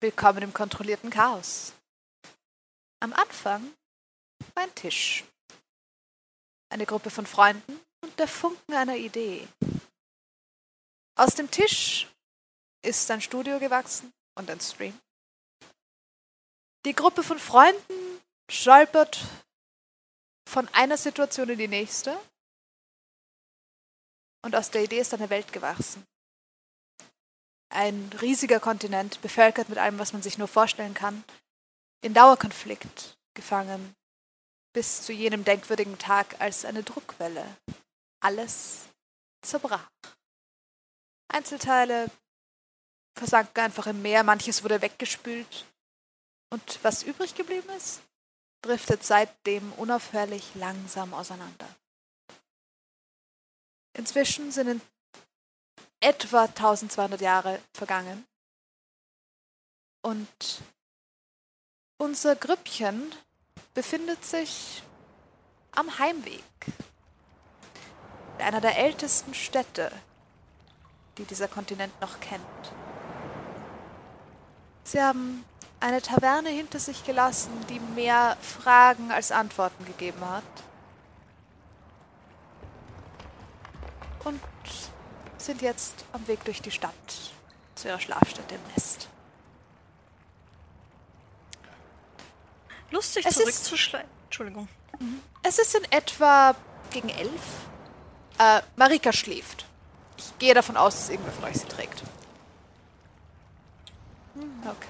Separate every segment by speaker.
Speaker 1: Willkommen im kontrollierten Chaos. Am Anfang war ein Tisch, eine Gruppe von Freunden und der Funken einer Idee. Aus dem Tisch ist ein Studio gewachsen und ein Stream. Die Gruppe von Freunden stolpert von einer Situation in die nächste und aus der Idee ist eine Welt gewachsen ein riesiger Kontinent, bevölkert mit allem, was man sich nur vorstellen kann, in Dauerkonflikt gefangen, bis zu jenem denkwürdigen Tag, als eine Druckwelle alles zerbrach. Einzelteile versanken einfach im Meer, manches wurde weggespült, und was übrig geblieben ist, driftet seitdem unaufhörlich langsam auseinander. Inzwischen sind in etwa 1200 Jahre vergangen. Und unser Grüppchen befindet sich am Heimweg. In einer der ältesten Städte, die dieser Kontinent noch kennt. Sie haben eine Taverne hinter sich gelassen, die mehr Fragen als Antworten gegeben hat. Und sind jetzt am Weg durch die Stadt zu ihrer Schlafstätte im Nest.
Speaker 2: Lustig
Speaker 1: Es ist-
Speaker 2: zurückzuschleichen. Entschuldigung.
Speaker 1: Es ist in etwa gegen elf. Äh, Marika schläft. Ich gehe davon aus, dass irgendwer von euch sie trägt.
Speaker 2: Mhm.
Speaker 1: Hm, Okay.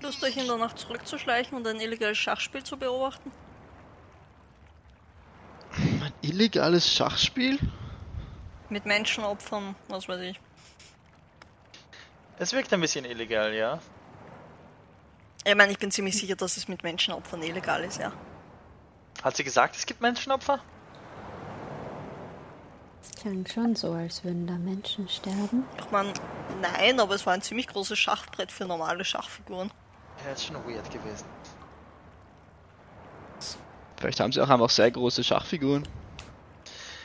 Speaker 2: Lust euch in der Nacht zurückzuschleichen und ein illegales Schachspiel zu beobachten?
Speaker 3: Ein illegales Schachspiel?
Speaker 2: Mit Menschenopfern, was weiß ich.
Speaker 4: Es wirkt ein bisschen illegal, ja.
Speaker 2: Ich meine, ich bin ziemlich sicher, dass es mit Menschenopfern illegal ist, ja.
Speaker 4: Hat sie gesagt, es gibt Menschenopfer?
Speaker 5: Es klang schon so, als würden da Menschen sterben.
Speaker 2: Ich meine, nein, aber es war ein ziemlich großes Schachbrett für normale Schachfiguren.
Speaker 4: Ja, ist schon weird gewesen.
Speaker 3: Vielleicht haben sie auch einfach sehr große Schachfiguren.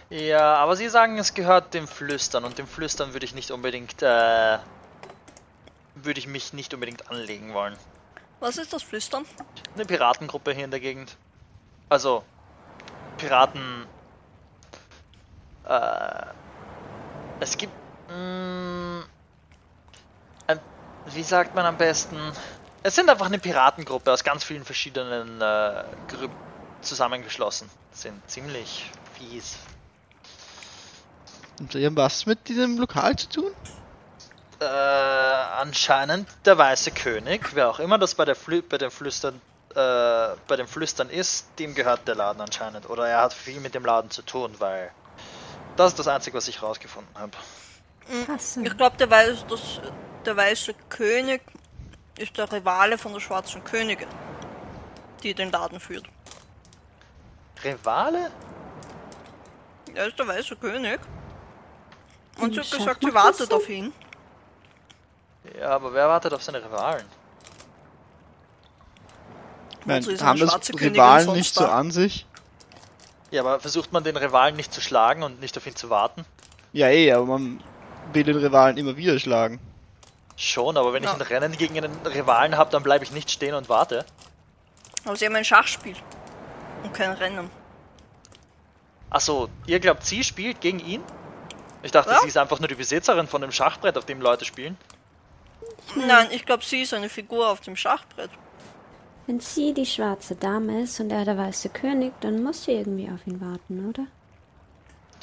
Speaker 4: Ja, aber sie sagen, es gehört dem Flüstern und dem Flüstern würde ich nicht unbedingt, äh, würde ich mich nicht unbedingt anlegen wollen.
Speaker 2: Was ist das Flüstern?
Speaker 4: Eine Piratengruppe hier in der Gegend. Also, Piraten. Äh, es gibt. Mh, ein, wie sagt man am besten? Es sind einfach eine Piratengruppe aus ganz vielen verschiedenen äh, Gruppen zusammengeschlossen. Sind ziemlich fies.
Speaker 3: Und die haben was mit diesem Lokal zu tun?
Speaker 4: Äh, anscheinend der weiße König, wer auch immer das bei, der Flü bei den Flüstern äh, bei den Flüstern ist, dem gehört der Laden anscheinend. Oder er hat viel mit dem Laden zu tun, weil das ist das Einzige, was ich rausgefunden habe.
Speaker 5: Krass. ne?
Speaker 2: Ich glaube, der, weiß, dass- der weiße König ist der Rivale von der schwarzen Königin, die den Laden führt.
Speaker 4: Rivale?
Speaker 2: Er ist der weiße König. Und sie hat
Speaker 5: Schach
Speaker 2: gesagt, sie
Speaker 5: macht das
Speaker 2: wartet
Speaker 5: so?
Speaker 2: auf ihn.
Speaker 4: Ja, aber wer wartet auf seine Rivalen?
Speaker 3: Ich meine,
Speaker 4: Also,
Speaker 2: Wozu ist
Speaker 3: haben
Speaker 2: eine
Speaker 3: das
Speaker 2: schwarze Königin
Speaker 3: Rivalen
Speaker 2: sonst
Speaker 3: nicht
Speaker 2: da?
Speaker 3: so an sich?
Speaker 4: Ja, aber versucht man den Rivalen nicht zu schlagen und nicht auf ihn zu warten?
Speaker 3: Ja, eh, aber man will den Rivalen immer wieder schlagen.
Speaker 4: Schon, aber wenn
Speaker 2: Ja.
Speaker 4: ich ein Rennen gegen einen Rivalen habe, dann bleibe ich nicht stehen und warte.
Speaker 2: Aber Also sie haben ein Schachspiel. Und kein Rennen.
Speaker 4: Achso, ihr glaubt, sie spielt gegen ihn? Ich dachte,
Speaker 2: Ja.
Speaker 4: sie ist einfach nur die Besitzerin von dem Schachbrett, auf dem Leute spielen. Hm.
Speaker 2: Nein, ich glaube, sie ist eine Figur auf dem Schachbrett.
Speaker 5: Wenn sie die schwarze Dame ist und er der weiße König, dann muss sie irgendwie auf ihn warten, oder?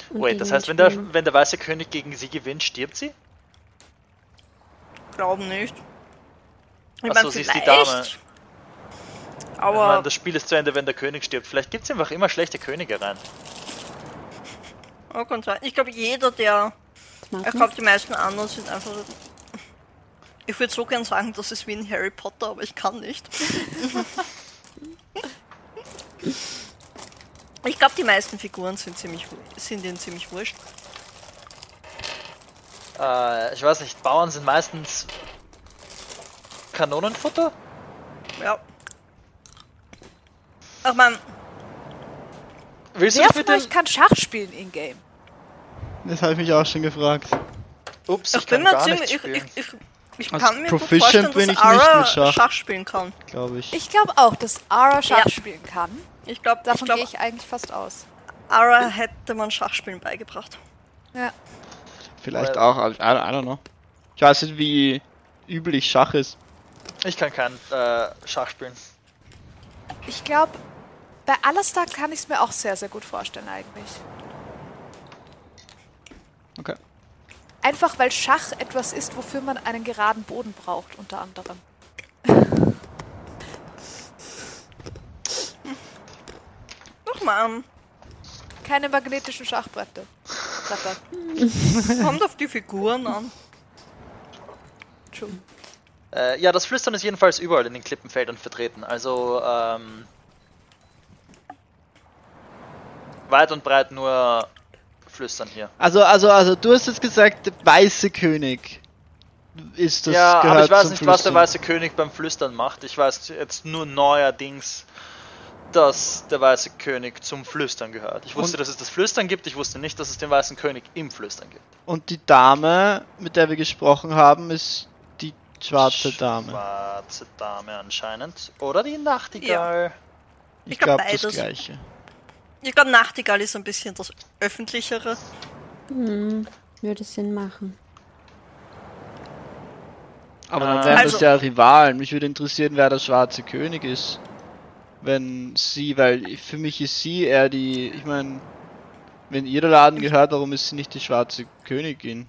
Speaker 5: Und
Speaker 4: Wait,
Speaker 5: gegen
Speaker 4: das
Speaker 5: ihn
Speaker 4: heißt, wenn der,
Speaker 5: spielen.
Speaker 4: wenn der weiße König gegen sie gewinnt, stirbt sie?
Speaker 2: Glauben nicht. Ich
Speaker 4: Ach
Speaker 2: mein,
Speaker 4: so, sie ist die
Speaker 2: vielleicht,
Speaker 4: Ich meine,
Speaker 2: Aber,
Speaker 4: das Spiel ist zu Ende, wenn der König stirbt. Vielleicht gibt es einfach immer schlechte Könige rein.
Speaker 2: oh, kann sein. ich glaube, jeder, der.
Speaker 5: Das mag
Speaker 2: Ich
Speaker 4: Mhm.
Speaker 5: man.
Speaker 2: glaube, die meisten anderen sind einfach. Ich würde so gern sagen, das ist wie in Harry Potter, aber ich kann nicht. ich glaube, die meisten Figuren sind, ziemlich, wu- sind ihnen ziemlich wurscht.
Speaker 4: Äh, ich weiß nicht, Bauern sind meistens Kanonenfutter?
Speaker 2: Ja. Ach man,
Speaker 4: Willst du
Speaker 1: Wer
Speaker 4: dich
Speaker 1: von
Speaker 4: mit dem...
Speaker 1: euch kann Schach spielen in-game?
Speaker 3: Das habe ich mich auch schon gefragt.
Speaker 4: Ups, ich,
Speaker 2: Ich
Speaker 4: kann
Speaker 2: bin mir
Speaker 4: gar nicht
Speaker 2: ziemlich. Ich,
Speaker 4: spielen.
Speaker 2: ich, ich, ich
Speaker 3: Also
Speaker 2: kann mir gut
Speaker 3: proficient
Speaker 2: vorstellen,
Speaker 3: bin
Speaker 2: dass
Speaker 3: ich nicht
Speaker 2: Ara
Speaker 3: mit Schach.
Speaker 2: Schach spielen kann.
Speaker 3: Glaube ich.
Speaker 1: Ich glaube auch, dass Ara Schach
Speaker 2: Ja.
Speaker 1: spielen kann.
Speaker 2: Ich glaube, ich
Speaker 1: Davon
Speaker 2: glaub,
Speaker 1: gehe ich eigentlich fast aus.
Speaker 2: Ara hätte man Schachspielen beigebracht.
Speaker 1: Ja.
Speaker 3: Vielleicht
Speaker 4: Well.
Speaker 3: auch, also, I don't I don't know. Ich weiß nicht, wie üblich Schach ist.
Speaker 4: Ich kann kein äh, Schach spielen.
Speaker 1: Ich glaube, bei Alastar kann ich es mir auch sehr, sehr gut vorstellen eigentlich.
Speaker 3: Okay.
Speaker 1: Einfach weil Schach etwas ist, wofür man einen geraden Boden braucht, unter anderem.
Speaker 2: Nochmal,
Speaker 1: Keine magnetischen Schachbretter. Bretter.
Speaker 2: kommt auf die Figuren an.
Speaker 1: True.
Speaker 4: Äh, ja, das Flüstern ist jedenfalls überall in den Klippenfeldern vertreten. Also ähm, weit und breit nur Flüstern hier.
Speaker 3: Also, also, also, du hast jetzt gesagt, der weiße König ist das.
Speaker 4: ja, aber
Speaker 3: gehört
Speaker 4: ich weiß
Speaker 3: zum
Speaker 4: nicht, was der
Speaker 3: Flüstern.
Speaker 4: Weiße König beim Flüstern macht. Ich weiß jetzt nur neuerdings, dass der Weiße König zum Flüstern gehört. Ich wusste,
Speaker 3: Und-
Speaker 4: dass es das Flüstern gibt, ich wusste nicht, dass es den Weißen König im Flüstern gibt.
Speaker 3: Und die Dame, mit der wir gesprochen haben, ist die schwarze Dame.
Speaker 4: Schwarze Dame anscheinend. Oder die Nachtigall.
Speaker 3: Ich
Speaker 2: Ich glaub,
Speaker 3: glaube, das
Speaker 2: beides.
Speaker 3: gleiche.
Speaker 2: Ich glaube, Nachtigall ist ein bisschen das Öffentlichere.
Speaker 5: Hm, würde Sinn machen.
Speaker 3: Aber
Speaker 4: Ah.
Speaker 3: dann wären das
Speaker 2: Also-
Speaker 3: ja Rivalen. Mich würde interessieren, wer der schwarze König ist. Wenn sie, weil ich- für mich ist sie eher die, ich meine, wenn ihr der Laden gehört, warum ist sie nicht die schwarze Königin?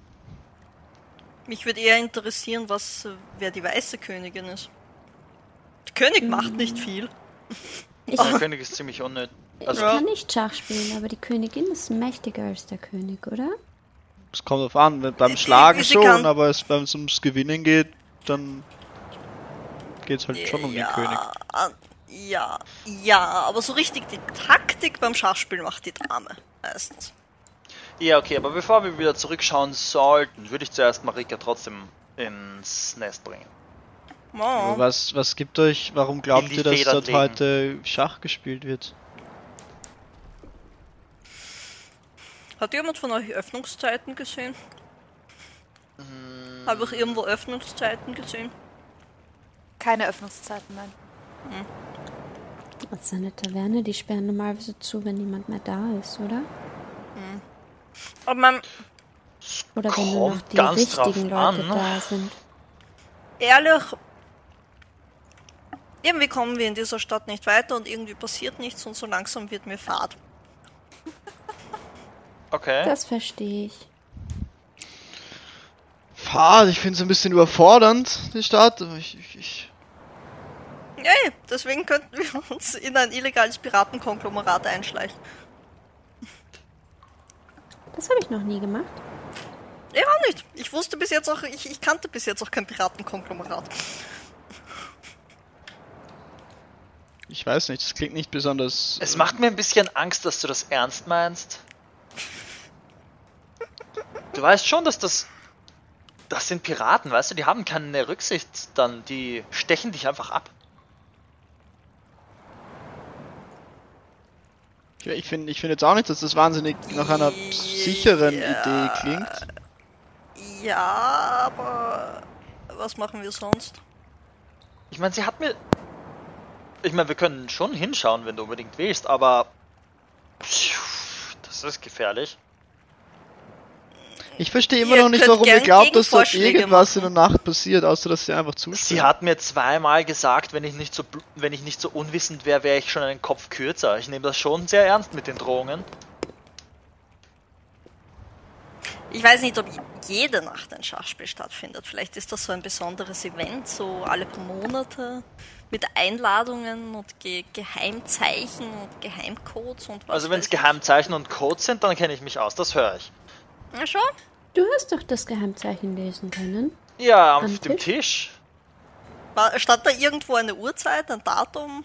Speaker 2: Mich würde eher interessieren, was äh, wer die weiße Königin ist. Der König macht
Speaker 4: Mhm.
Speaker 2: nicht viel.
Speaker 5: Ich,
Speaker 4: Der König ist ziemlich unnötig.
Speaker 5: ich
Speaker 4: Also,
Speaker 5: kann nicht Schach spielen, aber die Königin ist mächtiger als der König, oder?
Speaker 3: Es kommt drauf an, wenn- beim
Speaker 2: Sie-
Speaker 3: Schlagen
Speaker 2: sie
Speaker 3: schon,
Speaker 2: kann-
Speaker 3: aber es- wenn es ums Gewinnen geht, dann geht's halt schon um
Speaker 2: ja,
Speaker 3: den König.
Speaker 2: ah, Ja, ja, aber so richtig die Taktik beim Schachspiel macht die Dame meistens.
Speaker 4: ja, okay, aber bevor wir wieder zurückschauen sollten, würde ich zuerst Marika trotzdem ins Nest bringen.
Speaker 2: Oh,
Speaker 3: Was, was gibt euch, warum
Speaker 4: In
Speaker 3: glaubt
Speaker 4: die
Speaker 3: ihr, dass
Speaker 4: Federn
Speaker 3: dort
Speaker 4: legen.
Speaker 3: heute Schach gespielt wird?
Speaker 2: Hat jemand von euch Öffnungszeiten gesehen? Habe ich irgendwo Öffnungszeiten gesehen?
Speaker 1: Keine Öffnungszeiten, nein.
Speaker 5: Das ist eine Taverne, die sperren normalerweise zu, wenn niemand mehr da ist, oder?
Speaker 2: Aber man,
Speaker 5: Oder wenn nur noch
Speaker 4: Kommt
Speaker 5: die
Speaker 4: ganz
Speaker 5: richtigen
Speaker 4: drauf an.
Speaker 5: Leute
Speaker 4: ne?
Speaker 5: da sind.
Speaker 2: ehrlich, irgendwie kommen wir in dieser Stadt nicht weiter und irgendwie passiert nichts und so langsam wird mir fad.
Speaker 4: Okay.
Speaker 5: Das verstehe ich.
Speaker 3: Fahrt, ich finde es ein bisschen überfordernd, die Stadt. aber Ich, ich, ich.
Speaker 2: Yay, deswegen könnten wir uns in ein illegales Piratenkonglomerat einschleichen.
Speaker 5: Das habe ich noch nie gemacht.
Speaker 2: Ja, auch nicht. Ich wusste bis jetzt auch, ich, ich kannte bis jetzt auch kein Piratenkonglomerat.
Speaker 3: Ich weiß nicht, das klingt nicht besonders.
Speaker 4: Es
Speaker 3: äh,
Speaker 4: macht mir ein bisschen Angst, dass du das ernst meinst. Du weißt schon, dass das. Das sind Piraten, weißt du? Die haben keine Rücksicht dann. Die stechen dich einfach ab.
Speaker 3: Ich, ich finde ich find jetzt auch nicht, dass das wahnsinnig nach einer sicheren
Speaker 2: Ja.
Speaker 3: Idee klingt.
Speaker 2: Ja, aber was machen wir sonst?
Speaker 4: Ich meine, sie hat mir. Ich meine, wir können schon hinschauen, wenn du unbedingt willst, aber. Das ist gefährlich.
Speaker 3: Ich verstehe immer
Speaker 2: Ihr
Speaker 3: noch nicht,
Speaker 2: könnt
Speaker 3: warum ihr
Speaker 2: gern
Speaker 3: glaubt, dass dort
Speaker 2: Gegenvorschläge
Speaker 3: irgendwas in der Nacht passiert, außer dass sie einfach zuschauen.
Speaker 4: Sie hat mir zweimal gesagt, wenn ich nicht so, bl- wenn ich nicht so unwissend wäre, wäre ich schon einen Kopf kürzer. Ich nehme das schon sehr ernst mit den Drohungen.
Speaker 2: Ich weiß nicht, ob jede Nacht ein Schachspiel stattfindet. Vielleicht ist das so ein besonderes Event, so alle paar Monate mit Einladungen und Ge Geheimzeichen und Geheimcodes und was.
Speaker 4: Also wenn es
Speaker 2: weiß
Speaker 4: Geheimzeichen und Codes sind, dann kenne ich mich aus, das höre ich.
Speaker 2: ich. Na schon.
Speaker 5: Du hast doch das Geheimzeichen lesen können.
Speaker 4: Ja, auf
Speaker 5: Am
Speaker 4: dem Tisch.
Speaker 2: War, stand da irgendwo eine Uhrzeit, ein Datum?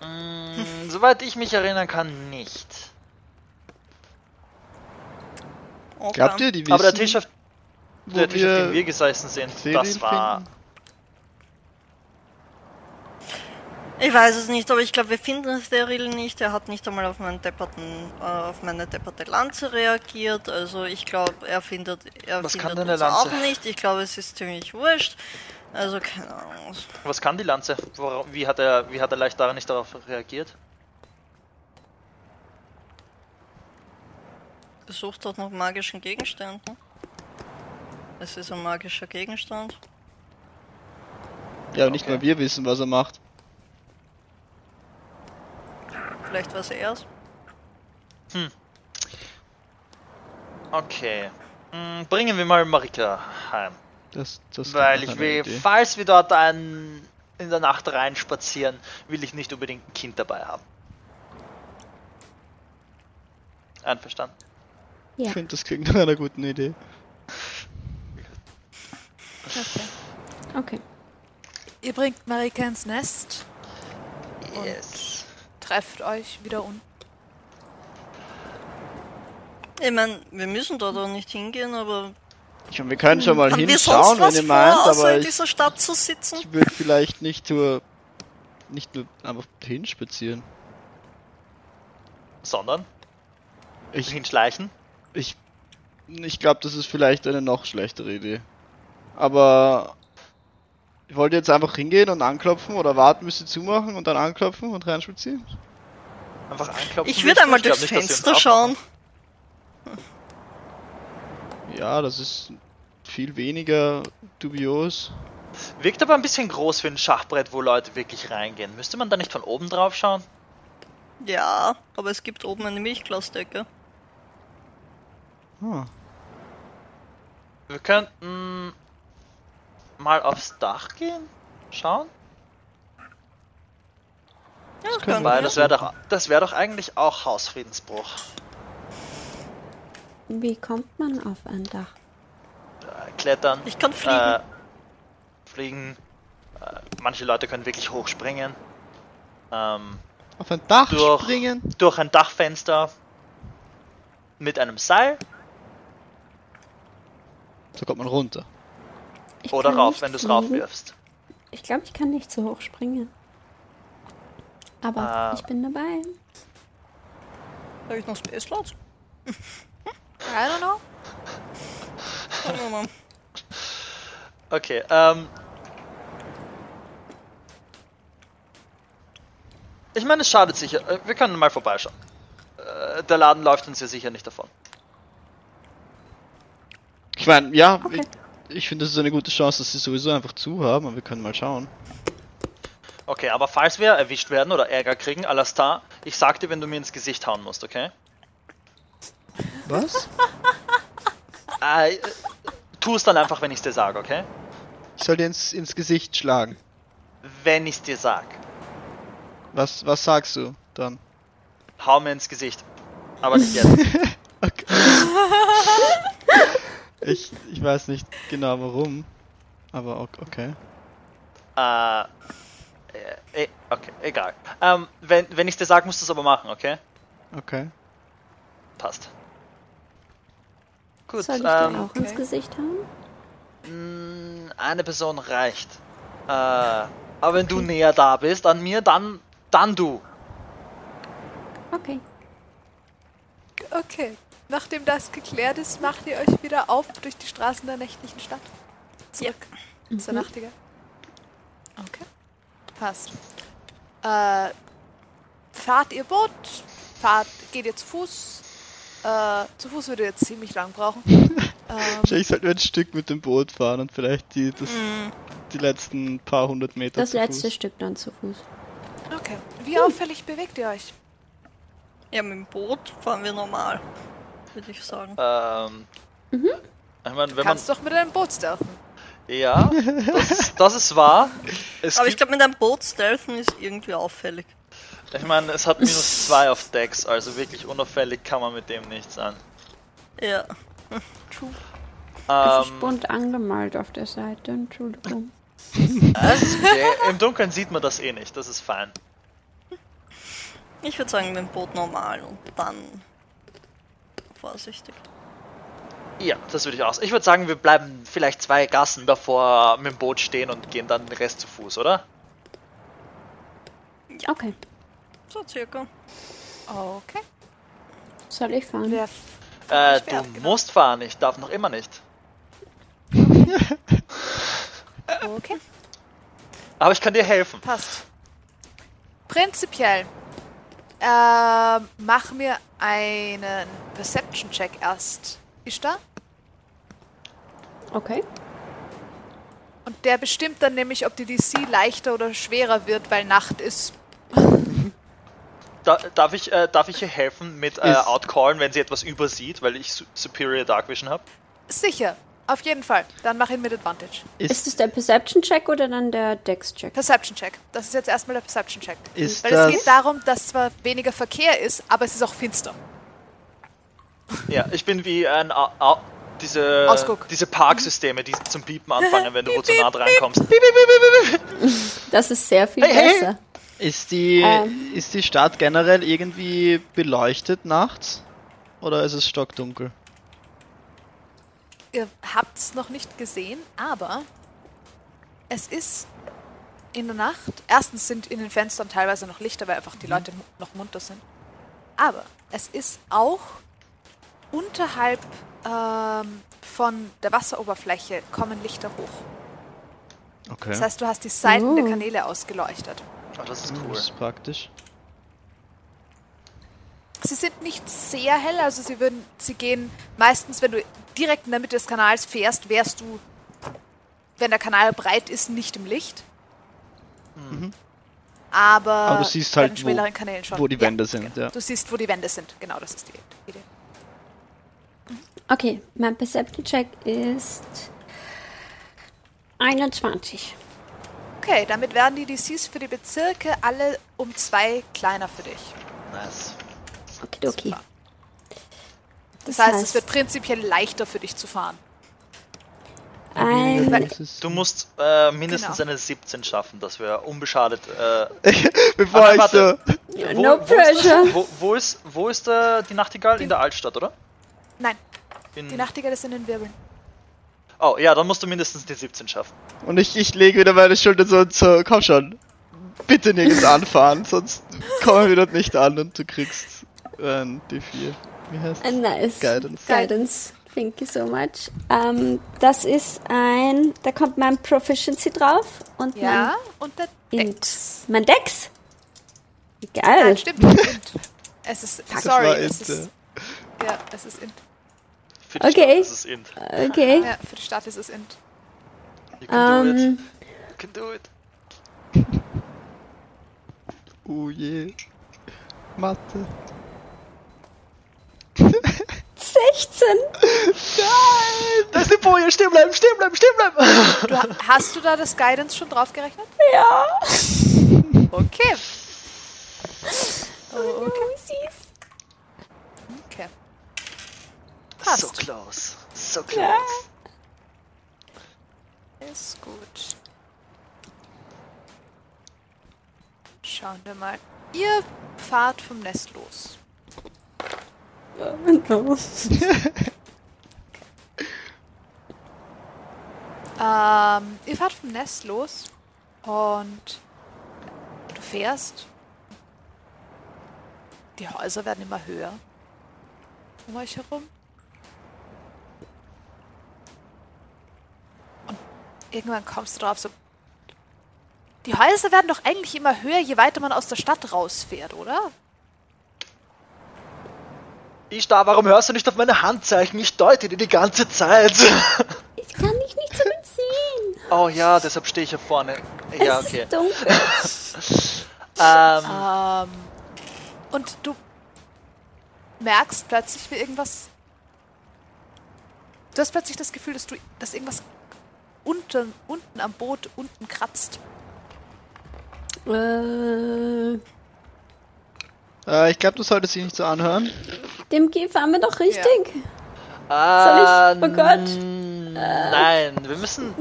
Speaker 4: Hm, soweit ich mich erinnern kann, nicht.
Speaker 2: Okay.
Speaker 3: Glaubt ihr, die wissen,
Speaker 4: Aber der Tisch, auf,
Speaker 3: wo
Speaker 4: der Tisch, auf dem wir
Speaker 3: wir
Speaker 4: gesessen sind,
Speaker 3: Serien
Speaker 4: das war...
Speaker 3: finden?
Speaker 2: Ich weiß es nicht, aber ich glaube, wir finden es der Rill nicht. Er hat nicht einmal auf, meinen depperten, äh, auf meine depperte Lanze reagiert. Also ich glaube, er findet, er
Speaker 4: Was kann
Speaker 2: findet
Speaker 4: denn eine
Speaker 2: uns
Speaker 4: Lanze?
Speaker 2: auch nicht. Ich glaube, es ist ziemlich wurscht. Also keine Ahnung.
Speaker 4: Was kann die Lanze? Warum, wie, hat er, wie hat er leicht daran nicht darauf reagiert?
Speaker 2: Besucht dort noch magischen Gegenstand. ne? Es ist ein magischer Gegenstand.
Speaker 3: Ja, und nicht
Speaker 4: Okay.
Speaker 3: mal wir wissen, was er macht.
Speaker 2: Vielleicht war es erst.
Speaker 4: Okay. Hm, Bringen wir mal Marika heim.
Speaker 3: Das, das klingt
Speaker 4: Weil
Speaker 3: nach
Speaker 4: ich
Speaker 3: einer
Speaker 4: will,
Speaker 3: Idee.
Speaker 4: falls wir dort ein, in der Nacht reinspazieren, will ich nicht unbedingt ein Kind dabei haben. Einverstanden?
Speaker 3: Ich finde, das klingt nach einer guten Idee.
Speaker 5: Okay.
Speaker 1: Ihr bringt Marika ins Nest,
Speaker 4: Yes.
Speaker 1: trefft euch wieder unten.
Speaker 2: Ich meine, wir müssen dort auch nicht hingehen, aber
Speaker 3: Ich meine, wir können schon mal
Speaker 2: haben wir sonst
Speaker 3: hinschauen, wenn
Speaker 2: was
Speaker 3: ihr
Speaker 2: vor,
Speaker 3: meint,
Speaker 2: außer
Speaker 3: aber
Speaker 2: in
Speaker 3: ich,
Speaker 2: dieser Stadt zu sitzen?
Speaker 3: ich würde vielleicht nicht nur, nicht nur einfach hinspazieren.
Speaker 4: Sondern?
Speaker 3: Ich-
Speaker 4: hinschleichen?
Speaker 3: Ich, ich glaube, das ist vielleicht eine noch schlechtere Idee. Aber wollt ihr jetzt einfach hingehen und anklopfen oder warten, bis sie zumachen und dann anklopfen und reinspazieren?
Speaker 4: Einfach anklopfen.
Speaker 2: Ich würde einmal
Speaker 4: glaub
Speaker 2: durchs
Speaker 4: nicht, dass sie uns
Speaker 2: Fenster
Speaker 4: aufmachen.
Speaker 2: schauen.
Speaker 3: Ja, das ist viel weniger dubios.
Speaker 4: Wirkt aber ein bisschen groß für ein Schachbrett, wo Leute wirklich reingehen. Müsste man da nicht von oben drauf schauen?
Speaker 2: Ja, aber es gibt oben eine Milchglasdecke.
Speaker 3: Hm.
Speaker 4: Wir könnten mal aufs Dach gehen, schauen.
Speaker 2: Ja, das
Speaker 3: können
Speaker 2: können
Speaker 3: wir.
Speaker 2: wir.
Speaker 4: Weil das wäre doch, das wäre doch eigentlich auch Hausfriedensbruch.
Speaker 5: Wie kommt man auf ein Dach?
Speaker 4: Äh, klettern.
Speaker 2: Ich kann fliegen.
Speaker 4: Äh, fliegen. Äh, manche Leute können wirklich hochspringen. Ähm,
Speaker 3: Auf ein Dach
Speaker 4: Durch.
Speaker 3: springen?
Speaker 4: durch ein Dachfenster mit einem Seil
Speaker 3: So kommt man runter.
Speaker 5: Ich
Speaker 4: oder
Speaker 5: kann
Speaker 4: rauf,
Speaker 5: nicht
Speaker 4: wenn du es
Speaker 5: fliegen.
Speaker 4: raufwirfst.
Speaker 5: Ich glaube, ich kann nicht so hoch springen. Aber
Speaker 4: Ah.
Speaker 5: ich bin dabei.
Speaker 2: Habe ich noch Space Slots?
Speaker 1: I don't know.
Speaker 2: Schauen wir mal.
Speaker 4: Okay, ähm. Ich meine, es schadet sicher. Äh, Wir können mal vorbeischauen. Äh, Der Laden läuft uns ja sicher nicht davon.
Speaker 3: Ich meine, ja,
Speaker 5: Okay.
Speaker 3: ich, ich finde, das ist eine gute Chance, dass sie sowieso einfach zu haben, aber wir können mal schauen.
Speaker 4: Okay, aber falls wir erwischt werden oder Ärger kriegen, Alastar, ich sag dir, wenn du mir ins Gesicht hauen musst, okay?
Speaker 3: Was?
Speaker 4: Äh, äh, tu es dann einfach, wenn ich dir sage, okay?
Speaker 3: Ich soll dir ins, ins Gesicht schlagen.
Speaker 4: Wenn ich dir sag,
Speaker 3: Was, was sagst du dann?
Speaker 4: hau mir ins Gesicht. Aber nicht jetzt.
Speaker 3: Ich, ich weiß nicht genau warum, aber ok- okay.
Speaker 4: äh, äh, eh, okay, egal. Ähm, wenn, wenn ich dir sag, musst du es aber machen, okay?
Speaker 3: Okay.
Speaker 4: Passt. Gut,
Speaker 5: Soll ich dir
Speaker 4: ähm,
Speaker 5: auch ins
Speaker 1: okay.
Speaker 5: Gesicht hauen?
Speaker 4: mh, eine Person reicht. Äh, aber wenn du näher da bist an mir, dann, dann du.
Speaker 5: Okay.
Speaker 1: Okay. Nachdem das geklärt ist, macht ihr euch wieder auf durch die Straßen der nächtlichen Stadt. Zurück zur Nachtigall. Okay. Passt. Äh, fahrt ihr Boot? Fahrt, geht ihr zu Fuß? Äh, zu Fuß würdet ihr ziemlich lang brauchen. ähm,
Speaker 3: Wahrscheinlich sollten wir ein Stück mit dem Boot fahren und vielleicht die, das, die letzten paar hundert Meter
Speaker 5: Das
Speaker 3: zu
Speaker 5: letzte
Speaker 3: Fuß.
Speaker 5: Stück dann zu Fuß.
Speaker 4: Ähm.
Speaker 1: okay. Wie auffällig bewegt ihr euch?
Speaker 2: Ja, mit dem Boot fahren wir normal. Würde ich sagen.
Speaker 4: Ähm,
Speaker 5: Mhm.
Speaker 4: ich meine,
Speaker 1: Du
Speaker 4: wenn man.
Speaker 1: kannst doch mit einem Boot surfen.
Speaker 4: Ja, das, das ist wahr. Es
Speaker 2: Aber ich
Speaker 4: gibt,
Speaker 2: glaube, mit einem Boot stealthen ist irgendwie auffällig.
Speaker 4: ich meine, es hat minus 2 auf Dex, also wirklich unauffällig kann man mit dem nichts an.
Speaker 2: Ja.
Speaker 1: True.
Speaker 5: Es ist
Speaker 4: Ähm,
Speaker 5: bunt angemalt auf der Seite. Entschuldigung.
Speaker 4: ja, Im Dunkeln sieht man das eh nicht, das ist fein.
Speaker 2: Ich würde sagen, mit dem Boot normal und dann vorsichtig.
Speaker 4: Ja, das würde ich auch. Ich würde sagen, wir bleiben vielleicht zwei Gassen davor mit dem Boot stehen und gehen dann den Rest zu Fuß, oder?
Speaker 5: Okay.
Speaker 2: So circa.
Speaker 1: Okay.
Speaker 5: Soll ich fahren?
Speaker 1: Wer
Speaker 4: Äh,
Speaker 1: Ich wär
Speaker 4: du
Speaker 1: abgenommen.
Speaker 4: musst fahren, ich darf noch immer nicht.
Speaker 1: Okay,
Speaker 4: Aber ich kann dir helfen.
Speaker 1: passt. Prinzipiell. Ähm, mach mir einen Perception-Check erst. Ist da?
Speaker 5: Okay.
Speaker 1: Und der bestimmt dann nämlich, ob die DC leichter oder schwerer wird, weil Nacht ist.
Speaker 4: Da, darf, ich, äh, darf ich ihr helfen mit äh,
Speaker 3: Ist-
Speaker 4: Outcallen, wenn sie etwas übersieht, weil ich su- Superior Dark Vision habe?
Speaker 1: Sicher. Auf jeden Fall. Dann mach ihn mit Advantage.
Speaker 5: Ist
Speaker 3: Ist,
Speaker 5: es der Perception-Check oder dann der Dex-Check?
Speaker 1: Perception-Check. Das ist jetzt erstmal der Perception-Check.
Speaker 3: ist
Speaker 1: Weil
Speaker 3: das,
Speaker 1: es geht darum, dass zwar weniger Verkehr ist, aber es ist auch finster.
Speaker 4: Ja, ich bin wie ein Au- Au- diese,
Speaker 1: Ausguck.
Speaker 4: diese Parksysteme, die zum Piepen anfangen, wenn du wo zu nah dran kommst.
Speaker 5: Das ist sehr viel
Speaker 4: Hey, hey.
Speaker 5: besser.
Speaker 3: ist die
Speaker 5: Ähm.
Speaker 3: ist die Stadt generell irgendwie beleuchtet nachts? Oder ist es stockdunkel?
Speaker 1: Ihr habt es noch nicht gesehen, aber es ist in der Nacht. Erstens sind in den Fenstern teilweise noch Lichter, weil einfach die Leute mu- noch munter sind. Aber es ist auch unterhalb ähm, von der Wasseroberfläche kommen Lichter hoch.
Speaker 3: Okay.
Speaker 1: Das heißt, du hast die Seiten der
Speaker 5: Oh.
Speaker 1: Kanäle ausgeleuchtet.
Speaker 4: Oh, das ist
Speaker 3: Hm,
Speaker 4: cool.
Speaker 3: Das ist praktisch.
Speaker 1: Sie sind nicht sehr hell, also sie würden, sie gehen meistens, wenn du direkt in der Mitte des Kanals fährst, wärst du, wenn der Kanal breit ist, nicht im Licht. Aber,
Speaker 3: Mhm. Aber du siehst
Speaker 1: bei
Speaker 3: halt,
Speaker 1: den
Speaker 3: wo-
Speaker 1: schmäleren Kanälen schon.
Speaker 3: wo die
Speaker 1: Ja,
Speaker 3: Wände sind,
Speaker 1: genau.
Speaker 3: ja.
Speaker 1: Du siehst, wo die Wände sind. Genau, das ist die Idee.
Speaker 5: Okay, mein Perception-Check ist 21.
Speaker 1: Okay, damit werden die DCs für die Bezirke alle um zwei kleiner für dich.
Speaker 4: Nice.
Speaker 5: Okay, okay.
Speaker 1: Super. Das, heißt, es wird prinzipiell leichter für dich zu fahren.
Speaker 5: ein,
Speaker 3: Das ist-
Speaker 4: Du musst äh, mindestens
Speaker 1: Genau.
Speaker 4: eine 17 schaffen, dass wir unbeschadet. Äh,
Speaker 3: Bevor
Speaker 4: Ah,
Speaker 3: ich
Speaker 4: warte.
Speaker 3: so.
Speaker 1: Äh,
Speaker 4: wo,
Speaker 5: no
Speaker 4: wo ist,
Speaker 5: pressure.
Speaker 4: Wo, wo ist, wo ist äh, die Nachtigall? In der Altstadt, oder?
Speaker 1: Nein,
Speaker 4: In,
Speaker 3: Mhm.
Speaker 1: die Nachtigall ist in den Wirbeln.
Speaker 4: oh ja, dann musst du mindestens die 17 schaffen.
Speaker 3: Und ich, ich lege wieder meine Schulter so und so, komm schon. Bitte nirgends anfahren, sonst kommen wir wieder nicht an und du kriegst äh, ein D4. Wie heißt
Speaker 5: ein nice.
Speaker 3: Guidance.
Speaker 5: Guidance. Thank you so much. Ähm, das ist ein, da kommt mein Proficiency drauf und
Speaker 1: Ja, und der
Speaker 5: mein
Speaker 1: Dex.
Speaker 5: Int. Mein Dex. Geil.
Speaker 1: Nein, stimmt. Int. Es ist. Sorry,
Speaker 3: war
Speaker 1: es
Speaker 3: Int,
Speaker 1: ist. Ja, es ist Int.
Speaker 4: Für die
Speaker 5: Okay.
Speaker 4: Stadt ist es Int.
Speaker 5: Okay.
Speaker 1: Ja, für die Stadt ist es Int.
Speaker 4: You can do
Speaker 5: Ähm,
Speaker 4: it. You can do it.
Speaker 3: Oh je. Mathe.
Speaker 5: 16.
Speaker 4: Da ist die Boje, stehen bleiben, stehen bleiben, stehen bleiben!
Speaker 1: Du, ha- hast du da das Guidance schon draufgerechnet?
Speaker 5: Ja.
Speaker 1: Okay.
Speaker 5: Oh, süß.
Speaker 1: Okay.
Speaker 4: Ah, So
Speaker 1: Passt.
Speaker 4: close, so close.
Speaker 1: Ist gut. Schauen wir mal. Ihr fahrt vom Nest los.
Speaker 5: Oh, no.
Speaker 1: Ähm, ihr fahrt vom Nest los und du fährst. Die Häuser werden immer höher um euch herum. Und irgendwann kommst du drauf, so. Die Häuser werden doch eigentlich immer höher, je weiter man aus der Stadt rausfährt, oder?
Speaker 4: Ich da, warum hörst du nicht auf meine Handzeichen? Ich deute dir die ganze Zeit.
Speaker 5: Ich kann dich nicht so gut sehen.
Speaker 4: Oh ja, deshalb stehe ich hier vorne. Ja,
Speaker 5: es
Speaker 4: okay.
Speaker 5: ist dunkel.
Speaker 4: Ähm,
Speaker 1: Ähm, und du merkst plötzlich, wie irgendwas. Du hast plötzlich das Gefühl, dass du, dass irgendwas unten, unten am Boot unten kratzt.
Speaker 5: Äh,
Speaker 3: Äh, ich glaube, du solltest dich nicht so anhören.
Speaker 5: dem G fahren wir doch richtig.
Speaker 4: äh,
Speaker 5: ich? Oh Gott.
Speaker 4: ähm, Nein, wir müssen.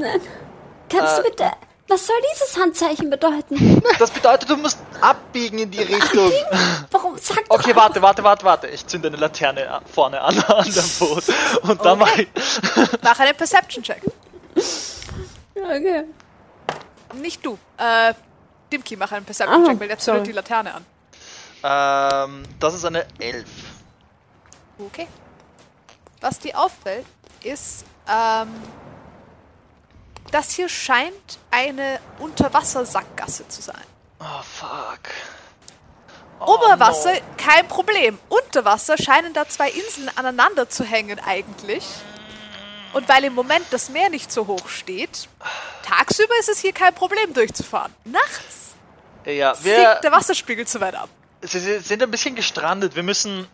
Speaker 5: Kannst du bitte. Was soll dieses Handzeichen bedeuten?
Speaker 4: Das bedeutet, du musst abbiegen in die Richtung.
Speaker 5: Warum sagt
Speaker 4: Okay, warte, warte, warte, warte. Ich zünde eine Laterne a- vorne an, an dem Boot. Und dann mach ich.
Speaker 1: Mach einen Perception-Check.
Speaker 5: Okay.
Speaker 1: Nicht du. Äh, Dimki, mach einen Perception-Check,
Speaker 5: Ah,
Speaker 1: weil der
Speaker 5: sorry.
Speaker 1: zündet die Laterne an.
Speaker 4: Ähm, das ist eine 11.
Speaker 1: Okay. Was dir auffällt, ist, ähm, das hier scheint eine Unterwassersackgasse zu sein.
Speaker 4: Oh, fuck. Oh,
Speaker 1: Oberwasser, kein Problem. Unterwasser scheinen da zwei Inseln aneinander zu hängen eigentlich. Und weil im Moment das Meer nicht so hoch steht, tagsüber ist es hier kein Problem durchzufahren. Nachts
Speaker 4: Ja, wir
Speaker 1: sinkt der Wasserspiegel zu weit ab.
Speaker 4: sie, sie sind ein bisschen gestrandet. Wir müssen.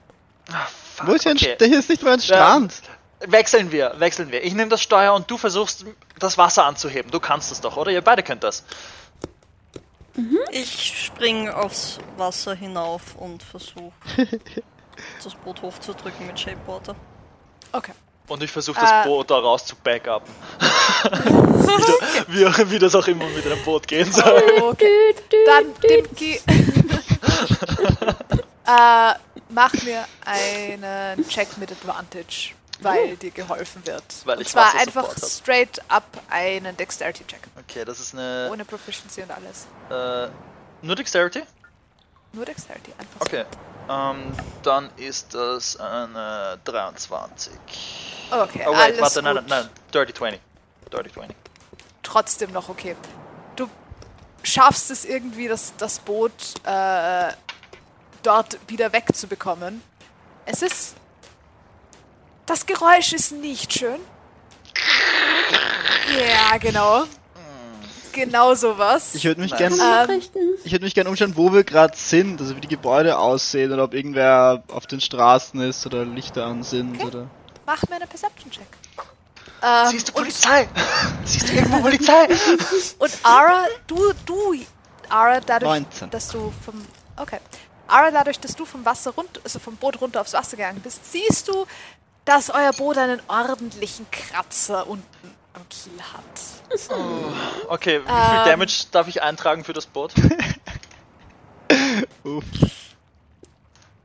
Speaker 4: Ah, fuck,
Speaker 3: Wo ist hier ein
Speaker 4: okay.
Speaker 3: St- Hier ist nicht mal ein
Speaker 4: Ja.
Speaker 3: Strand.
Speaker 4: Wechseln wir, wechseln wir. Ich nehme das Steuer und du versuchst, das Wasser anzuheben. Du kannst das doch, oder? Ihr beide könnt das.
Speaker 2: Ich spring aufs Wasser hinauf und versuche das Boot hochzudrücken mit Shapewater.
Speaker 1: Okay.
Speaker 4: Und ich versuche das
Speaker 1: Äh.
Speaker 4: Boot daraus zu backuppen. wie, auch- wie das auch immer mit einem Boot gehen soll.
Speaker 1: okay. Dann Dimki. äh, mach mir einen Check mit Advantage, weil dir geholfen wird.
Speaker 4: Uh. Weil
Speaker 1: und
Speaker 4: ich
Speaker 1: zwar
Speaker 4: Wasser
Speaker 1: einfach
Speaker 4: Support hab.
Speaker 1: straight up einen Dexterity-Check.
Speaker 4: Okay, das ist eine.
Speaker 1: Ohne Proficiency und alles.
Speaker 4: Äh, nur Dexterity?
Speaker 1: Nur Dexterity, einfach so.
Speaker 4: Okay. Ähm, dann ist das eine 23.
Speaker 1: Okay,
Speaker 4: Oh, wait,
Speaker 1: alles
Speaker 4: warte,
Speaker 1: gut.
Speaker 4: nein, nein, nein. Dirty 20. Dirty 20.
Speaker 1: Trotzdem noch okay. Du schaffst es irgendwie, das, das Boot äh, dort wieder wegzubekommen. Es ist... Das Geräusch ist nicht schön. Ja, genau.
Speaker 4: Hm.
Speaker 1: Genau sowas.
Speaker 3: Ich würde mich
Speaker 4: Nein.
Speaker 3: gern.
Speaker 5: Kann man nachrichten?
Speaker 3: Ich würde mich gerne umschauen, wo wir gerade sind, also wie die Gebäude aussehen oder ob irgendwer auf den Straßen ist oder Lichter an sind oder.
Speaker 1: Mach mir einen Perception-Check. Ähm,
Speaker 4: Siehst du Polizei? Siehst du irgendwo Polizei?
Speaker 1: Und Ara, du, du, Ara, dadurch,
Speaker 3: 19.
Speaker 1: dass du vom, okay, Ara, dadurch, dass du vom Wasser runter, also vom Boot runter aufs Wasser gegangen bist, siehst du, dass euer Boot einen ordentlichen Kratzer unten am Kiel hat.
Speaker 4: Okay, wie
Speaker 1: Ähm.
Speaker 4: viel Damage darf ich eintragen für das Boot?
Speaker 3: Uff.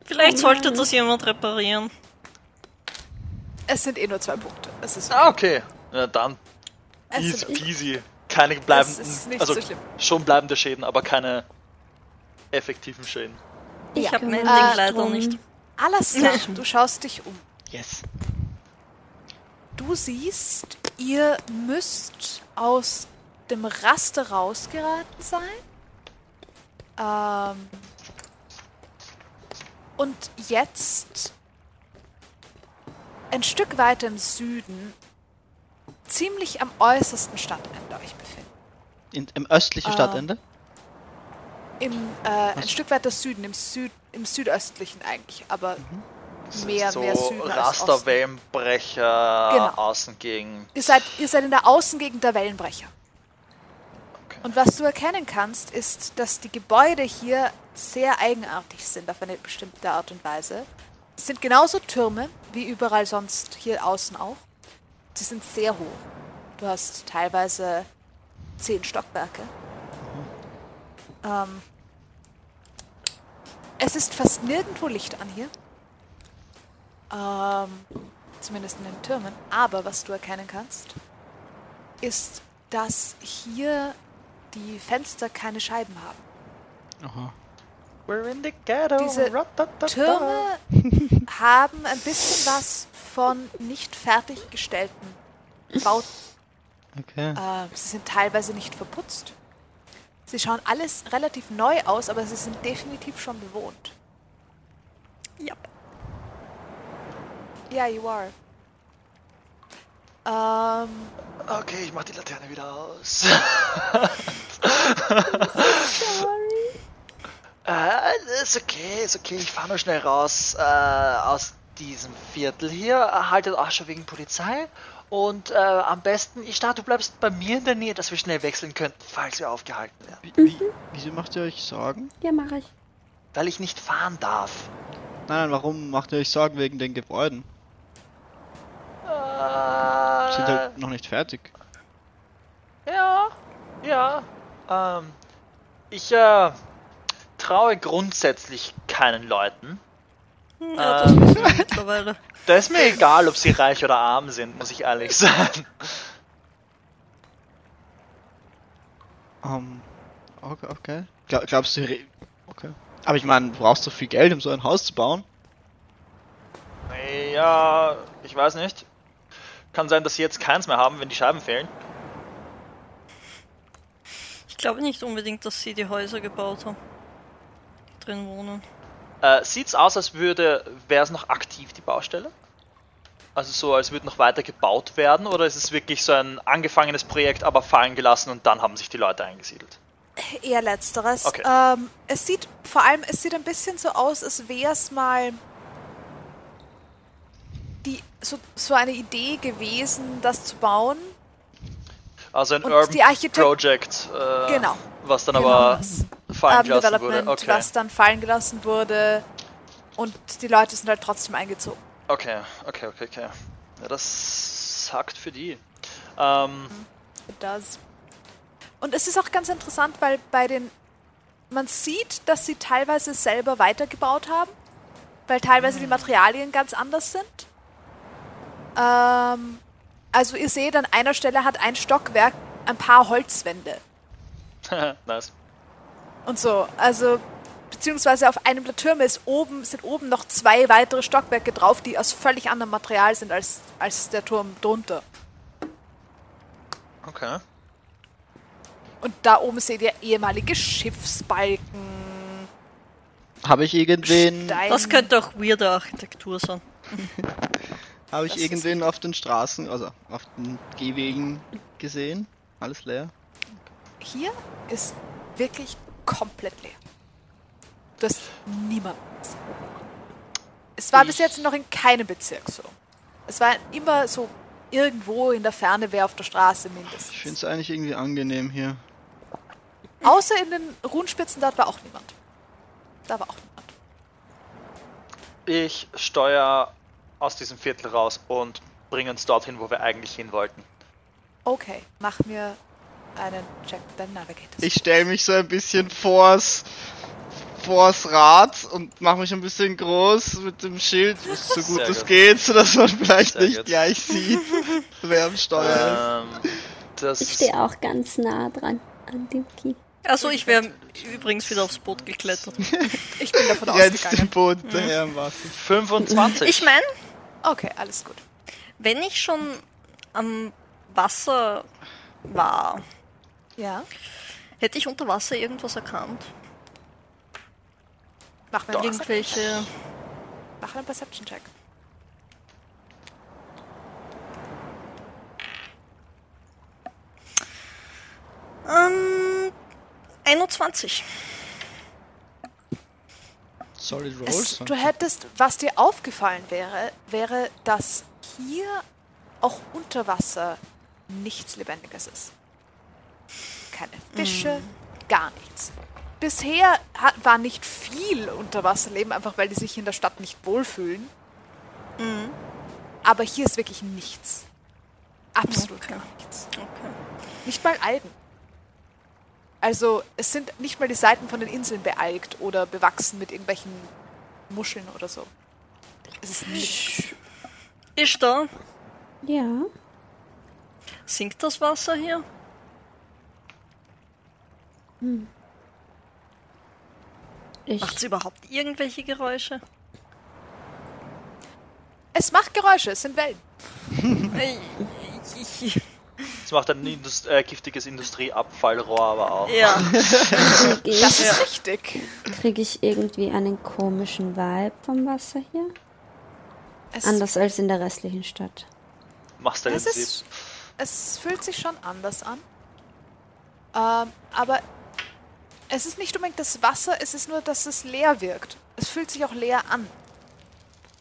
Speaker 2: Vielleicht sollte das jemand reparieren.
Speaker 1: Es sind eh nur zwei Punkte. Es ist,
Speaker 4: Ah, okay. Na dann,
Speaker 1: es
Speaker 4: easy
Speaker 1: sind,
Speaker 4: peasy. Keine bleibenden,
Speaker 1: Also Es ist nicht
Speaker 4: also
Speaker 1: so schlimm.
Speaker 4: schon bleibende Schäden, aber keine effektiven Schäden.
Speaker 2: Ich
Speaker 5: Ich
Speaker 2: habe mein
Speaker 5: kümmere
Speaker 2: Ding
Speaker 5: mich
Speaker 2: leider
Speaker 5: drum.
Speaker 2: nicht.
Speaker 1: alles klar, du schaust dich um.
Speaker 3: Yes.
Speaker 1: Du siehst, ihr müsst aus dem Raster rausgeraten sein. Ähm, und jetzt ein Stück weiter im Süden, ziemlich am äußersten Stadtende euch befinden.
Speaker 3: In, Im östlichen Stadtende?
Speaker 1: Im, äh, ein Stück weiter Süden, im, Süd, im südöstlichen eigentlich, aber mehr,
Speaker 4: so
Speaker 1: mehr Süden als Osten.
Speaker 4: Rasterwellenbrecher,
Speaker 1: Genau.
Speaker 4: Außengegend.
Speaker 1: Ihr seid, ihr seid in der Außengegend der Wellenbrecher.
Speaker 4: Okay.
Speaker 1: Und was du erkennen kannst, ist, dass die Gebäude hier sehr eigenartig sind auf eine bestimmte Art und Weise. Es sind genauso Türme wie überall sonst hier außen auch. Sie sind sehr hoch. Du hast teilweise zehn Stockwerke. Ähm, es ist fast nirgendwo Licht an hier. Ähm, zumindest in den Türmen. Aber was du erkennen kannst, ist, dass hier die Fenster keine Scheiben haben.
Speaker 3: Aha.
Speaker 4: We're in the ghetto.
Speaker 1: Diese
Speaker 4: ratatata.
Speaker 1: Türme haben ein bisschen was von nicht fertiggestellten Bauten.
Speaker 3: Okay.
Speaker 1: Äh, sie sind teilweise nicht verputzt. Sie schauen alles relativ neu aus, aber sie sind definitiv schon bewohnt.
Speaker 2: Ja.
Speaker 1: Yeah, you are. Ähm,
Speaker 4: Okay, ich mach die Laterne wieder aus. äh, ist okay, ist okay. Ich fahr nur schnell raus äh, aus diesem Viertel hier. Haltet Asche wegen Polizei. Und äh, am besten, ich du bleibst bei mir in der Nähe, dass wir schnell wechseln könnten, falls wir aufgehalten werden.
Speaker 3: Wie, wie, wieso macht ihr euch Sorgen?
Speaker 5: Ja, mache ich.
Speaker 4: Weil ich nicht fahren darf.
Speaker 3: Nein, nein, warum macht ihr euch Sorgen wegen den Gebäuden? Sind
Speaker 4: Äh,
Speaker 3: halt noch nicht fertig.
Speaker 4: Ja, ja. Ähm, ich äh, traue grundsätzlich keinen Leuten.
Speaker 2: Hm,
Speaker 4: Ähm,
Speaker 2: Ja, das wissen wir mittlerweile.
Speaker 4: Da ist mir egal, ob sie reich oder arm sind, muss ich ehrlich sein.
Speaker 3: Ähm, Okay, okay. Gla- glaubst du, re- okay. Aber ich meine, du brauchst doch viel Geld, um so ein Haus zu bauen.
Speaker 4: Ja, ich weiß nicht. Kann sein, dass sie jetzt keins mehr haben, wenn die Scheiben fehlen.
Speaker 2: Ich glaube nicht unbedingt, dass sie die Häuser gebaut haben. die Drin wohnen.
Speaker 4: Äh, sieht's aus, als würde, wäre es noch aktiv, die Baustelle? Also so, als würde noch weiter gebaut werden? Oder ist es wirklich so ein angefangenes Projekt, aber fallen gelassen und dann haben sich die Leute eingesiedelt?
Speaker 1: Eher letzteres.
Speaker 4: Okay.
Speaker 1: Ähm, es sieht vor allem, es sieht ein bisschen so aus, als wäre es mal die, so, so eine Idee gewesen, das zu bauen.
Speaker 4: Also ein
Speaker 1: Und
Speaker 4: Urban
Speaker 1: die Architekt-
Speaker 4: Project, äh,
Speaker 1: Genau.
Speaker 4: was dann
Speaker 1: Genau
Speaker 4: aber
Speaker 1: das.
Speaker 4: fallen
Speaker 1: Ähm,
Speaker 4: gelassen wurde.
Speaker 1: Development,
Speaker 4: Okay,
Speaker 1: was dann fallen gelassen wurde. Und die Leute sind halt trotzdem eingezogen.
Speaker 4: okay, okay, okay. okay. Ja, das sagt für die. Ähm,
Speaker 1: Das. Und es ist auch ganz interessant, weil bei den. Man sieht, dass sie teilweise selber weitergebaut haben, weil teilweise die Materialien ganz anders sind. Ähm, also, ihr seht, an einer Stelle hat ein Stockwerk ein paar Holzwände
Speaker 4: nice.
Speaker 1: und so. Also, beziehungsweise auf einem der Türme ist oben, sind oben noch zwei weitere Stockwerke drauf, die aus völlig anderem Material sind als, als der Turm drunter.
Speaker 4: Okay.
Speaker 1: Und da oben seht ihr ehemalige Schiffsbalken,
Speaker 3: Habe ich irgendwen,
Speaker 1: Stein.
Speaker 2: Das könnte auch weirde Architektur sein.
Speaker 3: habe ich
Speaker 1: das ist
Speaker 3: irgendwen auf den Straßen, also auf den Gehwegen gesehen? Alles leer.
Speaker 1: Hier ist wirklich komplett leer. Du hast niemanden. gesehen. Es war bis
Speaker 4: Ich-
Speaker 1: jetzt noch in keinem Bezirk so. Es war immer so irgendwo in der Ferne, wer auf der Straße mindestens.
Speaker 3: Ich finde es eigentlich irgendwie angenehm hier.
Speaker 1: Außer in den Runspitzen, dort war auch niemand. Da war auch niemand.
Speaker 4: Ich steuere aus diesem Viertel raus und bringe uns dorthin, wo wir eigentlich hin wollten.
Speaker 1: Okay, mach mir einen Check, dein Navigator.
Speaker 3: Ich stelle mich so ein bisschen vors, vors Rad und mache mich ein bisschen groß mit dem Schild, so gut
Speaker 4: Sehr
Speaker 3: es
Speaker 4: gut.
Speaker 3: geht, sodass man vielleicht
Speaker 4: Sehr
Speaker 3: nicht
Speaker 4: gut.
Speaker 3: gleich sieht, wer am Steuer
Speaker 4: Ähm, das
Speaker 5: Ich stehe auch ganz nah dran an dem Key.
Speaker 2: Also ich wäre übrigens wieder aufs Boot geklettert.
Speaker 1: Ich bin davon
Speaker 4: Äh,
Speaker 3: ist. Jetzt den
Speaker 1: ausgegangen.
Speaker 3: Boden daher im Wasser.
Speaker 4: 25.
Speaker 2: Ich meine,
Speaker 1: Okay, alles gut.
Speaker 2: wenn ich schon am Wasser war,
Speaker 1: Ja,
Speaker 2: hätte ich unter Wasser irgendwas erkannt.
Speaker 1: mach mir einen, Percep-
Speaker 2: Irgendwelche.
Speaker 1: mach einen Perception-Check.
Speaker 2: Ähm, 21.
Speaker 3: Solid
Speaker 1: Es,
Speaker 3: Rolls.
Speaker 1: du hättest, was dir aufgefallen wäre, wäre, dass hier auch unter Wasser nichts Lebendiges ist. Keine
Speaker 2: Hm.
Speaker 1: Fische, gar nichts. Bisher ha- war nicht viel Unterwasserleben, einfach weil die sich in der Stadt nicht wohlfühlen.
Speaker 2: Hm.
Speaker 1: Aber hier ist wirklich nichts. Absolut
Speaker 2: Okay.
Speaker 1: gar nichts.
Speaker 2: Okay.
Speaker 1: Nicht mal Algen. Also es sind nicht mal die Seiten von den Inseln bealgt oder bewachsen mit irgendwelchen Muscheln oder so. Es ist nichts.
Speaker 2: Ist da?
Speaker 5: Ja.
Speaker 2: Sinkt das Wasser hier?
Speaker 5: Ich,
Speaker 2: Macht es überhaupt irgendwelche Geräusche?
Speaker 1: Es macht Geräusche, es sind Wellen.
Speaker 2: Äh, ich- ich-
Speaker 4: das macht ein Indust äh, giftiges Industrieabfallrohr aber auch.
Speaker 2: ja,
Speaker 5: krieg
Speaker 1: Das
Speaker 5: ich,
Speaker 1: ist richtig.
Speaker 5: krieg ich irgendwie einen komischen Vibe vom Wasser hier?
Speaker 1: Es,
Speaker 5: Anders als in der restlichen Stadt.
Speaker 4: Machst du
Speaker 1: es,
Speaker 4: jetzt Sinn?
Speaker 1: ist, es fühlt sich schon anders an. Ähm, aber es ist nicht unbedingt das Wasser, es ist nur, dass es leer wirkt. Es fühlt sich auch leer an.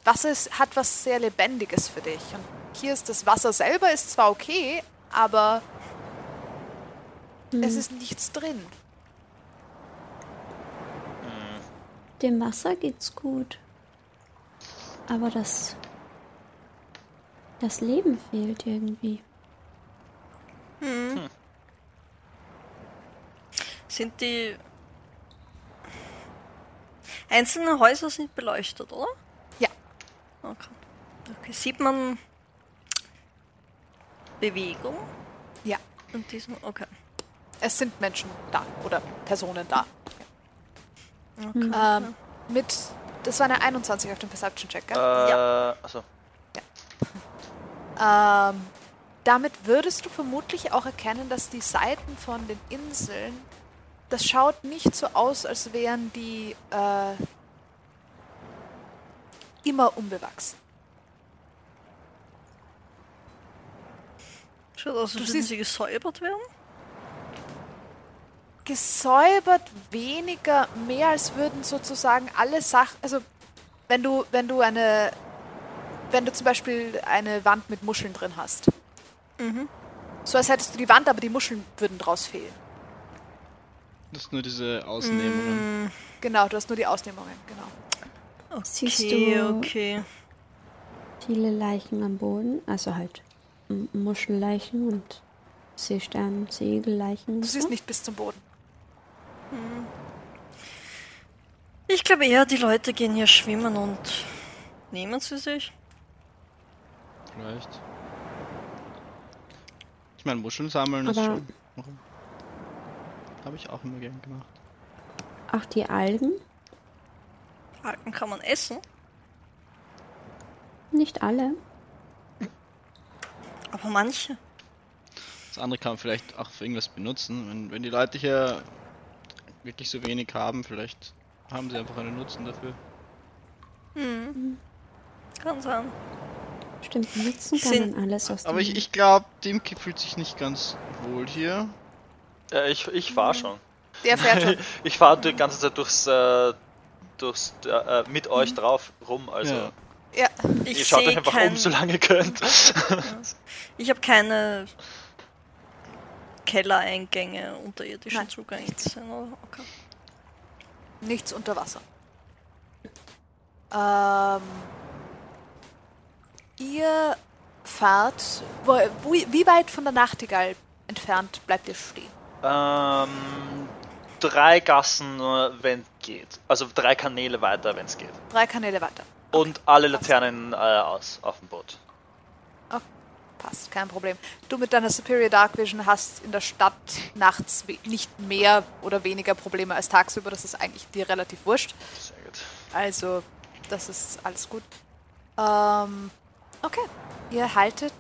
Speaker 1: Wasser ist, hat was sehr Lebendiges für dich. Und hier ist das Wasser selber ist zwar okay, aber es ist nichts drin.
Speaker 5: Dem Wasser geht's gut. Aber das. Das Leben fehlt irgendwie.
Speaker 2: sind die. Einzelne Häuser sind beleuchtet, oder?
Speaker 1: Ja.
Speaker 2: Okay. okay. Sieht man Bewegung
Speaker 1: Ja.
Speaker 2: in diesem. Okay.
Speaker 1: Es sind Menschen da oder Personen da.
Speaker 2: Okay.
Speaker 1: Ähm, mit, das war eine 21 auf dem Perception-Check, gell?
Speaker 4: Äh,
Speaker 2: Ja.
Speaker 4: Also,
Speaker 1: Ähm, damit würdest du vermutlich auch erkennen, dass die Seiten von den Inseln, das schaut nicht so aus, als wären die äh, immer unbewachsen.
Speaker 2: Schaut aus, als also würden
Speaker 1: siehst-
Speaker 2: sie gesäubert werden.
Speaker 1: gesäubert weniger, mehr als würden sozusagen alle Sachen, also wenn du, wenn du eine, wenn du zum Beispiel eine Wand mit Muscheln drin hast. So als hättest du die Wand, aber die Muscheln würden draus fehlen.
Speaker 3: Das ist nur diese Ausnehmungen.
Speaker 1: Genau, du hast nur die Ausnehmungen, genau.
Speaker 5: Siehst
Speaker 2: okay,
Speaker 5: du-
Speaker 2: okay.
Speaker 5: Viele Leichen am Boden, also halt M- Muschelleichen und Seestern, Segelleichen.
Speaker 1: Du siehst nicht bis zum Boden.
Speaker 2: Ich glaube eher, die Leute gehen hier schwimmen und nehmen sie sich.
Speaker 3: Vielleicht. Ich meine, Muscheln sammeln ist
Speaker 5: Aber-
Speaker 3: schon. Habe ich auch immer gern gemacht.
Speaker 5: Auch die Algen?
Speaker 2: Algen kann man essen,
Speaker 5: Nicht alle.
Speaker 2: aber manche.
Speaker 3: Das andere kann man vielleicht auch für irgendwas benutzen. Wenn, wenn die Leute hier wirklich so wenig haben, vielleicht haben sie einfach einen Nutzen dafür.
Speaker 1: Mhm.
Speaker 2: Kann sein.
Speaker 5: Stimmt, nutzen kann
Speaker 2: Sind-
Speaker 5: man alles aus
Speaker 3: Aber
Speaker 5: dem-
Speaker 3: ich, ich glaube, Dimki fühlt sich nicht ganz wohl hier.
Speaker 4: äh, ich, ich
Speaker 1: Mhm.
Speaker 4: war schon.
Speaker 1: Der fährt schon.
Speaker 4: Ich fahre die ganze Zeit durchs, äh, durchs äh, mit euch drauf rum, also
Speaker 3: Ja.
Speaker 1: Ja,
Speaker 2: Ich,
Speaker 4: ihr
Speaker 2: ich
Speaker 4: schaut euch
Speaker 2: sehe
Speaker 4: einfach
Speaker 2: kein...
Speaker 4: um, solange ihr könnt.
Speaker 2: Ich habe keine Kellereingänge, unterirdischen
Speaker 1: Nein,
Speaker 2: Zugänge gesehen. oder? Okay.
Speaker 1: nichts unter Wasser. Ähm, ihr fahrt, wo, wo, wie weit von der Nachtigall entfernt bleibt ihr stehen?
Speaker 4: ähm, drei Gassen, wenn geht. Also drei Kanäle weiter, wenn es geht.
Speaker 1: Drei Kanäle weiter.
Speaker 4: Und alle Laternen äh, aus auf dem Boot.
Speaker 1: Passt, kein Problem. Du mit deiner Superior Dark Vision hast in der Stadt nachts we- nicht mehr oder weniger Probleme als tagsüber. Das ist eigentlich dir relativ wurscht.
Speaker 4: Sehr gut.
Speaker 1: Also, das ist alles gut. Ähm, okay. Ihr haltet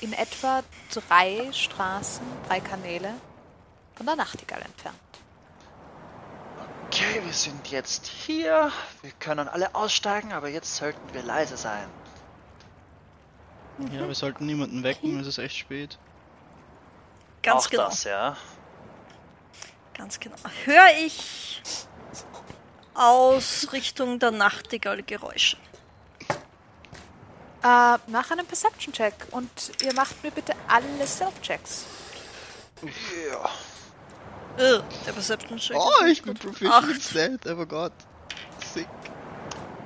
Speaker 1: in etwa drei Straßen, drei Kanäle von der Nachtigall entfernt.
Speaker 4: Okay, wir sind jetzt hier. Wir können alle aussteigen, aber jetzt sollten wir leise sein.
Speaker 3: Ja, wir sollten niemanden wecken, es ist echt spät.
Speaker 2: Ganz
Speaker 4: Auch
Speaker 2: genau.
Speaker 4: das, ja.
Speaker 2: Ganz genau. Höre ich aus Richtung der Nachtigall Geräusche.
Speaker 1: Äh, nach einem Perception-Check. Und ihr macht mir bitte alle Self-Checks.
Speaker 4: Ja.
Speaker 2: Äh, der Perception-Check.
Speaker 3: Oh,
Speaker 2: ist nicht
Speaker 3: ich bin
Speaker 2: gut.
Speaker 3: proficient in Stealth, oh mein Gott. Sick.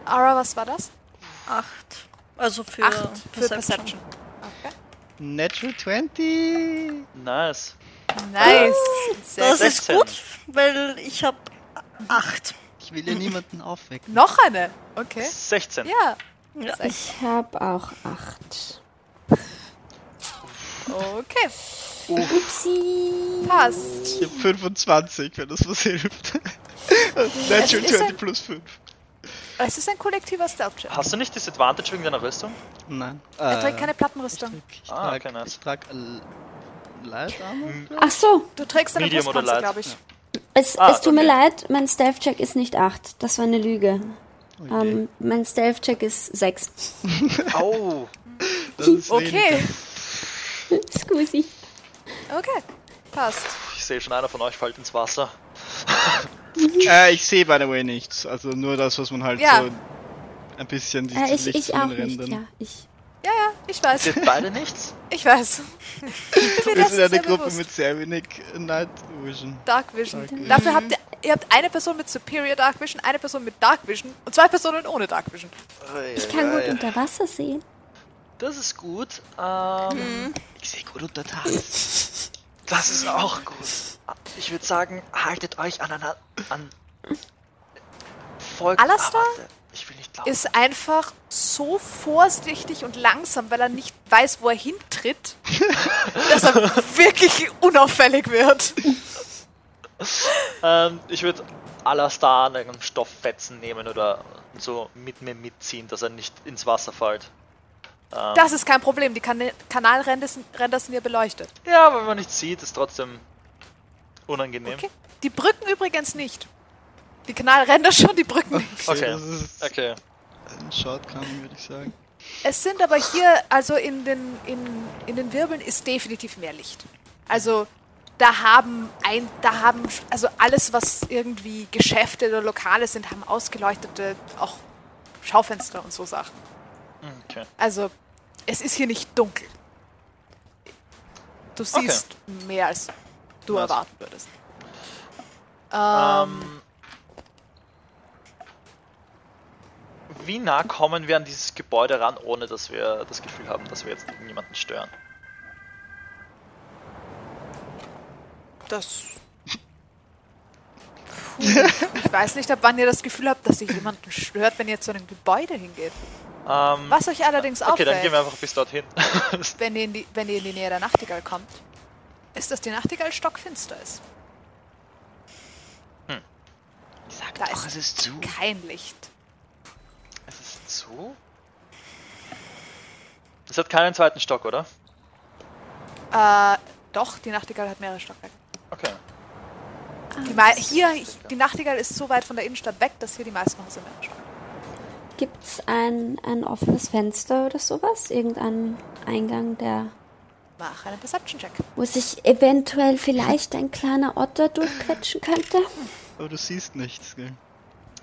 Speaker 1: Ara, was war das?
Speaker 2: Acht. Acht. Also für,
Speaker 1: Acht für
Speaker 2: Perception.
Speaker 1: Perception. Okay.
Speaker 3: Natural 20!
Speaker 4: Nice.
Speaker 1: Nice. Sehr
Speaker 2: Das
Speaker 1: gut.
Speaker 2: ist
Speaker 4: 16.
Speaker 2: gut, weil ich habe acht.
Speaker 3: Ich will ja niemanden aufwecken.
Speaker 1: Noch eine? Okay.
Speaker 4: 16.
Speaker 1: Ja.
Speaker 2: Ja.
Speaker 5: Ich habe auch acht.
Speaker 1: Okay.
Speaker 3: Oh.
Speaker 5: Upsi.
Speaker 1: Passt.
Speaker 3: Ich hab 25, wenn das was hilft.
Speaker 1: Es
Speaker 3: Natural
Speaker 1: ist
Speaker 3: 20
Speaker 1: ein-
Speaker 3: plus 5.
Speaker 1: Es ist ein kollektiver Stealth-Check.
Speaker 4: Hast du nicht Disadvantage wegen deiner Rüstung?
Speaker 3: Nein.
Speaker 1: Er
Speaker 3: Ah,
Speaker 1: trägt keine
Speaker 3: ich
Speaker 1: Plattenrüstung.
Speaker 3: trag, ich
Speaker 4: Ah,
Speaker 3: trag,
Speaker 4: okay, nice.
Speaker 3: ich trag äh, Light Armor?
Speaker 5: Ach so,
Speaker 1: Du trägst eine
Speaker 4: Medium oder
Speaker 1: Brustpanzer,
Speaker 4: Light?
Speaker 1: glaube ich.
Speaker 5: es,
Speaker 4: Ah,
Speaker 5: es tut mir
Speaker 4: okay.
Speaker 5: leid, mein Stealth-Check ist nicht acht. Das war eine Lüge.
Speaker 3: Oh je,
Speaker 5: Ähm, mein Stealth-Check ist sechs.
Speaker 4: Oh.
Speaker 3: das ist wenig.
Speaker 1: Okay,
Speaker 5: Scusi.
Speaker 1: okay. Passt.
Speaker 4: Ich sehe schon, einer von euch fällt ins Wasser.
Speaker 3: Äh, ich sehe by the way nichts. Also nur das, was man halt
Speaker 1: Ja.
Speaker 3: so ein bisschen die
Speaker 5: Äh, ich,
Speaker 3: Licht
Speaker 5: ich
Speaker 3: von
Speaker 5: auch
Speaker 3: den
Speaker 5: nicht,
Speaker 3: Rändern.
Speaker 5: ja. Ich,
Speaker 1: Ja, ja, ich weiß.
Speaker 4: Seht beide nichts?
Speaker 1: Ich weiß. Ich bin mir
Speaker 3: Wir
Speaker 1: dessen
Speaker 3: sind eine
Speaker 1: sehr
Speaker 3: Gruppe
Speaker 1: bewusst.
Speaker 3: mit sehr wenig äh, Night Vision.
Speaker 1: Dark Vision.
Speaker 3: Dark Vision.
Speaker 1: Dafür habt ihr, ihr habt eine Person mit Superior Dark Vision, eine Person mit Dark Vision und zwei Personen ohne Dark Vision.
Speaker 5: ich kann gut unter Wasser sehen.
Speaker 4: Das ist gut. Ähm,
Speaker 5: Mhm.
Speaker 3: Ich sehe gut unter Tage.
Speaker 4: Das ist auch gut. Ich würde sagen, haltet euch an einer. An, folgt.
Speaker 1: Alastair?
Speaker 4: Ah, warte, Ich will nicht. glaube.
Speaker 1: ist einfach so vorsichtig und langsam, weil er nicht weiß, wo er hintritt, dass er wirklich unauffällig wird.
Speaker 4: Ähm, ich würde Alastar an einem Stofffetzen nehmen oder so mit mir mitziehen, dass er nicht ins Wasser fällt.
Speaker 1: Das ist kein Problem. Die kan Kanalränder sind, Ränder sind ja beleuchtet.
Speaker 4: Ja, wenn man nichts sieht, ist trotzdem unangenehm.
Speaker 1: Okay. Die Brücken übrigens nicht. Die Kanalränder schon, die Brücken nicht.
Speaker 4: Okay.
Speaker 3: Also, Das ist
Speaker 4: Okay.
Speaker 3: ein Shortcoming, würde ich sagen.
Speaker 1: Es sind aber hier, also in den, in, in den Wirbeln ist definitiv mehr Licht. Also da haben ein, da haben, also alles, was irgendwie Geschäfte oder Lokale sind, haben ausgeleuchtete auch Schaufenster und so Sachen.
Speaker 4: okay.
Speaker 1: Also es ist hier nicht dunkel. Du siehst mehr als du
Speaker 4: Nice.
Speaker 1: erwarten würdest.
Speaker 4: Ähm, wie nah kommen wir an dieses Gebäude ran, ohne dass wir das Gefühl haben, dass wir jetzt niemanden stören?
Speaker 1: Das. Puh, ich weiß nicht, ab wann ihr das Gefühl habt, dass sich jemanden stört, wenn ihr zu einem Gebäude hingeht.
Speaker 4: Ähm,
Speaker 1: Was euch allerdings
Speaker 4: okay,
Speaker 1: auffällt,
Speaker 4: dann gehen wir einfach bis dorthin.
Speaker 1: wenn, ihr in die, wenn ihr in die Nähe der Nachtigall kommt, ist, dass die Nachtigall stockfinster ist.
Speaker 4: ich sag
Speaker 1: Da ist
Speaker 3: ist zu.
Speaker 1: kein Licht.
Speaker 4: Es ist zu? Es hat keinen zweiten Stock, oder?
Speaker 1: Äh, doch, die Nachtigall hat mehrere Stockwerke.
Speaker 4: Okay.
Speaker 1: Die mei- hier, die Nachtigall ist so weit von der Innenstadt weg, dass hier die meisten Häuser mehr haben.
Speaker 5: Gibt's ein, ein offenes Fenster oder sowas? Irgendein Eingang, der
Speaker 1: Mach einen Perception-Check.
Speaker 5: wo sich eventuell vielleicht ein kleiner Otter durchquetschen könnte?
Speaker 3: Aber du siehst nichts, gell?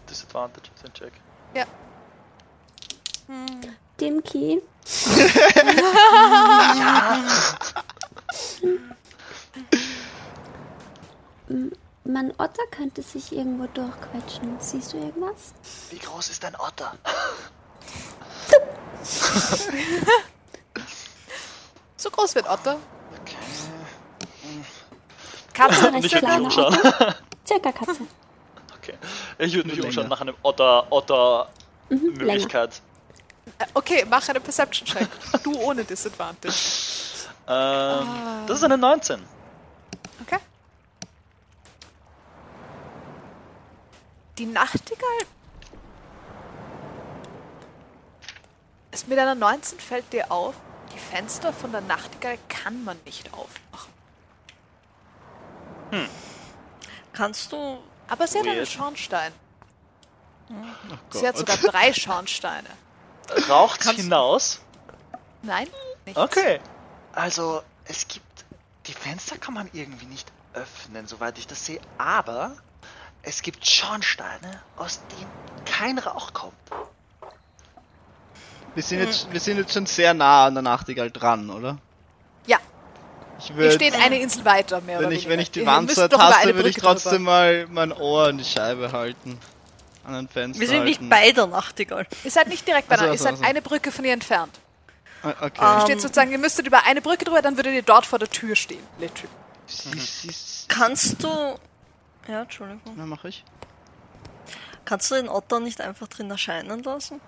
Speaker 4: Disadvantage, ist ein Check.
Speaker 1: Ja.
Speaker 5: Dimki. M- Mein Otter könnte sich irgendwo durchquetschen. Siehst du irgendwas?
Speaker 4: Wie groß ist dein Otter?
Speaker 1: So groß wird Otto. Katzen
Speaker 4: Ich würde
Speaker 5: Ein
Speaker 4: mich
Speaker 5: kleiner
Speaker 4: umschauen.
Speaker 5: Otter. Circa Katze.
Speaker 4: Okay. Ich würde mich
Speaker 3: Länger.
Speaker 4: umschauen nach einem Otter, Otter Möglichkeit.
Speaker 1: Äh, Okay, mach einen Perception-Check. Du ohne Disadvantage.
Speaker 4: Ähm, das ist eine 19.
Speaker 1: Okay. Die Nachtigall ist mit einer 19 fällt dir auf, die Fenster von der Nachtigall kann man nicht aufmachen.
Speaker 2: Kannst du
Speaker 1: Aber sie hat einen
Speaker 4: Weird.
Speaker 1: Schornstein.
Speaker 3: Oh
Speaker 1: Sie hat sogar drei Schornsteine.
Speaker 4: Raucht hinaus.
Speaker 1: Nein, nichts.
Speaker 4: Okay.
Speaker 6: Also, es gibt. Die Fenster kann man irgendwie nicht öffnen, soweit ich das sehe, aber es gibt Schornsteine, aus denen kein Rauch kommt.
Speaker 1: Hm.
Speaker 3: Wir sind, jetzt, wir sind jetzt schon sehr nah an der Nachtigall dran, oder?
Speaker 1: Ja,
Speaker 3: Ich
Speaker 1: ihr
Speaker 3: würd,
Speaker 1: steht eine Insel weiter, mehr
Speaker 3: wenn
Speaker 1: oder
Speaker 3: ich,
Speaker 1: weniger.
Speaker 3: wenn ich die
Speaker 1: Ihr
Speaker 3: Wand
Speaker 1: müsst
Speaker 3: so
Speaker 1: doch über eine
Speaker 3: ertaste, würde ich
Speaker 1: Brücke drüber.
Speaker 3: trotzdem mal mein Ohr an die Scheibe halten. An ein Fenster
Speaker 2: Wir sind
Speaker 3: halten.
Speaker 2: nicht bei der Nachtigall.
Speaker 1: Ihr seid nicht direkt beieinander,
Speaker 3: Ach so,
Speaker 1: ihr
Speaker 3: ach so,
Speaker 1: seid
Speaker 3: ach so.
Speaker 1: eine Brücke von ihr entfernt.
Speaker 3: Ah, Okay.
Speaker 1: steht sozusagen, ihr müsstet über eine Brücke drüber, dann würdet ihr dort vor der Tür stehen. Literally.
Speaker 3: Sie, sie, sie,
Speaker 2: Kannst du. Ja, Entschuldigung.
Speaker 3: na, mach ich.
Speaker 2: Kannst du den Otter nicht einfach drin erscheinen lassen?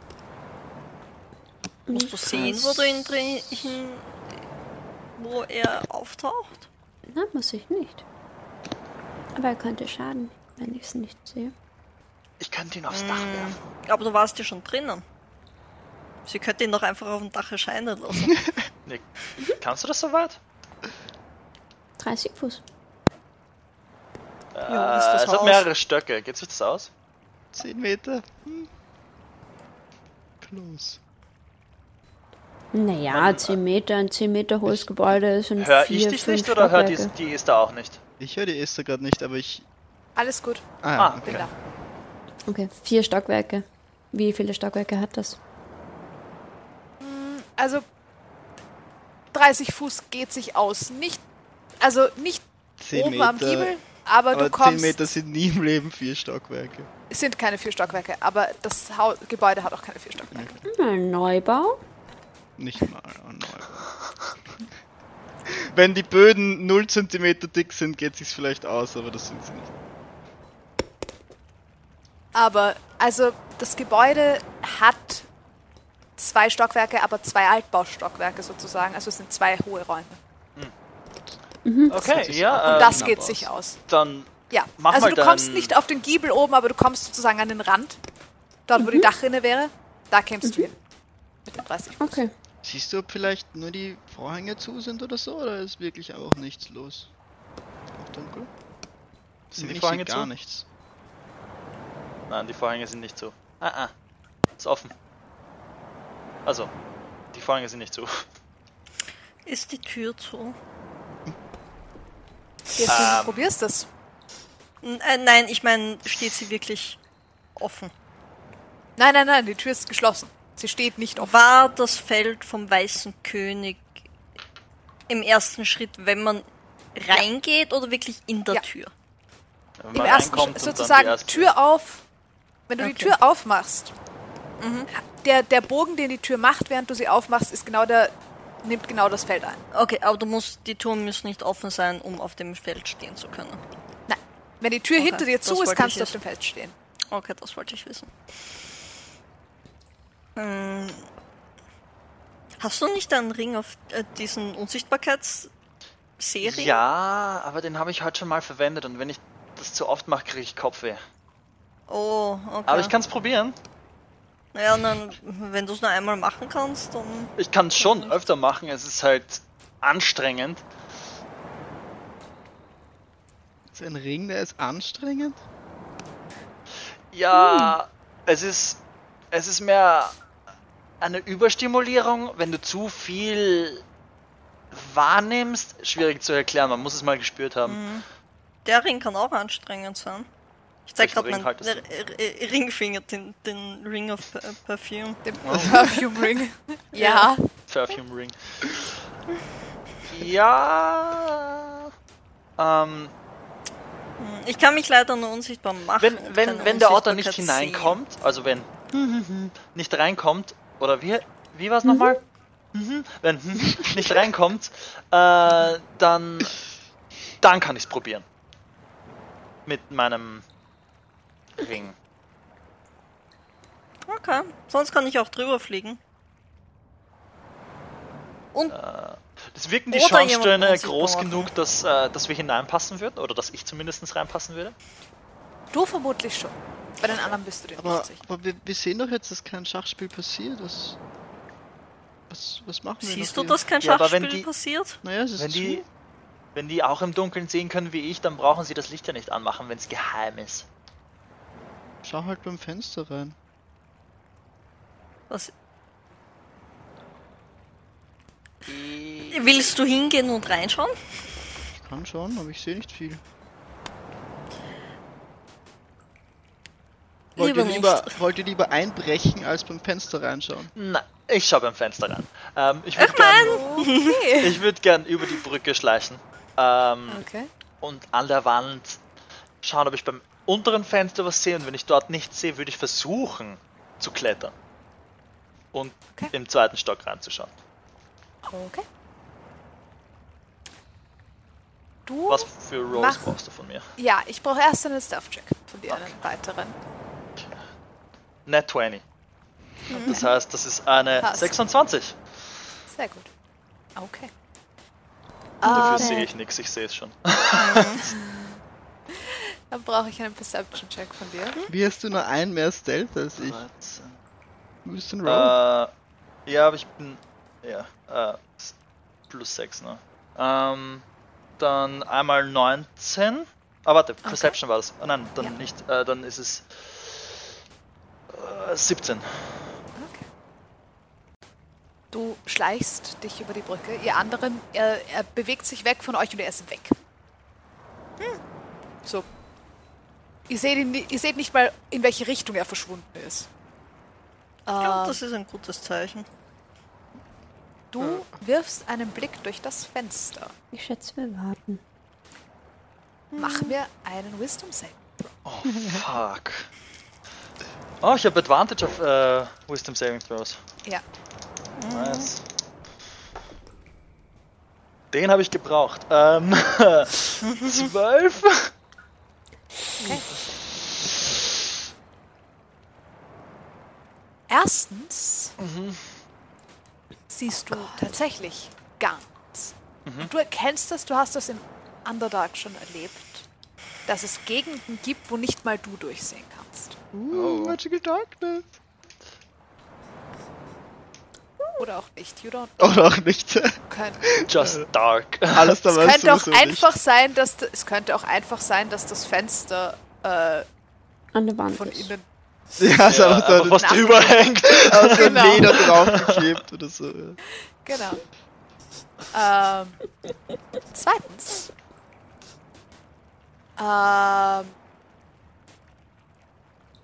Speaker 2: Musst du sehen, wo du ihn drin. Hin, wo er auftaucht?
Speaker 5: Na, muss ich nicht. Aber er könnte schaden, wenn ich es nicht sehe.
Speaker 6: Ich könnte ihn aufs Dach werfen.
Speaker 2: Aber du warst ja schon drinnen. Sie könnte ihn doch einfach auf dem Dach erscheinen lassen.
Speaker 4: Nick, kannst du das so weit?
Speaker 5: 30 Fuß.
Speaker 6: Äh,
Speaker 2: Ja, ist das
Speaker 4: es hat
Speaker 2: Haus.
Speaker 4: mehrere Stöcke. Geht sich das aus?
Speaker 3: 10 Meter. Hm. Close.
Speaker 5: Naja, 10 Meter, ein 10 Meter hohes Gebäude ist und
Speaker 4: Hör ich
Speaker 5: vier,
Speaker 4: dich
Speaker 5: fünf
Speaker 4: nicht oder hört die,
Speaker 5: Stockwerke.
Speaker 4: die Esther auch nicht?
Speaker 3: Ich höre die Esther gerade nicht, aber ich.
Speaker 1: Alles gut,
Speaker 3: Ah,
Speaker 4: Ah,
Speaker 3: ja,
Speaker 1: bin
Speaker 3: okay.
Speaker 1: da.
Speaker 5: Okay, vier Stockwerke. Wie viele Stockwerke hat das?
Speaker 1: Also 30 Fuß geht sich aus. Nicht, also nicht
Speaker 3: 10
Speaker 1: oben
Speaker 3: Meter.
Speaker 1: am Giebel, aber,
Speaker 3: aber
Speaker 1: du kommst.
Speaker 3: 10 Meter sind nie im Leben vier Stockwerke.
Speaker 1: Es sind keine vier Stockwerke, aber das Haus, Gebäude hat auch keine vier Stockwerke.
Speaker 5: Ein Neubau?
Speaker 3: Nicht mal an Neubau. Wenn die Böden 0 cm dick sind, geht sich's vielleicht aus, aber das sind sie nicht.
Speaker 1: Aber also das Gebäude hat zwei Stockwerke, aber zwei Altbaustockwerke sozusagen. Also es sind zwei hohe Räume.
Speaker 4: Okay,
Speaker 3: sich
Speaker 4: ja.
Speaker 1: Und
Speaker 4: äh,
Speaker 1: das
Speaker 3: knapp
Speaker 1: geht
Speaker 3: aus.
Speaker 1: sich aus.
Speaker 4: Dann
Speaker 1: Ja.
Speaker 4: Mach
Speaker 1: also
Speaker 4: mal
Speaker 1: du kommst
Speaker 4: dann-
Speaker 1: nicht auf den Giebel oben, aber du kommst sozusagen an den Rand. Dort, wo
Speaker 2: Mhm.
Speaker 1: die Dachrinne wäre, da kämpfst du hin. Mit den 30 Fuß.
Speaker 5: Okay.
Speaker 3: Siehst du, ob vielleicht nur die Vorhänge zu sind oder so, oder ist wirklich auch nichts los? Auch dunkel?
Speaker 4: Sind die
Speaker 3: ich
Speaker 4: Vorhänge
Speaker 3: sehe gar
Speaker 4: zu?
Speaker 3: nichts.
Speaker 4: Nein, die Vorhänge sind nicht zu. Ah, ah. Ist offen. Also, die Vorhänge sind nicht zu.
Speaker 2: Ist die Tür zu?
Speaker 1: Gehst du
Speaker 4: Ähm.
Speaker 1: hin und probierst das.
Speaker 2: N äh, nein, ich meine, steht sie wirklich offen?
Speaker 1: Nein, nein, nein, die Tür ist geschlossen. Sie steht nicht offen.
Speaker 2: War das Feld vom Weißen König im ersten Schritt, wenn man reingeht oder wirklich in der
Speaker 1: Ja.
Speaker 2: Tür?
Speaker 4: Wenn
Speaker 1: Im
Speaker 4: man
Speaker 1: ersten
Speaker 4: reinkommt
Speaker 1: Schritt
Speaker 4: und dann die
Speaker 1: sozusagen
Speaker 4: erste-
Speaker 1: Tür auf. Wenn du die
Speaker 2: Okay.
Speaker 1: Tür aufmachst,
Speaker 4: Mhm.
Speaker 1: der, der Bogen, den die Tür macht, während du sie aufmachst, ist genau der, nimmt genau das Feld ein.
Speaker 2: Okay, aber du musst, die Türen müssen nicht offen sein, um auf dem Feld stehen zu können.
Speaker 1: Nein. Wenn die Tür
Speaker 2: Okay,
Speaker 1: hinter dir
Speaker 2: das
Speaker 1: zu ist,
Speaker 2: wollte
Speaker 1: kannst du
Speaker 2: ich
Speaker 1: auf
Speaker 2: jetzt.
Speaker 1: dem Feld stehen.
Speaker 2: Okay, das wollte ich wissen. Ähm, hast du nicht einen Ring auf äh, diesen Unsichtbarkeitsserie?
Speaker 4: Ja, aber den habe ich heute schon mal verwendet und wenn ich das zu oft mache, kriege ich Kopfweh.
Speaker 2: Oh, okay.
Speaker 4: Aber ich kann es probieren.
Speaker 2: Ja, dann, wenn du es nur einmal machen kannst, dann.
Speaker 4: Ich kann es schon öfter machen, es ist halt anstrengend.
Speaker 3: Ist ein Ring, der ist anstrengend?
Speaker 4: Ja, es ist es ist mehr eine Überstimulierung, wenn du zu viel wahrnimmst. Schwierig zu erklären, man muss es mal gespürt haben.
Speaker 2: Der Ring kann auch anstrengend sein. Ich zeig gerade
Speaker 4: Welchen Ring
Speaker 2: meinen
Speaker 4: haltest du?
Speaker 2: R- R- Ringfinger, den, den Ring of P- Perfume.
Speaker 1: Dem
Speaker 4: Mhm.
Speaker 1: Perfume Ring. ja.
Speaker 4: Perfume Ring. Ja. Ähm,
Speaker 2: Ich kann mich leider nur unsichtbar machen.
Speaker 4: wenn
Speaker 2: und
Speaker 4: wenn,
Speaker 2: keine
Speaker 4: wenn der Otter nicht
Speaker 2: Unsichtbarkeit
Speaker 4: hineinkommt, also wenn nicht reinkommt, oder wie, wie war es nochmal? Mhm. Wenn nicht reinkommt, äh, dann, dann kann ich es probieren. Mit meinem Ring.
Speaker 2: sehen. Okay, sonst kann ich auch drüber fliegen. Und
Speaker 4: Das wirken die
Speaker 2: Oder jemand
Speaker 4: Schornsteine
Speaker 2: unsichtbar
Speaker 4: groß
Speaker 2: machen.
Speaker 4: genug, dass, äh, dass wir hineinpassen würden, oder dass ich zumindest reinpassen würde.
Speaker 1: Du vermutlich schon. Bei den anderen bist du dir
Speaker 3: Aber,
Speaker 1: nicht sicher.
Speaker 3: aber wir, wir sehen doch jetzt, dass kein Schachspiel passiert. Was, was, was machen wir
Speaker 2: siehst du,
Speaker 3: noch hier?
Speaker 2: dass kein
Speaker 4: Ja, aber wenn
Speaker 2: Schachspiel
Speaker 4: die-
Speaker 2: passiert?
Speaker 3: Naja, es ist
Speaker 4: Wenn
Speaker 3: zu.
Speaker 4: die, wenn die auch im Dunkeln sehen können wie ich, dann brauchen sie das Licht ja nicht anmachen, wenn es geheim ist.
Speaker 3: Schau halt beim Fenster rein.
Speaker 2: Was? Willst du hingehen und reinschauen?
Speaker 3: Ich kann schauen, aber ich sehe nicht viel. Wollt
Speaker 2: Lieber
Speaker 3: ihr,
Speaker 2: nicht.
Speaker 3: lieber, wollt ihr lieber einbrechen, als beim Fenster reinschauen?
Speaker 2: Hm?
Speaker 4: Na, ich schau beim Fenster rein. Ähm, ich würde
Speaker 2: Ach
Speaker 4: gern,
Speaker 2: man!
Speaker 1: Okay.
Speaker 4: ich würd gern über die Brücke schleichen. Ähm,
Speaker 1: okay.
Speaker 4: und an der Wand schauen, ob ich beim unteren Fenster was sehe. Und wenn ich dort nichts sehe, würde ich versuchen zu klettern. Und
Speaker 1: Okay.
Speaker 4: im zweiten Stock reinzuschauen.
Speaker 1: Okay. Du?
Speaker 4: Was für Rolls
Speaker 1: Mach.
Speaker 4: brauchst du von mir?
Speaker 1: Ja, ich brauche erst einen Stealth-Check von dir, einen weiteren.
Speaker 4: Net 20. Das heißt, das ist eine
Speaker 1: Mhm. Passt.
Speaker 4: 26.
Speaker 1: Sehr gut. Okay.
Speaker 4: Dafür
Speaker 1: Ähm,
Speaker 4: sehe ich nichts, ich sehe es schon.
Speaker 1: dann brauche ich einen Perception-Check von dir.
Speaker 3: Wie hast du nur einen mehr Stealth als ich? Du bist ein
Speaker 4: Äh,
Speaker 3: Rogue.
Speaker 4: ja, aber ich bin. Ja, äh, s- plus 6, ne? Ähm, dann einmal 19. Ah, warte, Perception war das. Ah, nein, dann
Speaker 1: Ja.
Speaker 4: nicht. Äh, dann ist es. Äh, 17.
Speaker 1: Okay. Du schleichst dich über die Brücke. Ihr anderen, er, er bewegt sich weg von euch und er ist weg. So. Ihr seht, ihn, ni- ihr seht nicht mal, in welche Richtung er verschwunden ist.
Speaker 2: Ich
Speaker 1: Ähm,
Speaker 2: glaube, das ist ein gutes Zeichen.
Speaker 3: Hm.
Speaker 1: du wirfst einen Blick durch das Fenster.
Speaker 5: Ich schätze, wir warten.
Speaker 3: Hm.
Speaker 1: Mach mir einen Wisdom Save.
Speaker 4: Fuck. Oh, ich habe Advantage auf äh, Wisdom Saving Throws.
Speaker 1: Ja.
Speaker 4: Nice. Den habe ich gebraucht. Ähm, 12.
Speaker 1: Er Erstens
Speaker 3: Mhm. Oh
Speaker 1: siehst du tatsächlich gar nichts.
Speaker 3: Mhm.
Speaker 1: Und du erkennst es, du hast das im Underdark schon erlebt, dass es Gegenden gibt, wo nicht mal du durchsehen kannst.
Speaker 3: Uh, Magical Darkness.
Speaker 1: Oder auch nicht, you don't
Speaker 3: Oder auch Oh, nicht.
Speaker 1: können.
Speaker 4: Just dark.
Speaker 3: Alles
Speaker 1: Es
Speaker 3: dabei ist
Speaker 1: könnte auch
Speaker 3: sowieso nicht.
Speaker 1: einfach sein, dass d- es könnte auch einfach sein, dass das Fenster äh,
Speaker 5: An der Wand.
Speaker 1: von
Speaker 5: ist.
Speaker 1: innen
Speaker 3: Ja, es ist einfach so
Speaker 4: Aber
Speaker 3: ein-
Speaker 4: was drüber hängt.
Speaker 6: Also
Speaker 3: aus dem
Speaker 1: Genau.
Speaker 3: Leder draufgeklebt oder so. ja.
Speaker 1: Genau. ähm, zweitens. Ähm,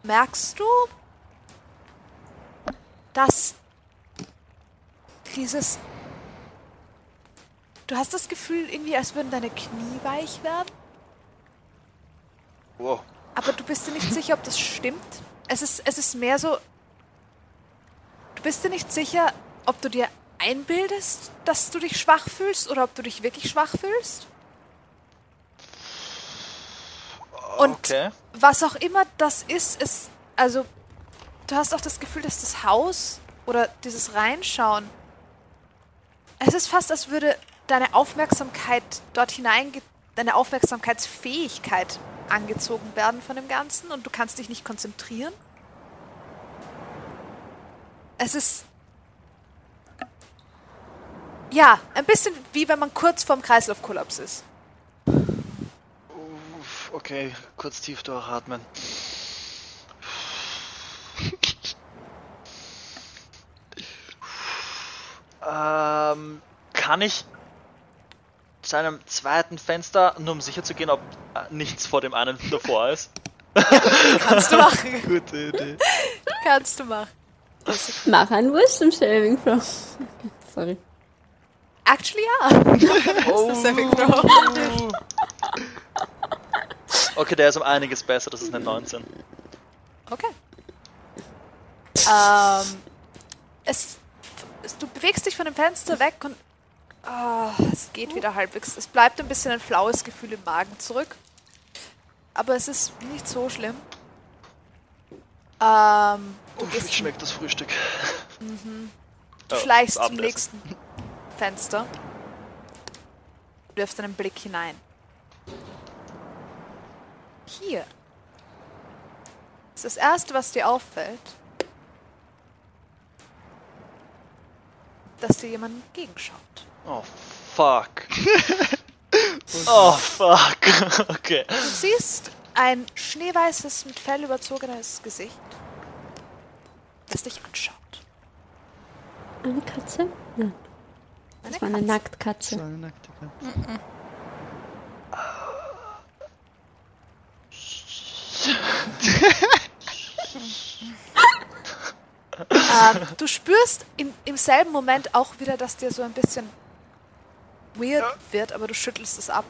Speaker 1: merkst du, dass dieses... Du hast das Gefühl irgendwie, als würden deine Knie weich werden,
Speaker 6: Wow.
Speaker 1: aber du bist dir nicht sicher, ob das stimmt. Es ist, es ist mehr so... Du bist dir nicht sicher, ob du dir einbildest, dass du dich schwach fühlst oder ob du dich wirklich schwach fühlst.
Speaker 6: Oh,
Speaker 1: Und
Speaker 4: Okay.
Speaker 1: was auch immer das ist, ist, also, du hast auch das Gefühl, dass das Haus oder dieses Reinschauen, es ist fast, als würde deine Aufmerksamkeit dort hinein, deine Aufmerksamkeitsfähigkeit angezogen werden von dem Ganzen und du kannst dich nicht konzentrieren. Es ist, ja, ein bisschen wie wenn man kurz vorm Kreislaufkollaps ist.
Speaker 6: Uff, okay, kurz tief durchatmen.
Speaker 4: Ähm, kann ich zu einem zweiten Fenster, nur um sicher zu gehen, ob äh, nichts vor dem einen davor ist?
Speaker 1: Kannst du machen,
Speaker 3: Gute Idee.
Speaker 1: kannst du machen.
Speaker 5: Mach ein Wisdom Saving Throw. Sorry.
Speaker 1: Actually, ja.
Speaker 4: Oh.
Speaker 1: Das ist Saving Throw.
Speaker 4: Okay, der ist um einiges besser, das ist eine 19.
Speaker 1: Okay. Ähm, es, es, du bewegst dich von dem Fenster weg und ah, es geht wieder halbwegs. Es bleibt ein bisschen ein flaues Gefühl im Magen zurück. Aber es ist nicht so schlimm. Ähm, du
Speaker 6: Uff,
Speaker 1: gehst
Speaker 6: ich Oh, schmeckt das Frühstück.
Speaker 1: Du
Speaker 4: Oh,
Speaker 1: schleichst zum
Speaker 4: Abendessen.
Speaker 1: nächsten Fenster. Wirfst einen Blick hinein. Hier. Ist das erste, was dir auffällt, dass dir jemand entgegenschaut.
Speaker 4: Oh, fuck. oh, fuck. okay.
Speaker 1: Du siehst ein schneeweißes, mit Fell überzogenes Gesicht, das dich anschaut.
Speaker 5: Eine Katze? Nein, das war eine
Speaker 1: Katze.
Speaker 5: Nacktkatze.
Speaker 3: Eine nackte Katze.
Speaker 1: Ähm, du spürst im, im selben Moment auch wieder, dass dir so ein bisschen weird wird, aber du schüttelst es ab.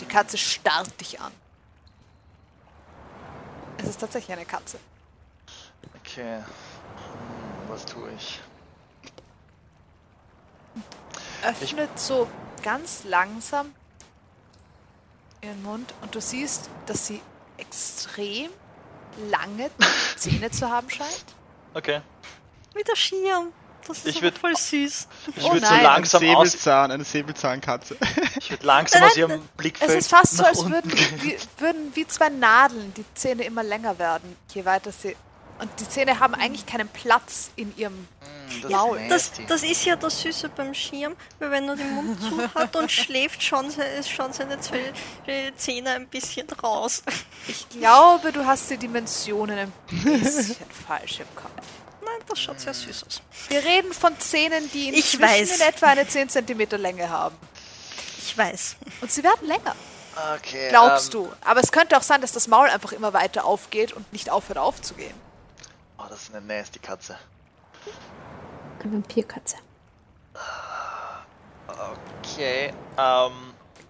Speaker 1: Die Katze starrt dich an. Es ist tatsächlich eine Katze.
Speaker 6: Okay. Hm, Was tue ich?
Speaker 1: Öffnet so ganz langsam ihren Mund und du siehst, dass sie extrem lange Zähne zu haben scheint.
Speaker 4: Okay.
Speaker 2: Mit der Schirm. Das ist
Speaker 4: Ich
Speaker 2: ich
Speaker 4: würd-
Speaker 2: voll süß.
Speaker 4: Ich
Speaker 1: Oh
Speaker 4: würde so
Speaker 1: nein.
Speaker 3: Ein
Speaker 4: langsam aus,
Speaker 3: Säbelzahn, eine Säbelzahnkatze.
Speaker 4: ich würd langsam
Speaker 1: Nein,
Speaker 4: aus ihrem Blickfeld.
Speaker 1: Es ist fast so,
Speaker 4: nach
Speaker 1: als
Speaker 4: unten
Speaker 1: würden wie, würden wie zwei Nadeln die Zähne immer länger werden, je weiter sie. Und die Zähne haben eigentlich keinen Platz in ihrem.
Speaker 6: Hm, das
Speaker 1: Maul.
Speaker 6: ist
Speaker 2: Das,
Speaker 6: nasty.
Speaker 2: das ist ja das Süße beim Schirm, weil wenn er den Mund zu hat und schläft, schon, se- ist schon seine Zwe- äh, Zähne ein bisschen raus.
Speaker 1: Ich glaube, du hast die Dimensionen ein bisschen falsch im Kopf.
Speaker 2: Nein, das schaut sehr süß aus.
Speaker 1: Wir reden von Zähnen, die
Speaker 2: Ich
Speaker 1: inzwischen
Speaker 2: weiß.
Speaker 1: in etwa eine 10 cm Länge haben.
Speaker 2: Ich weiß.
Speaker 1: Und sie werden länger,
Speaker 6: okay,
Speaker 1: glaubst
Speaker 6: ähm,
Speaker 1: du. Aber es könnte auch sein, dass das Maul einfach immer weiter aufgeht und nicht aufhört aufzugehen.
Speaker 6: Oh, das ist eine nasty Katze.
Speaker 5: Eine Vampirkatze.
Speaker 4: Okay, ähm,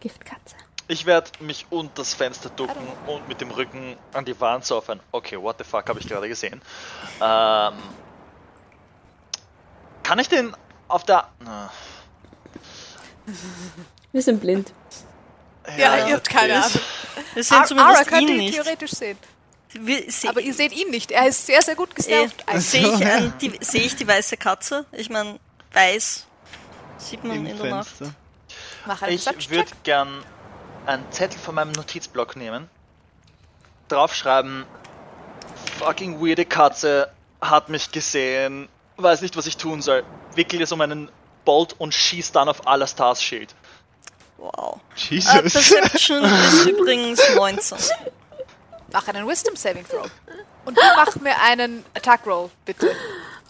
Speaker 5: Giftkatze.
Speaker 4: ich werde mich unter das Fenster ducken und mit dem Rücken an die Wand surfen. Okay, what the fuck habe ich gerade gesehen? Ähm, kann ich den auf der. Na,
Speaker 5: Wir sind blind.
Speaker 1: Ja, ihr habt keine
Speaker 4: das-
Speaker 1: Ahnung.
Speaker 2: Wir
Speaker 1: Ar
Speaker 2: sehen
Speaker 1: Ara
Speaker 2: zumindest
Speaker 1: könnte
Speaker 2: ihn
Speaker 1: ihn
Speaker 2: nicht.
Speaker 1: theoretisch sehen.
Speaker 2: Wir- seh-
Speaker 1: Aber ihr seht ihn nicht. Er Also, ist sehr, sehr gut
Speaker 2: äh,
Speaker 1: gestärkt.
Speaker 2: Sehe ich, ein- die- seh ich die weiße Katze? Ich meine, weiß sieht man in
Speaker 3: im
Speaker 2: der Nacht.
Speaker 3: Fenster.
Speaker 1: Mach einen
Speaker 4: Ich
Speaker 1: Touch-Check.
Speaker 4: würde gern einen Zettel von meinem Notizblock nehmen, draufschreiben, fucking weirde Katze hat mich gesehen, weiß nicht, was ich tun soll. Wickel es um einen Bolt und schießt dann auf Alastars Schild.
Speaker 2: Wow.
Speaker 1: Ah,
Speaker 2: Äh,
Speaker 3: Jesus.
Speaker 2: Perception ist übrigens 19.
Speaker 1: Mach einen Wisdom-Saving-Throw. Und du mach mir einen Attack-Roll, bitte.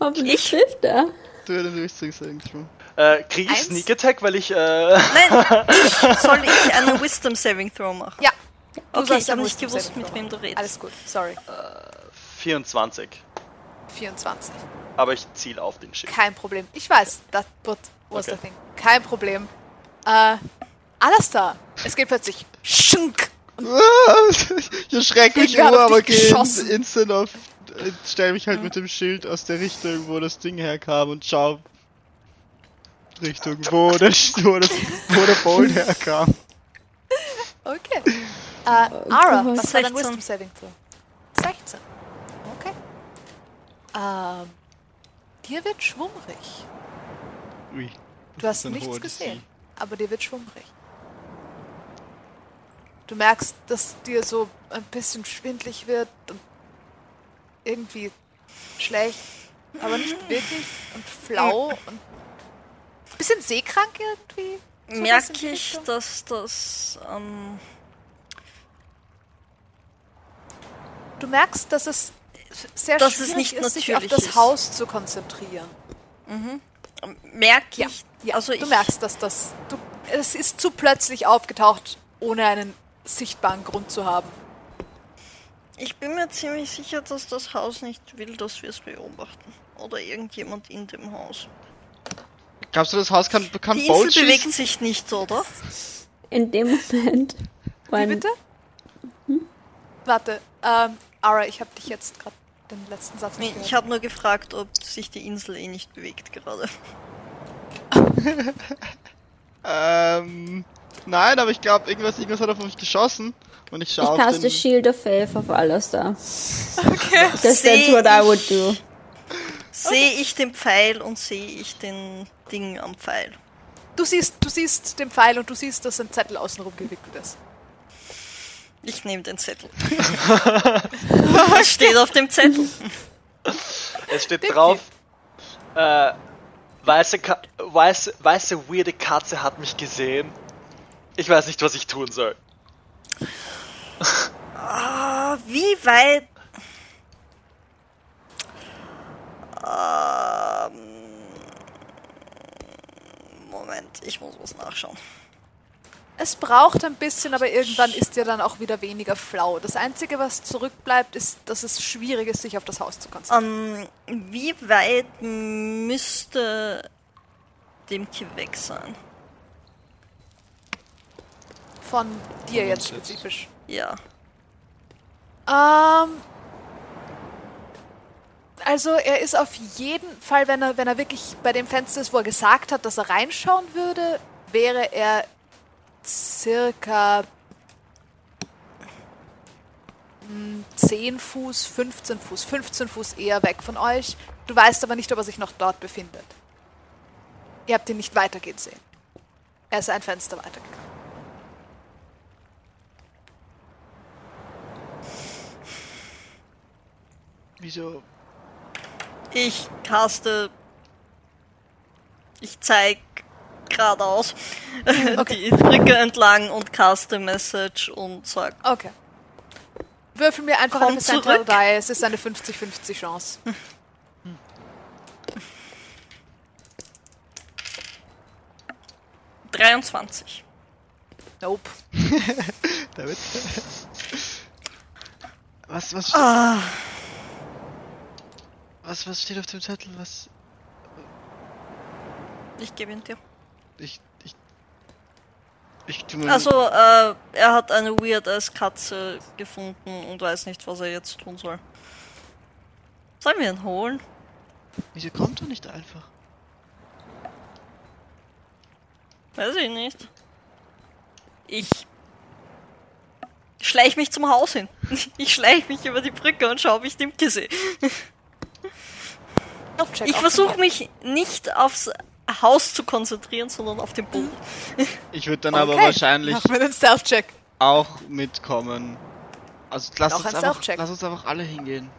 Speaker 5: Hoffentlich hilft er.
Speaker 3: Du hättest richtig sagen können.
Speaker 4: Äh, krieg ich
Speaker 1: Eins.
Speaker 4: Sneak Attack, weil ich, äh,
Speaker 2: Nein, ich, soll ich einen Wisdom Saving Throw machen?
Speaker 1: Ja. Du
Speaker 2: Okay,
Speaker 1: sollst
Speaker 2: ich habe
Speaker 1: einen
Speaker 2: nicht
Speaker 1: Wisdom-Saving
Speaker 2: gewusst, mit
Speaker 1: Throw
Speaker 2: wem du
Speaker 1: machen.
Speaker 2: redest.
Speaker 1: Alles gut, sorry.
Speaker 4: 24.
Speaker 1: 24.
Speaker 4: Aber ich ziel auf den Schild.
Speaker 1: Kein Problem. Ich weiß, das wird was
Speaker 4: Okay.
Speaker 1: the thing. Kein Problem. Äh, alles da. Es geht plötzlich schunk.
Speaker 3: Ich schreck mich
Speaker 1: Egal,
Speaker 3: nur,
Speaker 1: auf
Speaker 3: oh, aber
Speaker 1: dich
Speaker 3: geh
Speaker 1: geschossen.
Speaker 3: instant auf. äh, Stell mich halt mit dem Schild aus der Richtung, wo das Ding herkam und schau. Richtung, wo, das, wo, das, wo der Ball herkam.
Speaker 1: Okay. Äh, Ara,
Speaker 5: hast
Speaker 1: was war dein
Speaker 2: 16.
Speaker 1: Wisdom Saving Throw? 16. Okay. Ähm, dir wird schwummrig.
Speaker 3: Ui.
Speaker 1: Du hast
Speaker 3: ein
Speaker 1: nichts
Speaker 3: hoher
Speaker 1: gesehen,
Speaker 3: DC.
Speaker 1: aber dir wird schwummrig. Du merkst, dass dir so ein bisschen schwindlig wird und irgendwie schlecht, aber nicht
Speaker 2: Mhm.
Speaker 1: wirklich und flau und ein bisschen seekrank irgendwie. sowas in die
Speaker 2: Merke ich,
Speaker 1: Richtung.
Speaker 2: dass das ähm,
Speaker 1: Du merkst, dass es sehr
Speaker 2: Dass es
Speaker 1: schwierig
Speaker 2: nicht
Speaker 1: ist, sich auf
Speaker 2: natürlich
Speaker 1: das
Speaker 2: ist.
Speaker 1: Haus zu konzentrieren.
Speaker 2: merke
Speaker 1: Ja,
Speaker 2: ich,
Speaker 1: ja
Speaker 2: also
Speaker 1: du
Speaker 2: ich
Speaker 1: merkst, dass das, du, es ist zu plötzlich aufgetaucht, ohne einen sichtbaren Grund zu haben.
Speaker 2: Ich bin mir ziemlich sicher, dass das Haus nicht will, dass wir es beobachten. Oder irgendjemand in dem Haus.
Speaker 3: Glaubst du, das Haus kann, kann
Speaker 2: Die
Speaker 3: Bolt
Speaker 2: Insel bewegt
Speaker 3: schießen?
Speaker 2: sich nicht, oder?
Speaker 5: In dem Moment.
Speaker 1: Wie
Speaker 5: Wann-
Speaker 1: bitte?
Speaker 2: Hm?
Speaker 1: Warte, ähm, Ara, ich habe dich jetzt gerade den letzten Satz
Speaker 2: Nee,
Speaker 1: nicht
Speaker 2: ich
Speaker 1: gehört.
Speaker 2: habe nur gefragt, ob sich die Insel eh nicht bewegt gerade.
Speaker 3: Ähm. Nein, aber ich glaube, irgendwas, irgendwas hat auf mich geschossen. Und ich schau
Speaker 5: Ich
Speaker 3: auf
Speaker 5: caste
Speaker 3: den...
Speaker 5: Shield of Faith auf alles da. Okay. That's,
Speaker 2: Seh
Speaker 5: that's what I
Speaker 2: ich-
Speaker 5: would do.
Speaker 2: Sehe ich den Pfeil und sehe ich den Ding am Pfeil.
Speaker 1: Du siehst, du siehst den Pfeil und du siehst, dass ein Zettel außenrum gewickelt ist.
Speaker 2: Ich nehme den Zettel. Was steht auf dem Zettel?
Speaker 4: Es steht drauf, äh, weiße, Ka weiße, weiße weirde Katze hat mich gesehen. Ich weiß nicht, was ich tun soll.
Speaker 2: Ah, Wie weit. Ähm, Moment, ich muss was nachschauen.
Speaker 1: Es braucht ein bisschen, aber irgendwann ist dir dann auch wieder weniger flau. Das Einzige, was zurückbleibt, ist, dass es schwierig ist, sich auf das Haus zu konzentrieren.
Speaker 2: Ähm, wie weit müsste dem Kiel weg sein? Ähm,
Speaker 1: Von dir
Speaker 3: Von
Speaker 1: jetzt
Speaker 3: uns jetzt.
Speaker 1: spezifisch.
Speaker 2: Ja.
Speaker 1: Ähm. Also er ist auf jeden Fall, wenn er, wenn er wirklich bei dem Fenster ist, wo er gesagt hat, dass er reinschauen würde, wäre er circa mm, 10 Fuß, 15 Fuß, 15 Fuß eher weg von euch. Du weißt aber nicht, ob er sich noch dort befindet. Ihr habt ihn nicht weitergehen sehen. Er ist ein Fenster weitergegangen.
Speaker 3: Wieso?
Speaker 2: Ich caste. Ich zeig geradeaus die Brücke entlang und caste Message und sag.
Speaker 1: Okay. Würfel mir einfach
Speaker 2: Komm
Speaker 1: eine Percentile
Speaker 2: zurück.
Speaker 1: die. Es ist eine 50-50 Chance.
Speaker 2: Oh, 23.
Speaker 1: Nope.
Speaker 3: David? Was, was,
Speaker 2: Ah,
Speaker 3: was, was steht auf dem Zettel? Was?
Speaker 2: ich gebe ihn dir.
Speaker 3: Ich, ich, ich tu mal.
Speaker 2: Also, äh, er hat eine weird-ass Katze gefunden und weiß nicht, was er jetzt tun soll. Sollen wir ihn holen?
Speaker 3: Wieso kommt er nicht einfach?
Speaker 2: Weiß ich nicht. Ich schleich mich zum Haus hin. Ich schleich mich über die Brücke und schaue, ob ich Dimke sehe.
Speaker 1: Knopfcheck
Speaker 2: Ich versuche mich nicht aufs Haus zu konzentrieren, sondern auf den Boden.
Speaker 3: Ich würde dann aber
Speaker 1: Okay.
Speaker 3: wahrscheinlich
Speaker 1: Mach mir den Self-Check.
Speaker 3: auch mitkommen. Also lass
Speaker 1: Noch
Speaker 3: uns,
Speaker 1: ein
Speaker 3: einfach,
Speaker 1: Self-Check.
Speaker 3: lass uns einfach alle hingehen.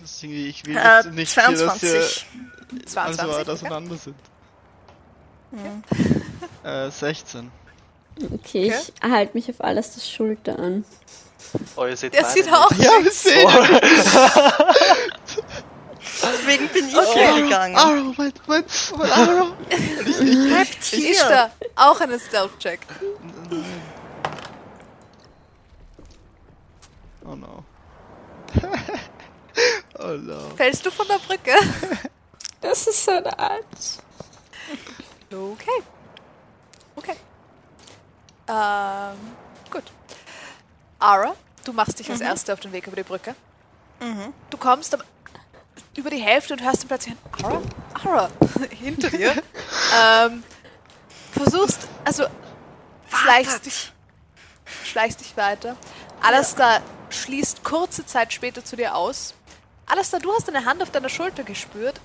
Speaker 3: Das ist irgendwie, ich will
Speaker 2: Äh,
Speaker 3: jetzt nicht, hier, dass hier
Speaker 2: 22.
Speaker 3: alles weiter
Speaker 1: 22. okay. Hm.
Speaker 3: auseinander sind. Äh, 16.
Speaker 5: Okay, ich halte mich auf alles das Schulter an.
Speaker 4: Oh, ihr seht
Speaker 1: Der
Speaker 4: beide
Speaker 1: sieht
Speaker 4: nicht.
Speaker 1: auch.
Speaker 3: Ja, wir sehen.
Speaker 2: Deswegen bin ich hergegangen.
Speaker 3: Aro, Ah, mein, mein, mein Aro.
Speaker 2: Bleibt
Speaker 1: Hier. Ist da auch einen Stealth-Check.
Speaker 3: Oh no. oh no.
Speaker 1: Fällst du von der Brücke?
Speaker 5: Das ist so eine Art.
Speaker 1: Okay. Okay. Ähm, gut. Ara, du machst dich als Erste auf den Weg über die Brücke. Du kommst am, über die Hälfte und hörst dann plötzlich ein Ara, Ara hinter dir. ähm, versuchst, also schleichst dich, schleichst dich weiter. Alastair schließt kurze Zeit später zu dir aus. Alastair, du hast deine Hand auf deiner Schulter gespürt.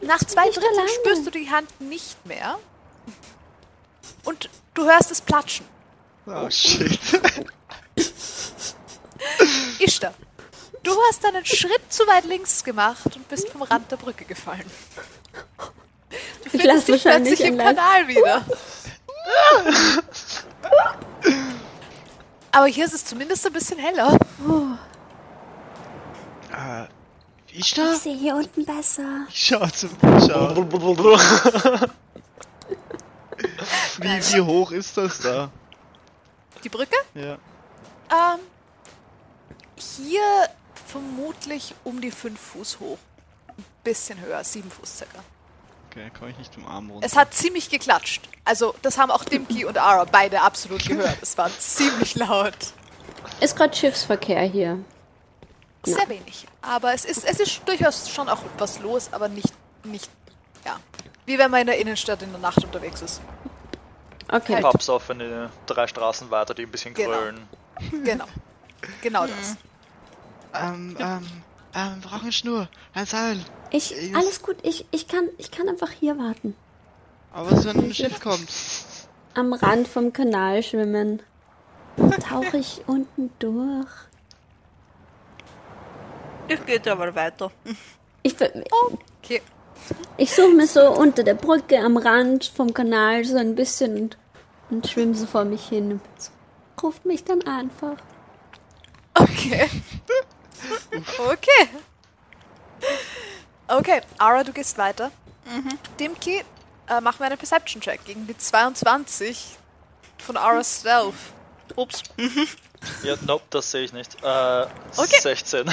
Speaker 1: Nach zwei
Speaker 5: nicht
Speaker 1: Dritteln
Speaker 5: alleine.
Speaker 1: spürst du die Hand nicht mehr. Und du hörst es platschen.
Speaker 3: Oh shit.
Speaker 1: Ishtar, du hast einen Schritt zu weit links gemacht und bist vom Rand der Brücke gefallen. Du
Speaker 5: Ich
Speaker 1: findest
Speaker 5: lass
Speaker 1: dich
Speaker 5: wahrscheinlich
Speaker 1: plötzlich im
Speaker 5: allein.
Speaker 1: Kanal wieder. Aber hier ist es zumindest ein bisschen heller.
Speaker 3: Äh, ich da?
Speaker 5: sehe hier unten besser.
Speaker 3: Ich schau zum. Schau. Wie, wie hoch ist das da?
Speaker 1: Die Brücke?
Speaker 3: Ja.
Speaker 1: Ähm, hier vermutlich um die 5 Fuß hoch. Ein bisschen höher, 7 Fuß circa.
Speaker 3: Okay, komme ich nicht zum Arm runter.
Speaker 1: Es hat ziemlich geklatscht. Also, das haben auch Dimki und Ara beide absolut gehört. Es war ziemlich laut.
Speaker 5: Ist gerade Schiffsverkehr hier.
Speaker 1: Sehr wenig. Aber es ist, es ist durchaus schon auch was los, aber nicht, nicht, ja. Wie wenn man in der Innenstadt in der Nacht unterwegs ist.
Speaker 5: Okay.
Speaker 4: Pops auf eine drei Straßen weiter, die ein bisschen
Speaker 1: Genau.
Speaker 4: grölen.
Speaker 1: Genau. Genau das.
Speaker 3: Ähm, ähm, ähm, wir brauchen eine Schnur. Ein Seil.
Speaker 5: Ich, alles gut, ich, ich, kann, ich kann einfach hier warten.
Speaker 3: Aber was, wenn ein Schiff kommt?
Speaker 5: Am Rand vom Kanal schwimmen. Tauche ich unten durch.
Speaker 2: Ich gehe da mal weiter.
Speaker 5: Ich, be-
Speaker 1: Okay.
Speaker 5: ich suche mir so unter der Brücke am Rand vom Kanal so ein bisschen und, und schwimme so vor mich hin. Ruft mich dann einfach.
Speaker 1: Okay. okay. Okay, Ara, du gehst weiter. Dimki, äh, machen wir einen Perception-Check gegen die 22 von Aras Stealth.
Speaker 2: Ups.
Speaker 4: Ja, nope, das sehe ich nicht. Äh,
Speaker 1: Okay.
Speaker 4: 16.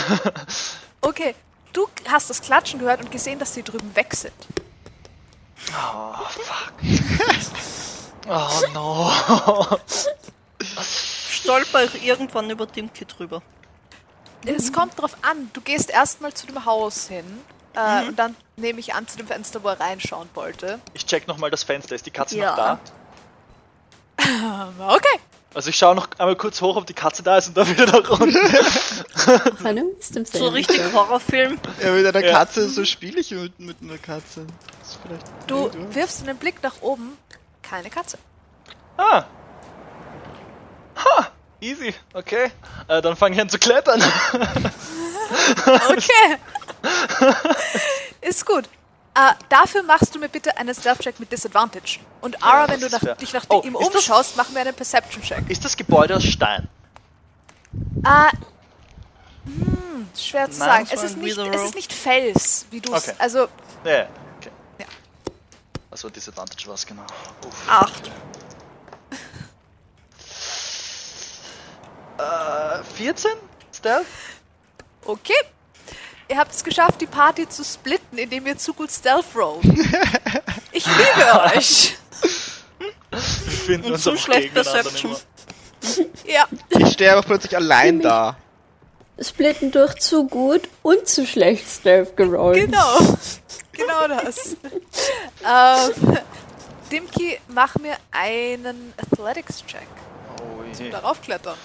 Speaker 1: Okay, du hast das Klatschen gehört und gesehen, dass die drüben weg sind.
Speaker 4: oh no.
Speaker 2: Stolper ich irgendwann über Dimke drüber.
Speaker 4: Mhm.
Speaker 1: Es kommt drauf an, du gehst erstmal zu dem Haus hin
Speaker 4: Mhm.
Speaker 1: äh, und dann nehme ich an zu dem Fenster, wo er reinschauen wollte.
Speaker 4: Ich check nochmal das Fenster. Ist die Katze
Speaker 2: Ja.
Speaker 4: noch da?
Speaker 1: Okay,
Speaker 4: Also ich schaue noch einmal kurz hoch, ob die Katze da ist und dann wieder nach unten.
Speaker 5: Hallo, ist im
Speaker 2: So richtig Horrorfilm.
Speaker 3: Ja, mit einer
Speaker 4: Ja.
Speaker 3: Katze, so spiele ich mit, mit einer Katze. Das ist vielleicht
Speaker 1: du
Speaker 4: Mhm.
Speaker 3: Ja.
Speaker 1: wirfst einen Blick nach oben. Keine Katze.
Speaker 4: Ah. Ha. Easy. Okay. Äh, dann fange ich an zu klettern.
Speaker 1: Okay. Ist gut. Äh, dafür machst du mir bitte einen Stealth-Check mit Disadvantage. Und Ara,
Speaker 4: das
Speaker 1: wenn du
Speaker 4: ist
Speaker 1: nach,
Speaker 4: fair.
Speaker 1: dich nach
Speaker 4: Oh,
Speaker 1: ihm
Speaker 4: ist das-
Speaker 1: umschaust, machen wir einen Perception-Check.
Speaker 4: Ist das Gebäude aus Stein?
Speaker 1: Ah, hm, schwer zu
Speaker 2: Nein,
Speaker 1: sagen.
Speaker 2: es
Speaker 1: Es
Speaker 2: war
Speaker 1: ist,
Speaker 2: ein
Speaker 1: nicht,
Speaker 2: Wither
Speaker 1: es
Speaker 2: Roll.
Speaker 1: ist nicht Fels, wie du es.
Speaker 4: Okay.
Speaker 1: Also,
Speaker 4: Nee. Okay.
Speaker 1: Ja.
Speaker 4: Also Disadvantage war es genau. Uff.
Speaker 2: Acht.
Speaker 4: Äh, 14? Stealth?
Speaker 1: okay. Ihr habt es geschafft, die Party zu splitten, indem ihr zu gut Stealth rollt. Ich liebe euch.
Speaker 4: Wir finden
Speaker 2: Und
Speaker 4: uns
Speaker 2: so
Speaker 4: aber
Speaker 2: schlecht
Speaker 4: gegeneinander
Speaker 2: Perception.
Speaker 4: immer.
Speaker 1: Ja.
Speaker 3: Ich stehe aber plötzlich allein da.
Speaker 5: Splitten durch zu gut und zu schlecht Stealth gerollt.
Speaker 1: Genau, genau das. ähm, Dimki, mach mir einen Athletics-Check.
Speaker 4: Oh je.
Speaker 1: Darauf klettern.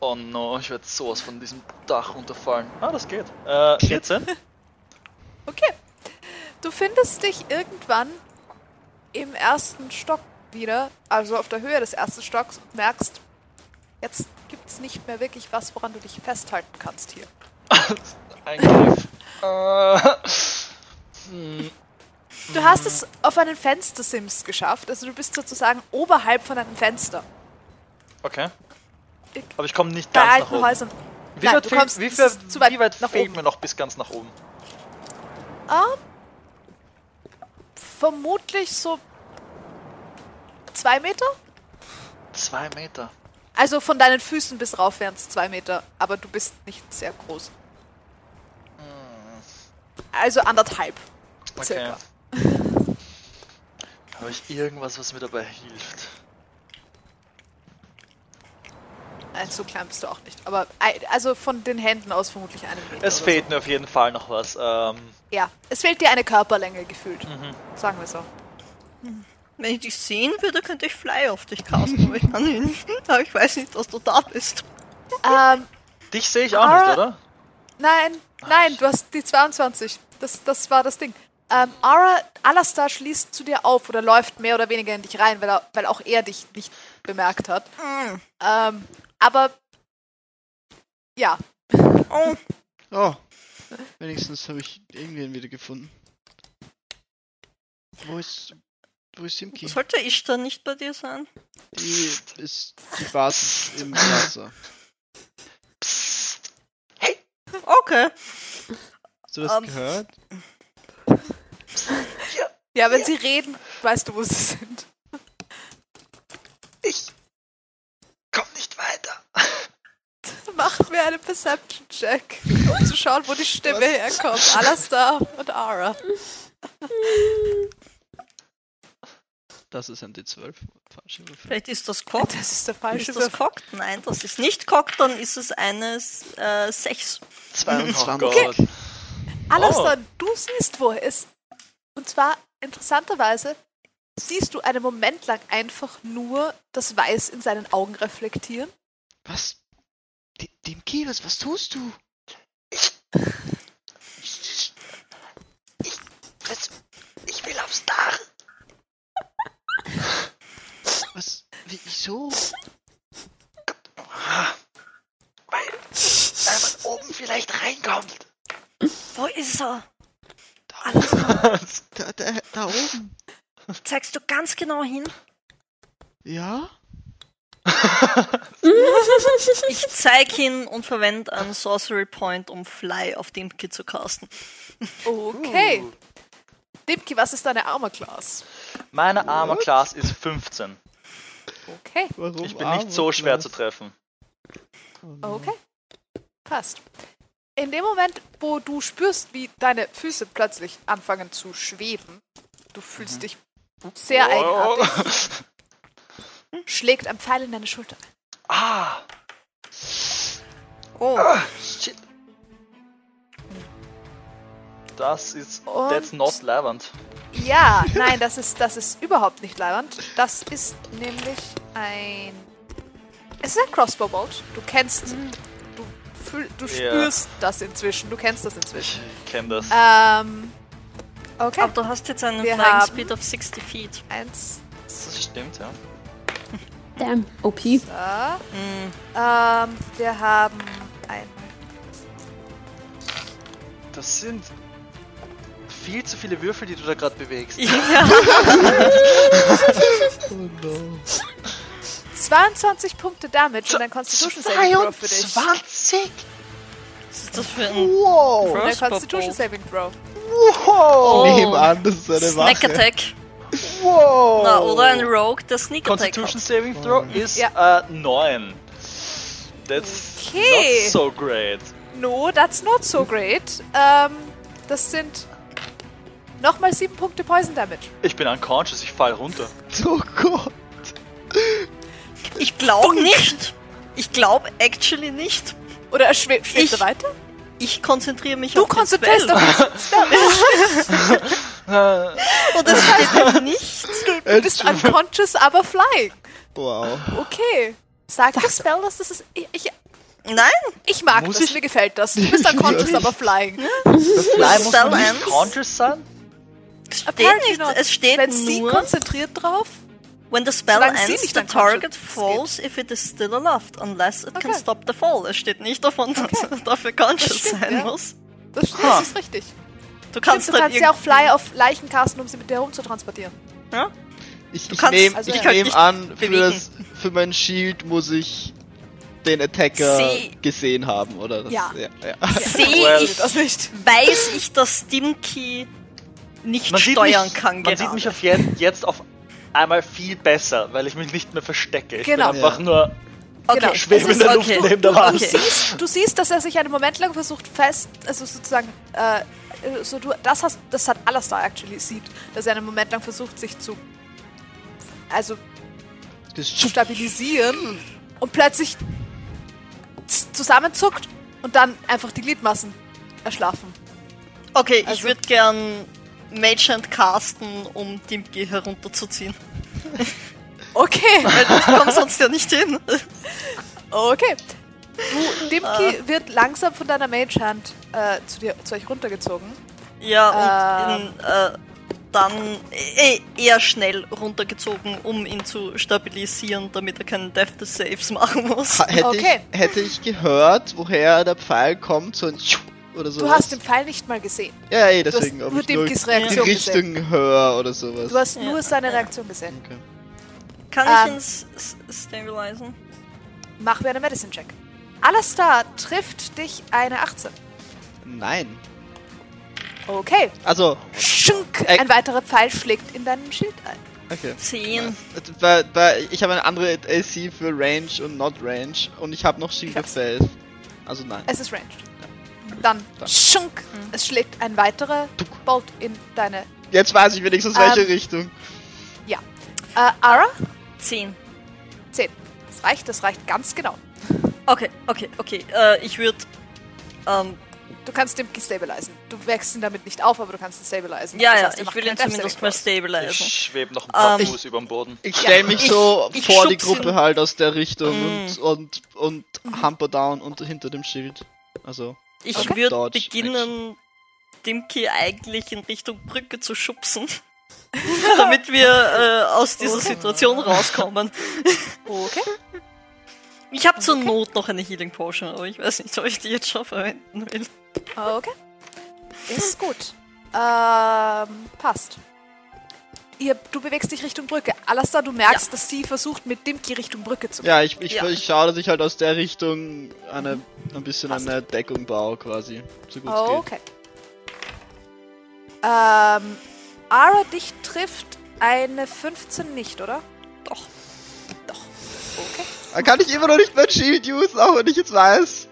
Speaker 6: Oh no, ich werde sowas von diesem Dach runterfallen.
Speaker 4: Ah, das geht. Äh, 14?
Speaker 1: Okay. Du findest dich irgendwann im ersten Stock wieder, also auf der Höhe des ersten Stocks, und merkst, jetzt gibt es nicht mehr wirklich was, woran du dich festhalten kannst hier.
Speaker 6: Eingriff.
Speaker 4: Äh.
Speaker 1: Du hast es auf einen Fenstersims geschafft, also du bist sozusagen oberhalb von einem Fenster.
Speaker 4: Okay.
Speaker 1: Ich-
Speaker 4: Aber ich komme nicht
Speaker 1: Bei
Speaker 4: ganz nach
Speaker 1: alten
Speaker 4: oben.
Speaker 1: Häusern.
Speaker 4: Wie
Speaker 1: Nein,
Speaker 4: weit,
Speaker 1: du
Speaker 4: fehlt-
Speaker 1: kommst-
Speaker 4: wie
Speaker 1: es
Speaker 4: viel,
Speaker 1: ist zu weit
Speaker 4: wie weit
Speaker 1: nach
Speaker 4: fehlt
Speaker 1: oben.
Speaker 4: mir noch bis ganz nach oben?
Speaker 1: Ähm, Vermutlich so zwei Meter?
Speaker 6: Zwei Meter.
Speaker 1: Also von deinen Füßen bis rauf wären es zwei Meter, aber du bist nicht sehr groß. Also anderthalb.
Speaker 4: Okay.
Speaker 1: Circa.
Speaker 6: Habe ich irgendwas, was mir dabei hilft?
Speaker 1: Nein, so klein bist du auch nicht. Aber ei- also von den Händen aus vermutlich einen Meter.
Speaker 4: Es
Speaker 1: oder
Speaker 4: fehlt mir auf jeden Fall noch was.
Speaker 1: So.
Speaker 4: Ähm,
Speaker 1: Ja, es fehlt dir eine Körperlänge gefühlt.
Speaker 4: Mhm.
Speaker 1: Sagen wir so.
Speaker 2: Wenn ich dich sehen würde, könnte ich Fly auf dich casten, aber ich kann ihn nicht. Aber ich weiß nicht, dass du da bist.
Speaker 1: ähm,
Speaker 4: dich sehe ich auch
Speaker 3: Ah!
Speaker 1: Ara-
Speaker 4: nicht, oder?
Speaker 1: nein, nein, du hast die 22. Das, das war das Ding. Ähm, Ara, Alastar schließt zu dir auf oder läuft mehr oder weniger in dich rein, weil, er, weil auch er dich nicht bemerkt hat.
Speaker 2: Hm.
Speaker 1: Ähm, aber ja,
Speaker 2: Oh,
Speaker 3: Oh, wenigstens habe ich irgendwen wieder gefunden. Wo ist. Wo ist Simki?
Speaker 2: sollte ich da nicht bei dir sein?
Speaker 3: Die ist. Die Basis im Wasser.
Speaker 2: Okay.
Speaker 3: Hast du das
Speaker 4: Um.
Speaker 2: Ähm.
Speaker 3: gehört?
Speaker 1: Ja, wenn sie reden, weißt du, wo sie sind.
Speaker 6: Komm nicht weiter.
Speaker 1: Macht mir einen Perception-Check, um zu schauen, wo die Stimme herkommt. Alastar und Ara.
Speaker 5: Hm.
Speaker 3: Das ist ein D12. Falsche Würfel.
Speaker 2: Vielleicht ist das Cock.
Speaker 1: Das ist der falsche
Speaker 2: Ist das
Speaker 1: Würfel.
Speaker 2: Cock? Nein, das ist nicht Cock, dann ist es eines äh, 6.
Speaker 3: 22.
Speaker 1: Alastar, du siehst, wo er ist. Und zwar, interessanterweise, siehst du einen Moment lang einfach nur das Weiß in seinen Augen reflektieren.
Speaker 3: Was? Di- Dimki, was, was tust du?
Speaker 6: Ich will aufs Dach.
Speaker 3: Was? Wie, wieso?
Speaker 6: Weil weil man oben vielleicht reinkommt.
Speaker 2: Wo ist er?
Speaker 3: Da, da, da oben.
Speaker 2: Zeigst du ganz genau hin?
Speaker 3: Ja?
Speaker 2: Ich zeig hin und verwende einen Sorcery Point, um Fly auf Dimki zu casten.
Speaker 1: Okay. Dimki, was ist deine Armor-Class?
Speaker 4: Meine Armor Class ist 15.
Speaker 1: Okay,
Speaker 3: Warum?
Speaker 4: Ich bin nicht so schwer zu treffen.
Speaker 3: Hm.
Speaker 1: okay. Passt. In dem Moment, wo du spürst, wie deine Füße plötzlich anfangen zu schweben, du fühlst dich sehr eigenartig, schlägt ein Pfeil in deine Schulter.
Speaker 6: Ah,
Speaker 2: Oh,
Speaker 4: Ah,
Speaker 6: shit.
Speaker 4: Das ist.
Speaker 1: Und-
Speaker 4: That's not Levant.
Speaker 1: Ja, nein, das ist, das ist überhaupt nicht leibernd. Das ist nämlich ein. Es ist ein Crossbow-Bolt. Du kennst. Du, fühl, du
Speaker 4: Ja.
Speaker 1: spürst das inzwischen. Du kennst das inzwischen.
Speaker 4: Ich kenne das.
Speaker 1: Ähm. Okay.
Speaker 2: aber du hast jetzt einen
Speaker 1: Wir
Speaker 2: Flying
Speaker 1: haben-
Speaker 2: Speed of 60 Feet.
Speaker 1: Eins.
Speaker 4: Das stimmt, ja.
Speaker 5: Damn, OP.
Speaker 1: Da.
Speaker 2: Mm.
Speaker 1: Ähm, wir haben ein.
Speaker 6: Das sind viel zu viele Würfel, die du da gerade bewegst.
Speaker 2: Ja.
Speaker 3: Oh no.
Speaker 1: 22 Punkte Damage und ein Constitution Saving Throw für dich. Und
Speaker 6: 20?
Speaker 2: Was ist das für ein
Speaker 6: Wow!
Speaker 1: ein
Speaker 2: Crossbow?
Speaker 1: Constitution Saving Throw.
Speaker 6: Wow!
Speaker 2: Oh.
Speaker 3: Nebenan, das ist eine
Speaker 2: Snack
Speaker 3: Wache.
Speaker 2: Attack.
Speaker 6: Wow!
Speaker 2: Na, oder ein Rogue, der Sneak Attack
Speaker 4: Oh.
Speaker 2: Oh.
Speaker 4: Constitution
Speaker 2: hat.
Speaker 4: Saving Throw ist äh, 9. That's
Speaker 1: Okay.
Speaker 4: not so great.
Speaker 1: No, that's not so great. Ähm, das sind. Nochmal 7 Punkte Poison Damage.
Speaker 4: Ich bin unconscious, ich fall runter.
Speaker 3: Oh Gott.
Speaker 2: Ich glaube nicht. Ich glaube actually nicht.
Speaker 1: Oder er schwebt, schwebt er
Speaker 2: Ich-
Speaker 1: weiter?
Speaker 2: Ich konzentriere mich
Speaker 1: Du
Speaker 2: auf
Speaker 1: konzentrierst
Speaker 2: den
Speaker 1: auf
Speaker 2: Spell.
Speaker 1: diesen Spell.
Speaker 2: Oder steht er nicht?
Speaker 1: Du bist unconscious, aber flying.
Speaker 3: Wow.
Speaker 1: Okay. Sag das Spell, dass das ist. Ich, ich
Speaker 2: Nein,
Speaker 1: Ich mag
Speaker 3: Muss
Speaker 1: das,
Speaker 3: ich?
Speaker 1: mir gefällt das. Du bist ein Conscious, aber flying.
Speaker 4: Fly muss man
Speaker 2: Stallens.
Speaker 4: nicht conscious sein?
Speaker 2: steht nicht. Es steht
Speaker 1: Wenn sie
Speaker 2: nur,
Speaker 1: konzentriert drauf,
Speaker 2: when the spell
Speaker 1: Solange sie
Speaker 2: ends,
Speaker 1: nicht
Speaker 2: the
Speaker 1: dann kommt,
Speaker 2: target
Speaker 1: schon- es
Speaker 2: falls if it is still aloft, unless it can
Speaker 1: Okay.
Speaker 2: stop the fall. Es steht nicht davon, dass es dafür conscious
Speaker 1: stimmt,
Speaker 2: sein
Speaker 1: ja.
Speaker 2: muss.
Speaker 1: das, das ist richtig.
Speaker 2: Du
Speaker 1: Stimmt,
Speaker 2: kannst, halt
Speaker 1: du
Speaker 2: dann
Speaker 1: kannst ja auch Fly auf Leichen casten, um sie mit dir herumzutransportieren.
Speaker 2: ja?
Speaker 3: Ich,
Speaker 2: Du
Speaker 3: ich
Speaker 2: kannst-
Speaker 3: nehme
Speaker 1: also
Speaker 3: ich
Speaker 1: er-
Speaker 2: Ich
Speaker 3: nehm an, für,
Speaker 2: bewegen.
Speaker 3: das, für mein Shield muss ich den Attacker
Speaker 2: Sie-
Speaker 3: gesehen haben, oder? Das,
Speaker 1: Ja.
Speaker 3: ja, ja.
Speaker 2: Sehe
Speaker 4: Well.
Speaker 2: ich,
Speaker 1: Das nicht.
Speaker 2: weiß ich, dass Dimki nicht
Speaker 4: Man sieht
Speaker 2: steuern
Speaker 4: mich,
Speaker 2: kann
Speaker 4: Man
Speaker 2: gerade.
Speaker 4: sieht mich auf je jetzt auf einmal viel besser, weil ich mich nicht mehr verstecke. Ich
Speaker 1: Genau.
Speaker 4: bin einfach
Speaker 3: Ja.
Speaker 4: nur
Speaker 2: okay.
Speaker 1: genau.
Speaker 4: schwebe
Speaker 2: es
Speaker 4: in der
Speaker 2: ist-
Speaker 4: Luft
Speaker 2: okay.
Speaker 4: neben der Wand.
Speaker 2: Okay.
Speaker 1: Du siehst, dass er sich einen Moment lang versucht fest, also sozusagen, äh, so du, das, hast, das hat Alastar actually sieht, dass er einen Moment lang versucht, sich zu, also
Speaker 3: Das
Speaker 1: zu stabilisieren und plötzlich z- zusammenzuckt und dann einfach die Gliedmassen erschlafen.
Speaker 2: Okay, ich
Speaker 1: Also-
Speaker 2: würde gern Mage Hand casten, um Dimki herunterzuziehen.
Speaker 1: Okay,
Speaker 2: Weil ich komme sonst ja nicht hin.
Speaker 1: okay. Du, Dimki wird langsam von deiner Mage-Hand äh, zu, dir- zu euch runtergezogen.
Speaker 2: Ja,
Speaker 1: Ähm.
Speaker 2: und ihn, äh, dann eh, eher schnell runtergezogen, um ihn zu stabilisieren, damit er keinen Death Saves machen muss.
Speaker 3: Ha- Hätte,
Speaker 1: Okay.
Speaker 3: ich, hätte ich gehört, woher der Pfeil kommt, so ein Tschu oder so.
Speaker 1: Du hast den Pfeil nicht mal gesehen.
Speaker 3: Ja, ey,
Speaker 1: hast
Speaker 3: deswegen, ob
Speaker 1: nur
Speaker 3: ich nur
Speaker 1: Dimkis
Speaker 3: die
Speaker 1: Reaktion
Speaker 3: Richtung
Speaker 1: gesehen.
Speaker 3: höre oder sowas.
Speaker 1: Du hast
Speaker 2: Ja.
Speaker 1: nur seine Reaktion gesehen.
Speaker 3: okay.
Speaker 2: Kann ich
Speaker 1: ähm,
Speaker 2: ihn s- s- stabilisieren?
Speaker 1: Mach mir einen Medicine-Check. Alastar trifft dich eine 18.
Speaker 3: Nein.
Speaker 1: Okay.
Speaker 3: Also,
Speaker 1: Schunk,
Speaker 3: Ey.
Speaker 1: ein weiterer Pfeil schlägt in deinen Schild ein.
Speaker 3: okay.
Speaker 2: Zehn.
Speaker 3: Weil, weil ich habe eine andere AC für Range und Not Range und ich habe noch Shield of
Speaker 1: Krass.
Speaker 3: Faith. Also nein.
Speaker 1: Es ist ranged. Dann
Speaker 3: Dann.
Speaker 1: schunk, es schlägt ein weiterer
Speaker 3: Tuck.
Speaker 1: Bolt in deine...
Speaker 3: Jetzt weiß ich wenigstens
Speaker 1: Ähm,
Speaker 3: welche Richtung.
Speaker 1: Ja. Äh, Ara,
Speaker 2: Zehn.
Speaker 1: 10. Das reicht, das reicht ganz genau.
Speaker 2: Okay, okay, okay. Äh, ich würde. Ähm,
Speaker 1: Du kannst Dimki stabilisen. Du wächst ihn damit nicht auf, aber du kannst ihn stabilisen.
Speaker 2: ja,
Speaker 1: Das
Speaker 2: ja,
Speaker 1: heißt, er
Speaker 2: ich
Speaker 1: macht
Speaker 2: will
Speaker 1: keine
Speaker 2: ihn
Speaker 1: Death
Speaker 2: zumindest mal
Speaker 1: Saving Throws.
Speaker 4: Ich
Speaker 2: stabilisieren.
Speaker 4: schwebe noch ein paar
Speaker 2: Ähm,
Speaker 4: Fuß über den Boden.
Speaker 3: Ich stelle mich
Speaker 2: ich-
Speaker 3: so
Speaker 2: ich
Speaker 3: vor die
Speaker 2: schub's
Speaker 3: Gruppe
Speaker 2: ihn.
Speaker 3: halt aus der
Speaker 2: Mm.
Speaker 3: Richtung
Speaker 2: Mhm.
Speaker 3: und, und, und Humper down und hinter dem Schild. Also,
Speaker 2: Ich
Speaker 3: Okay.
Speaker 2: würde
Speaker 3: Dodge,
Speaker 2: beginnen, Dimki eigentlich in Richtung Brücke zu schubsen. damit wir äh, aus dieser Situation rauskommen.
Speaker 1: Okay.
Speaker 2: Ich habe zur Not noch eine Healing Potion, aber ich weiß nicht, ob ich die jetzt schon verwenden will.
Speaker 1: Ah, Okay. Ist gut. Ähm, passt. Ihr, du bewegst dich Richtung Brücke. Alastar, du merkst, dass sie versucht, mit Dimki Richtung Brücke zu gehen.
Speaker 3: ja, ich, ich,
Speaker 2: Ja.
Speaker 3: ich schaue, dass ich halt aus der Richtung eine, ein bisschen
Speaker 1: Passt.
Speaker 3: eine Deckung baue quasi. So gut
Speaker 2: Oh.
Speaker 3: es
Speaker 1: okay.
Speaker 3: geht.
Speaker 1: Ähm, Ara, dich trifft eine 15 nicht, oder?
Speaker 2: Doch.
Speaker 1: Doch. Okay.
Speaker 3: Dann Kann ich immer noch nicht mein Shield usen, auch wenn ich jetzt weiß.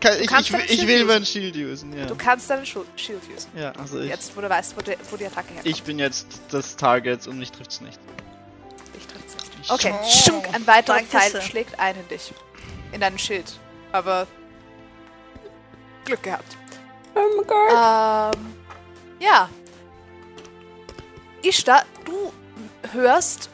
Speaker 3: Kann, ich,
Speaker 1: kannst
Speaker 3: ich,
Speaker 1: dein
Speaker 3: will- ich
Speaker 1: Shield
Speaker 3: will
Speaker 1: usen.
Speaker 3: mein Shield usen, ja.
Speaker 1: Du kannst deinen Schu- Shield usen.
Speaker 3: Ja, also ich,
Speaker 1: Jetzt, wo du weißt, wo, der- wo die Attacke herkommt.
Speaker 3: ich bin jetzt das Target und mich trifft's nicht.
Speaker 1: Dich trifft's nicht.
Speaker 3: Ich-
Speaker 1: Okay,
Speaker 2: Oh,
Speaker 1: schunk, ein weiterer
Speaker 2: danke
Speaker 1: Pfeil
Speaker 2: sehr.
Speaker 1: schlägt ein in dich. In dein Schild. Aber Glück gehabt.
Speaker 5: Oh mein Gott.
Speaker 1: Ähm, ja. Ishta, du hörst,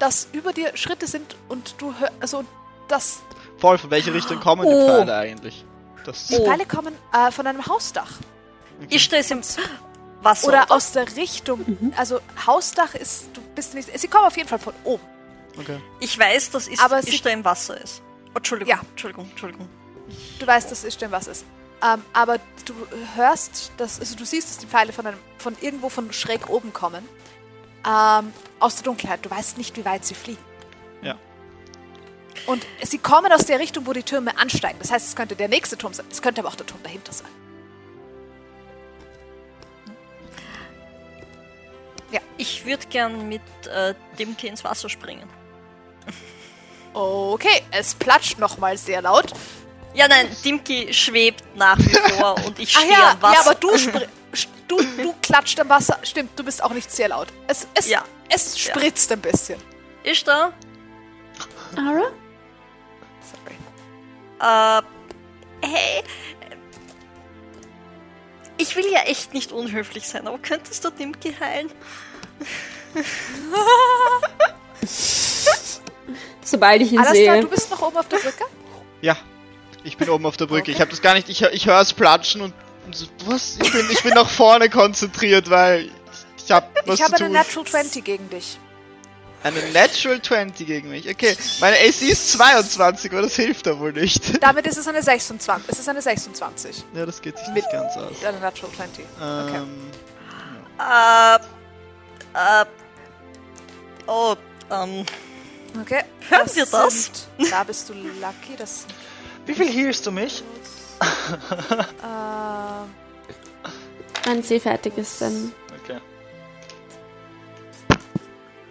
Speaker 1: dass über dir Schritte sind und du hörst, also das,
Speaker 3: Voll, von welcher Richtung kommen die
Speaker 2: Oh.
Speaker 3: Pfeile eigentlich? Das
Speaker 1: die
Speaker 2: Oh.
Speaker 1: Pfeile kommen äh, von einem Hausdach.
Speaker 2: Ich stehe es im Wasser.
Speaker 1: Oder aus der Richtung, also Hausdach ist, du bist nicht, sie kommen auf jeden Fall von oben.
Speaker 3: okay.
Speaker 2: ich weiß, dass ist,
Speaker 1: Aber
Speaker 2: ist
Speaker 1: sie-
Speaker 2: da im Wasser ist. Oh, Entschuldigung,
Speaker 1: Ja.
Speaker 2: Entschuldigung, Entschuldigung.
Speaker 1: Du weißt, dass es stimmt, was ist. Ähm, aber du hörst, dass, also du siehst, dass die Pfeile von, einem, von irgendwo von schräg oben kommen. Ähm, aus der Dunkelheit. Du weißt nicht, wie weit sie fliegen.
Speaker 3: Ja.
Speaker 1: Und sie kommen aus der Richtung, wo die Türme ansteigen. Das heißt, es könnte der nächste Turm sein. Es könnte aber auch der Turm dahinter sein.
Speaker 2: Ich würde gern mit äh, Dimki ins Wasser springen.
Speaker 1: Okay, es platscht nochmal sehr laut.
Speaker 2: Ja, nein, Dimki schwebt nach wie vor und ich
Speaker 1: Ach
Speaker 2: stehe
Speaker 1: ja,
Speaker 2: am Wasser.
Speaker 1: ja aber du, spr- sch- du, du klatscht am Wasser. Stimmt, du bist auch nicht sehr laut. Es, es,
Speaker 2: Ja.
Speaker 1: es spritzt ein bisschen.
Speaker 2: Ist da?
Speaker 5: Ara?
Speaker 1: Sorry.
Speaker 2: Äh, hey. Ich will ja echt nicht unhöflich sein, aber könntest du Dimki heilen?
Speaker 5: Sobald ich ihn
Speaker 1: Alastar,
Speaker 5: sehe.
Speaker 1: du bist noch oben auf der Brücke?
Speaker 3: Ja, ich bin oben auf der Brücke. Ich habe das gar nicht. Ich, hör- ich höre es platschen und, und so, was? Ich bin, ich bin nach vorne konzentriert, weil ich, ich habe was
Speaker 1: ich habe
Speaker 3: zu
Speaker 1: eine
Speaker 3: tun.
Speaker 1: Natural 20 gegen dich.
Speaker 3: eine Natural 20 gegen mich. Okay, meine AC ist 22, aber das hilft da wohl nicht.
Speaker 1: Damit ist es eine 26. Es ist eine 26.
Speaker 3: Ja, das geht sich nicht ganz aus.
Speaker 1: Mit einer Natural 20. Okay.
Speaker 3: Ähm,
Speaker 2: Äh, äh, oh, ähm,
Speaker 1: okay.
Speaker 2: Hören wir das?
Speaker 1: Sind, da bist du lucky. Das sind,
Speaker 4: Wie viel healst du mich?
Speaker 1: äh,
Speaker 5: Wenn sie fertig ist, dann.
Speaker 4: Okay.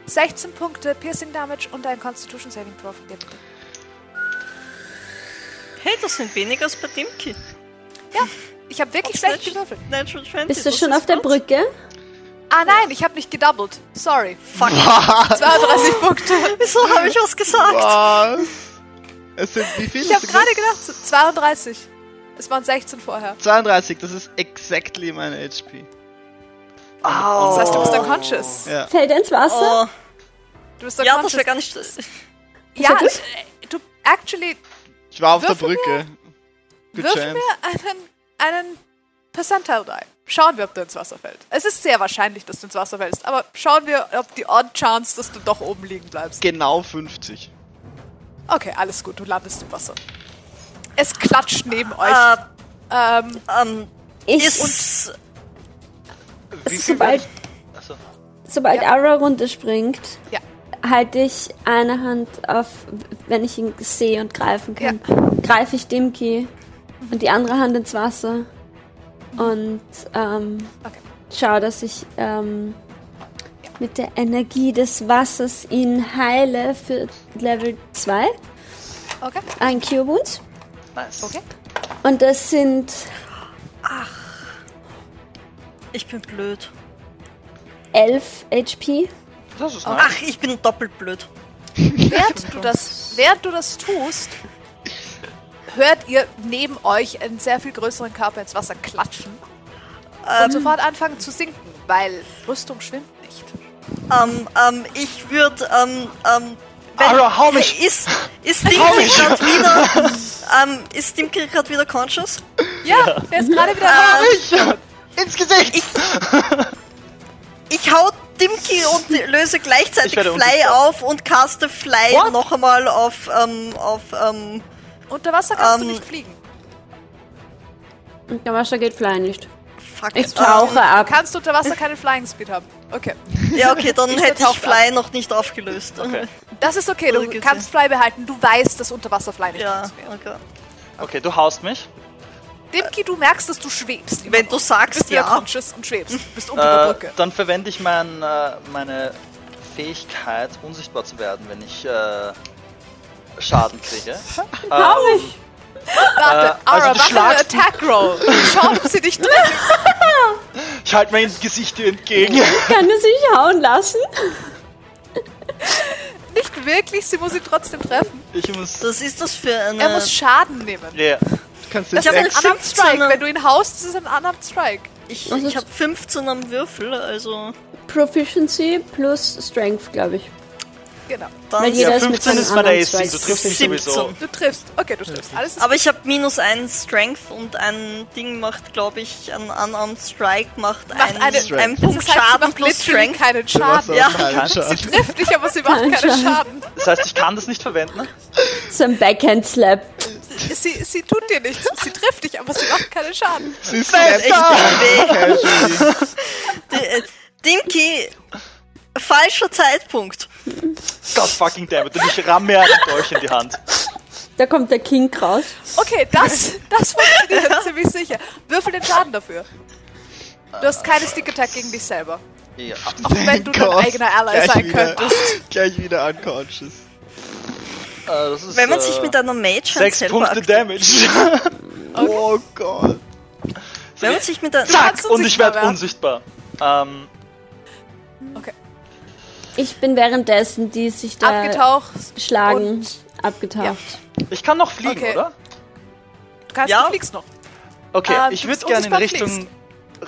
Speaker 1: 16 Punkte Piercing Damage und ein Constitution Saving Throw von dir bitte.
Speaker 2: hey, das sind weniger als bei Dimki.
Speaker 1: Ich habe wirklich
Speaker 2: Ob's
Speaker 1: schlecht
Speaker 2: nicht-
Speaker 1: gewürfelt.
Speaker 2: Natural 20.
Speaker 5: Bist du
Speaker 2: das
Speaker 5: schon
Speaker 2: ist
Speaker 5: auf der
Speaker 2: gut.
Speaker 5: Brücke?
Speaker 1: Ah nein, ich habe nicht gedoubled. Sorry.
Speaker 2: Fuck,
Speaker 1: 32 Punkte.
Speaker 2: wieso habe ich was gesagt?
Speaker 3: was? Es sind wie viele?
Speaker 1: Ich habe gerade gedacht, so 32. Es waren 16 vorher.
Speaker 3: 32, das ist exactly meine HP.
Speaker 1: Das heißt, du bist unconscious.
Speaker 3: Ja.
Speaker 5: Fällt er ins Wasser?
Speaker 2: Oh,
Speaker 1: Du bist
Speaker 2: ja, das
Speaker 1: unconscious.
Speaker 2: wäre gar nicht.
Speaker 1: Ja,
Speaker 5: das ist
Speaker 1: äh, du, actually,
Speaker 3: Ich war auf der
Speaker 1: Würfel
Speaker 3: Brücke. Good
Speaker 1: Würfel
Speaker 3: chance.
Speaker 1: einen, einen Percentile die. Schauen wir, ob du ins Wasser fällst. Es ist sehr wahrscheinlich, dass du ins Wasser fällst, aber schauen wir, ob die Odd Chance, dass du doch oben liegen bleibst.
Speaker 3: Genau 50.
Speaker 1: Okay, alles gut, du landest im Wasser. Es klatscht neben euch.
Speaker 2: Äh,
Speaker 1: Ähm,
Speaker 2: ähm,
Speaker 5: Ich,
Speaker 2: ist.
Speaker 4: Wie viel Also, werd
Speaker 5: sobald
Speaker 4: ich- Achso.
Speaker 5: sobald Ara runterspringt,
Speaker 1: Ja.
Speaker 5: halte ich eine Hand auf, wenn ich ihn sehe und greifen kann, greife ich Dimki und die andere Hand ins Wasser und ähm,
Speaker 1: Okay.
Speaker 5: schaue, dass ich ähm, mit der Energie des Wassers ihn heile für Level 2,
Speaker 1: okay,
Speaker 5: ein Cure Wounds.
Speaker 4: Nice.
Speaker 1: okay.
Speaker 5: Und das sind
Speaker 2: Ich bin blöd.
Speaker 5: 11 HP.
Speaker 4: Das ist nice.
Speaker 2: Ach, ich bin doppelt blöd.
Speaker 1: Während du, das, während du das tust, hört ihr neben euch einen sehr viel größeren Körper ins Wasser klatschen und sofort anfangen zu sinken, weil Rüstung schwimmt nicht.
Speaker 2: Ähm, ähm, ich würde, ähm, ähm,
Speaker 4: Ara, hau mich!
Speaker 2: Ist, ist Dimki gerade wieder, ähm, ist Dimki gerade wieder conscious?
Speaker 1: Ja, der ist gerade wieder da.
Speaker 4: Ins Gesicht!
Speaker 2: Ich, ich hau Dimki und löse gleichzeitig
Speaker 4: Ich werde
Speaker 2: Fly
Speaker 4: unsichtbar.
Speaker 2: auf und caste Fly
Speaker 4: What?
Speaker 2: noch einmal auf, ähm, auf, ähm,
Speaker 1: Unter Wasser kannst
Speaker 2: Ähm,
Speaker 1: du nicht fliegen.
Speaker 5: Und der Wasser geht fly nicht.
Speaker 2: fuck.
Speaker 5: Ich tauche ab.
Speaker 1: Kannst du unter Wasser keinen Flying Speed haben. Okay.
Speaker 2: Ähm, ja, okay, dann
Speaker 1: Ich
Speaker 2: hätte ich
Speaker 1: tauche
Speaker 2: Fly noch nicht aufgelöst.
Speaker 1: Das ist okay, du
Speaker 2: Brücke
Speaker 1: kannst Fly behalten. Du weißt, dass Unterwasserfly nicht
Speaker 2: Oh, Ja,
Speaker 1: funktioniert.
Speaker 2: okay.
Speaker 4: Okay, du haust mich.
Speaker 1: Dimki, du merkst, dass du schwebst.
Speaker 2: Wenn du
Speaker 1: du bist
Speaker 2: sagst,
Speaker 1: wieder
Speaker 2: ja.
Speaker 1: conscious und schwebst. Du bist unter der
Speaker 4: Äh,
Speaker 1: Brücke.
Speaker 4: dann verwende ich mein, äh, meine Fähigkeit, unsichtbar zu werden, wenn ich äh, Schaden kriege.
Speaker 5: Hau mich!
Speaker 2: äh,
Speaker 1: Warte,
Speaker 4: also
Speaker 1: Aura,
Speaker 4: du
Speaker 1: mach eine
Speaker 4: schlagst-
Speaker 1: Attack Roll. Schau, ob sie dich trifft.
Speaker 4: Ich halte mir ins Gesicht hier entgegen.
Speaker 5: Kann er sich hauen lassen?
Speaker 1: Nicht wirklich, sie muss ihn trotzdem treffen.
Speaker 4: Ich muss.
Speaker 2: Das ist das für eine...
Speaker 1: Er muss Schaden nehmen.
Speaker 4: Yeah.
Speaker 3: Du kannst
Speaker 1: Das
Speaker 3: jetzt
Speaker 1: ist ein
Speaker 2: Äh.
Speaker 1: Unarmed Strike.
Speaker 2: hab einen 15er.
Speaker 1: Wenn du ihn haust, ist es ein Unarmed Strike.
Speaker 2: Ich,
Speaker 5: Was
Speaker 2: ich
Speaker 5: ist-
Speaker 2: habe 15 am Würfel, also
Speaker 5: Proficiency plus Strength, glaube ich.
Speaker 1: Genau.
Speaker 5: Weil
Speaker 2: dann.
Speaker 5: jeder
Speaker 4: Ja,
Speaker 5: ist mit
Speaker 4: 15
Speaker 5: seinem
Speaker 4: ist bei der
Speaker 5: anderen
Speaker 4: AC, du
Speaker 5: Strike
Speaker 4: triffst mich
Speaker 5: proficient.
Speaker 4: sowieso.
Speaker 2: 17.
Speaker 1: Du triffst. Okay, du triffst. Alles ist
Speaker 2: Aber ich habe minus einen Strength und ein Ding macht, glaube ich, ein Unarmed Strike macht,
Speaker 1: Macht
Speaker 2: einen,
Speaker 1: eine-
Speaker 2: einen
Speaker 1: das
Speaker 2: Punkt
Speaker 1: heißt, sie
Speaker 2: um Schaden
Speaker 1: macht
Speaker 2: plus
Speaker 1: literally
Speaker 2: Strength.
Speaker 1: keinen Schaden.
Speaker 2: Ja.
Speaker 3: ja.
Speaker 1: Trifft dich, aber sie macht
Speaker 5: Keinen
Speaker 1: keinen
Speaker 5: Schaden.
Speaker 1: Schaden.
Speaker 4: Das heißt, ich kann das nicht verwenden.
Speaker 5: So ein Backhand-Slap.
Speaker 1: Sie, sie tut dir nichts. Sie trifft dich, aber sie macht keinen Schaden.
Speaker 3: Sie ist
Speaker 2: Echt nicht weh.
Speaker 3: casually.
Speaker 2: D- äh, Dimki, falscher Zeitpunkt.
Speaker 4: God fucking damn it. Und ich ramme mir einen euch in die Hand.
Speaker 5: Da kommt der King raus.
Speaker 1: Okay, das, das funktioniert ziemlich sicher. Würfel den Schaden dafür. Du hast keine Stick Attack gegen dich selber.
Speaker 4: Ja.
Speaker 1: Auch wenn du dein
Speaker 3: Gott.
Speaker 1: eigener Ally
Speaker 3: Gleich
Speaker 1: sein
Speaker 3: wieder-
Speaker 1: könntest.
Speaker 3: Gleich wieder unconscious.
Speaker 4: Äh, das ist,
Speaker 2: Wenn man sich
Speaker 4: äh,
Speaker 2: mit einer Mage Hand
Speaker 4: Sechs
Speaker 2: selber
Speaker 4: Punkte
Speaker 2: ak-
Speaker 4: Damage.
Speaker 3: Oh Gott.
Speaker 2: Wenn man sich mit einer.
Speaker 1: kannst
Speaker 4: Und ich
Speaker 1: unsichtbar
Speaker 4: werde
Speaker 1: werden.
Speaker 4: unsichtbar. Ähm,
Speaker 1: Okay.
Speaker 5: Ich bin währenddessen, die sich da
Speaker 1: Abgetaucht.
Speaker 5: schlagen,
Speaker 1: und-
Speaker 5: abgetaucht.
Speaker 4: ich kann noch fliegen,
Speaker 1: Okay.
Speaker 4: oder?
Speaker 1: Du kannst,
Speaker 2: Ja.
Speaker 1: du fliegst noch.
Speaker 4: Okay,
Speaker 1: Ähm,
Speaker 4: ich
Speaker 1: du
Speaker 4: würde
Speaker 1: bist
Speaker 4: gerne in
Speaker 1: unsichtbar,
Speaker 4: Richtung,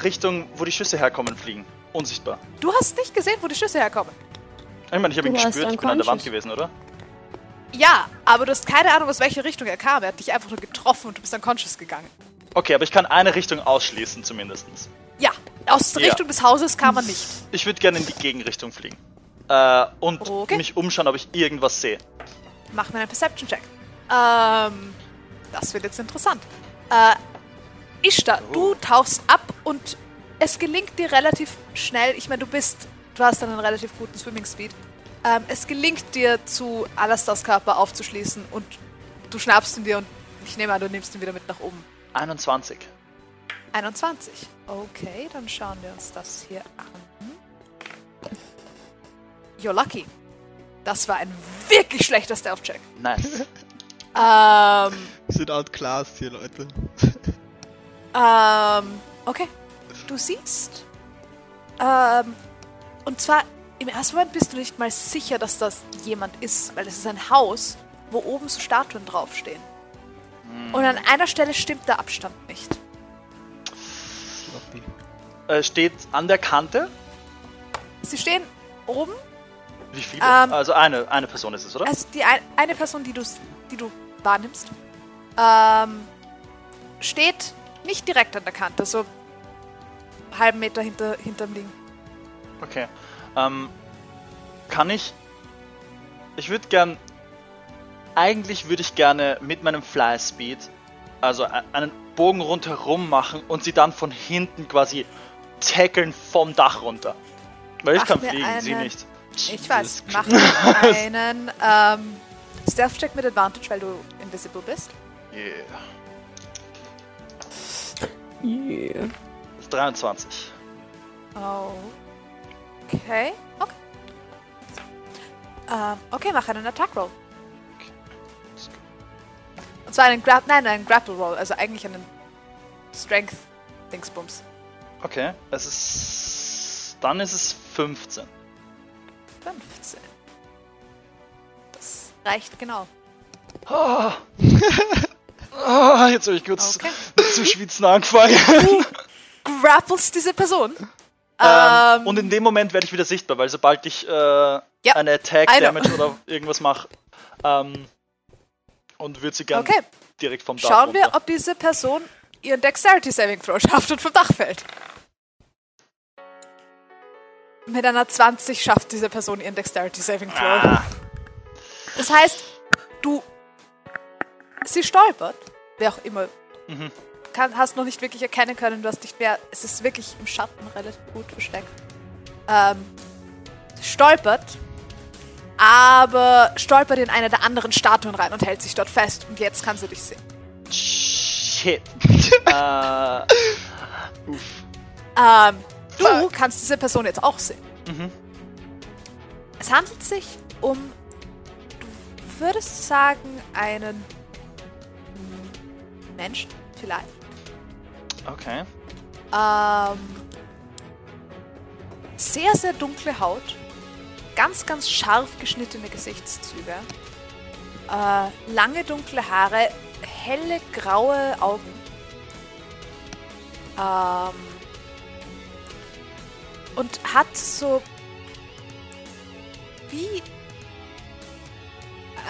Speaker 4: Richtung, wo die Schüsse herkommen, fliegen. Unsichtbar.
Speaker 1: Du hast nicht gesehen, wo die Schüsse herkommen.
Speaker 4: Ich meine, ich habe
Speaker 5: Du
Speaker 4: ihn
Speaker 5: warst
Speaker 4: gespürt, ich bin an der Wand
Speaker 5: unconscious.
Speaker 4: gewesen, oder?
Speaker 1: Ja, aber du hast keine Ahnung, aus welcher Richtung er kam. Er hat dich einfach nur getroffen und du bist unconscious gegangen.
Speaker 4: Okay, aber ich kann eine Richtung ausschließen zumindestens.
Speaker 1: Ja, aus der
Speaker 4: Ja.
Speaker 1: Richtung des Hauses kam er nicht.
Speaker 4: Ich würde gerne in die Gegenrichtung fliegen. Äh, und
Speaker 1: Okay.
Speaker 4: mich umschauen, ob ich irgendwas sehe.
Speaker 1: Mach mir einen Perception-Check. Ähm, das wird jetzt interessant. Äh, Ishtar, du tauchst ab und es gelingt dir relativ schnell, ich meine, du bist, du hast einen relativ guten Swimming-Speed, ähm, es gelingt dir, zu Alastars Körper aufzuschließen und du schnappst ihn dir und ich nehme an, du nimmst ihn wieder mit nach oben.
Speaker 4: 21.
Speaker 1: 21. Okay, dann schauen wir uns das hier an. You're lucky. Das war ein wirklich schlechter Stealth-Check.
Speaker 4: Nice.
Speaker 1: Ähm,
Speaker 3: Wir sind outclassed hier, Leute.
Speaker 1: Ähm, okay. Du siehst. Ähm, und zwar, im ersten Moment bist du nicht mal sicher, dass das jemand ist, weil es ist ein Haus, wo oben so Statuen draufstehen. Und an einer Stelle stimmt der Abstand nicht.
Speaker 4: äh, steht an der Kante.
Speaker 1: Sie stehen oben,
Speaker 4: Wie viele?
Speaker 1: Ähm,
Speaker 4: also eine, eine Person ist es, oder?
Speaker 1: also die ein, eine Person, die du, s- die du wahrnimmst, ähm, steht nicht direkt an der Kante, so einen halben Meter hinter, hinterm Ding.
Speaker 4: Okay. Ähm, kann ich. Ich würde gern. Eigentlich würde ich gerne mit meinem Fly Speed, also e- einen Bogen rundherum machen und sie dann von hinten quasi tackeln vom Dach runter. Weil ich
Speaker 1: Mach
Speaker 4: kann
Speaker 1: mir
Speaker 4: fliegen, sie
Speaker 1: eine-
Speaker 4: nicht.
Speaker 1: Ich weiß, mach einen ähm, Stealth-Check mit Advantage, weil du invisible bist.
Speaker 4: Yeah.
Speaker 5: Yeah.
Speaker 4: 23.
Speaker 1: Oh. Okay, okay. Ähm, okay, mach einen Attack-Roll. Und zwar einen Grab, nein, einen Grapple-Roll, also eigentlich einen Strength-Dingsbums.
Speaker 4: Okay. Es ist. Dann ist es 15.
Speaker 1: 15. Das reicht genau.
Speaker 4: Ah, jetzt habe ich kurz
Speaker 1: Okay.
Speaker 4: zu schwitzen Ähm, angefangen.
Speaker 1: Grapples diese Person.
Speaker 4: Ähm, und in dem Moment werde ich wieder sichtbar, weil sobald ich äh, eine Attack
Speaker 1: I know.
Speaker 4: Damage oder irgendwas mache, ähm, und würde sie gerne
Speaker 1: Okay.
Speaker 4: direkt vom Dach
Speaker 1: Schauen wir,
Speaker 4: runter.
Speaker 1: ob diese Person ihren Dexterity Saving Throw schafft und vom Dach fällt. Mit einer 20 schafft diese Person ihren Dexterity Saving Throw.
Speaker 4: Ah.
Speaker 1: Das heißt, du. Sie stolpert, wer auch immer. Kann, hast noch nicht wirklich erkennen können, du hast nicht mehr. Es ist wirklich im Schatten relativ gut versteckt. Ähm, sie stolpert aber stolpert in eine der anderen Statuen rein und hält sich dort fest. Und jetzt kann sie dich sehen.
Speaker 4: Shit.
Speaker 1: Ähm, du kannst diese Person jetzt auch sehen. Es handelt sich um, du würdest sagen, einen hm, Menschen vielleicht.
Speaker 4: Okay.
Speaker 1: Ähm, sehr, sehr dunkle Haut. Ganz, ganz scharf geschnittene Gesichtszüge. Äh, lange dunkle Haare. Helle graue Augen. Ähm, und hat so wie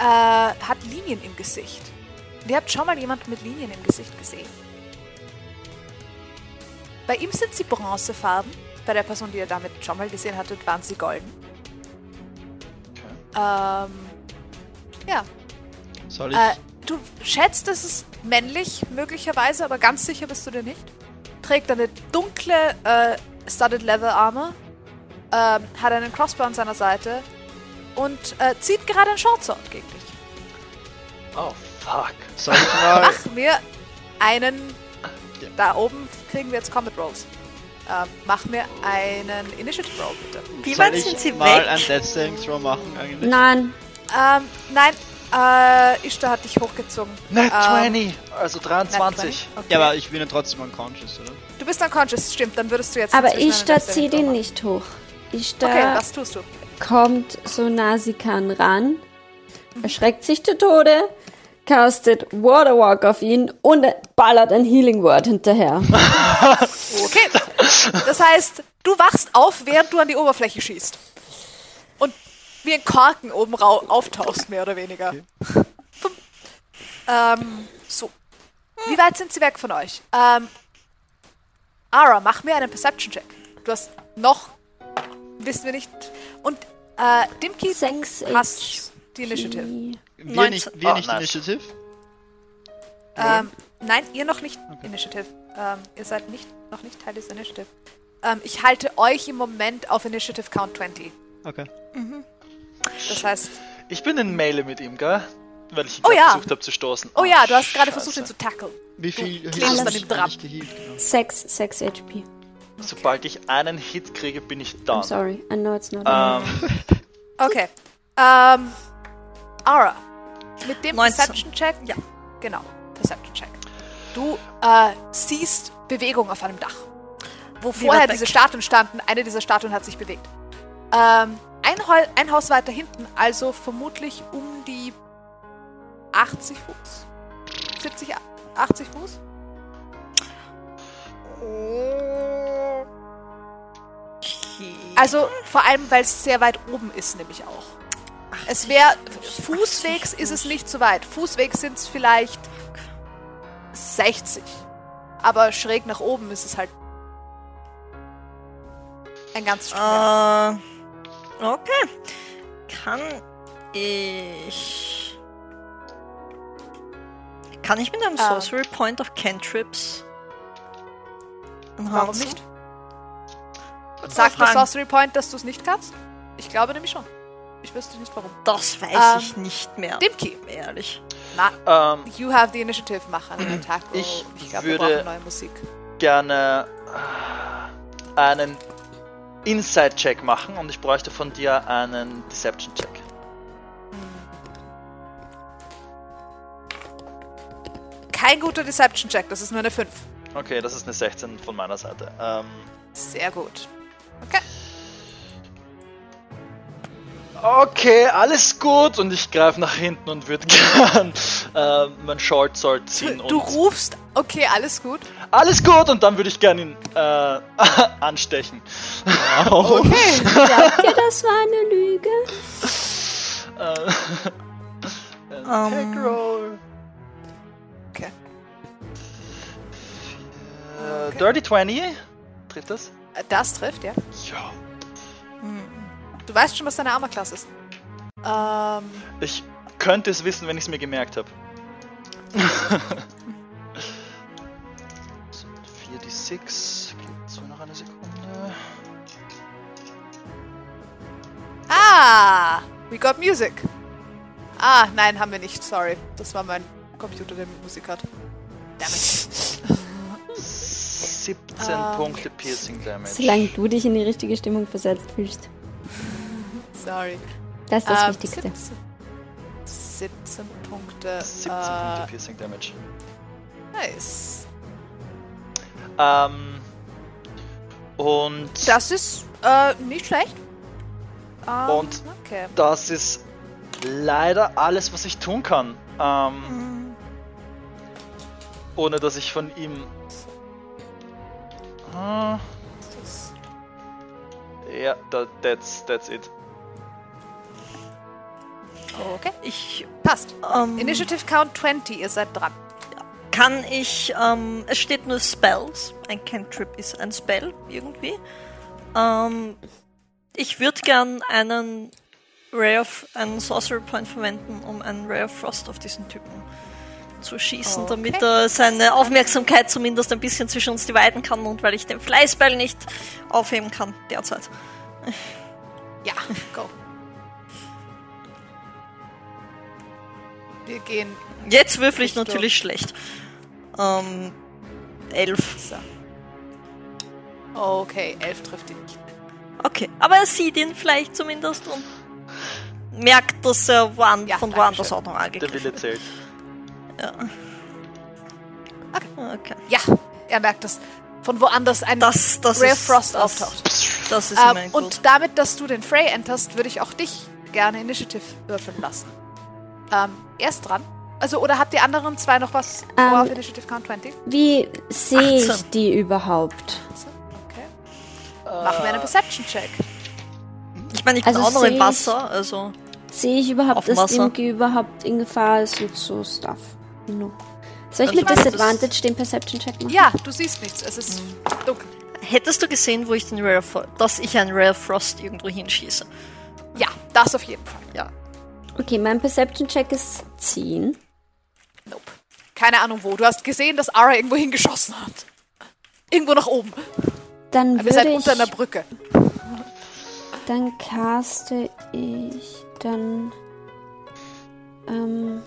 Speaker 1: äh, hat Linien im Gesicht. Und ihr habt schon mal jemanden mit Linien im Gesicht gesehen. Bei ihm sind sie bronzefarben. Bei der Person, die ihr damit schon mal gesehen hattet, waren sie golden. Ähm, ja,
Speaker 3: Soll ich?
Speaker 1: äh, du schätzt, es ist männlich, möglicherweise, aber ganz sicher bist du dir nicht. Trägt eine dunkle äh, Studded Leather Armor, ähm, hat einen Crossbow an seiner Seite und äh, zieht gerade einen Shortsword gegen dich.
Speaker 4: Oh, fuck.
Speaker 3: Soll ich mal.
Speaker 1: Mach mir einen. Da oben kriegen wir jetzt Combat Rolls. Ähm, mach mir einen Initiative Roll, bitte.
Speaker 2: Wie
Speaker 3: soll
Speaker 2: weit
Speaker 3: ich
Speaker 2: sind sie
Speaker 3: mal
Speaker 2: weg?
Speaker 3: einen Death Saving Throw machen eigentlich?
Speaker 5: Nein,
Speaker 1: Ähm, nein, äh, Ishtar hat dich hochgezogen.
Speaker 7: Net
Speaker 1: Ähm,
Speaker 7: 20! Also 23.
Speaker 1: Nat 20? Okay.
Speaker 3: Ja, aber ich bin ja trotzdem unconscious, oder?
Speaker 1: du bist unconscious, stimmt, dann würdest du jetzt.
Speaker 5: aber
Speaker 1: inzwischen
Speaker 5: Ishtar
Speaker 1: einen
Speaker 5: zieht
Speaker 1: Dexterity-Roll
Speaker 5: ihn nicht hoch. Ishtar
Speaker 1: machen. Okay, was tust du?
Speaker 5: kommt so nah sie kann ran, erschreckt sich zu Tode, castet Waterwalk auf ihn und ballert ein Healing Word hinterher.
Speaker 1: Okay. Das heißt, du wachst auf, während du an die Oberfläche schießt. Und wie ein Korken oben rau- auftauchst, mehr oder weniger. Pum. Ähm, so. Wie weit sind sie weg von euch? Ähm, Ara, mach mir einen Perception-Check. Du hast noch, wissen wir nicht. Und äh, Dimki,
Speaker 5: Sechs
Speaker 1: du hast die Initiative.
Speaker 3: Wir
Speaker 2: 19.
Speaker 3: nicht, wir
Speaker 8: Oh,
Speaker 3: nicht
Speaker 8: nice.
Speaker 3: Initiative?
Speaker 1: Ähm, nein, ihr noch nicht Initiative. Ähm, ihr seid nicht, noch nicht Teil des Initiative. Ähm, ich halte euch im Moment auf Initiative Count 20.
Speaker 3: Okay.
Speaker 1: Das heißt,
Speaker 4: Ich bin in Melee mit ihm, gell? Weil ich ihn
Speaker 1: Oh
Speaker 4: grad
Speaker 1: ja.
Speaker 4: versucht habe zu stoßen.
Speaker 1: oh ja, du hast gerade versucht, ihn
Speaker 4: Scheiße.
Speaker 1: zu tackeln.
Speaker 3: Wie viel
Speaker 1: klebst
Speaker 5: dann
Speaker 1: im Draht.
Speaker 3: gehielt, genau.
Speaker 5: 6, 6 HP.
Speaker 4: Sobald ich einen Hit kriege, bin ich
Speaker 1: Ah.
Speaker 4: down.
Speaker 5: I'm sorry, I know it's not.
Speaker 4: Ähm,
Speaker 3: genau.
Speaker 1: Okay. Ähm, Ara, mit dem
Speaker 2: 19.
Speaker 1: Perception-Check? Ja, genau. Perception-Check. Du äh, siehst Bewegung auf einem Dach. Wo vorher
Speaker 2: Rebecca.
Speaker 1: diese Statuen standen, eine dieser Statuen hat sich bewegt. Ähm, ein, Hol- ein Haus weiter hinten, also vermutlich um die 80 Fuß. 70, 80 Fuß? Also vor allem, weil es sehr weit oben ist, nämlich auch. Es wäre, fußwegs ist es nicht so weit. Fußwegs sind es vielleicht 60. Aber schräg nach oben ist es halt ein ganz Stück. mehr.
Speaker 2: Äh, okay. Kann ich. Kann ich mit einem
Speaker 1: Ah.
Speaker 2: Sorcery Point of Cantrips.
Speaker 1: Warum
Speaker 2: enhancen?
Speaker 1: nicht? Sagt der
Speaker 2: fragen.
Speaker 1: Sorcery Point, dass du es nicht kannst? Ich glaube nämlich schon. Ich wüsste nicht warum.
Speaker 2: Das weiß
Speaker 1: Ähm,
Speaker 2: ich nicht mehr.
Speaker 1: Dimki,
Speaker 2: Ehrlich.
Speaker 4: ähm,
Speaker 1: you have the initiative, mach einen Attack. Roll.
Speaker 4: Ich
Speaker 1: ich glaube, wir
Speaker 4: würde-
Speaker 1: brauchen neue Musik.
Speaker 4: gerne äh, einen Inside-Check machen und ich bräuchte von dir einen Deception-Check.
Speaker 1: Kein guter Deception-Check, das ist nur eine 5.
Speaker 4: Okay, das ist eine 16 von meiner Seite. Ähm,
Speaker 1: Sehr gut. Okay.
Speaker 4: okay, alles gut und ich greife nach hinten und würde gern äh, mein Short Sword ziehen
Speaker 1: Du, du
Speaker 4: und
Speaker 1: rufst, okay, alles gut.
Speaker 4: alles gut und dann würde ich gern ihn äh, anstechen.
Speaker 5: Glaubt ihr, das war eine Lüge?
Speaker 4: Äh,
Speaker 2: Ähm,
Speaker 4: Roll.
Speaker 1: Okay.
Speaker 4: Äh, Dirty 20. Trifft das?
Speaker 1: Äh, Das trifft, ja.
Speaker 4: Ja.
Speaker 2: Hm.
Speaker 1: Du weißt schon, was deine Armor-Klasse ist. Ähm,
Speaker 4: Ich könnte es wissen, wenn ich es mir gemerkt habe.
Speaker 8: 4d6. Gibt's nur noch eine Sekunde.
Speaker 1: ah, we got music. Ah, nein, haben wir nicht, sorry. Das war mein Computer, der Musik hat. Damit.
Speaker 4: 17
Speaker 1: Ähm,
Speaker 4: Punkte Piercing Damage.
Speaker 5: Solange du dich in die richtige Stimmung versetzt fühlst.
Speaker 1: Sorry.
Speaker 5: Das ist das
Speaker 1: Ähm,
Speaker 5: Wichtigste.
Speaker 1: 17, 17 Punkte.
Speaker 4: 17 Punkte Piercing Damage.
Speaker 1: äh, nice.
Speaker 4: Ähm. Und
Speaker 1: Das ist äh, nicht schlecht. Ähm,
Speaker 4: Und-
Speaker 1: Okay.
Speaker 4: das ist leider alles, was ich tun kann. Ähm, ohne dass ich von ihm. Ah,
Speaker 1: Das-
Speaker 4: Ja, da, that's, that's it.
Speaker 1: Okay,
Speaker 2: Ich.
Speaker 1: passt.
Speaker 2: Ähm,
Speaker 1: Initiative Count 20, ihr seid dran.
Speaker 2: Kann ich, ähm, es steht nur Spells. Ein Cantrip ist ein Spell irgendwie. Ähm, ich würde gern einen Ray of, einen Sorcery Point verwenden, um einen Ray of Frost auf diesen Typen zu schießen,
Speaker 1: Okay.
Speaker 2: damit er seine Aufmerksamkeit zumindest ein bisschen zwischen uns dividen kann und weil ich den Fly-Spell nicht aufheben kann derzeit.
Speaker 1: Ja, go. Wir gehen.
Speaker 2: Jetzt würfel ich
Speaker 1: Nicht
Speaker 2: natürlich schlecht. Ähm, elf.
Speaker 1: So. Okay, 11 trifft ihn nicht.
Speaker 2: Okay, aber er sieht ihn vielleicht zumindest und merkt, dass er woan
Speaker 1: Ja,
Speaker 2: von
Speaker 1: danke
Speaker 2: woanders
Speaker 1: schön.
Speaker 2: auch noch
Speaker 4: Der
Speaker 2: angegriffen
Speaker 4: Wille
Speaker 2: wird.
Speaker 4: zählt.
Speaker 2: Okay.
Speaker 1: Ja, er merkt das. Von woanders ein
Speaker 2: Das, das
Speaker 1: Rare
Speaker 2: ist,
Speaker 1: Frost
Speaker 2: das,
Speaker 1: auftaucht.
Speaker 2: Das ist
Speaker 1: Ähm,
Speaker 2: mein Gut.
Speaker 1: und damit, dass du den Frey enterst, würde ich auch dich gerne Initiative würfeln lassen. Ähm, erst dran. Also, oder habt ihr anderen zwei noch was
Speaker 5: Ähm,
Speaker 1: vor auf Initiative Count 20?
Speaker 2: Äh.
Speaker 5: Wie sehe ich
Speaker 2: 18.
Speaker 5: die überhaupt?
Speaker 1: Okay. Machen wir einen Perception-Check.
Speaker 2: ich Ich meine, ich bin
Speaker 5: Also
Speaker 2: auch noch
Speaker 5: sehe
Speaker 2: im
Speaker 5: ich-
Speaker 2: Wasser, also.
Speaker 5: Sehe ich
Speaker 2: Auf
Speaker 5: überhaupt,
Speaker 2: dem
Speaker 5: dass
Speaker 2: Wasser.
Speaker 5: Dimki überhaupt in Gefahr ist und so Stuff? No. Soll ich
Speaker 2: Also
Speaker 5: mit
Speaker 2: ich meine,
Speaker 5: Disadvantage den Perception-Check machen?
Speaker 1: Ja, du siehst nichts. Es ist
Speaker 5: Hm.
Speaker 1: dunkel.
Speaker 2: Hättest du gesehen, wo ich den Rare Fro- dass ich einen Rare Frost irgendwo hinschieße?
Speaker 1: Ja, das auf jeden Fall.
Speaker 2: Ja.
Speaker 5: Okay, mein Perception-Check ist 10.
Speaker 1: Nope. Keine Ahnung wo. Du hast gesehen, dass Ara irgendwo hingeschossen hat. Irgendwo nach oben.
Speaker 5: Dann
Speaker 1: Wir sind
Speaker 5: würde
Speaker 1: unter einer
Speaker 5: ich,
Speaker 1: Brücke.
Speaker 5: dann caste ich dann ähm,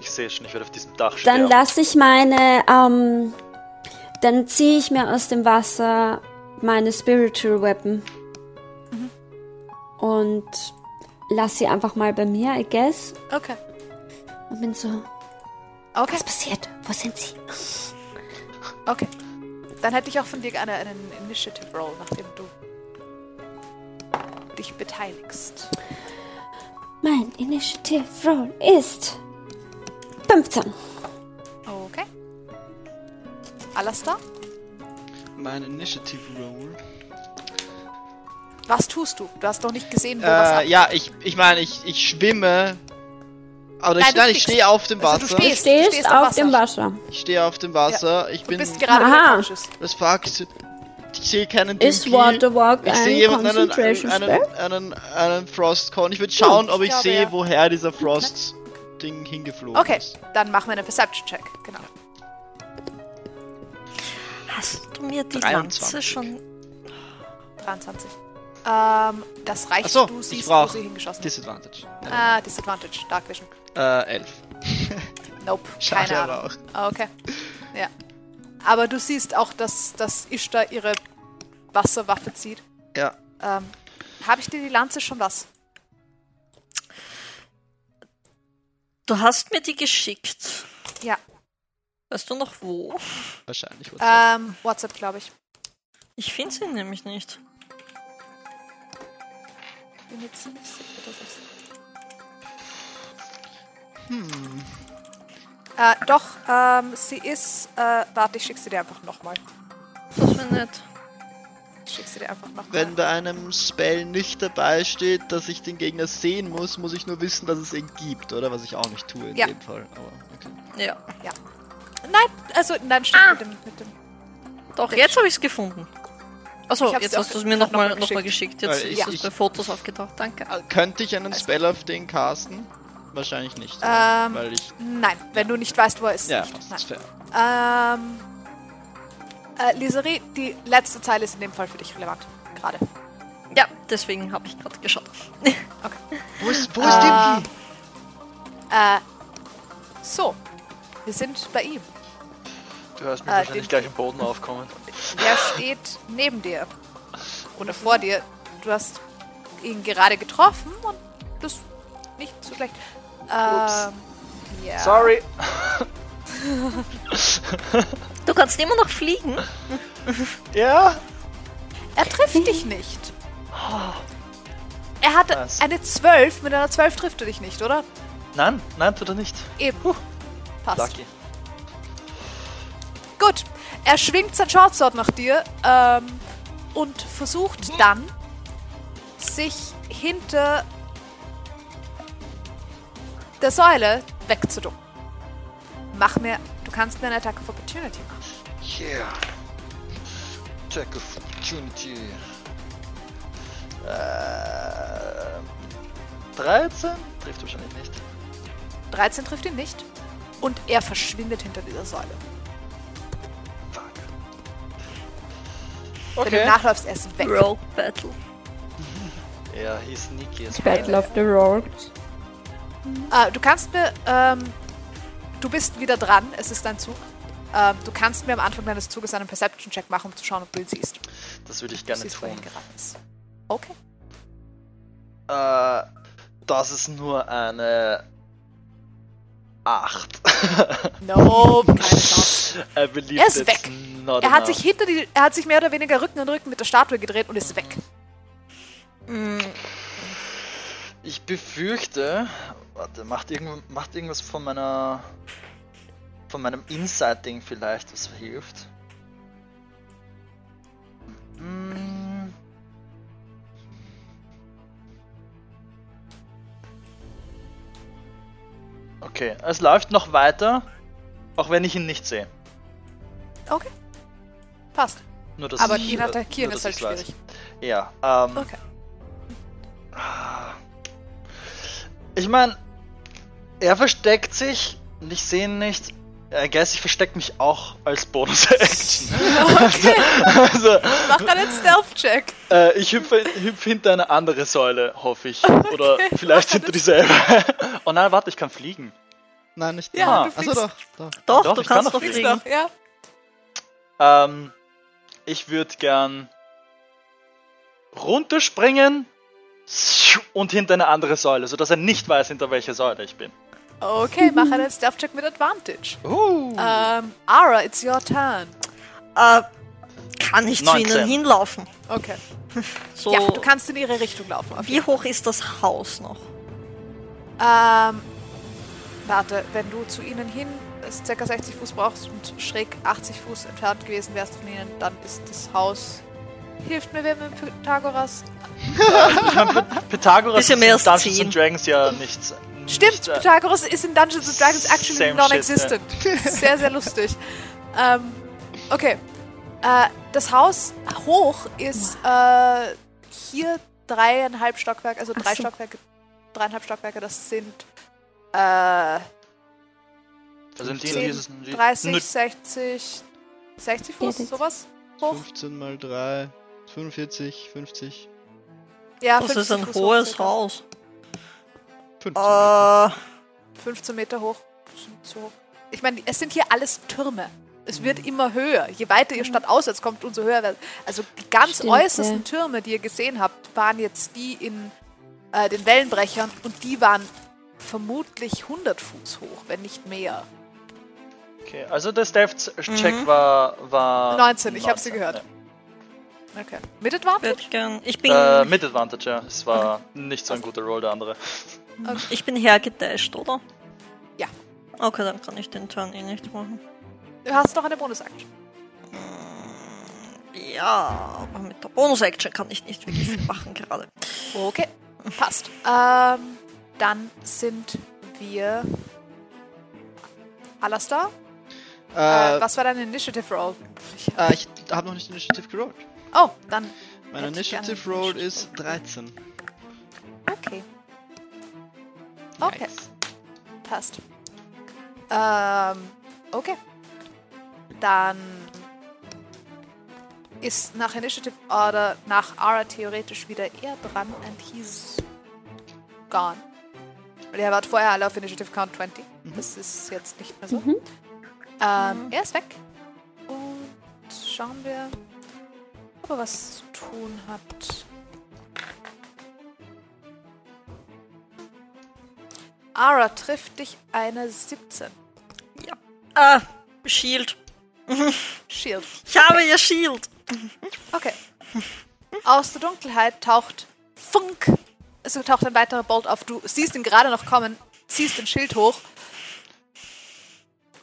Speaker 9: Ich sehe schon, ich werde auf diesem Dach
Speaker 5: dann
Speaker 9: sterben.
Speaker 5: lasse ich meine ähm, dann ziehe ich mir aus dem Wasser meine Spiritual Weapon Mhm. und lasse sie einfach mal bei mir, I guess,
Speaker 1: Okay.
Speaker 5: und bin so,
Speaker 1: Okay,
Speaker 5: was passiert? Wo sind sie?
Speaker 1: okay. Dann hätte ich auch von dir gerne einen Initiative Roll, nachdem du dich beteiligst.
Speaker 5: Mein Initiative Roll ist 15.
Speaker 1: Okay. Alastair,
Speaker 3: Mein Initiative Roll.
Speaker 1: was tust du? Du hast doch nicht gesehen, wo was ab-
Speaker 3: Äh, ja, ich, ich meine, ich, ich schwimme. Aber
Speaker 1: Nein,
Speaker 3: ich,
Speaker 1: du
Speaker 3: nein, ich
Speaker 1: fliegst.
Speaker 3: stehe auf dem
Speaker 1: Also
Speaker 3: Wasser.
Speaker 1: du
Speaker 5: Du
Speaker 1: stehst,
Speaker 5: stehst,
Speaker 1: du stehst
Speaker 5: auf
Speaker 1: am
Speaker 5: dem
Speaker 1: Wasser. Mhm.
Speaker 5: Wasser.
Speaker 3: Ich stehe auf dem Wasser. Ich
Speaker 1: Du
Speaker 3: bin.
Speaker 1: bist gerade
Speaker 5: Aha.
Speaker 1: unconscious.
Speaker 3: Was fuck? ist- Ich sehe keinen
Speaker 5: Ist
Speaker 3: Dimki.
Speaker 5: Waterwalk
Speaker 3: Ich sehe
Speaker 5: ein
Speaker 3: jemanden, einen,
Speaker 5: Concentration
Speaker 3: einen, einen,
Speaker 5: Spell?
Speaker 3: einen, einen Frostcon. Ich würde schauen, ob ich,
Speaker 1: glaube,
Speaker 3: sehe,
Speaker 1: ja.
Speaker 3: woher dieser Frost-Ding hingeflogen
Speaker 1: Okay,
Speaker 3: ist.
Speaker 1: dann machen wir einen Perception-Check. Genau.
Speaker 2: Hast du mir die
Speaker 3: 23.
Speaker 2: Lanze schon.
Speaker 1: 23. Ähm, das reicht.
Speaker 3: Ach so,
Speaker 1: du
Speaker 3: ich
Speaker 1: siehst, wo
Speaker 3: brauch
Speaker 1: sie hingeschossen ist.
Speaker 3: Disadvantage.
Speaker 1: Ah, Disadvantage. Dark Vision.
Speaker 3: Äh, 11.
Speaker 1: Nope.
Speaker 3: Schade
Speaker 1: keine
Speaker 3: aber
Speaker 1: Ahnung. Ah, Okay. Ja. Aber du siehst auch, dass, dass Ishtar ihre Wasserwaffe zieht.
Speaker 3: Ja.
Speaker 1: Ähm, Habe ich dir die Lanze schon was?
Speaker 2: Du hast mir die geschickt.
Speaker 1: Ja.
Speaker 2: Weißt du noch wo?
Speaker 3: Wahrscheinlich. was auch.
Speaker 1: Ähm, WhatsApp, glaube ich.
Speaker 2: Ich finde sie nämlich nicht.
Speaker 1: Bin mir ziemlich sicher, dass ich's- Äh, doch, ähm, sie ist. Äh, warte, ich schick sie dir einfach nochmal.
Speaker 2: Das wäre nett.
Speaker 1: Ich schick sie dir einfach nochmal.
Speaker 3: Wenn bei einem Spell nicht dabei steht, dass ich den Gegner sehen muss, muss ich nur wissen, dass es ihn gibt, oder? Was ich auch nicht tue in
Speaker 1: Ja.
Speaker 3: dem Fall. Aber okay.
Speaker 2: Ja.
Speaker 1: Nein, also nein, stimmt mit dem. Mit dem
Speaker 2: Doch, jetzt habe ich es gefunden. Achso,
Speaker 1: Ich hab's
Speaker 2: jetzt
Speaker 1: dir
Speaker 2: hast
Speaker 1: auch
Speaker 2: du es mir
Speaker 1: grad noch
Speaker 2: nochmal
Speaker 1: mal
Speaker 2: noch mal geschickt. Jetzt
Speaker 3: Weil ich-
Speaker 2: ist
Speaker 3: ich-
Speaker 2: es bei Fotos aufgetaucht. Danke.
Speaker 3: Ah, Könnte ich einen Spell auf den casten? Wahrscheinlich nicht. oder?
Speaker 1: Also Ähm,
Speaker 3: Weil ich.
Speaker 1: nein, wenn du nicht weißt, wo er ist.
Speaker 3: Ja,
Speaker 1: nicht.
Speaker 3: passt. Ist fair.
Speaker 1: Nein. Ähm, äh, Liseri, die letzte Zeile ist in dem Fall für dich relevant. Gerade.
Speaker 2: Ja, deswegen habe ich gerade geschaut.
Speaker 3: Wo ist, wo ist Dimki?
Speaker 1: Äh, so. Wir sind bei ihm.
Speaker 9: Du hörst mich
Speaker 1: Ah,
Speaker 9: wahrscheinlich
Speaker 1: den-
Speaker 9: gleich im Boden aufkommen.
Speaker 1: Er steht neben dir. Oder vor dir. Du hast ihn gerade getroffen und das ist nicht so schlecht. Ähm, ja.
Speaker 9: Sorry.
Speaker 2: Du kannst immer noch fliegen.
Speaker 9: Ja?
Speaker 1: Er trifft dich nicht. Er hatte
Speaker 9: Was?
Speaker 1: eine 12. Mit einer 12 trifft er dich nicht, oder?
Speaker 9: Nein, nein, tut er nicht.
Speaker 1: Eben. Passt.
Speaker 9: Lucky.
Speaker 1: Gut. Er schwingt sein Shortsword nach dir ähm, und versucht dann, sich hinter der Säule wegzuducken. Mach mir, du kannst mir eine Attack of Opportunity machen.
Speaker 4: Yeah. Attack of Opportunity. Äh, 13? Trifft wahrscheinlich nicht.
Speaker 1: 13 trifft ihn nicht und er verschwindet hinter dieser Säule.
Speaker 4: Fuck.
Speaker 1: Wenn du
Speaker 9: Okay.
Speaker 1: nachläufst, er ist weg.
Speaker 2: Rogue Battle.
Speaker 9: Ja, hieß Niki. jetzt.
Speaker 5: Battle of the Road.
Speaker 1: Ah, du kannst mir, ähm, du bist wieder dran, es ist dein Zug. Ähm, du kannst mir am Anfang deines Zuges einen Perception-Check machen, um zu schauen, ob du ihn siehst. Du
Speaker 9: Das würde ich gerne
Speaker 1: siehst, wo er
Speaker 9: tun.
Speaker 1: hingeraten ist. Okay.
Speaker 9: Äh, das ist nur eine 8.
Speaker 1: No, keine Chance.
Speaker 9: I believe
Speaker 1: Er ist
Speaker 9: that's
Speaker 1: weg.
Speaker 9: Not
Speaker 1: Er hat
Speaker 9: enough.
Speaker 1: sich hinter die, er hat sich mehr oder weniger Rücken an Rücken mit der Statue gedreht und ist weg.
Speaker 2: Mm,
Speaker 9: Ich befürchte. Warte, macht, irgend, macht irgendwas von meiner. von meinem Insight-Ding vielleicht, was hilft. Hm,
Speaker 4: Okay, es läuft noch weiter, auch wenn ich ihn nicht sehe.
Speaker 1: Okay. Passt.
Speaker 4: Nur dass
Speaker 1: Aber
Speaker 4: ich,
Speaker 1: ihn
Speaker 4: äh,
Speaker 1: attackieren
Speaker 4: nur,
Speaker 1: ist halt
Speaker 4: dass ich's
Speaker 1: schwierig.
Speaker 4: weiß. Ja, ähm,
Speaker 1: Okay.
Speaker 4: ich meine, er versteckt sich und ich sehe ihn nicht. I guess, ich verstecke mich auch als Bonus-Action. also,
Speaker 1: Mach einen Stealth-Check.
Speaker 4: äh, ich hüpfe, hüpfe hinter eine andere Säule, hoffe ich. Oder vielleicht hinter dieselbe. oh nein, warte, ich kann fliegen. Ah.
Speaker 3: Nein, nicht
Speaker 1: Ja,
Speaker 3: da.
Speaker 1: du
Speaker 3: Achso,
Speaker 1: fliegst.
Speaker 3: doch. Da.
Speaker 2: Doch,
Speaker 4: Doch,
Speaker 2: du
Speaker 4: ich kann
Speaker 2: kannst
Speaker 4: doch
Speaker 2: doch
Speaker 1: Fliegst
Speaker 2: fliegen.
Speaker 1: noch, ja.
Speaker 4: Ähm, ich würde gern runterspringen und hinter eine andere Säule, sodass er nicht weiß, hinter welcher Säule ich bin.
Speaker 1: Okay, mach einen Stealth-Check mit Advantage.
Speaker 4: Uh,
Speaker 1: Ähm, Ara, it's your turn.
Speaker 2: Äh, kann ich zu
Speaker 4: 19.
Speaker 2: ihnen hinlaufen?
Speaker 1: Okay.
Speaker 2: So,
Speaker 1: Ja, du kannst in ihre Richtung laufen. auf
Speaker 2: wie hoch ist das Haus noch?
Speaker 1: Ähm, warte, wenn du zu ihnen hin ist ca. 60 Fuß brauchst und schräg 80 Fuß entfernt gewesen wärst von ihnen, dann ist das Haus. Hilft mir wer mit Pythagoras?
Speaker 4: Pythagoras
Speaker 2: bisschen
Speaker 4: ist
Speaker 2: mehr
Speaker 4: in
Speaker 2: als
Speaker 4: Dungeons
Speaker 2: 10.
Speaker 4: and Dragons ja nichts.
Speaker 1: Stimmt,
Speaker 4: nicht, äh,
Speaker 1: Pythagoras ist in Dungeons and Dragons actually
Speaker 4: same
Speaker 1: non-existent. Sehr, sehr lustig. ähm, okay. Äh, das Haus hoch ist äh, hier dreieinhalb Stockwerke, also drei
Speaker 5: Ach so.
Speaker 1: Stockwerke, dreieinhalb Stockwerke, das sind äh,
Speaker 4: Also in denen
Speaker 1: 10,
Speaker 4: ist es ein-
Speaker 1: 30,
Speaker 4: nö,
Speaker 1: 60, 60 Fuß,
Speaker 5: Fertig.
Speaker 1: sowas hoch.
Speaker 3: 15 mal 3, 45, 50,
Speaker 1: Ja,
Speaker 2: Das
Speaker 1: 50
Speaker 2: ist ein
Speaker 1: Fuß hoch
Speaker 2: hohes
Speaker 1: circa.
Speaker 2: Haus.
Speaker 3: 15.
Speaker 2: Äh,
Speaker 1: 15 Meter hoch. Das sind So. Ich meine, es sind hier alles Türme. Es wird immer höher. Je weiter ihr Stadt auswärts kommt, umso höher wird Also die ganz
Speaker 5: Stimmt,
Speaker 1: äußersten Türme, die ihr gesehen habt, waren jetzt die in äh, den Wellenbrechern und die waren vermutlich 100 Fuß hoch, wenn nicht mehr.
Speaker 4: Okay, also der Stealth-Check war, war.
Speaker 1: 19, ich hab sie gehört. Okay. Mit Advantage?
Speaker 2: wird gern- ich bin,
Speaker 4: Ja. Äh, mit Advantage, ja. Es war nicht so ein guter Roll, der andere.
Speaker 2: ich bin hergedasht, oder?
Speaker 1: Ja.
Speaker 2: Okay, dann kann ich den Turn eh nicht machen.
Speaker 1: Du hast noch eine Bonus-Action.
Speaker 2: Ja, aber mit der Bonus-Action kann ich nicht wirklich viel machen gerade.
Speaker 1: Okay, passt. Ähm, dann sind wir. Alastar? Äh,
Speaker 3: Äh,
Speaker 1: was war dein Initiative Roll? Ich-
Speaker 3: äh, ich habe noch nicht Initiative gerollt.
Speaker 1: Oh, dann.
Speaker 3: Mein
Speaker 1: Hätte ich gerne
Speaker 3: Initiative Roll
Speaker 1: Initiative.
Speaker 3: ist 13.
Speaker 1: Okay. Okay,
Speaker 3: Nice.
Speaker 1: passt. Ähm, okay. Dann ist nach Initiative Order nach Ara theoretisch wieder er dran and he's gone. Weil er war vorher alle auf Initiative Count 20. Das ist jetzt nicht mehr so. Ähm, er ist weg. Und schauen wir, ob er was zu tun hat. Ara trifft dich eine 17.
Speaker 2: Äh, Shield.
Speaker 1: Shield.
Speaker 2: Ich habe ihr Shield.
Speaker 1: Okay. Aus der Dunkelheit taucht Funk. Es taucht ein weiterer Bolt auf. Du siehst ihn gerade noch kommen, ziehst den Schild hoch.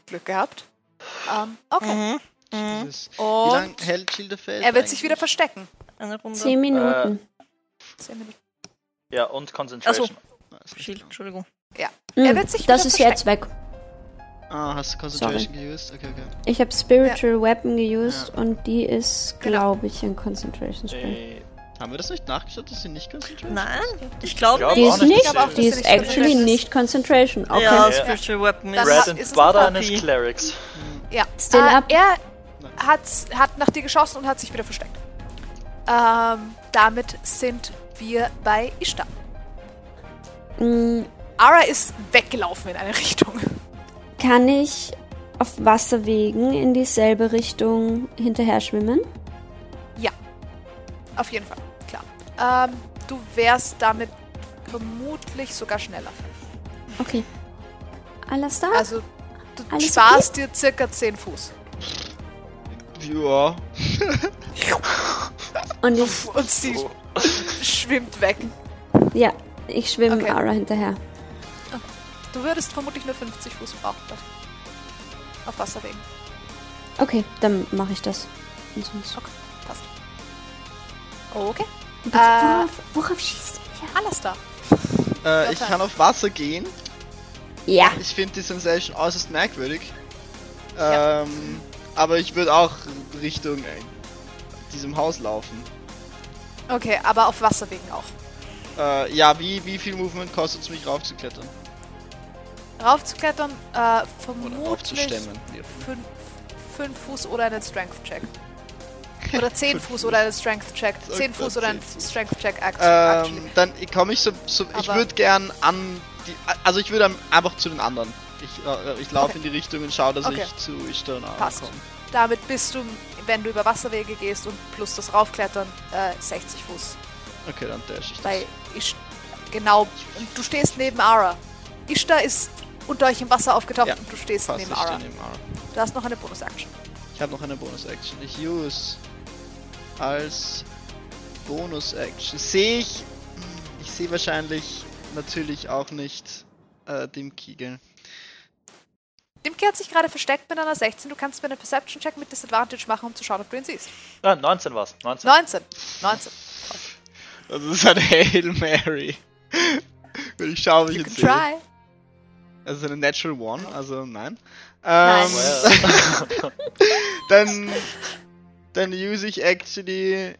Speaker 1: Glück gehabt. Ähm, okay. Mhm.
Speaker 3: Das ist- Hm. Wie
Speaker 1: Und
Speaker 3: lange hält Shield of Faith
Speaker 1: er wird sich
Speaker 3: eigentlich?
Speaker 1: wieder verstecken.
Speaker 2: Eine Runde.
Speaker 1: äh,
Speaker 5: Zehn Minuten.
Speaker 1: Zehn Minuten.
Speaker 4: Ja, und Concentration.
Speaker 2: Ach
Speaker 3: Weiß nicht
Speaker 2: Shield,
Speaker 3: genau.
Speaker 2: Entschuldigung.
Speaker 1: Er
Speaker 5: Mm,
Speaker 1: wird sich
Speaker 5: das
Speaker 1: wieder
Speaker 5: ist jetzt weg.
Speaker 3: Ah, hast du Concentration geused? Okay, okay.
Speaker 5: Ich habe Spiritual Weapon geused und die ist,
Speaker 1: Genau.
Speaker 5: glaube ich, ein Concentration Spell.
Speaker 4: Äh,
Speaker 3: Haben wir das nicht nachgeschaut, dass sie nicht Concentration
Speaker 2: Nein, ich
Speaker 4: Ich
Speaker 2: glaube
Speaker 4: glaub
Speaker 5: Die
Speaker 2: nicht.
Speaker 4: auch
Speaker 5: ist
Speaker 4: nicht.
Speaker 5: nicht,
Speaker 4: Ich glaub auch,
Speaker 1: dass
Speaker 5: die
Speaker 1: sie
Speaker 5: ist
Speaker 1: nicht
Speaker 5: actually
Speaker 1: Concentration ist.
Speaker 5: nicht Concentration. Okay.
Speaker 2: Ja,
Speaker 4: Ja.
Speaker 2: Spiritual Weapon
Speaker 1: Dann
Speaker 2: ist
Speaker 1: hat-
Speaker 4: Bread
Speaker 1: ist es
Speaker 4: and
Speaker 1: ein
Speaker 4: Butter
Speaker 1: Puppy.
Speaker 4: eines Clerics.
Speaker 1: Ja.
Speaker 5: Still
Speaker 1: äh,
Speaker 5: up.
Speaker 1: Er hat, hat nach dir geschossen und hat sich wieder versteckt. Ähm, damit sind wir bei Ishtar.
Speaker 5: Mm,
Speaker 1: Ara ist weggelaufen in eine Richtung.
Speaker 5: Kann ich auf Wasserwegen in dieselbe Richtung hinterher schwimmen?
Speaker 1: Auf jeden Fall, klar. Ähm, du wärst damit vermutlich sogar schneller.
Speaker 5: Okay. Alles da?
Speaker 1: Also du
Speaker 5: Ah. Alles
Speaker 1: sparst dir circa 10 Fuß.
Speaker 3: Ja.
Speaker 5: und ich,
Speaker 1: Und sie schwimmt weg.
Speaker 5: ja, ich schwimme
Speaker 1: Okay.
Speaker 5: Ara hinterher.
Speaker 1: Du würdest vermutlich nur 50 Fuß brauchen. Doch. Auf Wasserwegen.
Speaker 5: Okay, dann mache ich das. Und sonst.
Speaker 1: Okay, passt. Okay,
Speaker 5: Und
Speaker 1: Äh,
Speaker 5: worauf, worauf schießt
Speaker 1: alles da.
Speaker 3: Äh, ich kann auf Wasser gehen.
Speaker 5: Ja.
Speaker 3: Ich finde die Sensation äußerst merkwürdig. Ähm, aber ich würde auch Richtung äh, diesem Haus laufen.
Speaker 1: Okay, aber auf Wasserwegen auch.
Speaker 3: Äh, ja, wie, wie viel Movement kostet es mich raufzuklettern?
Speaker 1: Raufzuklettern, äh,
Speaker 3: Oder
Speaker 1: vermutlich
Speaker 3: raufzustemmen? Ja.
Speaker 1: 5 Fuß oder einen Strength-Check. Oder 10 Fuß oder einen Strength-Check. 10 Fuß oder einen
Speaker 3: Zehn Fuß.
Speaker 1: Strength-Check, act- actually.
Speaker 3: Ähm, dann komme ich so, so ich
Speaker 1: Aber-
Speaker 3: würde gern an die, also ich würde einfach zu den anderen. Ich, äh, ich laufe
Speaker 1: Okay.
Speaker 3: in die Richtung und schaue, dass
Speaker 1: Okay.
Speaker 3: ich zu Ishtar
Speaker 1: Passt.
Speaker 3: komme.
Speaker 1: Damit bist du, wenn du über Wasserwege gehst und plus das Raufklettern, äh, 60 Fuß.
Speaker 3: Okay, dann dash ich das.
Speaker 1: Weil ich. Genau. Und du stehst neben Ara. Ishtar ist unter euch im Wasser aufgetaucht
Speaker 3: Ja,
Speaker 1: und du stehst
Speaker 3: Passt,
Speaker 1: neben
Speaker 3: ich stehe
Speaker 1: Ara.
Speaker 3: neben Ara.
Speaker 1: Du hast noch eine Bonus-Action.
Speaker 3: Ich habe noch eine Bonus-Action. Ich use als Bonus-Action. Sehe ich. Ich sehe wahrscheinlich natürlich auch nicht äh, dem Kegel.
Speaker 1: Dimki hat sich gerade versteckt mit einer 16. Du kannst mir einen Perception-Check mit Disadvantage machen, um zu schauen, ob du ihn siehst.
Speaker 4: Ja, 19 war's. 19.
Speaker 1: 19. 19.
Speaker 3: Das ist eine Hail Mary. Wenn ich schaue, wie
Speaker 1: You
Speaker 3: ich
Speaker 1: can
Speaker 3: jetzt sehe.
Speaker 1: try.
Speaker 3: Also eine Natural One, also nein.
Speaker 5: Nein.
Speaker 3: Ähm, dann, dann use ich actually.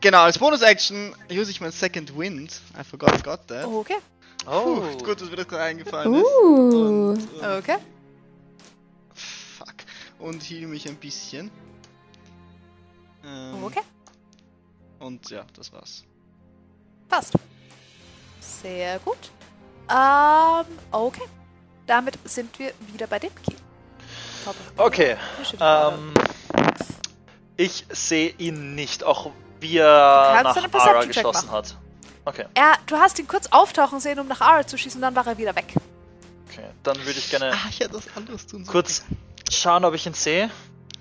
Speaker 3: Genau, als Bonus-Action use ich mein Second Wind. I forgot, got that.
Speaker 1: Okay.
Speaker 4: Oh,
Speaker 3: Puh, gut, dass mir das gerade eingefallen ist.
Speaker 5: Uh.
Speaker 3: Und, ähm,
Speaker 1: Okay.
Speaker 3: Fuck. Und heal mich ein bisschen. Ähm,
Speaker 1: Okay.
Speaker 3: Und ja, das war's.
Speaker 1: Passt. Sehr gut. Ähm, okay. Damit sind wir wieder bei Dimki. Top of the
Speaker 4: Okay,
Speaker 1: order. Wir stehen gerade.
Speaker 4: Ähm, ich sehe ihn nicht, auch wie
Speaker 1: kannst
Speaker 4: er nach
Speaker 1: einen
Speaker 4: Ara
Speaker 1: Perception-Check
Speaker 4: geschossen hat. Okay,
Speaker 1: Er, du hast ihn kurz auftauchen sehen, um nach Ara zu schießen, dann war er wieder weg.
Speaker 4: Mhm. okay. Dann würde ich gerne
Speaker 3: Ah, ich hätte was anderes tun sollen.
Speaker 4: kurz schauen, ob ich ihn sehe.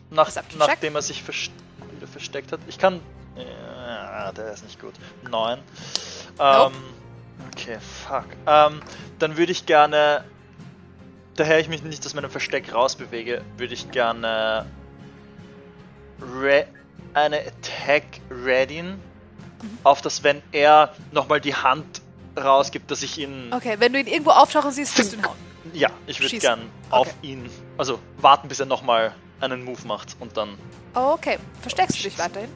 Speaker 4: Nach,
Speaker 1: Perception check.
Speaker 4: nachdem er sich verst wieder versteckt hat. Ich kann. Ja, der ist nicht gut. Neun.
Speaker 1: Nope.
Speaker 4: Ähm, okay, fuck. Ähm, dann würde ich gerne. Daher ich mich nicht aus meinem Versteck rausbewege, würde ich gerne re eine Attack readyen. Auf das, wenn er nochmal die Hand rausgibt, dass ich ihn.
Speaker 1: Okay, wenn du ihn irgendwo auftauchen siehst, musst du ihn hauen.
Speaker 4: Ja, ich würde
Speaker 1: Schießen.
Speaker 4: gern auf ihn, also warten, bis er nochmal einen Move macht und dann.
Speaker 1: Okay, versteckst du dich weiterhin?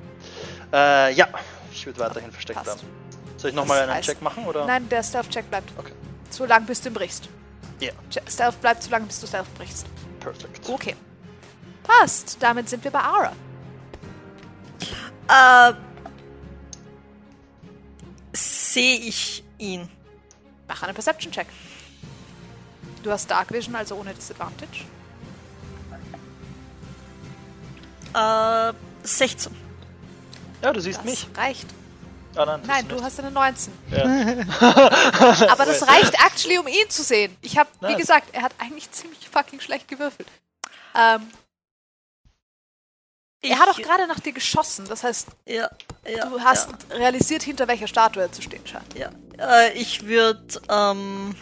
Speaker 4: Äh, ja, ich würde weiterhin versteckt
Speaker 1: Passt.
Speaker 4: bleiben. Soll ich nochmal einen
Speaker 1: heißt-
Speaker 4: Check machen oder?
Speaker 1: Nein, der Stealth-Check bleibt.
Speaker 4: Okay.
Speaker 1: So lang, bis du ihn brichst.
Speaker 4: Ja.
Speaker 1: Che- Stealth bleibt so lange, bis du Stealth brichst.
Speaker 4: Perfect.
Speaker 1: Okay. Passt, damit sind wir bei Ara.
Speaker 2: Äh, sehe ich ihn.
Speaker 1: Mach einen Perception-Check. Du hast Dark Vision, also ohne Disadvantage.
Speaker 2: Äh, 16.
Speaker 4: Ja, du siehst
Speaker 1: Das
Speaker 4: mich.
Speaker 1: reicht.
Speaker 4: Ah, nein, du
Speaker 1: Nein,
Speaker 4: siehst
Speaker 1: du
Speaker 4: mich.
Speaker 1: hast eine 19. Aber das reicht actually, um ihn zu sehen. Ich habe, wie
Speaker 4: Nice.
Speaker 1: gesagt, er hat eigentlich ziemlich fucking schlecht gewürfelt. Ähm, er hat auch gerade nach dir geschossen. Das heißt,
Speaker 2: Ja, ja,
Speaker 1: du hast realisiert, hinter welcher Statue er zu stehen scheint.
Speaker 2: Ja, ja. Äh, ich würde, ähm.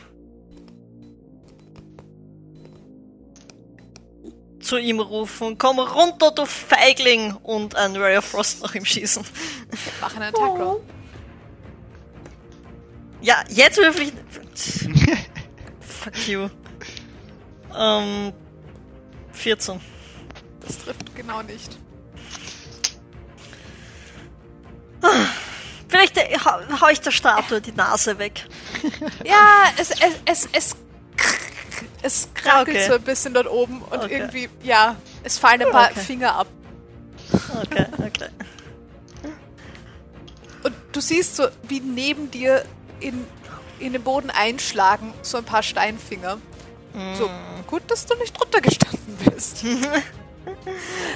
Speaker 2: zu ihm rufen, komm runter, du Feigling! Und ein Ray of Frost nach ihm schießen.
Speaker 1: Mach einen Attack
Speaker 2: Oh.
Speaker 1: Roll.
Speaker 2: Ja, jetzt würfel ich. Fuck you. Ähm. 14.
Speaker 1: Das trifft genau nicht.
Speaker 2: Vielleicht äh, hau, hau ich der Statue die Nase weg.
Speaker 1: Ja, es, es, es, es, krrr- es krackelt
Speaker 2: Okay.
Speaker 1: so ein bisschen dort oben und
Speaker 2: Okay.
Speaker 1: irgendwie, ja, es fallen ein paar
Speaker 2: Okay.
Speaker 1: Finger ab.
Speaker 2: Okay, okay.
Speaker 1: Und du siehst so, wie neben dir in, in den Boden einschlagen so ein paar Steinfinger. So,
Speaker 2: Mm.
Speaker 1: gut, dass du nicht runtergestanden bist.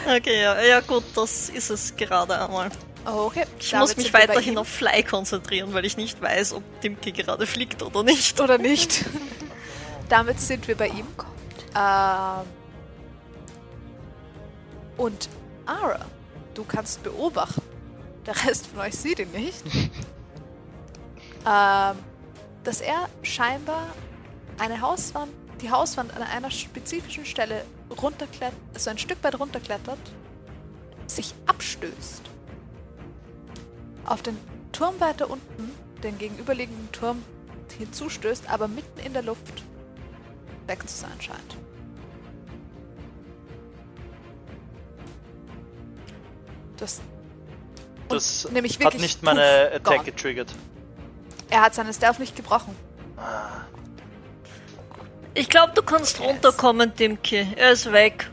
Speaker 2: Okay, ja, ja gut, das ist es gerade einmal.
Speaker 1: Okay,
Speaker 2: Ich
Speaker 1: damit
Speaker 2: muss mich
Speaker 1: sind wir bei
Speaker 2: weiterhin
Speaker 1: ihm.
Speaker 2: auf Fly konzentrieren, weil ich nicht weiß, ob Dimke gerade fliegt oder nicht.
Speaker 1: Oder nicht. damit sind wir bei ihm. Ähm, und Ara, du kannst beobachten. Der Rest von euch sieht ihn nicht. ähm, dass er scheinbar eine Hauswand, die Hauswand an einer spezifischen Stelle runterklettert, also ein Stück weit runterklettert, sich abstößt. Auf den Turm weiter unten, den gegenüberliegenden Turm, hinzustößt, aber mitten in der Luft weg zu sein scheint. Das,
Speaker 4: Das
Speaker 1: nämlich
Speaker 4: hat
Speaker 1: wirklich
Speaker 4: nicht
Speaker 1: puff,
Speaker 4: meine äh, Attack
Speaker 1: gone.
Speaker 4: getriggert.
Speaker 1: er hat seine Stealth nicht gebrochen.
Speaker 2: Ich glaube, du kannst runterkommen, Dimki. Er ist weg.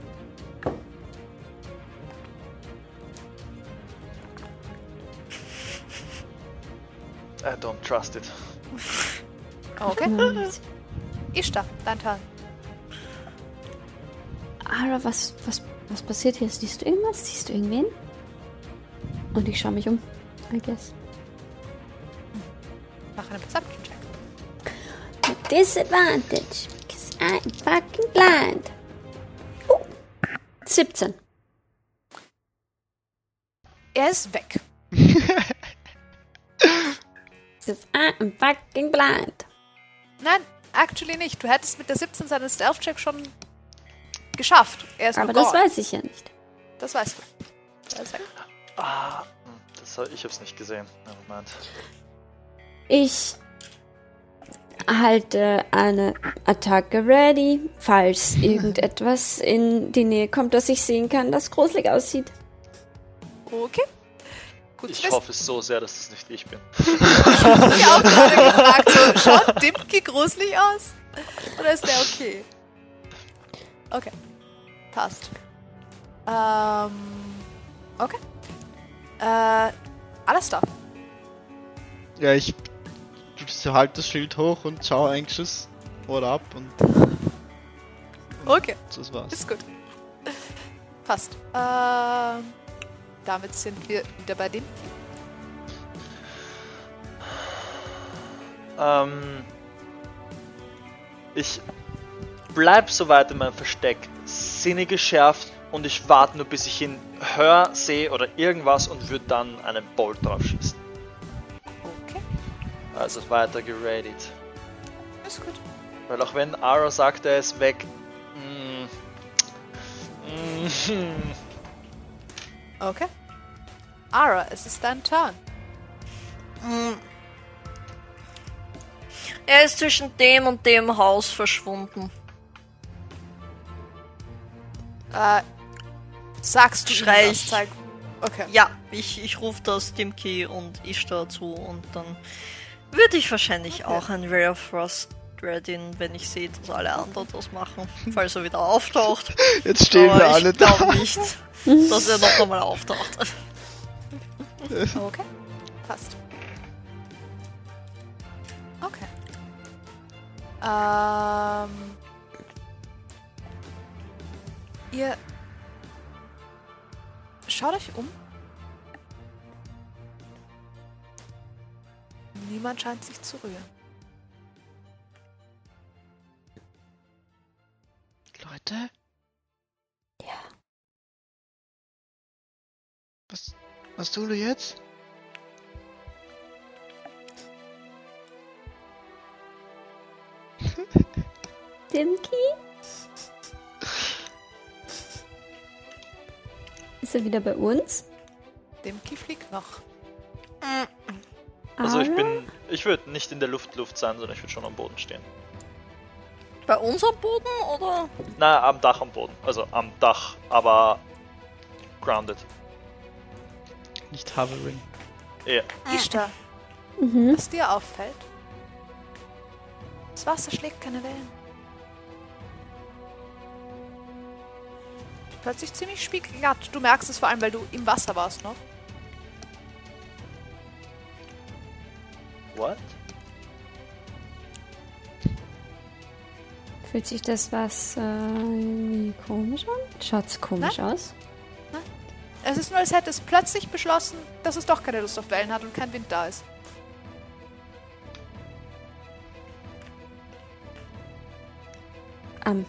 Speaker 4: I Äh, don't trust it.
Speaker 1: Oh, Okay. Ishtar, dein Turn.
Speaker 5: Ara, was, was, was passiert hier? Siehst du irgendwas? Siehst du irgendwen? Und ich schaue mich um. I guess.
Speaker 1: Mach einen Perception-Check.
Speaker 5: Disadvantage. Because I'm fucking blind. Oh. 17.
Speaker 1: Er ist weg.
Speaker 5: Because I'm fucking blind.
Speaker 1: Nein, actually nicht. Du hättest mit der 17 seinen Stealth-Check schon geschafft. Er ist
Speaker 5: Aber
Speaker 1: nur
Speaker 5: das
Speaker 1: gone.
Speaker 5: weiß ich ja nicht.
Speaker 1: das weißt du. Er ist weg.
Speaker 4: Ah, das, hab- ich hab's nicht gesehen. Never mind.
Speaker 5: Ich halte eine Attacke ready, falls irgendetwas in die Nähe kommt, das ich sehen kann, das gruselig aussieht.
Speaker 1: Okay. Gut zu
Speaker 4: Ich
Speaker 1: wissen.
Speaker 4: hoffe es so sehr, dass es nicht ich bin.
Speaker 1: Ich habe gerade gefragt, so, schaut Dimki gruselig aus? Oder ist der okay? Okay. Passt. Ähm. Okay. Äh. Alles da.
Speaker 3: Ja, ich halt das Schild hoch und schau anxious what up und
Speaker 1: Okay,
Speaker 3: das war's.
Speaker 1: ist gut. Passt. Ähm. Damit sind wir wieder bei dem.
Speaker 4: Ähm, ich bleib soweit in meinem Versteck, Sinne geschärft und ich warte nur, bis ich ihn höre, sehe oder irgendwas und würde dann einen Bolt drauf schießen.
Speaker 1: Okay,
Speaker 4: Also weiter geradet.
Speaker 1: ist gut.
Speaker 4: Weil auch wenn Ara sagt, er ist weg. mm, mm,
Speaker 1: Okay. Ara, es ist dein Turn.
Speaker 2: Hm. Er ist zwischen dem und dem Haus verschwunden.
Speaker 1: Äh. Sagst du ihm
Speaker 2: Schrei
Speaker 1: das?
Speaker 2: ich.
Speaker 1: Zeig. Okay.
Speaker 2: Ja, ich, ich rufe das Dimki und Ishtar zu und dann würde ich wahrscheinlich auch ein Ray of Frost readyn, wenn ich sehe, dass alle anderen das machen, falls er wieder auftaucht.
Speaker 3: Jetzt stehen
Speaker 2: Aber
Speaker 3: wir alle
Speaker 2: ich
Speaker 3: da.
Speaker 2: glaube nicht, dass er noch einmal auftaucht.
Speaker 1: Okay, passt. Okay. Ähm. Ihr schaut euch um. Niemand scheint sich zu rühren.
Speaker 3: Leute,
Speaker 5: Ja.
Speaker 3: was, was tun wir jetzt?
Speaker 5: Dimki? Ist er wieder bei uns?
Speaker 1: Dimki fliegt noch.
Speaker 2: Hm.
Speaker 4: Also ich
Speaker 5: Ara?
Speaker 4: bin. Ich würde nicht in der Luft Luft sein, sondern ich würde schon am Boden stehen.
Speaker 2: Bei uns am Boden oder?
Speaker 4: Na, am Dach am Boden. Also am Dach, aber grounded.
Speaker 3: Nicht hovering.
Speaker 4: Ja.
Speaker 5: Ah.
Speaker 2: Ah,
Speaker 1: Ishtar,
Speaker 5: Mhm.
Speaker 1: was dir auffällt, das Wasser schlägt keine Wellen. Plötzlich ziemlich spiegelglatt. Du merkst es vor allem, weil du im Wasser warst ne? noch.
Speaker 4: What?
Speaker 5: Fühlt sich das was äh, irgendwie komisch an? Schaut's komisch aus?
Speaker 1: Es ist nur, als hätte es plötzlich beschlossen, dass es doch keine Lust auf Wellen hat und kein Wind da ist.
Speaker 5: Ähm,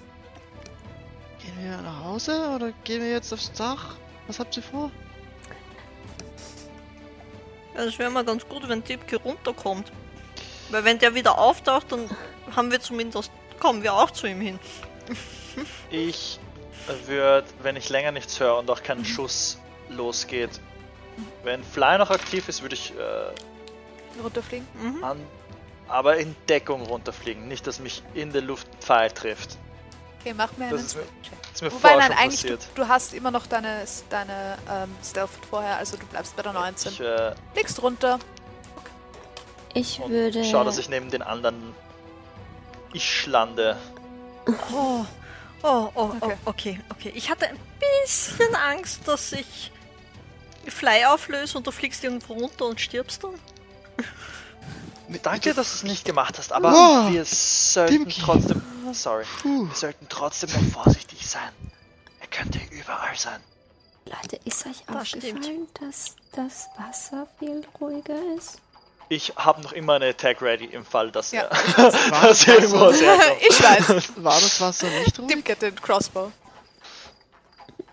Speaker 3: Gehen wir nach Hause oder gehen wir jetzt aufs Dach? Was habt ihr vor?
Speaker 2: Also, Es wäre mal ganz gut, wenn Tipke runterkommt. Weil wenn der wieder auftaucht, dann haben wir zumindest, kommen wir auch zu ihm hin.
Speaker 4: Ich würde, wenn ich länger nichts höre und auch kein
Speaker 1: Mhm.
Speaker 4: Schuss losgeht, wenn Fly noch aktiv ist, würde ich äh,
Speaker 2: Mhm.
Speaker 1: Runterfliegen.
Speaker 4: an
Speaker 9: aber in Deckung runterfliegen. Nicht, dass mich in der Luft ein Pfeil trifft.
Speaker 1: Okay, mach mir einen
Speaker 9: Das ist mir,
Speaker 1: Stealth-Check.
Speaker 9: ist mir
Speaker 1: Wobei,
Speaker 9: vorher
Speaker 1: nein,
Speaker 9: schon
Speaker 1: eigentlich, du,
Speaker 9: passiert.
Speaker 1: du hast immer noch deine, deine ähm, Stealth von vorher, also du bleibst bei der 19.
Speaker 9: Ich äh,
Speaker 1: Legst runter.
Speaker 5: Ich
Speaker 9: und
Speaker 5: würde.
Speaker 4: äh,
Speaker 9: schau, dass ich neben den anderen ich lande.
Speaker 5: Ah.
Speaker 2: Oh, oh, oh,
Speaker 1: Okay.
Speaker 2: okay. oh, okay, okay. Ich hatte ein bisschen Angst, dass ich Fly auflöse und du fliegst irgendwo runter und stirbst dann.
Speaker 4: Danke, dass du es nicht gemacht hast, aber
Speaker 3: Wow.
Speaker 4: wir sollten
Speaker 3: Dimki.
Speaker 4: trotzdem. Sorry.
Speaker 3: Puh.
Speaker 4: Wir sollten trotzdem noch vorsichtig sein. Er könnte überall sein.
Speaker 5: Leute, ist euch
Speaker 2: Das stimmt.
Speaker 5: aufgefallen, dass das Wasser viel ruhiger ist?
Speaker 9: Ich habe noch immer eine Attack ready im Fall, dass
Speaker 1: Ja. Also,
Speaker 9: er dass er irgendwo aus der Erde-
Speaker 1: ich weiß.
Speaker 3: War das Wasser nicht ruhig?
Speaker 1: Dem geht den Crossbow.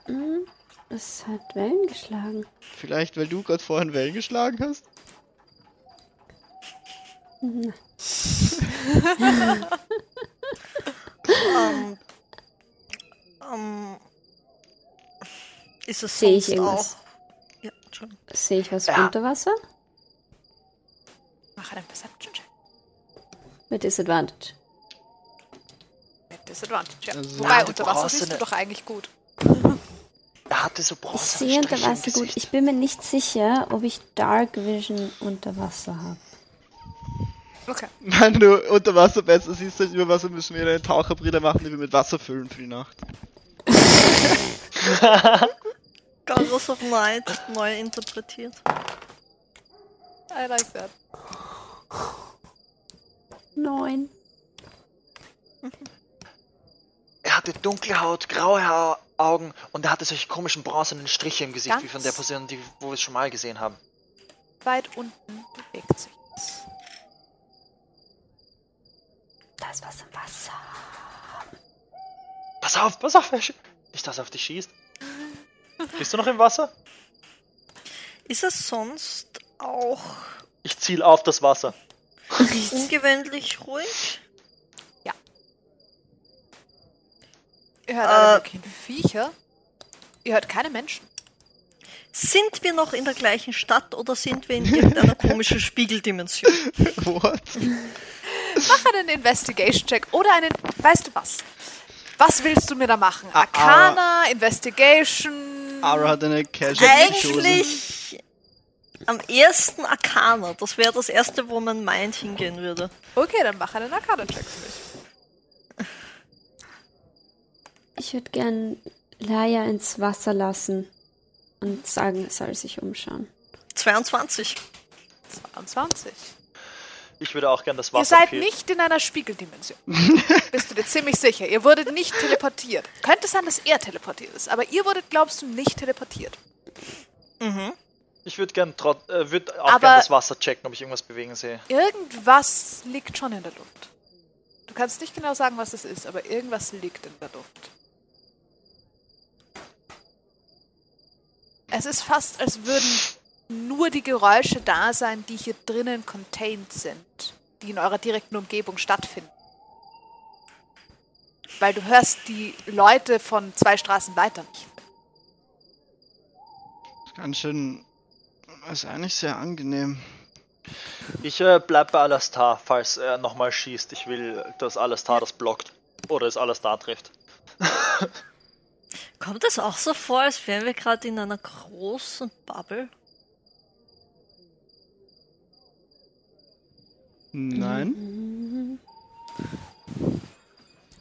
Speaker 5: Hm, es hat Wellen geschlagen.
Speaker 3: Vielleicht, weil du gerade vorhin Wellen geschlagen hast?
Speaker 2: Ähm, ähm, ist es
Speaker 5: Sehe ich
Speaker 2: sonst auch?
Speaker 5: irgendwas?
Speaker 2: Ja, Entschuldigung.
Speaker 5: Sehe ich was
Speaker 4: Ja.
Speaker 5: unter Wasser?
Speaker 1: Mach einen Perception-Check.
Speaker 5: Mit Disadvantage.
Speaker 1: Mit Disadvantage, ja.
Speaker 3: Also-
Speaker 1: Wobei,
Speaker 4: Ja, du
Speaker 1: unter Wasser
Speaker 4: brauchst
Speaker 1: siehst du
Speaker 4: eine-
Speaker 1: doch eigentlich gut.
Speaker 4: Er hatte Oh, so
Speaker 5: Ich
Speaker 4: bronze
Speaker 5: sehe unter Wasser gut. Ich bin mir nicht sicher, ob ich Dark Vision unter Wasser habe.
Speaker 1: Okay.
Speaker 3: Wenn du unter Wasser besser siehst als über Wasser, müssen wir eine Taucherbrille machen, die wir mit Wasser füllen für die Nacht.
Speaker 2: Goddess of Night neu interpretiert.
Speaker 1: I like that.
Speaker 5: Neun.
Speaker 4: Er hatte dunkle Haut, graue ha Augen und er hatte solche komischen bronzenen Striche im Gesicht, wie
Speaker 1: Ganz-
Speaker 4: von der Person, die, wo wir es schon mal gesehen haben.
Speaker 1: Weit unten bewegt sich das.
Speaker 5: Da ist was im Wasser.
Speaker 4: Pass auf, pass auf, er schie- Nicht, dass er auf dich schießt.
Speaker 9: Bist du noch im Wasser?
Speaker 2: Ist es sonst auch
Speaker 9: Ich ziel auf das Wasser.
Speaker 2: ungewöhnlich ruhig?
Speaker 1: Ihr hört
Speaker 2: Äh.
Speaker 1: alle möglichen Viecher. Ihr hört keine Menschen.
Speaker 2: Sind wir noch in der gleichen Stadt oder sind wir in irgendeiner komischen Spiegeldimension?
Speaker 3: What?
Speaker 1: Mach einen Investigation-Check oder einen. Weißt du was? Was willst du mir da machen?
Speaker 4: Ah,
Speaker 1: Arcana, Investigation.
Speaker 3: Ara hat eine Casual geschossen.
Speaker 2: Eigentlich am ersten Arcana. Das wäre das erste, wo mein Mind hingehen würde.
Speaker 1: Okay, dann mach einen Arcana-Check für mich.
Speaker 5: Ich würde gern Laia ins Wasser lassen und sagen, es soll sich umschauen.
Speaker 2: 22.
Speaker 1: 22.
Speaker 9: Ich würde auch gern das
Speaker 1: Ihr
Speaker 9: Wasser
Speaker 1: seid
Speaker 9: pil-
Speaker 1: nicht in einer Spiegeldimension. Bist du dir ziemlich sicher? Ihr wurdet nicht teleportiert. Könnte sein, dass er teleportiert ist, aber ihr wurdet, glaubst du, nicht teleportiert.
Speaker 2: Mhm.
Speaker 9: Ich würde gern trot äh, würd auch
Speaker 1: Aber-
Speaker 9: gern das Wasser checken, ob ich irgendwas bewegen sehe.
Speaker 1: Irgendwas liegt schon in der Luft. Du kannst nicht genau sagen, was es ist, aber irgendwas liegt in der Luft. Es ist fast, als würden nur die Geräusche da sein, die hier drinnen contained sind, die in eurer direkten Umgebung stattfinden. Weil du hörst die Leute von zwei Straßen weiter nicht.
Speaker 3: Ganz schön. Ist eigentlich sehr angenehm.
Speaker 9: Ich äh, bleib bei Alastar, falls er nochmal schießt. Ich will, dass Alastar das blockt. Oder es Alastar trifft.
Speaker 2: Kommt das auch so vor, als wären wir gerade in einer großen Bubble?
Speaker 3: Nein?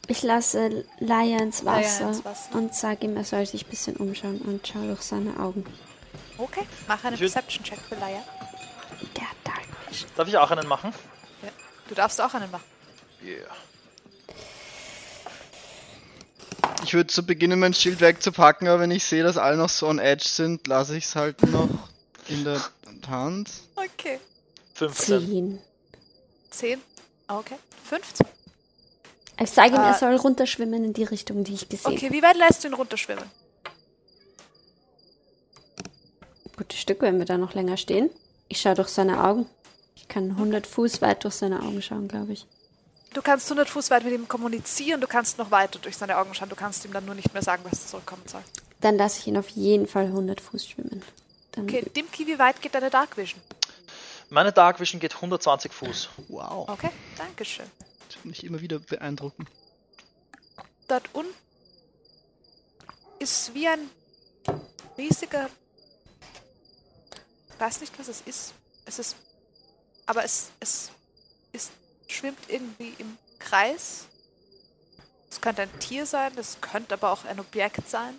Speaker 5: Ich lasse Laia ins
Speaker 1: Laia
Speaker 5: Wasser,
Speaker 1: ins Wasser.
Speaker 5: und sage ihm, er soll sich ein bisschen umschauen und schau durch seine Augen.
Speaker 1: Okay, mach einen
Speaker 9: Ich würd-
Speaker 1: Perception-Check für Laia.
Speaker 5: Der hat Dark Vision.
Speaker 9: Darf ich auch einen machen?
Speaker 1: Ja. Du darfst auch einen machen.
Speaker 3: Ich würde zu Beginn mein Schild wegzupacken, aber wenn ich sehe, dass alle noch so on edge sind, lasse ich es halt noch in der Hand.
Speaker 1: Okay.
Speaker 9: 15.
Speaker 5: Zehn.
Speaker 1: 10. Okay. 15.
Speaker 5: Ich sage ihm,
Speaker 1: Ah.
Speaker 5: er soll runterschwimmen in die Richtung, die ich gesehen habe.
Speaker 1: Okay, wie weit lässt du ihn runterschwimmen?
Speaker 5: Gutes Stück, wenn wir da noch länger stehen. Ich schaue durch seine Augen. Ich kann 100 Fuß weit durch seine Augen schauen, glaube ich.
Speaker 1: Du kannst 100 Fuß weit mit ihm kommunizieren, du kannst noch weiter durch seine Augen schauen, du kannst ihm dann nur nicht mehr sagen, was zurückkommen soll.
Speaker 5: Dann lasse ich ihn auf jeden Fall 100 Fuß schwimmen. Dann
Speaker 1: Okay, Dimki, wie weit geht deine Dark Vision?
Speaker 4: Meine Dark Vision geht 120 Fuß.
Speaker 3: Wow.
Speaker 1: Okay, Dankeschön.
Speaker 3: Das wird mich immer wieder beeindrucken.
Speaker 1: Dort unten ist wie ein riesiger. Ich weiß nicht, was es ist. Es ist. Aber es, es ist, schwimmt irgendwie im Kreis. Es könnte ein Tier sein, es könnte aber auch ein Objekt sein.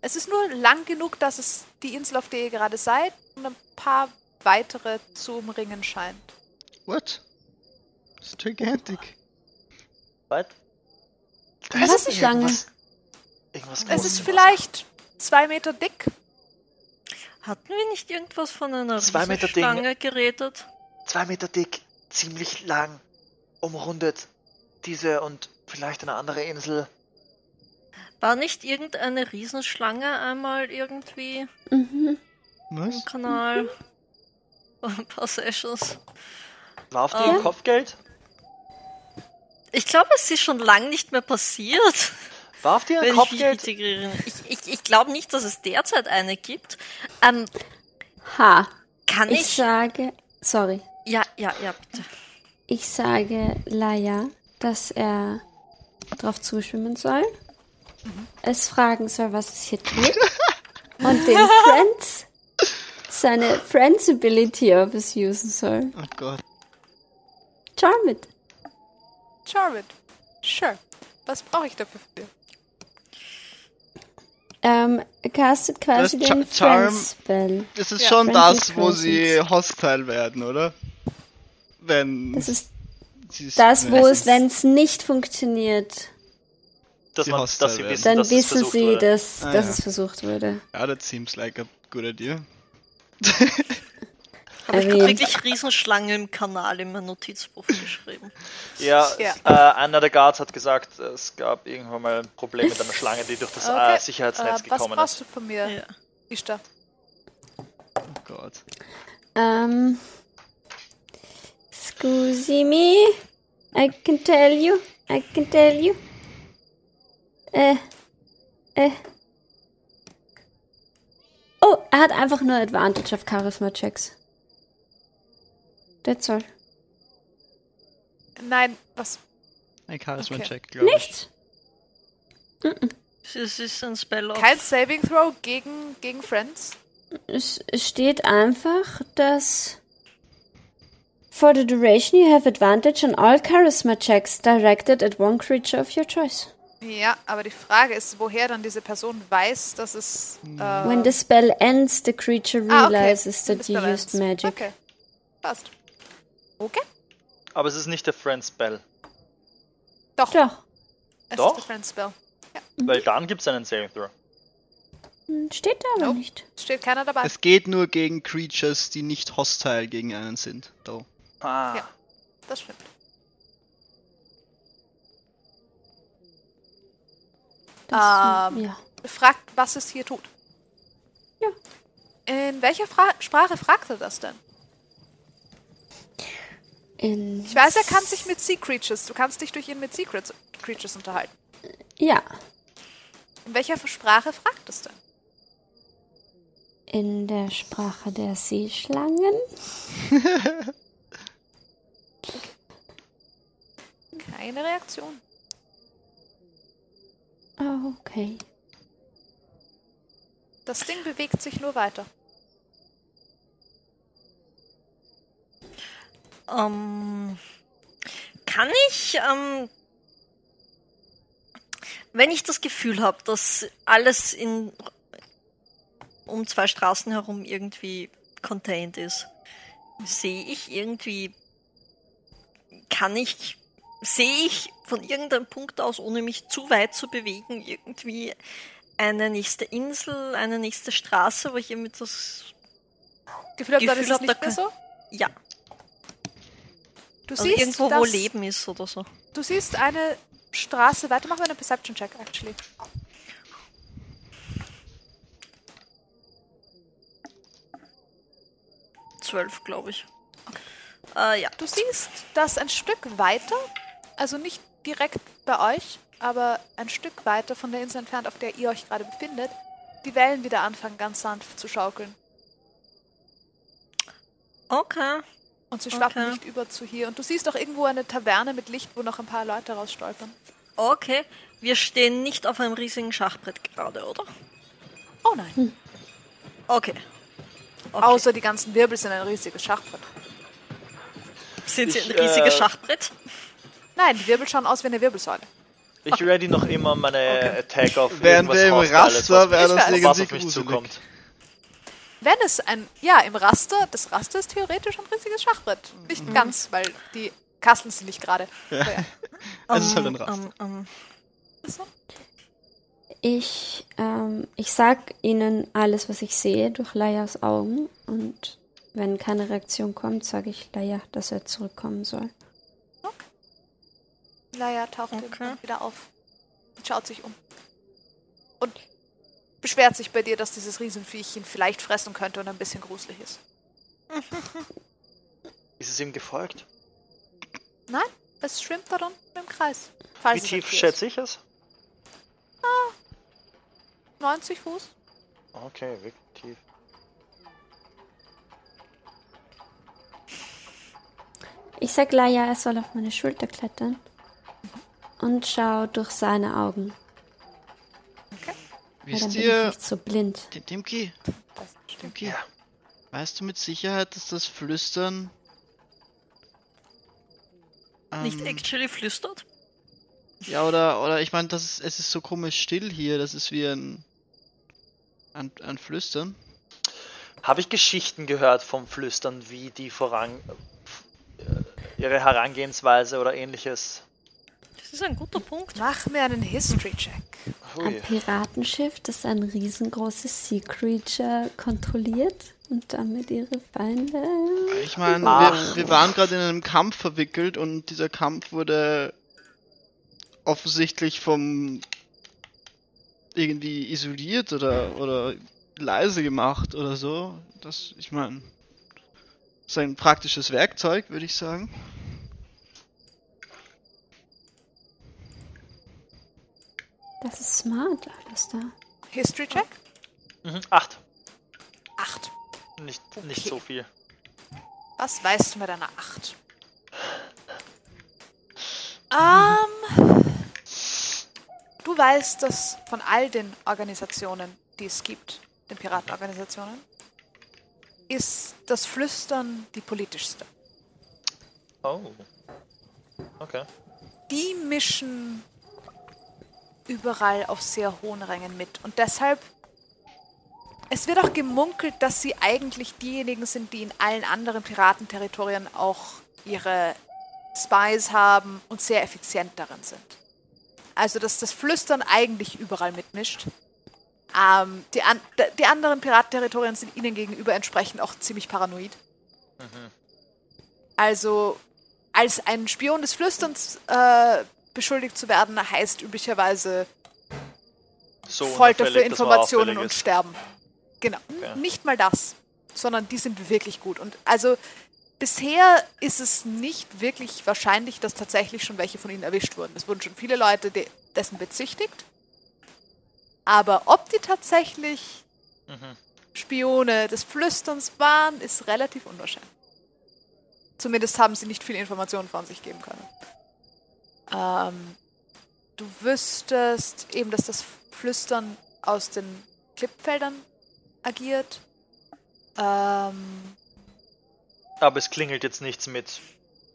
Speaker 1: Es ist nur lang genug, dass es die Insel, auf der ihr gerade seid, und ein paar weitere zu umringen scheint.
Speaker 3: What? Das ist gigantic.
Speaker 4: Weit?
Speaker 5: Was ist die Schlange?
Speaker 4: irgendwas- Irgendwas
Speaker 1: Es ist
Speaker 4: Großes.
Speaker 1: vielleicht zwei Meter dick.
Speaker 2: Hatten wir nicht irgendwas von einer
Speaker 4: Zwei Meter Ding.
Speaker 2: Riesenschlange geredet?
Speaker 4: Zwei Meter dick, ziemlich lang, umrundet. Diese und vielleicht eine andere Insel.
Speaker 2: War nicht irgendeine Riesenschlange einmal irgendwie
Speaker 5: Mhm.
Speaker 3: Was?
Speaker 2: im Kanal? Ein paar Sessions.
Speaker 4: War auf die
Speaker 2: Ähm.
Speaker 4: Kopfgeld?
Speaker 2: Ich glaube, es ist schon lang nicht mehr passiert.
Speaker 4: War auf die
Speaker 2: Wenn ich mich
Speaker 4: Kopfgeld?
Speaker 2: richtig erinnere. Ich, ich, ich glaube nicht, dass es derzeit eine gibt. Ähm,
Speaker 5: Ha.
Speaker 2: kann
Speaker 5: Ich
Speaker 2: ich.
Speaker 5: sage, sorry,
Speaker 2: Ja, ja, ja, bitte.
Speaker 5: ich sage Laia, dass er drauf zuschwimmen soll,
Speaker 3: Mhm.
Speaker 5: es fragen soll, was es hier tut und den Friends seine Friends Ability, ob es usen soll.
Speaker 3: Oh Gott.
Speaker 5: Charm it.
Speaker 1: Charmant. Sure. Was brauche ich dafür? Für?
Speaker 5: Ähm, er castet quasi
Speaker 3: Das Cha-
Speaker 5: den
Speaker 3: Charm-
Speaker 5: Friends Spell.
Speaker 3: Das ist
Speaker 1: Ja.
Speaker 3: schon
Speaker 5: Friends
Speaker 3: das,
Speaker 5: with
Speaker 3: wo sie hostile werden, oder? Wenn
Speaker 5: Das ist
Speaker 3: sie
Speaker 5: das, wo
Speaker 3: wenn-
Speaker 5: es, wenn es nicht funktioniert,
Speaker 4: Dass,
Speaker 3: Die
Speaker 4: man,
Speaker 3: Hostel
Speaker 4: dass sie
Speaker 3: werden.
Speaker 4: wissen,
Speaker 5: dann
Speaker 4: dass es
Speaker 5: wissen
Speaker 4: versucht
Speaker 5: sie,
Speaker 4: wurde.
Speaker 5: dass,
Speaker 3: Ah,
Speaker 5: dass
Speaker 3: ja.
Speaker 5: es versucht wurde.
Speaker 3: Ja, that seems like a good idea.
Speaker 2: Aber ich habe
Speaker 5: Erwähnt.
Speaker 2: wirklich Riesenschlange im Kanal in mein Notizbuch geschrieben.
Speaker 4: Ja,
Speaker 1: Ja.
Speaker 4: Äh, einer der Guards hat gesagt, es gab irgendwann mal ein Problem mit einer Schlange, die durch das
Speaker 1: Okay.
Speaker 4: äh, Sicherheitsnetz
Speaker 1: Äh, was
Speaker 4: gekommen
Speaker 1: brauchst
Speaker 4: ist.
Speaker 1: du von mir,
Speaker 2: Ja.
Speaker 1: Ishtar?
Speaker 3: Oh Gott.
Speaker 5: Um, excuse me. I can tell you. I can tell you. Äh. Äh. Oh, er hat einfach nur Advantage auf Charisma-Checks. That's all.
Speaker 1: Nein, was?
Speaker 3: Ein Charisma-Check, glaube ich.
Speaker 5: Nichts.
Speaker 2: Es ist ein Spell of
Speaker 1: Kein Saving Throw gegen, gegen Friends?
Speaker 5: Es es steht einfach, dass. For the duration, you have advantage on all charisma checks directed at one creature of your choice.
Speaker 1: Ja, aber die Frage ist, woher dann diese Person weiß, dass es.
Speaker 4: Hm.
Speaker 1: Äh,
Speaker 5: When the spell ends, the creature
Speaker 1: ah, okay.
Speaker 5: realizes
Speaker 1: Bist
Speaker 5: that you
Speaker 1: du eins.
Speaker 5: used magic.
Speaker 1: Okay. Passt. Okay.
Speaker 4: Aber es ist nicht der Friend Spell,
Speaker 1: Doch,
Speaker 5: Doch,
Speaker 1: es ist
Speaker 4: Doch.
Speaker 1: der Friends Spell. Mhm.
Speaker 4: weil dann gibt es einen Saving Throw.
Speaker 5: Hm, steht da aber
Speaker 1: Nope.
Speaker 5: nicht.
Speaker 1: Steht keiner dabei.
Speaker 3: Es geht nur gegen Creatures, die nicht hostile gegen einen sind. Though.
Speaker 4: Ah,
Speaker 1: Ja. Das stimmt.
Speaker 5: Das,
Speaker 1: Ähm.
Speaker 5: ja.
Speaker 1: Fragt, was es hier tut.
Speaker 5: Ja.
Speaker 1: In welcher Fra Sprache fragt er das denn?
Speaker 5: In,
Speaker 1: Ich weiß, er kann sich mit Sea Creatures. Du kannst dich durch ihn mit Sea Creats- Creatures unterhalten.
Speaker 5: ja,
Speaker 1: In welcher Sprache fragt es denn?
Speaker 5: in der Sprache der Seeschlangen.
Speaker 1: Keine Reaktion.
Speaker 5: Ah, okay.
Speaker 1: Das Ding bewegt sich nur weiter.
Speaker 2: Ähm, kann ich, ähm, wenn ich das Gefühl habe, dass alles in um zwei Straßen herum irgendwie contained ist, sehe ich irgendwie, kann ich, sehe ich von irgendeinem Punkt aus, ohne mich zu weit zu bewegen, irgendwie eine nächste Insel, eine nächste Straße, wo ich irgendwie das,
Speaker 1: Gefühl habe, dann
Speaker 2: Gefühl
Speaker 1: ist es
Speaker 2: hab, da
Speaker 1: nicht mehr
Speaker 2: kann-
Speaker 1: so.
Speaker 2: ja,
Speaker 1: Du
Speaker 2: also
Speaker 1: siehst,
Speaker 2: irgendwo,
Speaker 1: dass,
Speaker 2: wo Leben ist oder so.
Speaker 1: Du siehst eine Straße weiter. Machen wir einen Perception-Check, actually.
Speaker 2: Zwölf, glaube ich. Äh, ja.
Speaker 1: Du siehst, dass ein Stück weiter, also nicht direkt bei euch, aber ein Stück weiter von der Insel entfernt, auf der ihr euch gerade befindet, die Wellen wieder anfangen, ganz sanft zu schaukeln.
Speaker 2: Okay.
Speaker 1: Und sie schwappen
Speaker 2: Okay.
Speaker 1: nicht über zu hier. Und du siehst auch irgendwo eine Taverne mit Licht, wo noch ein paar Leute rausstolpern.
Speaker 2: Okay. Wir stehen nicht auf einem riesigen Schachbrett gerade, oder?
Speaker 1: Oh nein.
Speaker 2: Okay. okay.
Speaker 1: Außer die ganzen Wirbel sind ein riesiges Schachbrett.
Speaker 2: Sind sie
Speaker 9: Ich,
Speaker 2: ein riesiges
Speaker 9: äh,
Speaker 2: Schachbrett?
Speaker 1: Nein, die Wirbel schauen aus wie eine Wirbelsäule.
Speaker 9: Ich ready noch immer meine Attack auf
Speaker 3: Während
Speaker 9: irgendwas
Speaker 3: der im
Speaker 9: Hostile, was-
Speaker 3: Raster wäre das
Speaker 1: weiß.
Speaker 3: Ding
Speaker 9: was
Speaker 3: sich
Speaker 9: auf mich zukommt.
Speaker 3: gruselig.
Speaker 1: Wenn es ein, ja, im Raster, das Raster ist theoretisch ein riesiges Schachbrett. Nicht
Speaker 9: Mhm.
Speaker 1: ganz, weil die Kasteln sind nicht gerade. Aber ja.
Speaker 3: Es ist halt ein
Speaker 2: Ähm,
Speaker 3: Raster.
Speaker 2: ähm, ähm,
Speaker 1: So.
Speaker 5: Ich, ähm, ich sag ihnen alles, was ich sehe, durch Layas Augen. Und wenn keine Reaktion kommt, sage ich Laia, dass er zurückkommen soll.
Speaker 1: Laia taucht
Speaker 2: Okay.
Speaker 1: irgendwann wieder auf und schaut sich um. Und beschwert sich bei dir, dass dieses Riesenviech ihn vielleicht fressen könnte und ein bisschen gruselig ist.
Speaker 9: Ist es ihm gefolgt?
Speaker 1: Nein, es schwimmt da unten im Kreis. Falls
Speaker 9: Wie
Speaker 1: es
Speaker 9: tief
Speaker 1: okay ist.
Speaker 9: schätze ich es?
Speaker 1: 90 Fuß.
Speaker 9: Okay, wirklich tief.
Speaker 5: Ich sag Laia, er soll auf meine Schulter klettern. Und schau durch seine Augen. Weil dann
Speaker 3: Wisst
Speaker 5: bin ich
Speaker 3: ihr,
Speaker 5: nicht so blind.
Speaker 3: Tim- Timki,
Speaker 1: Das stimmt.
Speaker 3: Timki, weißt du mit Sicherheit, dass das Flüstern
Speaker 2: nicht
Speaker 3: ähm,
Speaker 2: actually flüstert?
Speaker 3: Ja, oder, oder ich meine, das ist, es ist so komisch still hier, das ist wie ein, ein, ein Flüstern.
Speaker 9: Habe ich Geschichten gehört vom Flüstern, wie die voran äh, ihre Herangehensweise oder ähnliches?
Speaker 2: Das ist ein guter Punkt.
Speaker 1: Mach mir einen History-Check.
Speaker 5: Ein Piratenschiff, das ein riesengroßes Sea Creature kontrolliert und damit ihre Feinde.
Speaker 3: Ich meine, wir, wir waren gerade in einem Kampf verwickelt und dieser Kampf wurde offensichtlich vom irgendwie isoliert oder, oder leise gemacht oder so. Das, ich meine, ist ein praktisches Werkzeug, würde ich sagen.
Speaker 5: Das ist smart, alles da.
Speaker 1: History-Check?
Speaker 9: Mhm, acht.
Speaker 1: Acht.
Speaker 9: Nicht, nicht so viel.
Speaker 1: Was weißt du mit deiner Acht? Ähm, du weißt, dass von all den Organisationen, die es gibt, den Piratenorganisationen, ist das Flüstern die politischste.
Speaker 9: Oh. Okay.
Speaker 1: die mischen überall auf sehr hohen Rängen mit. Und deshalb, es wird auch gemunkelt, dass sie eigentlich diejenigen sind, die in allen anderen Piratenterritorien auch ihre Spies haben und sehr effizient darin sind. Also, dass das Flüstern eigentlich überall mitmischt. Ähm, die, an d- die anderen Piratenterritorien sind ihnen gegenüber entsprechend auch ziemlich paranoid. Also als ein Spion des Flüsterns äh, beschuldigt zu werden, heißt üblicherweise
Speaker 9: So
Speaker 1: Folter für
Speaker 9: unauffällig, dass man
Speaker 1: Informationen
Speaker 9: auffällig
Speaker 1: und
Speaker 9: ist.
Speaker 1: Sterben. Genau. Nicht mal das, sondern die sind wirklich gut. Und also bisher ist es nicht wirklich wahrscheinlich, dass tatsächlich schon welche von ihnen erwischt wurden. Es wurden schon viele Leute de dessen bezichtigt. Aber ob die tatsächlich
Speaker 9: Mhm.
Speaker 1: Spione des Flüsterns waren, ist relativ unwahrscheinlich. Zumindest haben sie nicht viel Informationen von sich geben können. Ähm, du wüsstest eben, dass das Flüstern aus den Klippfeldern agiert. Ähm,
Speaker 9: Aber es klingelt jetzt nichts mit.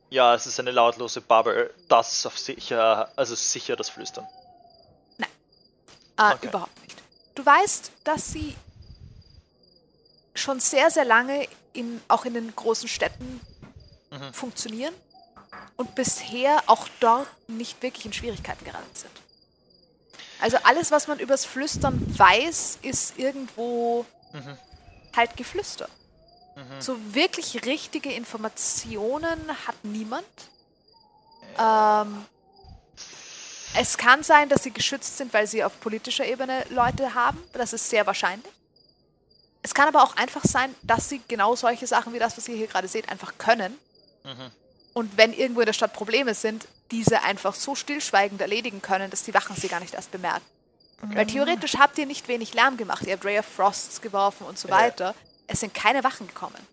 Speaker 9: Ja, es ist eine lautlose Bubble. Das ist auf sicher, also sicher das Flüstern.
Speaker 1: äh,
Speaker 9: Okay.
Speaker 1: Ah, Überhaupt nicht. Du weißt, dass sie schon sehr, sehr lange in, auch in den großen Städten funktionieren und bisher auch dort nicht wirklich in Schwierigkeiten geraten sind. Also alles, was man übers Flüstern weiß, ist irgendwo halt Geflüster.
Speaker 4: Hm.
Speaker 1: So wirklich richtige Informationen hat niemand. Ähm, es kann sein, dass sie geschützt sind, weil sie auf politischer Ebene Leute haben. Das ist sehr wahrscheinlich. Es kann aber auch einfach sein, dass sie genau solche Sachen wie das, was ihr hier gerade seht, einfach können. mhm. Und wenn irgendwo in der Stadt Probleme sind, diese einfach so stillschweigend erledigen können, dass die Wachen sie gar nicht erst bemerken. Weil theoretisch habt ihr nicht wenig Lärm gemacht. Ihr habt Ray of Frosts geworfen und so weiter. Es sind keine Wachen gekommen.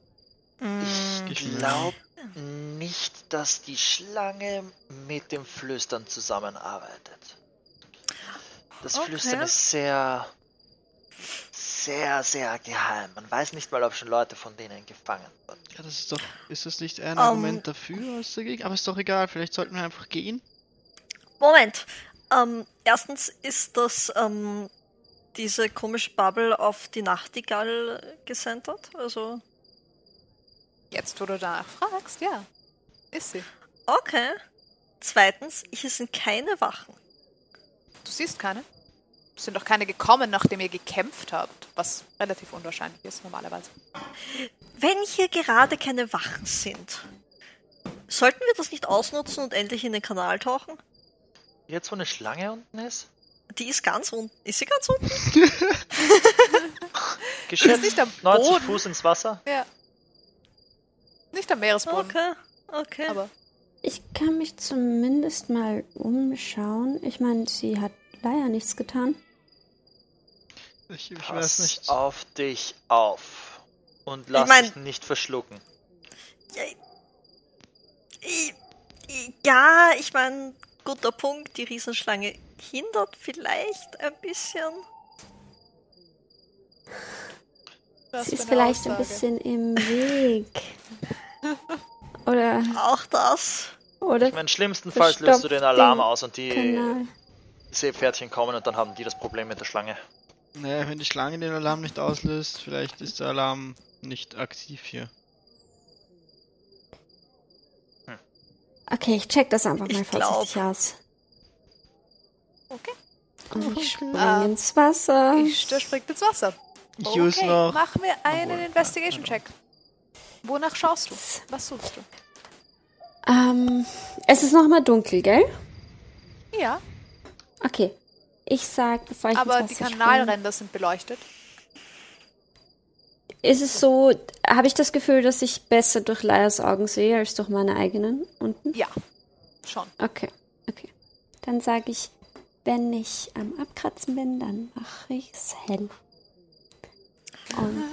Speaker 2: Ähm,
Speaker 4: Ich
Speaker 3: Geschwür.
Speaker 4: glaube nicht, dass die Schlange mit dem Flüstern zusammenarbeitet. Das
Speaker 2: Okay.
Speaker 4: Flüstern ist sehr, sehr, sehr geheim. Man weiß nicht mal, ob schon Leute von denen gefangen wurden.
Speaker 3: Ja, das ist doch. Ist das nicht ein
Speaker 2: Ähm.
Speaker 3: Argument dafür als dagegen? Aber ist doch egal, vielleicht sollten wir einfach gehen.
Speaker 2: Moment. Ähm, erstens ist das ähm, diese komische Bubble auf die Nachtigall gesentert. Also,
Speaker 1: Jetzt, wo du danach fragst, ja. Ist sie.
Speaker 2: okay. Zweitens, hier sind keine Wachen.
Speaker 1: Du siehst keine. Es sind doch keine gekommen, nachdem ihr gekämpft habt, was relativ unwahrscheinlich ist normalerweise.
Speaker 2: Wenn hier gerade keine Wachen sind, sollten wir das nicht ausnutzen und endlich in den Kanal tauchen?
Speaker 4: Jetzt, wo eine Schlange unten ist?
Speaker 2: Die ist ganz unten. Ist sie ganz unten?
Speaker 4: Geschätzt
Speaker 1: nicht am
Speaker 4: 90
Speaker 1: Boden.
Speaker 4: Fuß ins Wasser?
Speaker 1: Ja. Nicht am Meeresboden,
Speaker 2: Okay, okay.
Speaker 1: aber
Speaker 5: Ich kann mich zumindest mal umschauen. Ich meine, sie hat leider nichts getan.
Speaker 3: Ich, ich weiß
Speaker 4: Pass
Speaker 3: nicht.
Speaker 4: auf dich auf. Und lass
Speaker 2: mein-
Speaker 4: dich nicht verschlucken.
Speaker 2: I- i- Ja, ich meine, guter Punkt. Die Riesenschlange hindert vielleicht ein bisschen.
Speaker 1: das
Speaker 5: Sie ist vielleicht ein bisschen im Weg. Oder,
Speaker 2: Auch das.
Speaker 5: oder
Speaker 4: Ich meine, schlimmstenfalls löst du
Speaker 5: Verstopft
Speaker 4: den Alarm
Speaker 5: den
Speaker 4: aus und die
Speaker 5: Kanal.
Speaker 4: Seepferdchen kommen und dann haben die das Problem mit der Schlange.
Speaker 3: Naja, wenn die Schlange den Alarm nicht auslöst, vielleicht ist der Alarm nicht aktiv hier.
Speaker 5: Okay, ich check das einfach mal
Speaker 2: Ich
Speaker 5: vorsichtig aus.
Speaker 1: Okay.
Speaker 5: Und ich spring ins Wasser.
Speaker 1: Oh, Ich, der springt ins Wasser.
Speaker 3: Ich
Speaker 1: Okay,
Speaker 3: use noch.
Speaker 1: mach mir einen
Speaker 3: Obwohl, ja, genau.
Speaker 1: Investigation-Check. Wonach schaust du? Was suchst du?
Speaker 5: Ähm, es ist noch mal dunkel, gell?
Speaker 1: Ja,
Speaker 5: Okay. Ich sag, bevor ich
Speaker 1: aber
Speaker 5: ins
Speaker 1: die
Speaker 5: Wasser spring,
Speaker 1: Kanalränder sind beleuchtet.
Speaker 5: Ist es so, habe ich das Gefühl, dass ich besser durch Leias Augen sehe als durch meine eigenen unten?
Speaker 1: Ja, schon.
Speaker 5: Okay, okay. Dann sage ich, wenn ich am Abkratzen bin, dann mache ich es hell. Und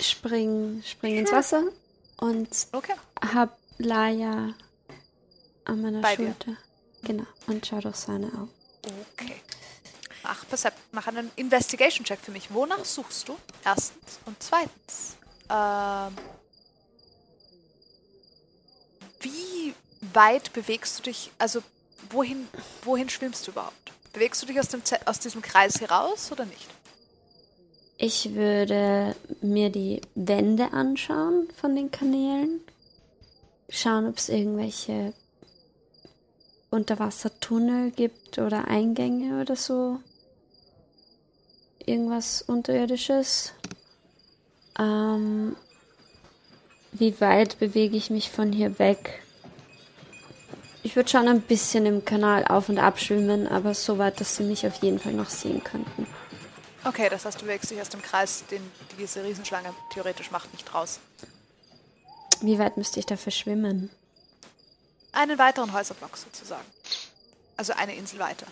Speaker 5: spring, spring ins Wasser und
Speaker 1: Okay.
Speaker 5: hab Laia an meiner
Speaker 1: Bei dir.
Speaker 5: Schulter. Genau. Und schau durch seine Augen.
Speaker 1: Okay. Mach, Percep mach einen Investigation-Check für mich. Wonach suchst du? Erstens. Und zweitens. Ähm, wie weit bewegst du dich? Also, wohin, wohin schwimmst du überhaupt? Bewegst du dich aus, dem Ze aus diesem Kreis heraus oder nicht?
Speaker 5: Ich würde mir die Wände anschauen von den Kanälen. Schauen, ob es irgendwelche Unterwassertunnel gibt oder Eingänge oder so. Irgendwas Unterirdisches. Ähm, wie weit bewege ich mich von hier weg? Ich würde schon ein bisschen im Kanal auf und ab schwimmen, aber so weit, dass sie mich auf jeden Fall noch sehen könnten.
Speaker 1: Okay, das heißt, du bewegst dich aus dem Kreis, den diese Riesenschlange theoretisch macht, nicht raus.
Speaker 5: Wie weit müsste ich dafür schwimmen?
Speaker 1: Einen weiteren Häuserblock sozusagen. Also eine Insel weiter.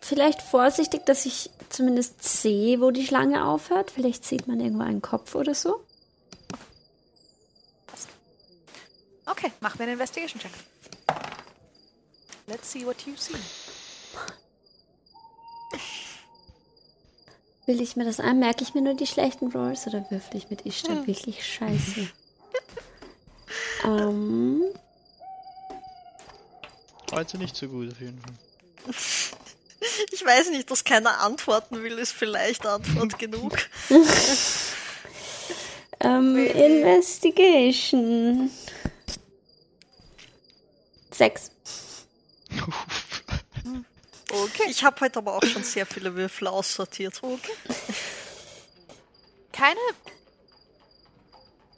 Speaker 5: Vielleicht vorsichtig, dass ich zumindest sehe, wo die Schlange aufhört. Vielleicht sieht man irgendwo einen Kopf oder so.
Speaker 1: Okay, mach mir einen Investigation-Check. Let's see what you see.
Speaker 5: Will ich mir das an? Merke ich mir nur die schlechten Rolls oder würfel ich mit Ishtar wirklich scheiße? ähm,
Speaker 3: Heute nicht so gut auf jeden Fall.
Speaker 2: Ich weiß nicht, dass keiner antworten will, ist vielleicht Antwort genug.
Speaker 5: ähm, Investigation. Sechs.
Speaker 3: Hm.
Speaker 2: Okay. Ich habe heute aber auch schon sehr viele Würfel aussortiert. Okay.
Speaker 1: Keine.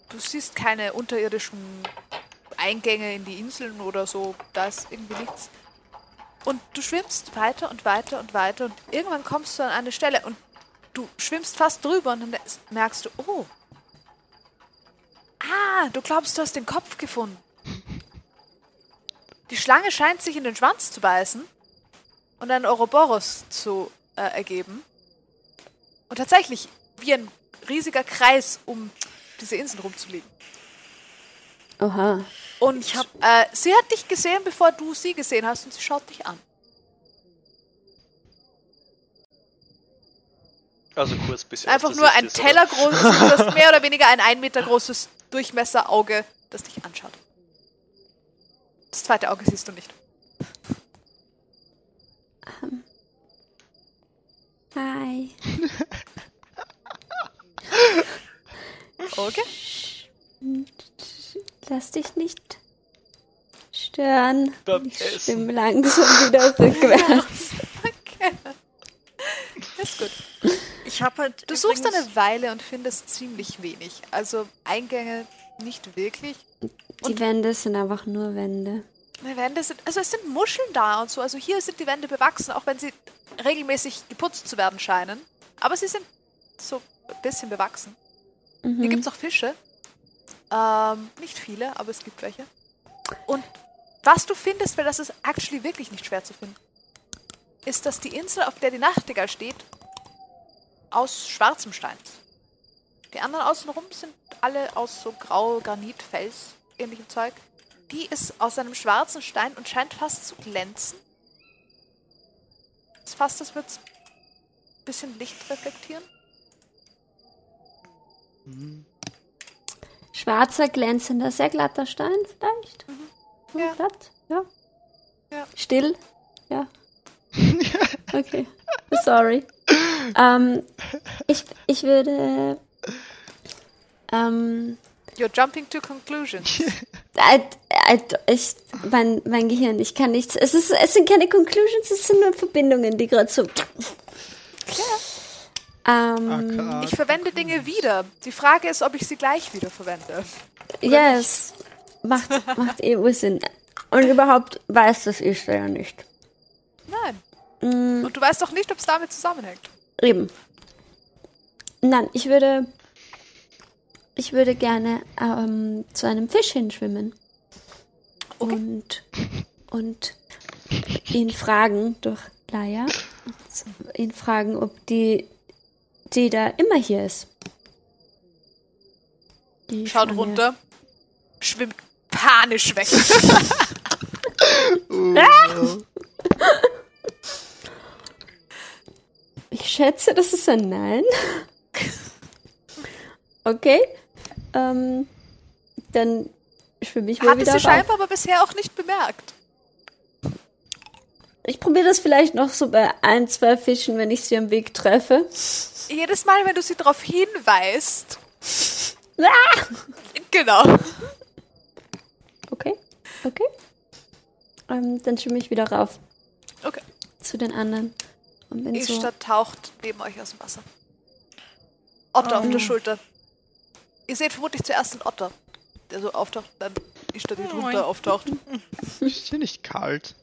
Speaker 1: Du siehst keine unterirdischen Eingänge in die Inseln oder so. Da ist irgendwie nichts. Und du schwimmst weiter und weiter und weiter und irgendwann kommst du an eine Stelle und du schwimmst fast drüber und dann merkst du, oh. Ah, du glaubst, du hast den Kopf gefunden. Die Schlange scheint sich in den Schwanz zu beißen und einen Ouroboros zu äh, ergeben. Und tatsächlich, wie ein riesiger Kreis um diese Inseln rumzuliegen.
Speaker 5: Oha.
Speaker 1: Und äh, sie hat dich gesehen, bevor du sie gesehen hast, und sie schaut dich an.
Speaker 9: Also kurz bis
Speaker 1: Einfach nur ein Teller groß, das ist mehr oder weniger ein 1 Meter großes Durchmesserauge, das dich anschaut. Das zweite Auge siehst du nicht.
Speaker 5: Hi.
Speaker 1: Okay.
Speaker 5: Lass dich nicht stören.
Speaker 9: Beim
Speaker 5: Ich
Speaker 9: Essen.
Speaker 5: schwimme langsam wieder rückwärts.
Speaker 1: Ist gut.
Speaker 2: Ich habe halt.
Speaker 1: Du suchst
Speaker 2: übrigens-
Speaker 1: eine Weile und findest ziemlich wenig. Also Eingänge nicht wirklich.
Speaker 5: Die Wände sind einfach nur Wände.
Speaker 1: Die Wände sind, also es sind Muscheln da und so. Also hier sind die Wände bewachsen, auch wenn sie regelmäßig geputzt zu werden scheinen. Aber sie sind so ein bisschen bewachsen. Hier gibt es auch Fische. Ähm, nicht viele, aber es gibt welche. Und was du findest, weil das ist actually wirklich nicht schwer zu finden, ist, dass die Insel, auf der die Nachtigall steht, aus schwarzem Stein ist. Die anderen außenrum sind alle aus so grau Granit, Fels, ähnlichem Zeug. Die ist aus einem schwarzen Stein und scheint fast zu glänzen. Ist fast, als würde es ein bisschen Licht reflektieren.
Speaker 3: Mhm.
Speaker 5: Schwarzer, glänzender, sehr glatter Stein vielleicht? Hm,
Speaker 1: Mhm. Ja.
Speaker 5: Glatt? Ja.
Speaker 1: Ja.
Speaker 5: Still? Ja.
Speaker 3: Mhm.
Speaker 5: okay. Sorry. ähm, ich, ich würde. Ähm,
Speaker 1: You're jumping to conclusions.
Speaker 5: I, I, Halt, ich, mein, mein Gehirn, ich kann nichts. Es, ist, es sind keine Conclusions, es sind nur Verbindungen, die gerade so.
Speaker 3: Ah,
Speaker 5: Ähm,
Speaker 1: Ich verwende Dinge wieder. Die Frage ist, ob ich sie gleich wieder verwende.
Speaker 5: ja, es macht, macht eh wohl Sinn. Und überhaupt weiß das ich ja nicht. Mm,
Speaker 1: Nein. Und du weißt doch nicht, ob es damit zusammenhängt.
Speaker 5: Eben. Nein, ich würde. Ich würde gerne ähm, zu einem Fisch hinschwimmen. Und. Und ihn fragen durch Laia. Ihn fragen, ob die. Die da immer hier ist. Die
Speaker 1: Schaut
Speaker 5: Schlange.
Speaker 1: runter, schwimmt panisch weg.
Speaker 3: Oh,
Speaker 5: Ich schätze, das ist ein Nein. okay. Ähm, dann schwimme ich mal
Speaker 1: Hatte
Speaker 5: wieder
Speaker 1: sie
Speaker 5: rauf.
Speaker 1: scheinbar aber bisher auch nicht bemerkt.
Speaker 5: Ich probiere das vielleicht noch so bei ein, zwei Fischen, wenn ich sie am Weg treffe.
Speaker 1: Jedes Mal, wenn du sie darauf hinweist.
Speaker 5: Ah!
Speaker 1: Genau.
Speaker 5: Okay, okay. Ähm, dann schwimme ich wieder rauf
Speaker 1: Okay.
Speaker 5: zu den anderen. Und bin
Speaker 1: Die
Speaker 5: so.
Speaker 1: Stadt taucht neben euch aus dem Wasser. Otter auf
Speaker 5: Oh.
Speaker 1: der Schulter. Ihr seht vermutlich zuerst einen Otter, der so auftaucht, dann die Stadt die drunter auftaucht.
Speaker 3: Ist hier nicht kalt.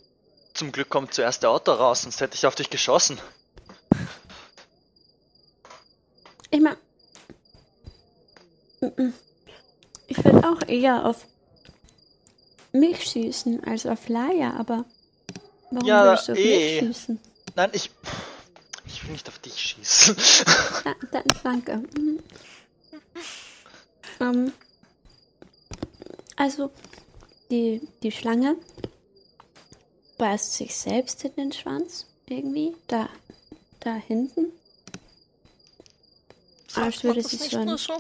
Speaker 9: Zum Glück kommt zuerst der Auto raus, sonst hätte ich auf dich geschossen.
Speaker 5: Ich mein. Mm-mm. Ich würde auch eher auf mich schießen als auf Laia, aber warum
Speaker 9: Ja,
Speaker 5: würdest du auf
Speaker 9: eh.
Speaker 5: mich schießen?
Speaker 9: Nein, ich. Ich will nicht auf dich schießen.
Speaker 5: Da, da, danke. Mhm. Ähm, also, die, die Schlange beißt sich selbst in den Schwanz irgendwie. Da, da hinten. Als Ah, würde
Speaker 2: Das
Speaker 5: sie
Speaker 2: ist nicht
Speaker 5: so ein.
Speaker 2: nur so.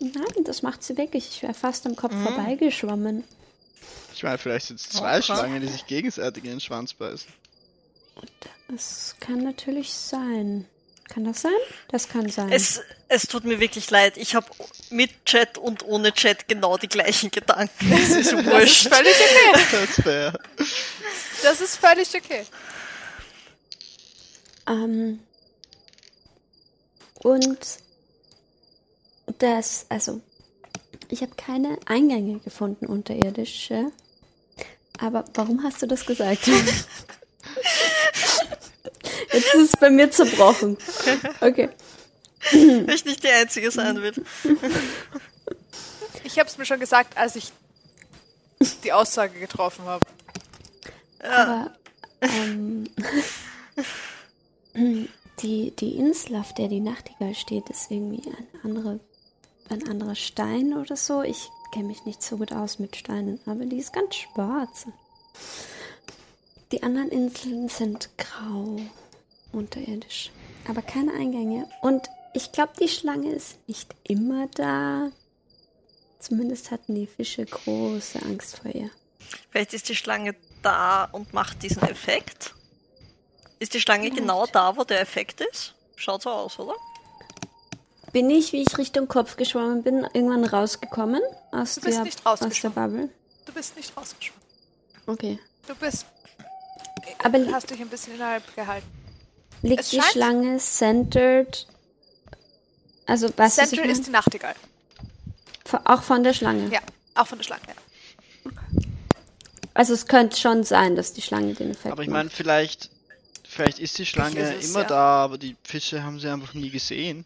Speaker 5: Nein, das macht sie wirklich. Ich wäre fast am Kopf
Speaker 9: Mhm.
Speaker 5: vorbeigeschwommen.
Speaker 3: Ich meine, vielleicht sind es zwei Schlangen, die sich gegenseitig in den Schwanz beißen.
Speaker 5: Das kann natürlich sein. Kann das sein? Das kann sein.
Speaker 2: Es, es tut mir wirklich leid. Ich habe mit Chat und ohne Chat genau die gleichen Gedanken. Es ist
Speaker 1: Das ist
Speaker 2: wurscht.
Speaker 1: völlig okay.
Speaker 3: Das fair.
Speaker 1: Das ist völlig okay.
Speaker 5: Ähm, und das, also, ich habe keine Eingänge gefunden, unterirdische. Aber warum hast du das gesagt? Jetzt ist es bei mir zerbrochen. Okay.
Speaker 4: Hm.
Speaker 2: Wenn ich nicht die Einzige sein will.
Speaker 1: Ich habe es mir schon gesagt, als ich die Aussage getroffen habe.
Speaker 5: Aber ähm, die, die Insel, auf der die Nachtigall steht, ist irgendwie eine andere, ein anderer Stein oder so. Ich kenne mich nicht so gut aus mit Steinen, aber die ist ganz schwarz. Die anderen Inseln sind grau, unterirdisch, aber keine Eingänge. Und ich glaube, die Schlange ist nicht immer da. Zumindest hatten die Fische große Angst vor ihr.
Speaker 2: Vielleicht ist die Schlange da und macht diesen Effekt. Ist die Schlange genau da, wo der Effekt ist? Schaut so aus, oder?
Speaker 5: Bin ich, wie ich Richtung Kopf geschwommen bin, irgendwann rausgekommen aus,
Speaker 1: Du bist
Speaker 5: der,
Speaker 1: nicht
Speaker 5: aus der
Speaker 1: rausgeschwommen.
Speaker 5: Bubble?
Speaker 1: Du bist nicht rausgeschwommen.
Speaker 5: Okay.
Speaker 1: Du bist.
Speaker 5: Aber
Speaker 1: du
Speaker 5: li-
Speaker 1: hast dich ein bisschen innerhalb gehalten.
Speaker 5: Liegt
Speaker 1: Es
Speaker 5: die
Speaker 1: scheint-
Speaker 5: Schlange centered? Also was ich
Speaker 1: Central
Speaker 5: meine?
Speaker 1: ist die Nachtigall.
Speaker 5: Von- Auch von der Schlange.
Speaker 1: Ja, auch von der Schlange. ja.
Speaker 5: Also es könnte schon sein, dass die Schlange den Effekt
Speaker 3: Aber ich meine, vielleicht, vielleicht ist die Schlange
Speaker 1: ist es,
Speaker 3: immer
Speaker 1: ja.
Speaker 3: da, aber die Fische haben sie einfach nie gesehen.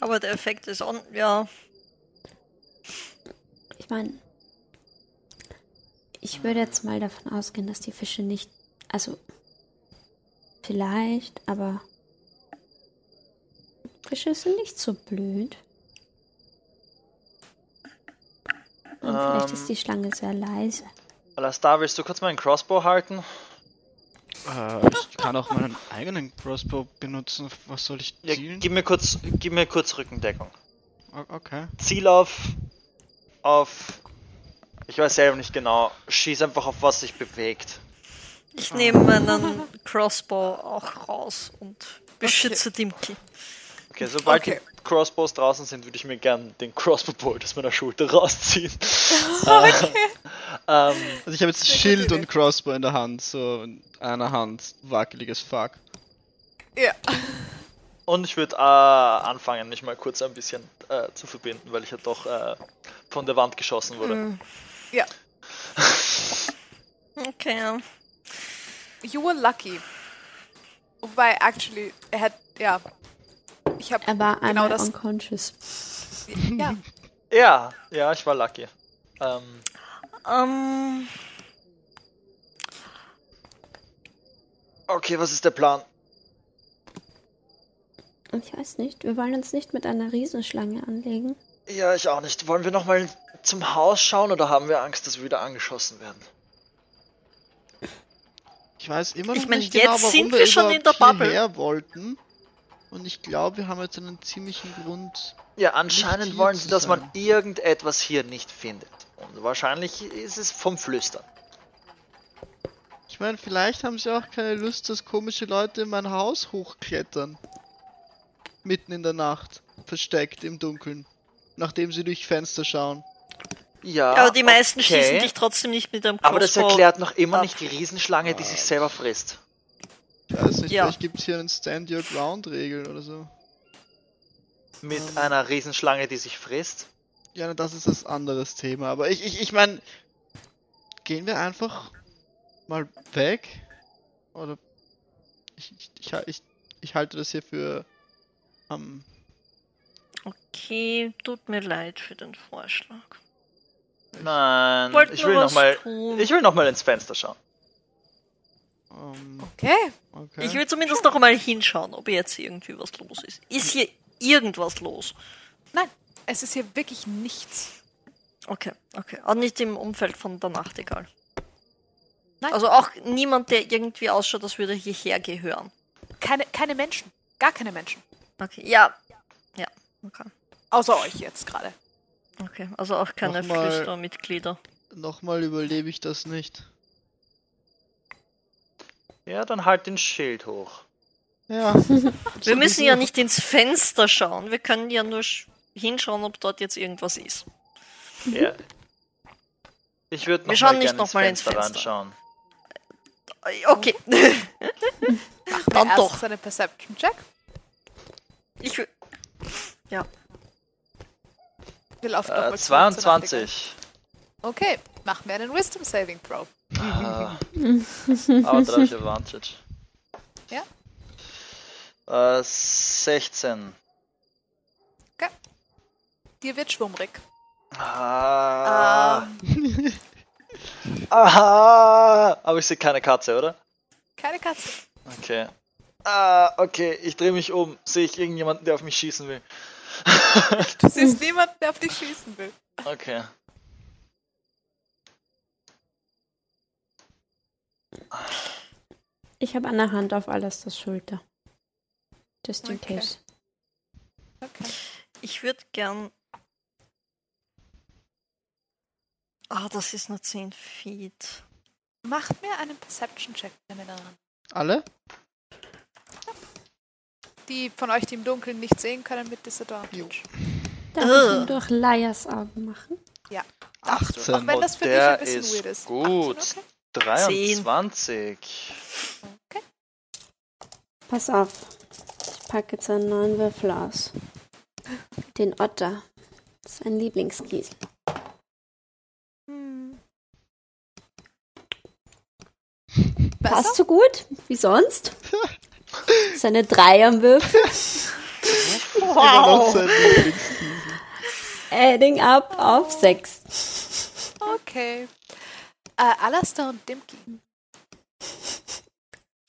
Speaker 2: Aber der Effekt ist on. Ja,
Speaker 5: macht. Ich meine, ich würde jetzt mal davon ausgehen, dass die Fische nicht, also vielleicht, aber Fische sind nicht so blöd. Und vielleicht
Speaker 1: Ähm.
Speaker 5: ist die Schlange sehr leise.
Speaker 4: Alastar, willst du kurz meinen Crossbow halten?
Speaker 3: Äh, ich kann auch meinen eigenen Crossbow benutzen. Auf Was soll ich
Speaker 4: Ja,
Speaker 3: zielen?
Speaker 4: gib mir kurz, gib mir kurz Rückendeckung.
Speaker 3: O- okay.
Speaker 4: Ziel auf, auf, ich weiß selber nicht genau. Schieß einfach auf was sich bewegt.
Speaker 2: ich nehme meinen Crossbow auch raus und beschütze Dimki.
Speaker 4: Okay, sobald
Speaker 1: Okay.
Speaker 4: die Crossbows draußen sind, würde ich mir gern den Crossbow-Bolt aus meiner Schulter rausziehen. Äh, ähm,
Speaker 3: Also ich habe jetzt
Speaker 1: gute
Speaker 3: Schild
Speaker 1: Idee.
Speaker 3: und Crossbow in der Hand, so in einer Hand. Wackeliges Fuck.
Speaker 1: Ja.
Speaker 4: Und ich würde äh, anfangen, mich mal kurz ein bisschen äh, zu verbinden, weil ich ja doch äh, von der Wand geschossen
Speaker 1: Mhm.
Speaker 4: wurde.
Speaker 1: Ja.
Speaker 2: Okay, ja.
Speaker 1: You were lucky. Wobei, actually, er hat. Ja. Ich habe.
Speaker 5: Er war
Speaker 1: Genau
Speaker 5: einmal
Speaker 1: das-
Speaker 5: unconscious.
Speaker 1: Ja.
Speaker 4: Ja, ja, ich war lucky. Ähm,
Speaker 2: Ähm,
Speaker 4: okay, was ist der Plan?
Speaker 5: Ich weiß nicht, wir wollen uns nicht mit einer Riesenschlange anlegen.
Speaker 4: Ja, ich auch nicht. Wollen wir nochmal zum Haus schauen oder haben wir Angst, dass wir wieder angeschossen werden?
Speaker 3: Ich weiß immer noch
Speaker 2: Ich mein,
Speaker 3: nicht
Speaker 2: jetzt
Speaker 3: genau, warum
Speaker 2: sind
Speaker 3: wir,
Speaker 2: wir schon in der
Speaker 3: überhaupt
Speaker 2: Bubble.
Speaker 3: hierher wollten. Und ich glaube, wir haben jetzt einen ziemlichen Grund.
Speaker 4: Ja, anscheinend
Speaker 3: hier
Speaker 4: wollen
Speaker 3: zu
Speaker 4: sie, dass man
Speaker 3: sein.
Speaker 4: irgendetwas hier nicht findet. Und wahrscheinlich ist es vom Flüstern.
Speaker 3: Ich meine, vielleicht haben sie auch keine Lust, dass komische Leute in mein Haus hochklettern. Mitten in der Nacht. Versteckt im Dunkeln. Nachdem sie durch Fenster schauen.
Speaker 4: Ja,
Speaker 2: aber die meisten
Speaker 4: Ah, okay.
Speaker 2: schießen dich trotzdem nicht mit einem Crossbow.
Speaker 4: Aber das erklärt noch immer
Speaker 2: ab.
Speaker 4: nicht die Riesenschlange, die sich selber frisst.
Speaker 3: Ich weiß nicht,
Speaker 2: Ja.
Speaker 3: vielleicht gibt es hier einen Stand Your Ground-Regel oder so.
Speaker 4: Mit
Speaker 2: Ähm.
Speaker 4: einer Riesenschlange, die sich frisst.
Speaker 3: Ja, na, das ist das anderes Thema. Aber ich, ich, ich meine, gehen wir einfach mal weg? Oder ich, ich, ich, ha- ich, ich halte das hier für ähm, am
Speaker 2: Okay, tut mir leid für den Vorschlag.
Speaker 4: Nein,
Speaker 2: Wollt
Speaker 4: ich
Speaker 2: nur
Speaker 4: will
Speaker 2: was
Speaker 4: nochmal.
Speaker 2: tun.
Speaker 4: Ich will nochmal ins Fenster schauen.
Speaker 3: ähm,
Speaker 1: Okay.
Speaker 3: okay.
Speaker 2: Ich will zumindest noch mal hinschauen, ob jetzt irgendwie was los ist. Ist hier irgendwas los?
Speaker 1: Nein. Es ist hier wirklich nichts.
Speaker 2: Okay, okay. Auch nicht im Umfeld von der Nachtigall.
Speaker 1: Nein.
Speaker 2: Also auch niemand, der irgendwie ausschaut, als würde er hierher gehören.
Speaker 1: Keine, keine Menschen. Gar keine Menschen.
Speaker 2: Okay, ja. Ja, okay.
Speaker 1: Außer euch jetzt gerade.
Speaker 2: Okay, also auch keine
Speaker 3: Nochmal-
Speaker 2: Flüstermitglieder.
Speaker 3: Nochmal überlebe ich das nicht.
Speaker 4: Ja, dann halt den Schild hoch.
Speaker 3: Ja.
Speaker 2: Wir müssen ja nicht ins Fenster schauen. Wir können ja nur sch- hinschauen, ob dort jetzt irgendwas ist.
Speaker 4: Ja. Ich würde
Speaker 2: Mhm. Wir schauen
Speaker 4: nochmal
Speaker 2: nicht
Speaker 4: gerne ins
Speaker 2: noch mal ins
Speaker 4: Fenster
Speaker 2: Fenster.
Speaker 4: reinschauen.
Speaker 2: Äh, Okay.
Speaker 1: Wer
Speaker 2: Dann
Speaker 1: erst
Speaker 2: doch.
Speaker 1: seinen Perception-Check.
Speaker 2: Ich will. Ja.
Speaker 1: Wir laufen
Speaker 4: Äh,
Speaker 1: nochmal zurück zur Nachtigall.
Speaker 4: 22.
Speaker 1: Okay. Machen wir einen Wisdom Saving Pro.
Speaker 4: Ah. Aber da habe ich Advantage.
Speaker 1: Ja.
Speaker 4: Äh, 16.
Speaker 1: Dir wird schwummrig.
Speaker 4: Ah.
Speaker 1: Ähm,
Speaker 4: Aha. Aber ich sehe keine Katze, oder?
Speaker 1: keine Katze.
Speaker 4: Okay. Ah, okay. Ich drehe mich um. Sehe ich irgendjemanden, der auf mich schießen will?
Speaker 1: Du siehst niemanden, der auf dich schießen will.
Speaker 9: Okay.
Speaker 5: Ich habe eine Hand auf Alasters Schulter. Just in
Speaker 1: Okay.
Speaker 5: case.
Speaker 1: Okay.
Speaker 2: Ich würde gern. Ah, das ist nur 10 Feet.
Speaker 1: Macht mir einen Perception-Check, Eminerin.
Speaker 3: Alle?
Speaker 1: Die von euch, die im Dunkeln nicht sehen können, mit Disadvantage.
Speaker 5: Darf ich
Speaker 2: Ugh.
Speaker 5: ihn durch Laias Augen machen?
Speaker 1: Auch
Speaker 3: 18.
Speaker 1: wenn das für dich
Speaker 4: der
Speaker 1: ein bisschen
Speaker 4: ist
Speaker 1: weird ist.
Speaker 4: gut.
Speaker 1: 18, okay.
Speaker 4: 23.
Speaker 5: Pass auf. Ich packe jetzt einen neuen Würfel aus. Den Otter. Das ist ein Lieblingsgiesel.
Speaker 1: Hm.
Speaker 5: Passt
Speaker 1: Besser?
Speaker 5: so gut, wie sonst. Das ist eine Drei am Würfel.
Speaker 3: Wow. Lieblings
Speaker 5: Adding up auf sechs.
Speaker 1: Okay. Äh, Alastair und Dimki.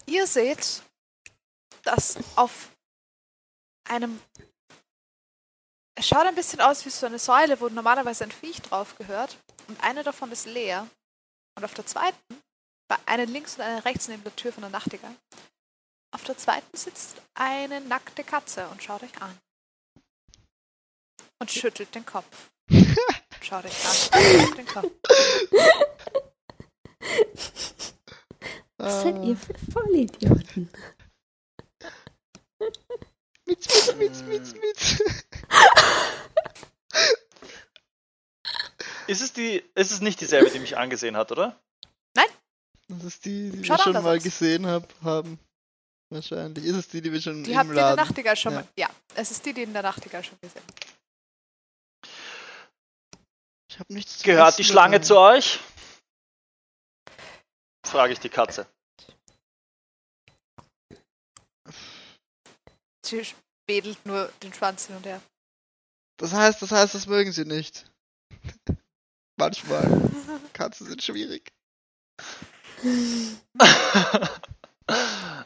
Speaker 1: Ihr seht, dass auf einem. Es schaut ein bisschen aus wie so eine Säule, wo normalerweise ein Viech drauf gehört. Und eine davon ist leer. Und auf der zweiten, bei einer links und einer rechts neben der Tür von der Nachtigall, auf der zweiten sitzt eine nackte Katze und schaut euch an. Und schüttelt den Kopf. Schaut euch an. Schüttelt den Kopf.
Speaker 5: Was
Speaker 3: Ah,
Speaker 5: seid ihr für Vollidioten?
Speaker 3: Mitz, mitz, mitz, mitz.
Speaker 5: Oh
Speaker 9: Ist es die. Ist es nicht dieselbe, die mich angesehen hat, oder?
Speaker 3: Das ist die, die
Speaker 1: Schau
Speaker 3: wir
Speaker 1: doch,
Speaker 3: schon
Speaker 1: das
Speaker 3: mal
Speaker 1: ist-
Speaker 3: gesehen hab, haben. Wahrscheinlich. Ist es die, die wir schon
Speaker 1: Die
Speaker 3: im
Speaker 1: habt ihr in der
Speaker 3: Laden...
Speaker 1: Nachtigall schon
Speaker 3: Ja.
Speaker 1: mal. Ja, es ist die, die in der Nachtigall schon gesehen. habt.
Speaker 3: Ich hab nichts zu
Speaker 9: Gehört
Speaker 3: essen
Speaker 9: die Schlange
Speaker 3: dabei.
Speaker 9: zu euch? Frage ich die Katze.
Speaker 1: Sie wedelt nur den Schwanz hin und her.
Speaker 3: Das heißt, das heißt, das mögen sie nicht. Manchmal. Katzen sind schwierig.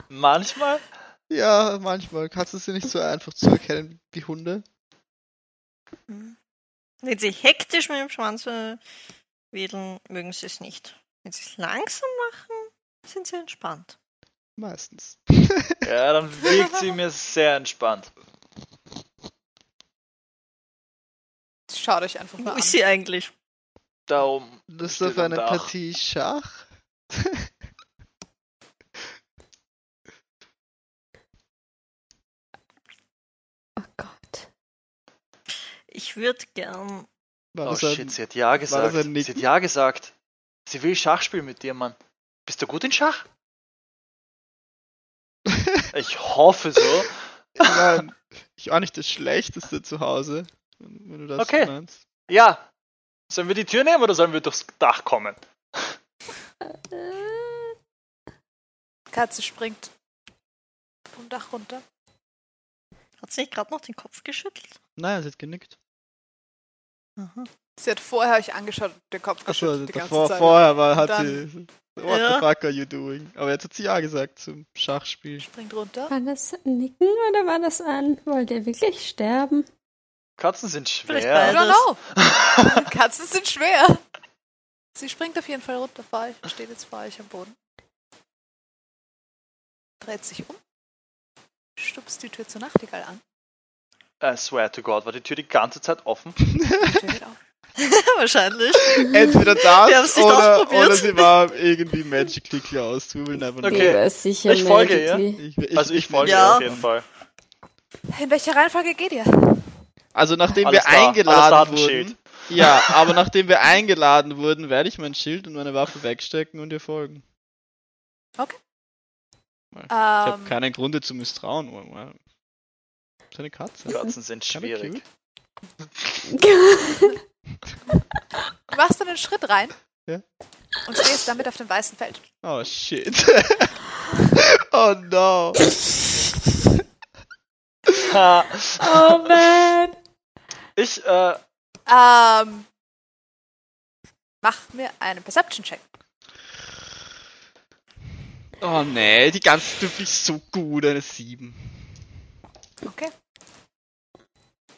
Speaker 9: Manchmal?
Speaker 3: Ja, manchmal. Katzen sind nicht so einfach zu erkennen wie Hunde.
Speaker 2: Hm. Wenn sie hektisch mit dem Schwanz äh, wedeln, mögen sie es nicht. Wenn sie es langsam machen, sind sie entspannt.
Speaker 3: Meistens.
Speaker 9: Ja, dann wiegt sie mir sehr entspannt.
Speaker 1: Schaut euch einfach
Speaker 2: Wo
Speaker 1: nur an.
Speaker 2: ist sie eigentlich?
Speaker 9: Darum.
Speaker 3: Lust
Speaker 9: steht
Speaker 3: auf
Speaker 9: am
Speaker 3: eine
Speaker 9: Dach.
Speaker 3: Partie Schach?
Speaker 5: Oh Gott.
Speaker 2: Ich würde gern.
Speaker 3: War
Speaker 9: Oh
Speaker 3: das ein-
Speaker 9: shit, sie hat ja gesagt.
Speaker 3: ein
Speaker 9: Sie hat
Speaker 3: Nicken?
Speaker 9: ja gesagt. Sie will Schach spielen mit dir, Mann. Bist du gut in Schach? Ich hoffe so.
Speaker 3: Ich mein, ich war nicht das Schlechteste zu Hause, wenn wenn du das
Speaker 9: Okay.
Speaker 3: meinst.
Speaker 9: Ja. Sollen wir die Tür nehmen oder sollen wir durchs Dach kommen?
Speaker 5: Äh,
Speaker 1: Katze springt vom Dach runter.
Speaker 2: Hat sie nicht gerade noch den Kopf geschüttelt?
Speaker 3: Nein, sie hat genickt.
Speaker 2: Aha.
Speaker 1: Sie hat vorher euch angeschaut und den Kopf
Speaker 3: Achso,
Speaker 1: geschüttelt die ganze
Speaker 3: Also, davor,
Speaker 1: Zeit.
Speaker 3: vorher war, hat
Speaker 1: Dann-
Speaker 3: sie. What
Speaker 2: Ja.
Speaker 3: the fuck are you doing? Aber jetzt hat sie ja gesagt zum Schachspiel.
Speaker 1: Springt runter.
Speaker 3: Hm.
Speaker 5: War das Nicken oder war das an? Wollt ihr wirklich sterben?
Speaker 9: Katzen sind
Speaker 2: Vielleicht
Speaker 1: I
Speaker 9: schwer.
Speaker 2: beide.
Speaker 1: don't know.
Speaker 9: Nein,
Speaker 1: Katzen sind schwer. Sie springt auf jeden Fall runter vor euch und steht jetzt vor euch am Boden. Dreht sich um. Stupst die Tür zur Nachtigall an.
Speaker 9: I swear to God, war die Tür die ganze Zeit offen?
Speaker 1: Die Tür geht auf.
Speaker 2: Wahrscheinlich.
Speaker 3: Entweder
Speaker 2: Wir haben's
Speaker 3: das
Speaker 2: nicht
Speaker 3: oder,
Speaker 2: ausprobiert.
Speaker 3: oder sie war irgendwie magically close. Wir will einfach
Speaker 9: Okay.
Speaker 5: Lieber ist sicher
Speaker 9: Ich folge ihr.
Speaker 5: magically.
Speaker 3: Ich, ich,
Speaker 9: Also ich folge
Speaker 2: Ja.
Speaker 9: auf jeden Fall.
Speaker 1: In welcher Reihenfolge geht ihr?
Speaker 3: Also nachdem
Speaker 9: Alles
Speaker 3: wir
Speaker 9: da, alles da hat
Speaker 3: eingeladen
Speaker 9: ein
Speaker 3: wurden.
Speaker 9: Schild.
Speaker 3: Ja, aber nachdem wir eingeladen wurden, werde ich mein Schild und meine Waffe wegstecken und ihr folgen. Ich habe
Speaker 1: Ähm,
Speaker 3: keinen Grund ihr zu misstrauen. Oh, wow. Das ist eine Katze.
Speaker 9: Katzen sind
Speaker 3: Kinda
Speaker 9: schwierig.
Speaker 3: cute.
Speaker 1: Du machst dann einen Schritt rein
Speaker 3: Ja.
Speaker 1: und stehst damit auf dem weißen Feld.
Speaker 3: Oh shit. oh no.
Speaker 9: Ha.
Speaker 5: oh man.
Speaker 9: Ich, äh,
Speaker 1: Ähm, mach mir einen Perception-Check.
Speaker 3: Oh nee, die ganze Stufe ist so gut, eine 7.
Speaker 1: Okay.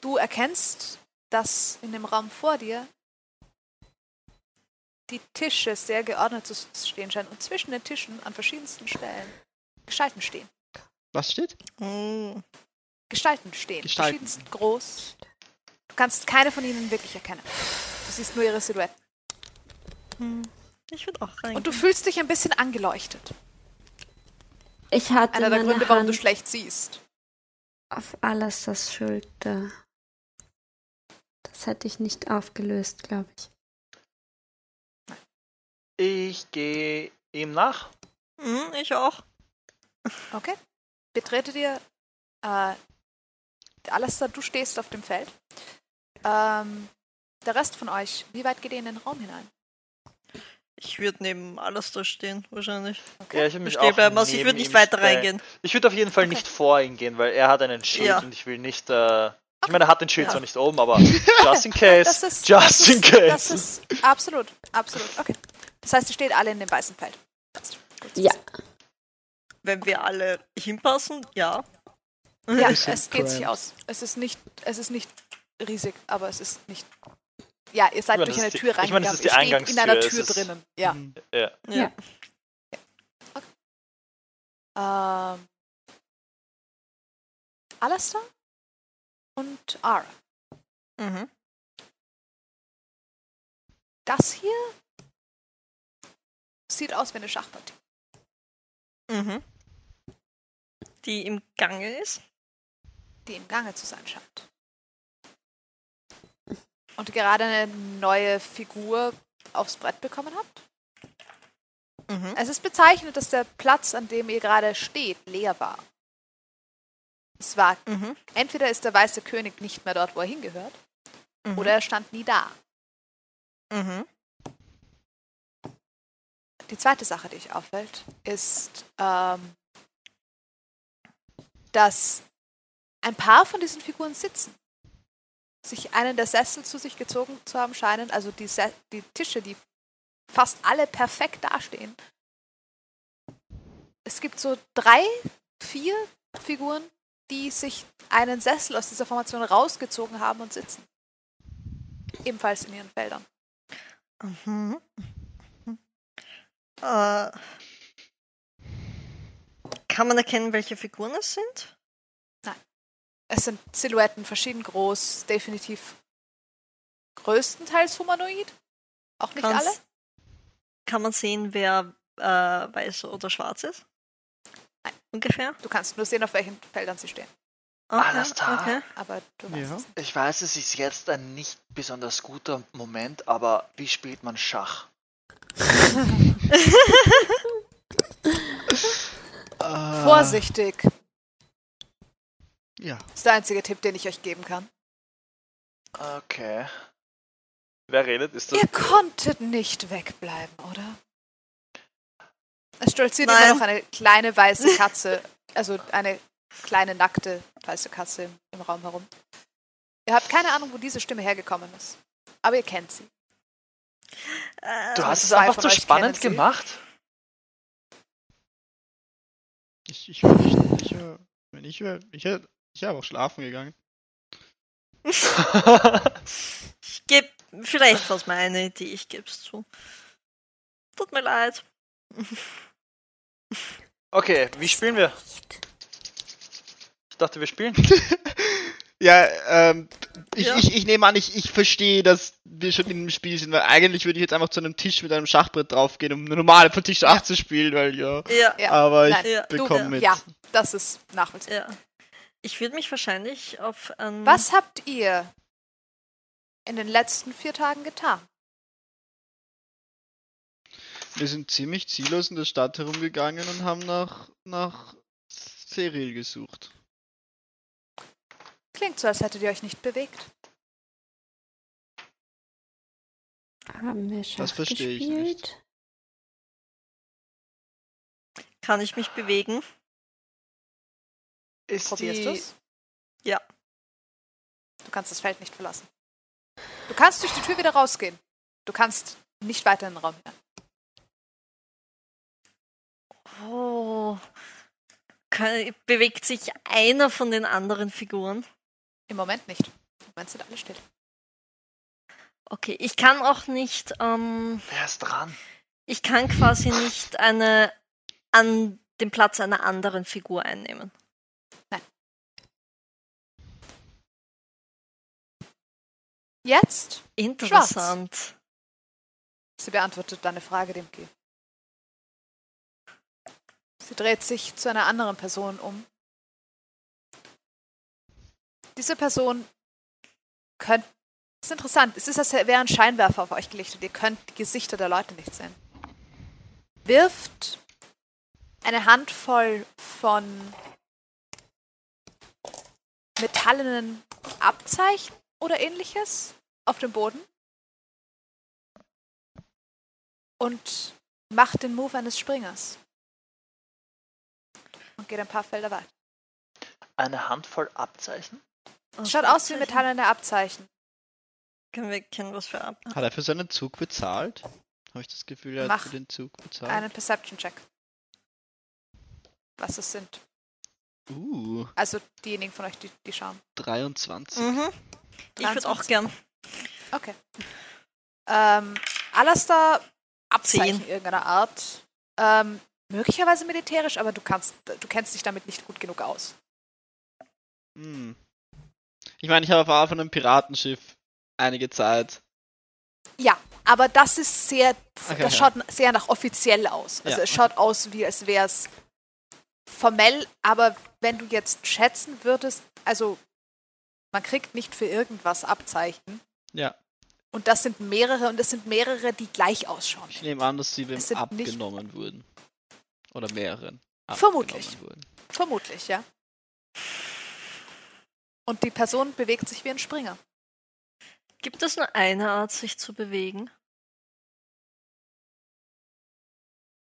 Speaker 1: Du erkennst, dass in dem Raum vor dir die Tische sehr geordnet zu stehen scheinen und zwischen den Tischen an verschiedensten Stellen Gestalten stehen.
Speaker 3: Was steht?
Speaker 2: Mm.
Speaker 1: Gestalten stehen.
Speaker 3: Gestalten.
Speaker 1: Verschiedenst groß. Du kannst keine von ihnen wirklich erkennen. Du siehst nur ihre Silhouetten.
Speaker 2: Ich würde auch rein.
Speaker 1: Und du fühlst dich ein bisschen angeleuchtet.
Speaker 5: Ich hatte
Speaker 1: Einer der
Speaker 5: meine
Speaker 1: Gründe, warum
Speaker 5: Hand
Speaker 1: du schlecht siehst.
Speaker 5: auf alles das Schild da. Das hätte ich nicht aufgelöst, glaube ich.
Speaker 9: Ich gehe ihm nach.
Speaker 2: Mhm, ich auch.
Speaker 1: Okay. Betretet ihr äh, Alastair, du stehst auf dem Feld. Ähm, der Rest von euch, wie weit geht ihr in den Raum hinein?
Speaker 2: Ich würde neben alles da stehen, wahrscheinlich.
Speaker 9: Ja, ich würde
Speaker 2: Ich
Speaker 9: mich
Speaker 2: stehe
Speaker 9: auch
Speaker 2: bei Maus, ich
Speaker 9: neben
Speaker 2: würde nicht
Speaker 9: ihm
Speaker 2: weiter
Speaker 9: stellen.
Speaker 2: reingehen.
Speaker 9: Ich würde auf jeden Fall nicht vor ihn gehen, weil er hat einen Schild
Speaker 2: Ja.
Speaker 9: und ich will nicht. Äh, ich meine, er hat den Schild
Speaker 2: Ja.
Speaker 9: zwar nicht oben, aber just in case.
Speaker 1: Das ist,
Speaker 9: just
Speaker 1: das
Speaker 9: in
Speaker 1: ist,
Speaker 9: case.
Speaker 1: Das ist absolut, absolut. Okay. Das heißt, ihr steht alle in dem weißen Feld. Passt. Gut.
Speaker 5: Ja.
Speaker 2: Wenn wir alle hinpassen, ja.
Speaker 1: Ja,
Speaker 3: Wir sind
Speaker 1: es geht sich aus. Es ist nicht, es ist nicht riesig, aber es ist nicht. Ja, ihr seid
Speaker 9: meine,
Speaker 1: durch
Speaker 9: das
Speaker 1: eine
Speaker 9: ist die-
Speaker 1: Tür
Speaker 9: ich meine, das
Speaker 1: reingegangen.
Speaker 9: ist die
Speaker 1: ihr steht in
Speaker 9: Eingangstür,
Speaker 1: einer
Speaker 9: es
Speaker 1: Tür
Speaker 9: ist-
Speaker 1: drinnen. Ja.
Speaker 3: Hm.
Speaker 5: Ja.
Speaker 1: Ähm, Alastair und Ara.
Speaker 2: Mhm.
Speaker 1: Das hier sieht aus wie eine Schachpartie.
Speaker 2: Mhm. Die im Gange ist.
Speaker 1: die im Gange zu sein scheint. Und gerade eine neue Figur aufs Brett bekommen habt.
Speaker 2: Mhm.
Speaker 1: Es ist bezeichnet, dass der Platz, an dem ihr gerade steht, leer war. Es war,
Speaker 2: Mhm.
Speaker 1: entweder ist der weiße König nicht mehr dort, wo er hingehört,
Speaker 2: Mhm.
Speaker 1: oder er stand nie da.
Speaker 2: Mhm.
Speaker 1: Die zweite Sache, die ich auffällt, ist, ähm, dass ein paar von diesen Figuren sitzen. Sich einen der Sessel zu sich gezogen zu haben scheinen, also die, Se die Tische, die fast alle perfekt dastehen. Es gibt so drei, vier Figuren, die sich einen Sessel aus dieser Formation rausgezogen haben und sitzen. Ebenfalls in ihren Feldern.
Speaker 2: Mhm. Äh, kann man erkennen, welche Figuren es sind?
Speaker 1: Es sind Silhouetten verschieden groß, definitiv größtenteils humanoid. Auch nicht
Speaker 2: Kann's-
Speaker 1: alle.
Speaker 2: Kann man sehen, wer äh, weiß oder schwarz ist?
Speaker 1: Nein.
Speaker 2: Ungefähr?
Speaker 1: Du kannst nur sehen, auf welchen Feldern sie stehen.
Speaker 2: Okay,
Speaker 6: Alles klar.
Speaker 2: Okay.
Speaker 1: Aber du weißt
Speaker 3: Ja.
Speaker 1: es. nicht.
Speaker 6: Ich weiß, es ist jetzt ein nicht besonders guter Moment, aber wie spielt man Schach?
Speaker 3: Äh,
Speaker 1: Vorsichtig
Speaker 3: Ja.
Speaker 1: ist der einzige Tipp, den ich euch geben kann.
Speaker 6: Okay.
Speaker 9: Wer redet? Ist das.
Speaker 1: Ihr konntet nicht wegbleiben, oder? Es stolziert
Speaker 2: Nein.
Speaker 1: immer noch eine kleine weiße Katze, also eine kleine nackte weiße Katze im, im Raum herum. Ihr habt keine Ahnung, wo diese Stimme hergekommen ist. Aber ihr kennt sie.
Speaker 2: Äh,
Speaker 6: Du
Speaker 1: Also
Speaker 6: hast es
Speaker 1: zwei
Speaker 6: einfach
Speaker 1: von
Speaker 6: so
Speaker 1: euch
Speaker 6: spannend
Speaker 1: kennen sie.
Speaker 6: gemacht.
Speaker 3: Ich, ich, wär nicht- ich, wär- wenn ich, wär- ich, wär- ich wäre auch schlafen gegangen.
Speaker 2: ich geb, vielleicht was meine Idee, ich geb's zu. Tut mir leid.
Speaker 9: Okay, wie spielen wir? Ich dachte, wir spielen.
Speaker 3: Ja, ähm, ich,
Speaker 2: Ja.
Speaker 3: Ich, ich nehme an, ich, ich verstehe, dass wir schon in dem Spiel sind, weil eigentlich würde ich jetzt einfach zu einem Tisch mit einem Schachbrett draufgehen, um eine normale von Tisch 8 zu spielen, weil ja.
Speaker 2: Ja,
Speaker 1: Ja.
Speaker 3: Aber ich
Speaker 1: Nein.
Speaker 2: ja,
Speaker 3: bekomme mit.
Speaker 1: Ja, das ist nachvollziehbar.
Speaker 2: Äh, ja. Ich würde mich wahrscheinlich auf ähm, ein.
Speaker 1: Was habt ihr in den letzten vier Tagen getan?
Speaker 3: Wir sind ziemlich ziellos in der Stadt herumgegangen und haben nach, nach Seril gesucht.
Speaker 1: Klingt so, als hättet ihr euch nicht bewegt.
Speaker 5: Haben wir Schach
Speaker 3: Das verstehe ich
Speaker 5: gespielt?
Speaker 3: nicht.
Speaker 2: Kann ich mich bewegen?
Speaker 6: Ist
Speaker 1: Probierst
Speaker 6: die...
Speaker 1: du es?
Speaker 2: Ja.
Speaker 1: Du kannst das Feld nicht verlassen. Du kannst durch die Tür wieder rausgehen. Du kannst nicht weiter in den Raum hinein.
Speaker 2: Oh. Kann, bewegt sich einer von den anderen Figuren?
Speaker 1: Im Moment nicht. Moment sind alle still.
Speaker 2: Okay, ich kann auch nicht, ähm,
Speaker 6: Wer ist dran?
Speaker 2: ich kann quasi nicht eine an den Platz einer anderen Figur einnehmen.
Speaker 1: Jetzt?
Speaker 2: Interessant.
Speaker 1: Sie beantwortet deine Frage, Dimki. Sie dreht sich zu einer anderen Person um. Diese Person könnte. Das ist interessant. Es ist, als wäre ein Scheinwerfer auf euch gelichtet. Ihr könnt die Gesichter der Leute nicht sehen. Wirft eine Handvoll von metallenen Abzeichen oder ähnliches auf den Boden und macht den Move eines Springers. Und geht ein paar Felder weit.
Speaker 6: Eine Handvoll Abzeichen?
Speaker 1: Es schaut aus wie metallene Abzeichen.
Speaker 2: Können wir kennen, was für ab.
Speaker 3: Hat er für seinen Zug bezahlt? Habe ich das Gefühl, er hat
Speaker 1: Mach
Speaker 3: für den Zug bezahlt.
Speaker 1: Einen Perception-Check. Was es sind.
Speaker 3: Uh,
Speaker 1: Also diejenigen von euch, die, die schauen.
Speaker 3: 23.
Speaker 2: Mhm. Ich würde auch
Speaker 1: 23.
Speaker 2: gern.
Speaker 1: Okay. Ähm, Alastair, Abzeichen
Speaker 2: Zehn.
Speaker 1: irgendeiner Art. Ähm, möglicherweise militärisch, aber du kannst, du kennst dich damit nicht gut genug aus.
Speaker 3: Hm. Ich meine, ich habe war von einem Piratenschiff einige Zeit.
Speaker 1: Ja, aber das ist sehr,
Speaker 3: Okay,
Speaker 1: das
Speaker 3: ja.
Speaker 1: schaut sehr nach offiziell aus. Also
Speaker 3: Ja,
Speaker 1: es schaut aus, wie als wäre es formell, aber wenn du jetzt schätzen würdest, also man kriegt nicht für irgendwas Abzeichen.
Speaker 3: Ja.
Speaker 1: Und das sind mehrere und es sind mehrere, die gleich ausschauen.
Speaker 3: Ich nehme an, dass sie wem
Speaker 1: Es sind nicht-
Speaker 3: abgenommen wurden. Oder mehreren.
Speaker 1: Vermutlich.
Speaker 3: abgenommen Wurden.
Speaker 1: Vermutlich, ja. Und die Person bewegt sich wie ein Springer.
Speaker 2: Gibt es nur eine Art, sich zu bewegen?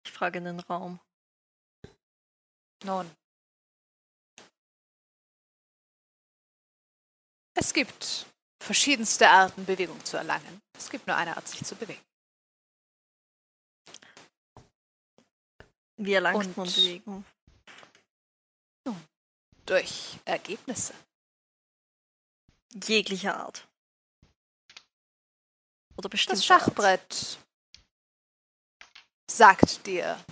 Speaker 2: Ich frage in den Raum.
Speaker 1: Nun. Es gibt verschiedenste Arten, Bewegung zu erlangen. Es gibt nur eine Art, sich zu bewegen.
Speaker 2: Wie erlangt
Speaker 1: Und-
Speaker 2: man Bewegung?
Speaker 1: Durch Ergebnisse.
Speaker 2: Jeglicher Art. Oder bestimmt.
Speaker 1: Das Schachbrett sagt dir,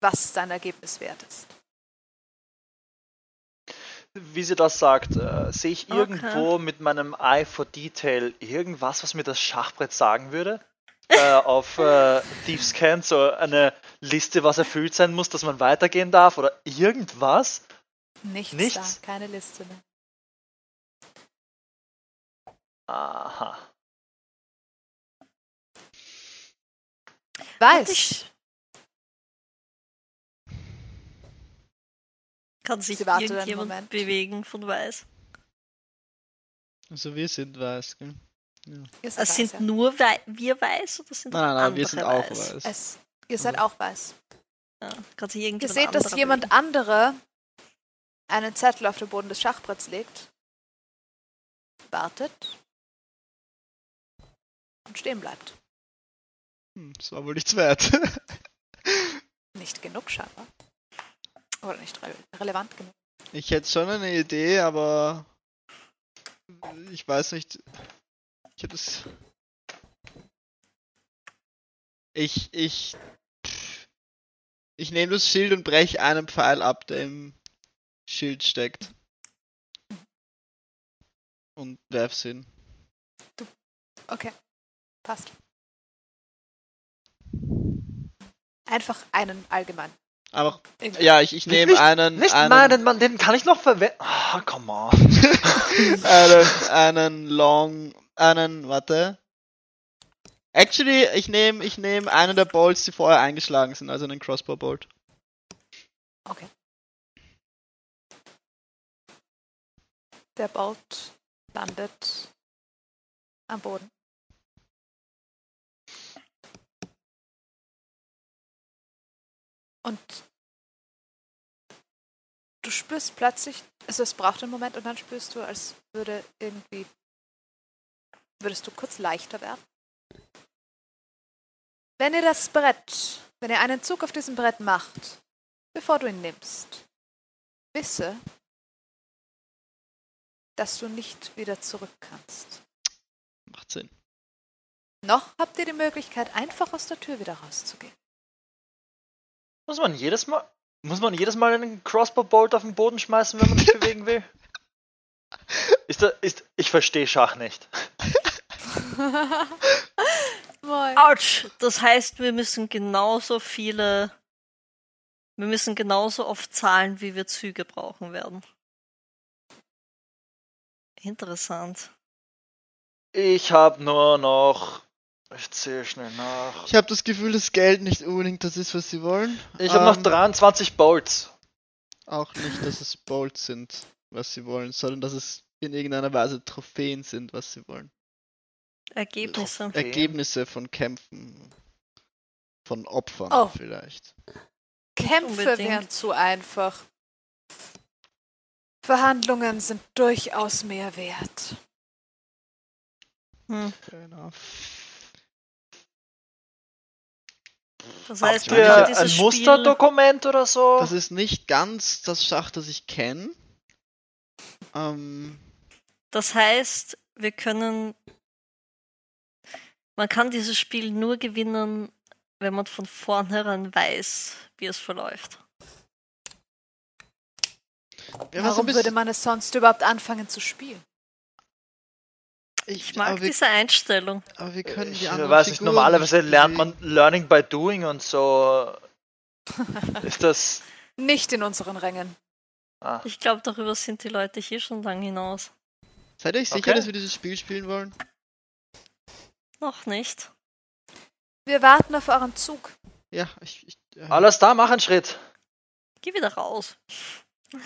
Speaker 1: was dein Ergebnis wert ist.
Speaker 9: Wie sie das sagt, äh, sehe ich
Speaker 2: Okay.
Speaker 9: irgendwo mit meinem Eye for Detail irgendwas, was mir das Schachbrett sagen würde? äh, auf äh, Thieves Can, so eine Liste, was erfüllt sein muss, dass man weitergehen darf oder irgendwas?
Speaker 1: Nichts,
Speaker 9: Nichts?
Speaker 1: da, keine Liste mehr.
Speaker 9: Aha.
Speaker 1: Weiß,
Speaker 2: Kann sich
Speaker 1: Sie wartet einen
Speaker 2: irgendjemand
Speaker 1: Moment.
Speaker 2: bewegen von weiß?
Speaker 3: Also wir sind weiß, gell?
Speaker 1: ihr seid
Speaker 2: Es
Speaker 1: weiß,
Speaker 2: sind
Speaker 1: ja.
Speaker 2: nur wei wir weiß oder sind
Speaker 3: Nein, nein,
Speaker 2: auch
Speaker 3: nein,
Speaker 2: andere
Speaker 3: wir sind auch
Speaker 2: weiß?
Speaker 3: weiß.
Speaker 1: es, ihr seid
Speaker 2: Also
Speaker 1: auch weiß.
Speaker 2: Ja, kann sich irgendjemand
Speaker 1: Ihr seht, dass
Speaker 2: anderer
Speaker 1: jemand
Speaker 2: bewegen.
Speaker 1: anderer einen Zettel auf den Boden des Schachbretts legt, wartet und stehen bleibt.
Speaker 3: Hm, das war wohl nichts wert.
Speaker 1: Nicht genug scheinbar. Oder nicht re relevant genug.
Speaker 3: ich hätte schon eine Idee, aber ich weiß nicht. Ich hätte es. Ich, ich. pff. Ich nehme das Schild und breche einen Pfeil ab, der im Schild steckt. Und werf's hin.
Speaker 1: Okay, passt. Einfach einen allgemein.
Speaker 3: Aber
Speaker 1: Irgendwie.
Speaker 3: ja, ich, ich nehme einen.
Speaker 4: Nicht
Speaker 3: einen,
Speaker 4: meinen Mann, den kann ich noch verwenden. Ah, come on.
Speaker 3: einen, einen Long, einen, warte. Actually, ich nehme ich nehm einen der Bolts, die vorher eingeschlagen sind, also einen Crossbow Bolt.
Speaker 1: Der Bolt landet am Boden. Und du spürst plötzlich, also es braucht einen Moment und dann spürst du, als würde irgendwie, würdest du kurz leichter werden. Wenn ihr das Brett, wenn ihr einen Zug auf diesem Brett macht, bevor du ihn nimmst, wisse, dass du nicht wieder zurück kannst.
Speaker 3: Macht Sinn.
Speaker 1: Noch habt ihr die Möglichkeit, einfach aus der Tür wieder rauszugehen.
Speaker 4: Muss man jedes Mal. Muss man jedes Mal einen Crossbow Bolt auf den Boden schmeißen, wenn man sich bewegen will? Ist da, ist, ich verstehe Schach nicht.
Speaker 1: Moin.
Speaker 2: Autsch! Das heißt, wir müssen genauso viele. Wir müssen genauso oft zahlen, wie wir Züge brauchen werden. Interessant.
Speaker 4: Ich habe nur noch. Ich zähle schnell nach.
Speaker 3: Ich habe das Gefühl, dass Geld nicht unbedingt das ist, was sie wollen.
Speaker 4: Ich habe noch
Speaker 3: Ähm,
Speaker 4: 23 Bolts.
Speaker 3: Auch nicht, dass es Bolts sind, was sie wollen, sondern dass es in irgendeiner Weise Trophäen sind, was sie wollen.
Speaker 2: Ergebnisse.
Speaker 3: Ergebnisse von Kämpfen. Von Opfern
Speaker 1: Oh.
Speaker 3: vielleicht.
Speaker 1: Kämpfe
Speaker 2: Unbedingt.
Speaker 1: wären zu einfach. Verhandlungen sind durchaus mehr wert.
Speaker 2: Hm.
Speaker 3: Fair enough.
Speaker 2: Das
Speaker 4: Habt
Speaker 2: heißt, man
Speaker 4: ihr
Speaker 2: kann
Speaker 4: ein
Speaker 2: dieses Spiel.
Speaker 4: Musterdokument oder so?
Speaker 3: Das ist nicht ganz das Schach, das ich kenne. Ähm,
Speaker 2: Das heißt, wir können. Man kann dieses Spiel nur gewinnen, wenn man von vornherein weiß, wie es verläuft.
Speaker 3: ja, was ein
Speaker 1: Warum
Speaker 3: bisschen-
Speaker 1: würde man es sonst überhaupt anfangen zu spielen?
Speaker 2: Ich mag
Speaker 3: aber wir,
Speaker 2: diese Einstellung.
Speaker 3: aber wir können die
Speaker 4: ich
Speaker 3: anderen
Speaker 4: weiß nicht,
Speaker 3: Figuren
Speaker 4: normalerweise
Speaker 3: nicht
Speaker 4: lernt
Speaker 3: bewegen.
Speaker 4: man Learning by Doing und so. Ist das.
Speaker 1: Nicht in unseren Rängen.
Speaker 4: Ah,
Speaker 2: Ich glaube, darüber sind die Leute hier schon lang hinaus.
Speaker 3: Seid ihr euch sicher,
Speaker 4: Okay.
Speaker 3: dass wir dieses Spiel spielen wollen?
Speaker 2: Noch nicht.
Speaker 1: Wir warten auf euren Zug.
Speaker 3: Ja, ich. ich äh,
Speaker 4: alles da, mach einen Schritt.
Speaker 2: Geh wieder raus.
Speaker 3: äh,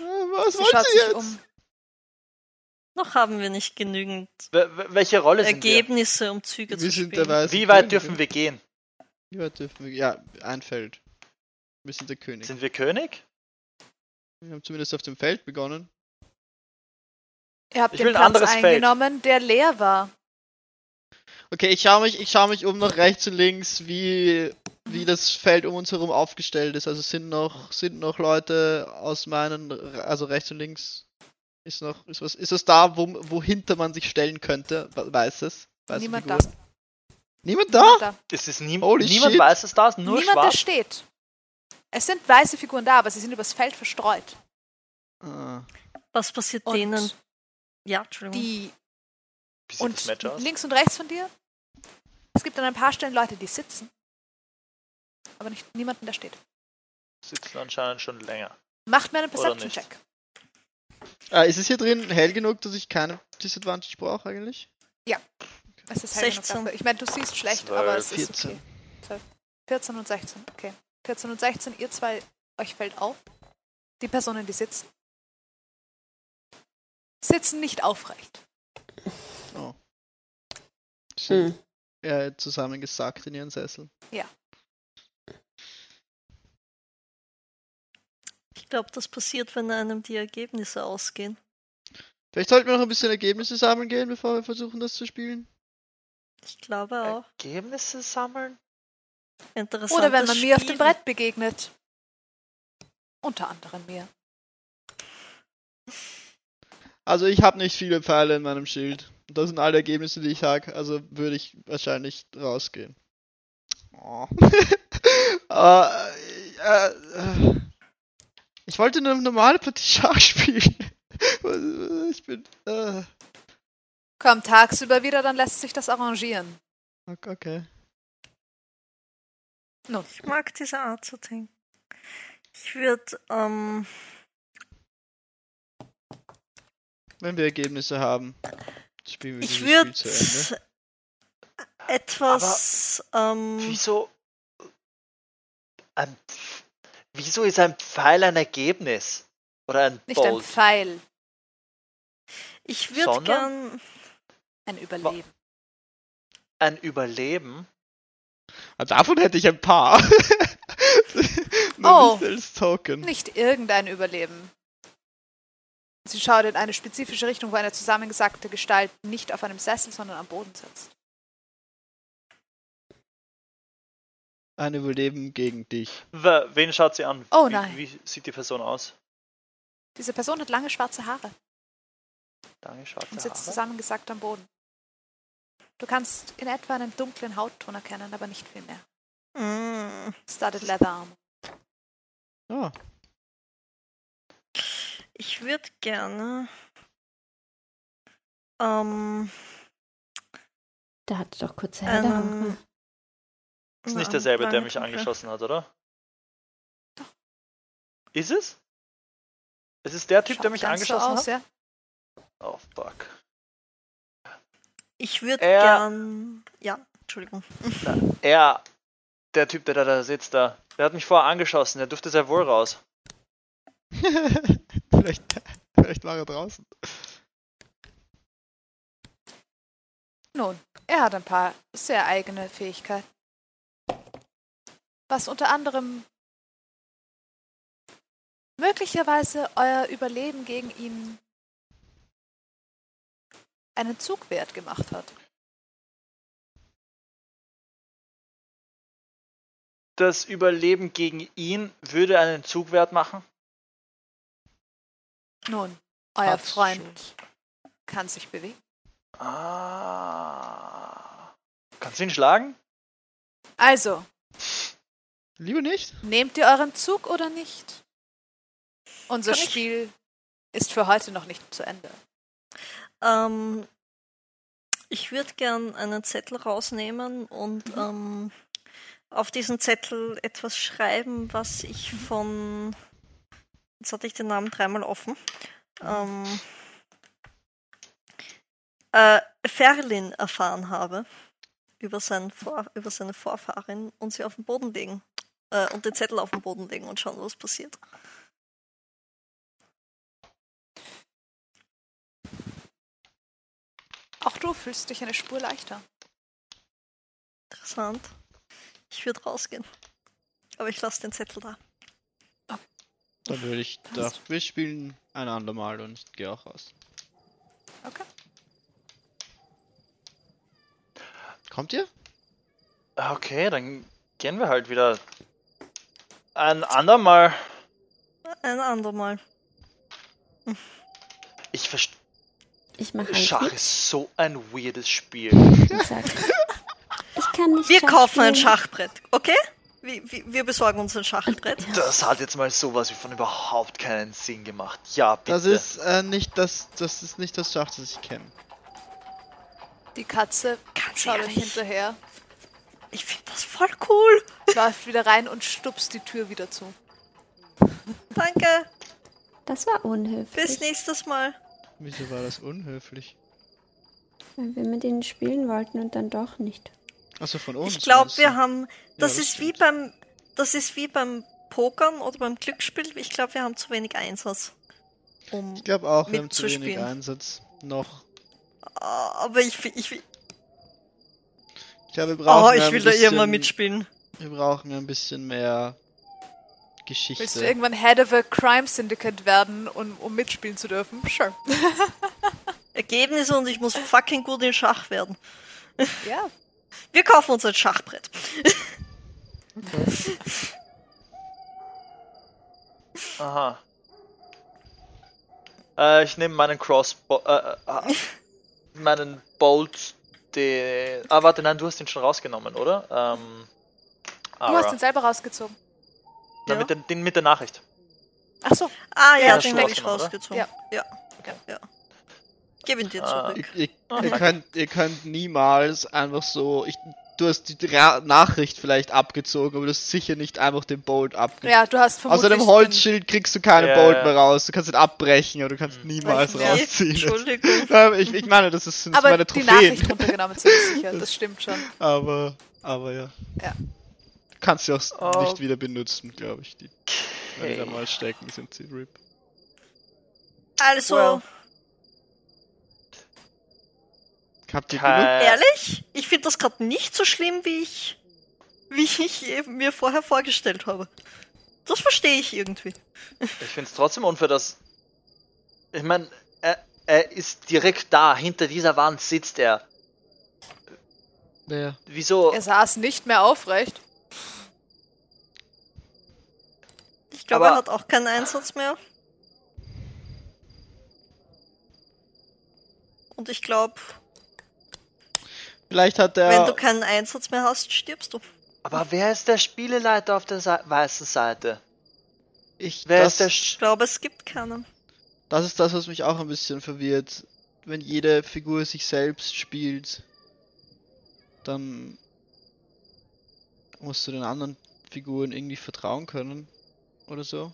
Speaker 3: was
Speaker 1: Sie schaut
Speaker 3: wollt
Speaker 1: sich
Speaker 3: ihr jetzt?
Speaker 1: um.
Speaker 2: Noch haben wir nicht genügend
Speaker 4: W- w- welche Rolle sind
Speaker 2: Ergebnisse, um Züge zu
Speaker 3: Wir sind
Speaker 2: spielen.
Speaker 3: der Weiße
Speaker 4: wir? Wie weit
Speaker 3: König.
Speaker 4: dürfen wir gehen?
Speaker 3: Wie weit dürfen wir? Ja, ein Feld. Wir sind der König.
Speaker 4: Sind wir König?
Speaker 3: Wir haben zumindest auf dem Feld begonnen.
Speaker 1: Ihr habt
Speaker 4: Ich
Speaker 1: den
Speaker 4: will ein
Speaker 1: Platz
Speaker 4: anderes Feld.
Speaker 1: eingenommen, der leer war.
Speaker 3: Okay, ich schaue mich, ich schaue mich um nach rechts und links, wie wie das Feld um uns herum aufgestellt ist. Also sind noch sind noch Leute aus meinen, also rechts und links ist noch ist was ist das da, wo wohinter man sich stellen könnte? We- Weiß es? Weiß die
Speaker 1: Niemand da.
Speaker 3: Figur? Niemand da?
Speaker 1: Niemand, da.
Speaker 4: Es ist nie,
Speaker 3: Holy
Speaker 4: niemand
Speaker 3: shit.
Speaker 4: weiß es da, es ist nur
Speaker 1: Niemand der
Speaker 4: schwarz.
Speaker 1: steht. Es sind weiße Figuren da, aber sie sind übers Feld verstreut.
Speaker 3: Ah,
Speaker 2: Was passiert
Speaker 1: Und
Speaker 2: denen? Ja, Entschuldigung.
Speaker 1: die
Speaker 4: Wie sieht das
Speaker 1: und
Speaker 4: Match aus?
Speaker 1: links und rechts von dir. Es gibt an ein paar Stellen Leute, die sitzen. Aber nicht niemanden, der steht.
Speaker 4: Sitzen anscheinend schon länger.
Speaker 1: Macht mir einen
Speaker 4: Oder
Speaker 1: Perception-Check.
Speaker 3: Ah, ist es hier drin hell genug, dass ich keine Disadvantage brauche eigentlich?
Speaker 1: Es ist hell genug
Speaker 2: 16.
Speaker 1: dafür. Ich meine, du siehst schlecht,
Speaker 4: Zwölf.
Speaker 1: aber es ist
Speaker 3: 14.
Speaker 1: okay. 12, 14 und 16, okay. 14 und 16, ihr zwei, euch fällt auf, die Personen, die sitzen, sitzen nicht aufrecht.
Speaker 3: Oh. Sind
Speaker 5: Hm.
Speaker 3: äh, zusammengesackt in ihren Sesseln.
Speaker 2: Ich glaube, das passiert, wenn einem die Ergebnisse ausgehen.
Speaker 3: Vielleicht sollten wir noch ein bisschen Ergebnisse sammeln gehen, bevor wir versuchen, das zu spielen.
Speaker 2: Ich glaube auch.
Speaker 4: Ergebnisse sammeln?
Speaker 2: Interessantes
Speaker 1: Oder wenn man mir auf
Speaker 2: Spiel.
Speaker 1: dem Brett begegnet. Unter anderem mir.
Speaker 3: Also ich habe nicht viele Pfeile in meinem Schild. Das sind alle Ergebnisse, die ich sag. Also würde ich wahrscheinlich rausgehen. Oh. Aber, äh, äh, ich wollte eine normale Partie Schach spielen. Was- ich bin... Äh,
Speaker 1: Kommt tagsüber wieder, dann lässt sich das arrangieren.
Speaker 3: okay.
Speaker 1: Nun,
Speaker 2: Ich mag diese Art zu denken. Ich würde, ähm,
Speaker 3: Wenn wir Ergebnisse haben, spielen wir
Speaker 2: ich
Speaker 3: dieses Spiel
Speaker 2: würde
Speaker 3: zu Ende.
Speaker 2: etwas, ähm,
Speaker 4: Mhm. Wieso? äh, Ein, Pf- wieso ist ein Pfeil ein Ergebnis? Oder ein
Speaker 1: nicht ein
Speaker 4: Bolt?
Speaker 1: Pfeil,
Speaker 2: ich würde
Speaker 4: Sondern?
Speaker 2: gern,
Speaker 1: ein Überleben.
Speaker 4: Ein Überleben?
Speaker 3: Ah, Davon hätte ich ein paar. Nur
Speaker 1: Oh.
Speaker 3: nicht als Token.
Speaker 1: Nicht irgendein Überleben. Sie schaut in eine spezifische Richtung, wo eine zusammengesackte Gestalt nicht auf einem Sessel, sondern am Boden sitzt.
Speaker 3: Ein Überleben gegen dich.
Speaker 4: W- Wen schaut sie an?
Speaker 1: Oh
Speaker 4: wie,
Speaker 1: nein.
Speaker 4: Wie sieht die Person aus?
Speaker 1: Diese Person hat lange schwarze Haare.
Speaker 10: Lange schwarze
Speaker 1: und sitzt
Speaker 10: Haare.
Speaker 1: zusammengesackt am Boden. Du kannst in etwa einen dunklen Hautton erkennen, aber nicht viel mehr.
Speaker 2: Mm.
Speaker 1: Studded Leather Armor.
Speaker 3: Ah,
Speaker 2: Ich würde gerne. Ähm,
Speaker 5: Da hatte doch kurze Erinnerung.
Speaker 2: Ähm,
Speaker 5: gemacht.
Speaker 4: Ist
Speaker 2: na,
Speaker 4: nicht derselbe, der
Speaker 2: lange
Speaker 4: mich
Speaker 2: Knöpfe.
Speaker 4: angeschossen hat, oder?
Speaker 1: Doch.
Speaker 4: Ist es? Es ist der Typ,
Speaker 1: Schaut
Speaker 4: der mich
Speaker 1: ganz so
Speaker 4: angeschossen
Speaker 1: aus,
Speaker 4: hat?
Speaker 1: Ja?
Speaker 4: Oh, fuck.
Speaker 2: Ich würde
Speaker 4: Er-
Speaker 2: gern. Ja, Entschuldigung.
Speaker 4: Er, der Typ, der da, da sitzt da, der hat mich vorher angeschossen, der durfte sehr wohl raus.
Speaker 3: vielleicht, vielleicht war er draußen.
Speaker 1: Nun, er hat ein paar sehr eigene Fähigkeiten. Was unter anderem möglicherweise euer Überleben gegen ihn einen Zugwert gemacht hat.
Speaker 4: Das Überleben gegen ihn würde einen Zugwert machen?
Speaker 1: Nun, euer
Speaker 3: Hat's
Speaker 1: Freund kann sich bewegen.
Speaker 4: Ah. Kannst du ihn schlagen?
Speaker 1: Also,
Speaker 3: Lieber nicht?
Speaker 1: nehmt ihr euren Zug oder nicht? Unser
Speaker 2: Kann ich-
Speaker 1: Spiel ist für heute noch nicht zu Ende.
Speaker 2: Ähm, ich würde gern einen Zettel rausnehmen und ähm, auf diesen Zettel etwas schreiben, was ich von. Jetzt hatte ich den Namen dreimal offen. Ähm, äh, Ferlin erfahren habe über, seinen Vor über seine Vorfahrin und sie auf den Boden legen. Äh, und den Zettel auf den Boden legen und schauen, was passiert.
Speaker 1: Auch du fühlst dich eine Spur leichter.
Speaker 2: Interessant. Ich würde rausgehen. Aber ich lasse den Zettel da.
Speaker 3: Dann würde ich da. Wir spielen ein andermal und ich gehe auch raus.
Speaker 1: Okay.
Speaker 3: Kommt ihr?
Speaker 4: Ah, Okay, dann gehen wir halt wieder. Ein andermal.
Speaker 2: Ein andermal.
Speaker 4: Ich verstehe.
Speaker 5: Ich halt mache
Speaker 4: Schach
Speaker 5: einen
Speaker 4: ist so ein weirdes Spiel.
Speaker 5: Klick und sage, ich kann nicht
Speaker 2: Wir
Speaker 5: Schach
Speaker 2: kaufen ein
Speaker 5: spielen.
Speaker 2: Schachbrett, okay? Wir, wir, wir besorgen uns ein Schachbrett.
Speaker 4: Das hat jetzt mal sowas wie von überhaupt keinen Sinn gemacht. Ja, bitte.
Speaker 3: Das ist äh, nicht das. Das ist nicht das Schach, das ich kenne.
Speaker 1: Die Katze
Speaker 2: Ganz
Speaker 1: schaut euch
Speaker 2: ehrlich.
Speaker 1: hinterher,
Speaker 2: Ich finde das voll cool.
Speaker 1: läuft wieder rein und stupst die Tür wieder zu.
Speaker 2: Danke.
Speaker 5: Das war unhöflich.
Speaker 2: Bis nächstes Mal.
Speaker 3: Wieso war das unhöflich?
Speaker 5: Weil wir mit ihnen spielen wollten und dann doch nicht.
Speaker 3: Also von uns.
Speaker 2: ich glaube,
Speaker 3: meinst
Speaker 2: wir
Speaker 3: du?
Speaker 2: haben. Das
Speaker 3: das
Speaker 2: ist wie
Speaker 3: stimmt.
Speaker 2: beim. Das ist wie beim Pokern oder beim Glücksspiel. Ich glaube, wir haben zu wenig Einsatz. Um,
Speaker 3: Ich glaube auch, wir haben zu wenig
Speaker 2: mitzuspielen.
Speaker 3: Einsatz. Noch.
Speaker 2: Ah, aber ich, will- ich, will-
Speaker 3: Ich glaube, wir
Speaker 2: oh,
Speaker 3: brauchen
Speaker 2: ich
Speaker 3: ein
Speaker 2: will da immer
Speaker 3: bisschen-
Speaker 2: mitspielen.
Speaker 3: Wir brauchen ein bisschen mehr
Speaker 1: Willst
Speaker 3: Geschichte.
Speaker 1: du irgendwann Head of a Crime Syndicate werden, um, um mitspielen zu dürfen? Sure.
Speaker 2: Ergebnisse und ich muss fucking gut in Schach werden.
Speaker 1: Ja.
Speaker 2: Wir kaufen uns ein Schachbrett.
Speaker 4: Aha. Äh, ich nehme meinen Crossbow. Äh, äh, äh, meinen Bolt. Den. Ah, warte, nein, du hast ihn schon rausgenommen, oder? Ähm.
Speaker 1: Du hast ihn selber rausgezogen.
Speaker 4: Na,
Speaker 2: Ja.
Speaker 4: mit, den, den, mit der Nachricht.
Speaker 1: Ach so.
Speaker 2: Ah ja,
Speaker 4: Ja,
Speaker 2: den
Speaker 4: schon
Speaker 2: habe ich
Speaker 4: rausgenommen, oder?
Speaker 2: rausgezogen. Ja. ja. ja. Gib ihn dir
Speaker 4: Ah.
Speaker 2: zurück.
Speaker 3: Ihr, ihr, ihr, könnt, ihr könnt niemals einfach so. Ich, du hast die Ra Nachricht vielleicht abgezogen, aber du hast sicher nicht einfach den Bolt abgezogen.
Speaker 1: Ja, du hast
Speaker 3: Aus
Speaker 1: vermutlich...
Speaker 3: einem Holzschild kriegst du keinen
Speaker 4: Ja,
Speaker 3: Bolt
Speaker 4: ja. Hm.
Speaker 3: mehr raus. Du kannst ihn abbrechen, aber du kannst ihn niemals
Speaker 2: Nee,
Speaker 3: rausziehen.
Speaker 2: Entschuldigung.
Speaker 3: Ähm, ich, ich meine, das ist, sind
Speaker 1: Den, aber
Speaker 3: meine
Speaker 1: die
Speaker 3: Trophäen.
Speaker 1: Nachricht genau runtergenommen sind sicher. Das stimmt schon.
Speaker 3: Aber, aber ja.
Speaker 1: Ja.
Speaker 3: Du kannst sie auch
Speaker 4: Oh.
Speaker 3: nicht wieder benutzen, glaube ich. Die, Wenn die da
Speaker 4: Okay.
Speaker 3: mal stecken, sind sie RIP.
Speaker 2: Also,
Speaker 4: Well.
Speaker 3: Habt ihr genug
Speaker 4: Kein-
Speaker 2: ehrlich, ich finde das gerade nicht so schlimm, wie ich, wie ich eben mir vorher vorgestellt habe. Das verstehe ich irgendwie.
Speaker 4: Ich finde es trotzdem unfair, dass. Ich meine, er, er ist direkt da, hinter dieser Wand sitzt er.
Speaker 3: Naja.
Speaker 4: Wieso?
Speaker 1: Er saß nicht mehr aufrecht.
Speaker 2: Ich glaube, er
Speaker 4: Aber-
Speaker 2: hat auch keinen Einsatz mehr. Und ich glaube,
Speaker 3: Vielleicht hat
Speaker 2: wenn du
Speaker 3: er.
Speaker 2: keinen Einsatz mehr hast, stirbst du.
Speaker 4: Aber wer ist der Spieleleiter auf der Sei- weißen Seite?
Speaker 3: Ich,
Speaker 4: Wer
Speaker 3: das,
Speaker 4: ist der
Speaker 2: Ich
Speaker 4: Sch
Speaker 2: glaube, es gibt keinen.
Speaker 3: das ist das, was mich auch ein bisschen verwirrt. Wenn jede Figur sich selbst spielt, dann musst du den anderen Figuren irgendwie vertrauen können. Oder so.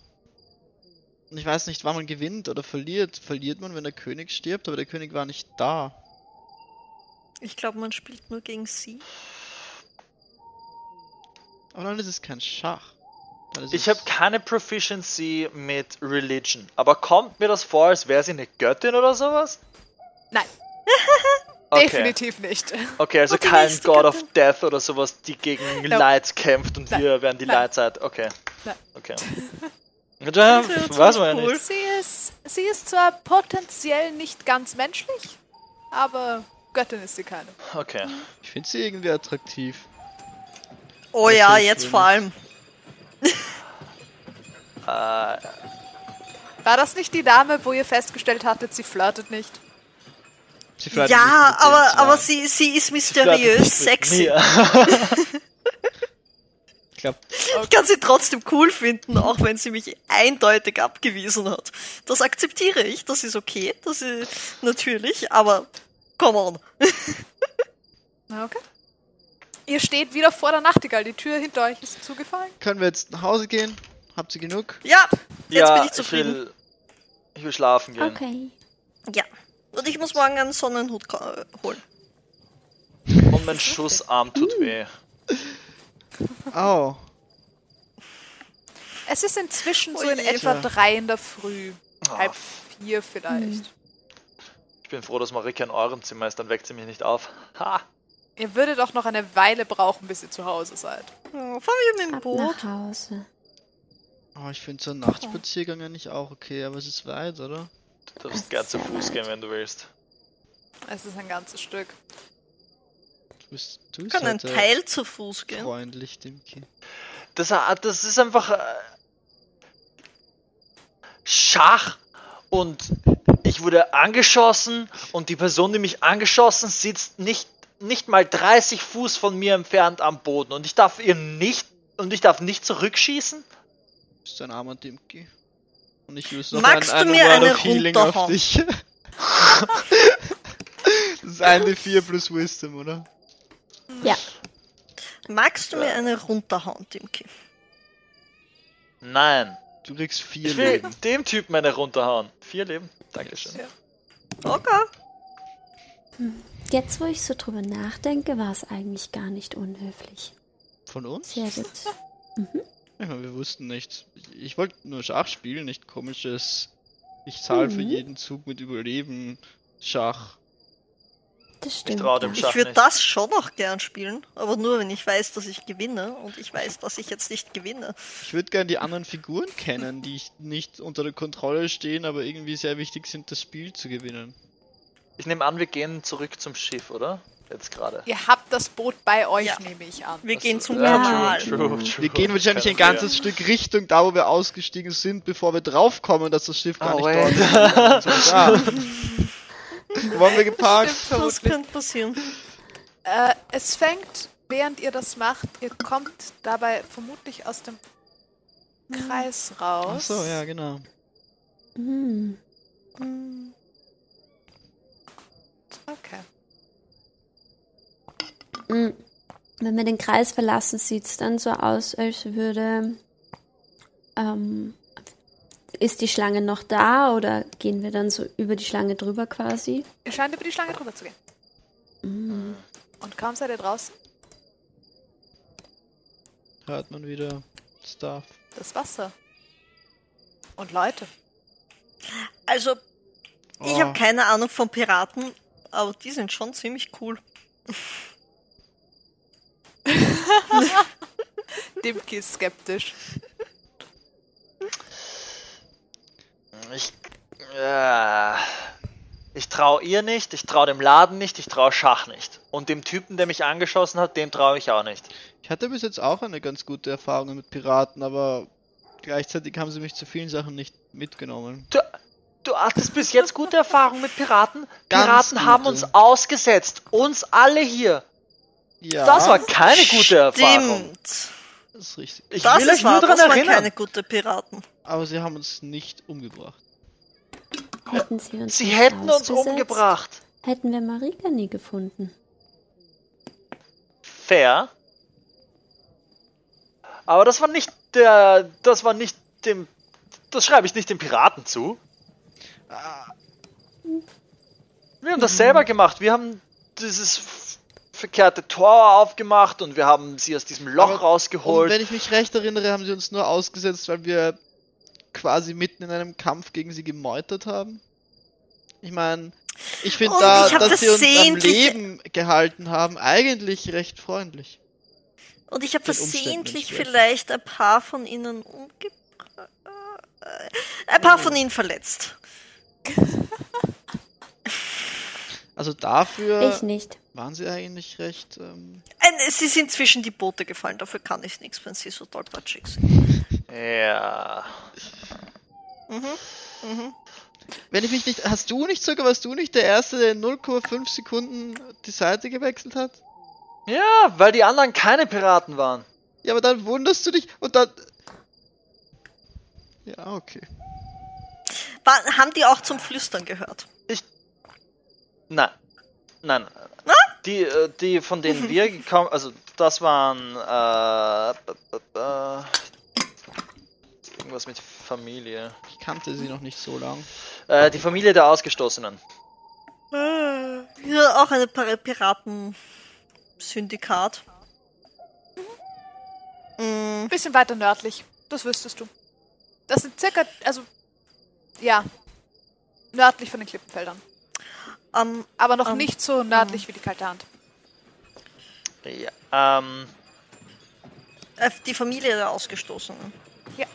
Speaker 3: Und ich weiß nicht, wann man gewinnt oder verliert. Verliert man, wenn der König stirbt, aber der König war nicht da.
Speaker 2: Ich glaube, man spielt nur gegen sie.
Speaker 3: Aber dann ist es kein Schach. Dann ist es-
Speaker 4: ich habe keine Proficiency mit Religion, aber kommt mir das vor, als wäre sie eine Göttin oder sowas?
Speaker 1: Nein,
Speaker 4: Okay.
Speaker 1: definitiv nicht.
Speaker 4: Okay, also
Speaker 2: Und die
Speaker 4: kein
Speaker 2: nächste
Speaker 4: God of
Speaker 2: Göttin?
Speaker 4: Death oder sowas, die gegen Light kämpft und wir werden die Light Side. Okay.
Speaker 1: Nein.
Speaker 4: Okay. Ja, weiß man ja
Speaker 2: cool.
Speaker 4: nicht.
Speaker 1: Sie ist, sie ist zwar potenziell nicht ganz menschlich, aber Göttin ist sie keine.
Speaker 4: Okay.
Speaker 3: Ich finde sie irgendwie attraktiv.
Speaker 2: Oh
Speaker 3: Das
Speaker 2: ja,
Speaker 3: hilft
Speaker 2: jetzt
Speaker 3: mir
Speaker 2: vor allem.
Speaker 1: War das nicht die Dame, wo ihr festgestellt hattet, sie flirtet nicht?
Speaker 3: Sie flirtet nicht
Speaker 2: Ja,
Speaker 3: mit denen
Speaker 2: aber,
Speaker 3: zwar.
Speaker 2: aber sie, sie ist
Speaker 4: Flirtet
Speaker 2: mysteriös,
Speaker 4: nicht mit
Speaker 2: sexy.
Speaker 4: mir.
Speaker 3: Ich glaube,
Speaker 2: Ich kann sie trotzdem cool finden, auch wenn sie mich eindeutig abgewiesen hat. Das akzeptiere ich, das ist okay, das ist natürlich, aber come on.
Speaker 1: Na, Okay. Ihr steht wieder vor der Nachtigall, die Tür hinter euch ist zugefallen.
Speaker 3: können wir jetzt nach Hause gehen? Habt ihr genug?
Speaker 2: Ja, jetzt
Speaker 4: ja,
Speaker 2: bin ich zufrieden.
Speaker 4: will, ich will schlafen gehen.
Speaker 5: Okay.
Speaker 2: ja. Und ich muss morgen einen Sonnenhut ka- holen.
Speaker 4: Und mein Schussarm tut
Speaker 2: Mm.
Speaker 4: weh.
Speaker 3: Au.
Speaker 1: Es ist inzwischen so in
Speaker 2: Oje.
Speaker 1: etwa drei in der Früh.
Speaker 4: Ah.
Speaker 1: Halb vier vielleicht.
Speaker 4: Ich bin froh, dass Marika in eurem Zimmer ist, dann weckt sie mich nicht auf. Ha!
Speaker 1: Ihr würdet doch noch eine Weile brauchen, bis ihr zu Hause seid.
Speaker 2: Ja, fahren wir mit dem
Speaker 5: Ab
Speaker 2: Boot.
Speaker 5: nach Hause.
Speaker 3: Oh, ich finde so einen Nachtspaziergang eigentlich auch okay, aber es ist weit, oder?
Speaker 4: Du darfst gern zu Fuß gehen, wenn du willst.
Speaker 1: Es ist ein ganzes Stück.
Speaker 3: Du bist, du
Speaker 2: Ich
Speaker 3: bist
Speaker 2: kann einen
Speaker 3: heute
Speaker 2: Teil zu Fuß gehen.
Speaker 3: freundlich, Dimki.
Speaker 4: Das, das ist einfach. Äh, Schach und ich wurde angeschossen und die Person, die mich angeschossen, sitzt nicht, nicht mal 30 Fuß von mir entfernt am Boden und ich darf ihr nicht und ich darf nicht zurückschießen?
Speaker 3: Du bist ein armer Dimki. Und ich use noch
Speaker 2: Magst
Speaker 3: ein,
Speaker 2: du
Speaker 3: ein
Speaker 2: mir
Speaker 3: Word
Speaker 2: eine
Speaker 3: of Healing auf
Speaker 2: runterhauen?
Speaker 3: dich. das ist ein D4 plus Wisdom, oder?
Speaker 5: Ja.
Speaker 2: Magst du mir eine runterhauen, Timki?
Speaker 4: Nein.
Speaker 3: Du kriegst vier
Speaker 4: Ich will
Speaker 3: Leben.
Speaker 4: dem Typen eine runterhauen. Vier Leben? Dankeschön.
Speaker 2: Okay.
Speaker 5: Jetzt, wo ich so drüber nachdenke, war es eigentlich gar nicht unhöflich.
Speaker 3: Von uns?
Speaker 5: Sehr gut.
Speaker 3: Ich meine, wir wussten nichts. Ich wollte nur Schach spielen, nicht komisches. Ich zahle für
Speaker 5: Mhm.
Speaker 3: jeden Zug mit Überleben. Schach.
Speaker 5: Das stimmt.
Speaker 4: trau dem
Speaker 5: ja.
Speaker 4: Schach
Speaker 2: Ich würde
Speaker 4: nicht.
Speaker 2: das schon noch gern spielen, aber nur wenn ich weiß, dass ich gewinne und ich weiß, dass ich jetzt nicht gewinne.
Speaker 3: Ich würde gerne die anderen Figuren kennen, die ich nicht unter der Kontrolle stehen, aber irgendwie sehr wichtig sind, das Spiel zu gewinnen.
Speaker 4: Ich nehme an, wir gehen zurück zum Schiff, oder? Jetzt gerade. Also,
Speaker 1: Ihr habt das Boot bei euch,
Speaker 2: Ja.
Speaker 1: nehme ich an.
Speaker 2: Wir gehen zum
Speaker 5: ja,
Speaker 2: Kanal.
Speaker 3: Wir gehen wahrscheinlich ein ganzes Stück Richtung da, wo wir ausgestiegen sind, bevor wir draufkommen, dass das Schiff gar
Speaker 4: Oh,
Speaker 3: nicht
Speaker 4: wait.
Speaker 3: dort ist. So, da. Wo waren wir geparkt?
Speaker 2: Das könnte passieren.
Speaker 1: Äh, es fängt, während ihr das macht, ihr kommt dabei vermutlich aus dem Kreis raus.
Speaker 3: Achso, ja, genau.
Speaker 5: Hm.
Speaker 1: Okay.
Speaker 5: Mm. Wenn wir den Kreis verlassen, sieht es dann so aus, als würde. Ähm, ist die Schlange noch da oder gehen wir dann so über die Schlange drüber quasi?
Speaker 1: Ihr scheint über die Schlange drüber zu gehen.
Speaker 5: Mm.
Speaker 1: Und kaum seid ihr draußen,
Speaker 3: Hört man wieder Stuff.
Speaker 1: das Wasser. Und Leute.
Speaker 2: Also, ich
Speaker 3: Oh.
Speaker 4: Ah.
Speaker 2: habe keine Ahnung von Piraten, aber die sind schon ziemlich cool.
Speaker 1: Dimki ist skeptisch.
Speaker 4: Ich, äh, ich traue ihr nicht, ich traue dem Laden nicht, ich traue Schach nicht. Und dem Typen, der mich angeschossen hat, dem traue ich auch nicht.
Speaker 3: Ich hatte bis jetzt auch eine ganz gute Erfahrung mit Piraten, aber gleichzeitig haben sie mich zu vielen Sachen nicht mitgenommen.
Speaker 4: Tja, Du hattest bis jetzt gute Erfahrungen mit Piraten.
Speaker 3: Ganz
Speaker 4: Piraten haben
Speaker 3: gute.
Speaker 4: uns ausgesetzt. Uns alle hier.
Speaker 3: Ja,
Speaker 4: Das war keine gute Erfahrung.
Speaker 2: Stimmt.
Speaker 3: das ist richtig.
Speaker 4: Ich
Speaker 2: Das
Speaker 4: will
Speaker 2: ist
Speaker 4: euch
Speaker 2: wahr,
Speaker 4: nur
Speaker 2: das
Speaker 4: daran
Speaker 2: waren
Speaker 4: erinnern.
Speaker 2: keine guten Piraten.
Speaker 3: Aber sie haben uns nicht umgebracht.
Speaker 5: Hätten sie uns
Speaker 4: Sie
Speaker 5: nicht
Speaker 4: hätten uns
Speaker 5: ausgesetzt,
Speaker 4: umgebracht.
Speaker 5: Hätten wir Marika nie gefunden.
Speaker 4: Fair. Aber das war nicht der. Das war nicht dem. Das schreibe ich nicht den Piraten zu. Wir haben das selber gemacht. Wir haben dieses f- verkehrte Tor aufgemacht und wir haben sie aus diesem Loch
Speaker 3: Aber- Und
Speaker 4: rausgeholt.
Speaker 3: wenn ich mich recht erinnere, haben sie uns nur ausgesetzt, weil wir quasi mitten in einem Kampf gegen sie gemeutert haben. Ich meine, ich finde
Speaker 2: Und
Speaker 3: da,
Speaker 2: ich hab
Speaker 3: dass
Speaker 2: das
Speaker 3: sie uns am
Speaker 2: sehentlich-
Speaker 3: Leben gehalten haben, eigentlich recht freundlich.
Speaker 2: Und ich habe
Speaker 3: Den Umständen
Speaker 2: versehentlich
Speaker 3: entsprechend.
Speaker 2: vielleicht ein paar von ihnen umgebracht. Ein paar von ihnen verletzt.
Speaker 3: Also dafür
Speaker 5: Ich nicht.
Speaker 3: waren sie eigentlich recht. Ähm,
Speaker 2: Ein- Sie sind zwischen die Boote gefallen, dafür kann ich nichts, wenn sie so tollpatschig sind.
Speaker 4: Ja.
Speaker 2: Mhm,
Speaker 3: wenn ich mich nicht. Hast du nicht sogar, warst du nicht der Erste, der in 0,5 Sekunden die Seite gewechselt hat?
Speaker 4: Ja, weil die anderen keine Piraten waren.
Speaker 3: Ja, aber dann wunderst du dich und dann. Ja, okay.
Speaker 2: War, haben die auch zum Flüstern gehört?
Speaker 4: Nein. Nein. nein, nein. Die, äh, die, von denen wir gekommen, also das waren äh, b- b- b- äh, irgendwas mit Familie.
Speaker 3: Ich kannte sie noch nicht so lang.
Speaker 4: Äh, die Familie der Ausgestoßenen.
Speaker 2: Ah, Ja, auch eine Pir- Piraten-Syndikat. Mm, Mhm.
Speaker 1: Ein bisschen weiter nördlich. Das wüsstest du. Das sind circa, also, ja, nördlich von den Klippenfeldern.
Speaker 2: Ähm,
Speaker 1: Aber noch
Speaker 2: Ähm,
Speaker 1: nicht so nördlich wie die kalte Hand.
Speaker 4: Ja, ähm,
Speaker 2: äh, die Familie der Ausgestoßenen.
Speaker 4: ja.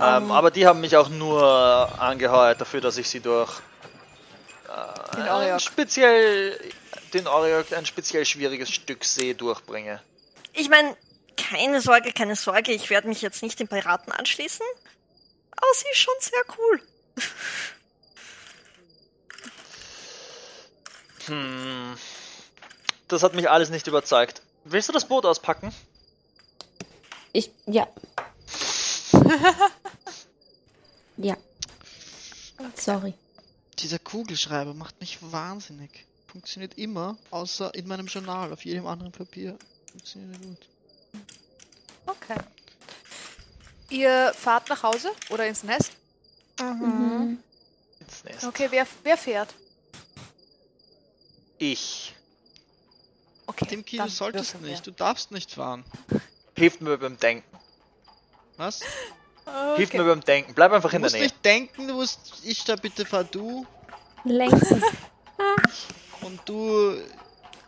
Speaker 4: Ähm, aber die haben mich auch nur angeheuert dafür, dass ich sie durch äh,
Speaker 1: Den
Speaker 4: ein
Speaker 1: Oriok.
Speaker 4: speziell den Oriok ein speziell schwieriges Stück See durchbringe.
Speaker 2: Ich meine, keine Sorge, keine Sorge, ich werde mich jetzt nicht den Piraten anschließen. Aber sie ist schon sehr cool.
Speaker 4: Hm. Das hat mich alles nicht überzeugt. Willst du das Boot auspacken?
Speaker 5: Ich. Ja. ja. Sorry.
Speaker 3: Dieser Kugelschreiber macht mich wahnsinnig. Funktioniert immer, außer in meinem Journal, auf jedem anderen Papier. Funktioniert er gut.
Speaker 1: Okay. Ihr fahrt nach Hause oder ins Nest?
Speaker 3: Mhm.
Speaker 5: Mhm.
Speaker 4: Ins Nest.
Speaker 1: Okay, wer, wer fährt?
Speaker 4: Ich.
Speaker 1: Okay.
Speaker 3: Dem Kino
Speaker 1: dann
Speaker 3: solltest du
Speaker 1: würfeln wir.
Speaker 3: nicht, du darfst nicht fahren.
Speaker 4: Hilft mir beim Denken.
Speaker 3: Was?
Speaker 4: Hilf mir
Speaker 1: Okay.
Speaker 4: beim Denken. Bleib einfach
Speaker 3: Du
Speaker 4: in der
Speaker 3: musst
Speaker 4: Nähe.
Speaker 3: nicht denken, du musst. Ich da bitte fahr du
Speaker 5: Längstens.
Speaker 3: und du.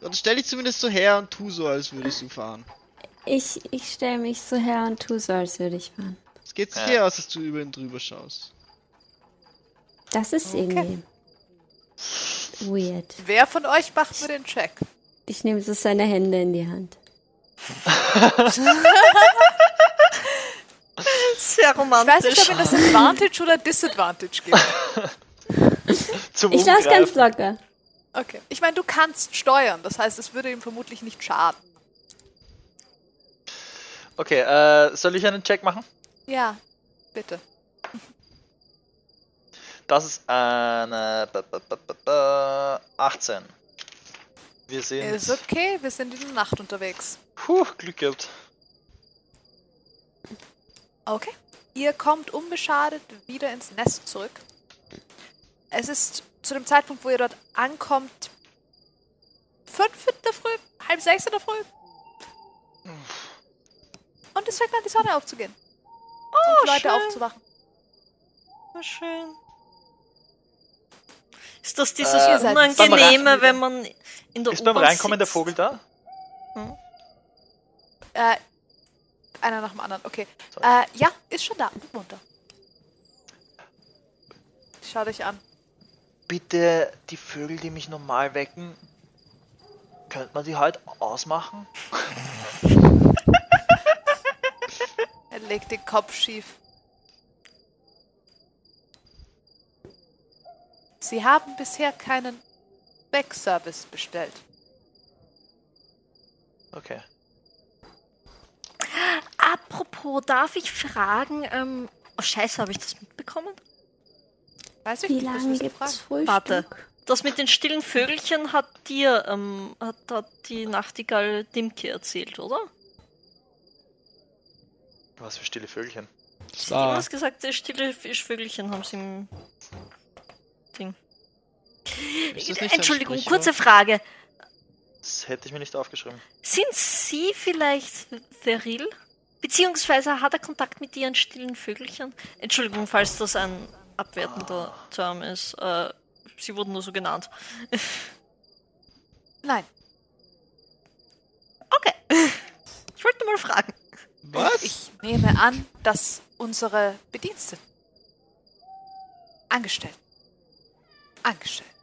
Speaker 3: Dann stell dich zumindest so her und tu so, als würdest du fahren.
Speaker 5: Ich, ich stelle mich so her und tu so, als würde ich fahren.
Speaker 3: Es geht
Speaker 4: Ja.
Speaker 3: sicher aus, dass du über ihn drüber schaust.
Speaker 5: Das ist irgendwie. Weird.
Speaker 1: Wer von euch macht mir den Check?
Speaker 5: Ich nehme so seine Hände in die Hand.
Speaker 1: Ich
Speaker 2: Sehr
Speaker 1: weiß
Speaker 2: romantisch.
Speaker 1: nicht, ob ihr das Advantage oder Disadvantage gibt. Oh,
Speaker 4: Zum
Speaker 5: Ich lasse ganz
Speaker 4: Umgreifen.
Speaker 5: locker.
Speaker 1: Okay. Ich meine, du kannst steuern, das heißt, es würde ihm vermutlich nicht schaden.
Speaker 4: Okay, äh, soll ich einen Check machen?
Speaker 1: Ja, bitte.
Speaker 4: Das ist eine b- b- b- b- b- 18. Wir sehen.
Speaker 1: Ist okay, Äh, wir sind in der Nacht unterwegs.
Speaker 4: Puh, Glück gehabt.
Speaker 1: Okay. Ihr kommt unbeschadet wieder ins Nest zurück. Es ist zu dem Zeitpunkt, wo ihr dort ankommt, fünf in der Früh, halb sechs in der Früh. Und es fängt an, die Sonne aufzugehen. und Leute
Speaker 2: schön.
Speaker 1: aufzuwachen.
Speaker 2: Voll schön. Ist das dieses
Speaker 1: Ihr seid
Speaker 4: beim
Speaker 2: Unangenehme,
Speaker 4: Rein-
Speaker 2: wenn man in der
Speaker 4: Ist beim
Speaker 2: U-Bahn
Speaker 4: Reinkommen der
Speaker 2: sitzt?
Speaker 4: Vogel da?
Speaker 1: Äh, einer nach dem anderen, okay.
Speaker 4: Sorry.
Speaker 1: Äh, ja, ist schon da. Und munter. Schau dich an.
Speaker 4: Bitte, die Vögel, die mich normal wecken, könnte man die halt ausmachen?
Speaker 1: Er legt den Kopf schief. Sie haben bisher keinen Backservice bestellt.
Speaker 4: Okay.
Speaker 2: Apropos, darf ich fragen, ähm, oh scheiße, habe ich das mitbekommen?
Speaker 1: Weiß ich
Speaker 5: Wie
Speaker 1: nicht, das
Speaker 5: lange
Speaker 1: ist eine
Speaker 5: gibt's
Speaker 1: Frage.
Speaker 5: Frühstück?
Speaker 2: Warte. Das mit den stillen Vögelchen hat dir, ähm, hat, hat die Nachtigall Dimke erzählt, oder?
Speaker 3: Ah.
Speaker 4: Was für stille Vögelchen.
Speaker 2: Sie hat immer was gesagt, die stille Fischvögelchen haben sie im Ding.
Speaker 3: Ist das nicht so ein
Speaker 2: Entschuldigung,
Speaker 3: Sprichwort?
Speaker 2: kurze Frage.
Speaker 4: Das hätte ich mir nicht aufgeschrieben.
Speaker 2: Sind Sie vielleicht Veril? Beziehungsweise hat er Kontakt mit Ihren stillen Vögelchen? Entschuldigung, falls das ein abwertender Term ist. Äh, sie wurden nur so genannt.
Speaker 1: Nein,
Speaker 2: Okay. Ich wollte nur mal fragen.
Speaker 3: Was?
Speaker 1: ich nehme an, dass unsere Bediensteten, Angestellten, Angestellten,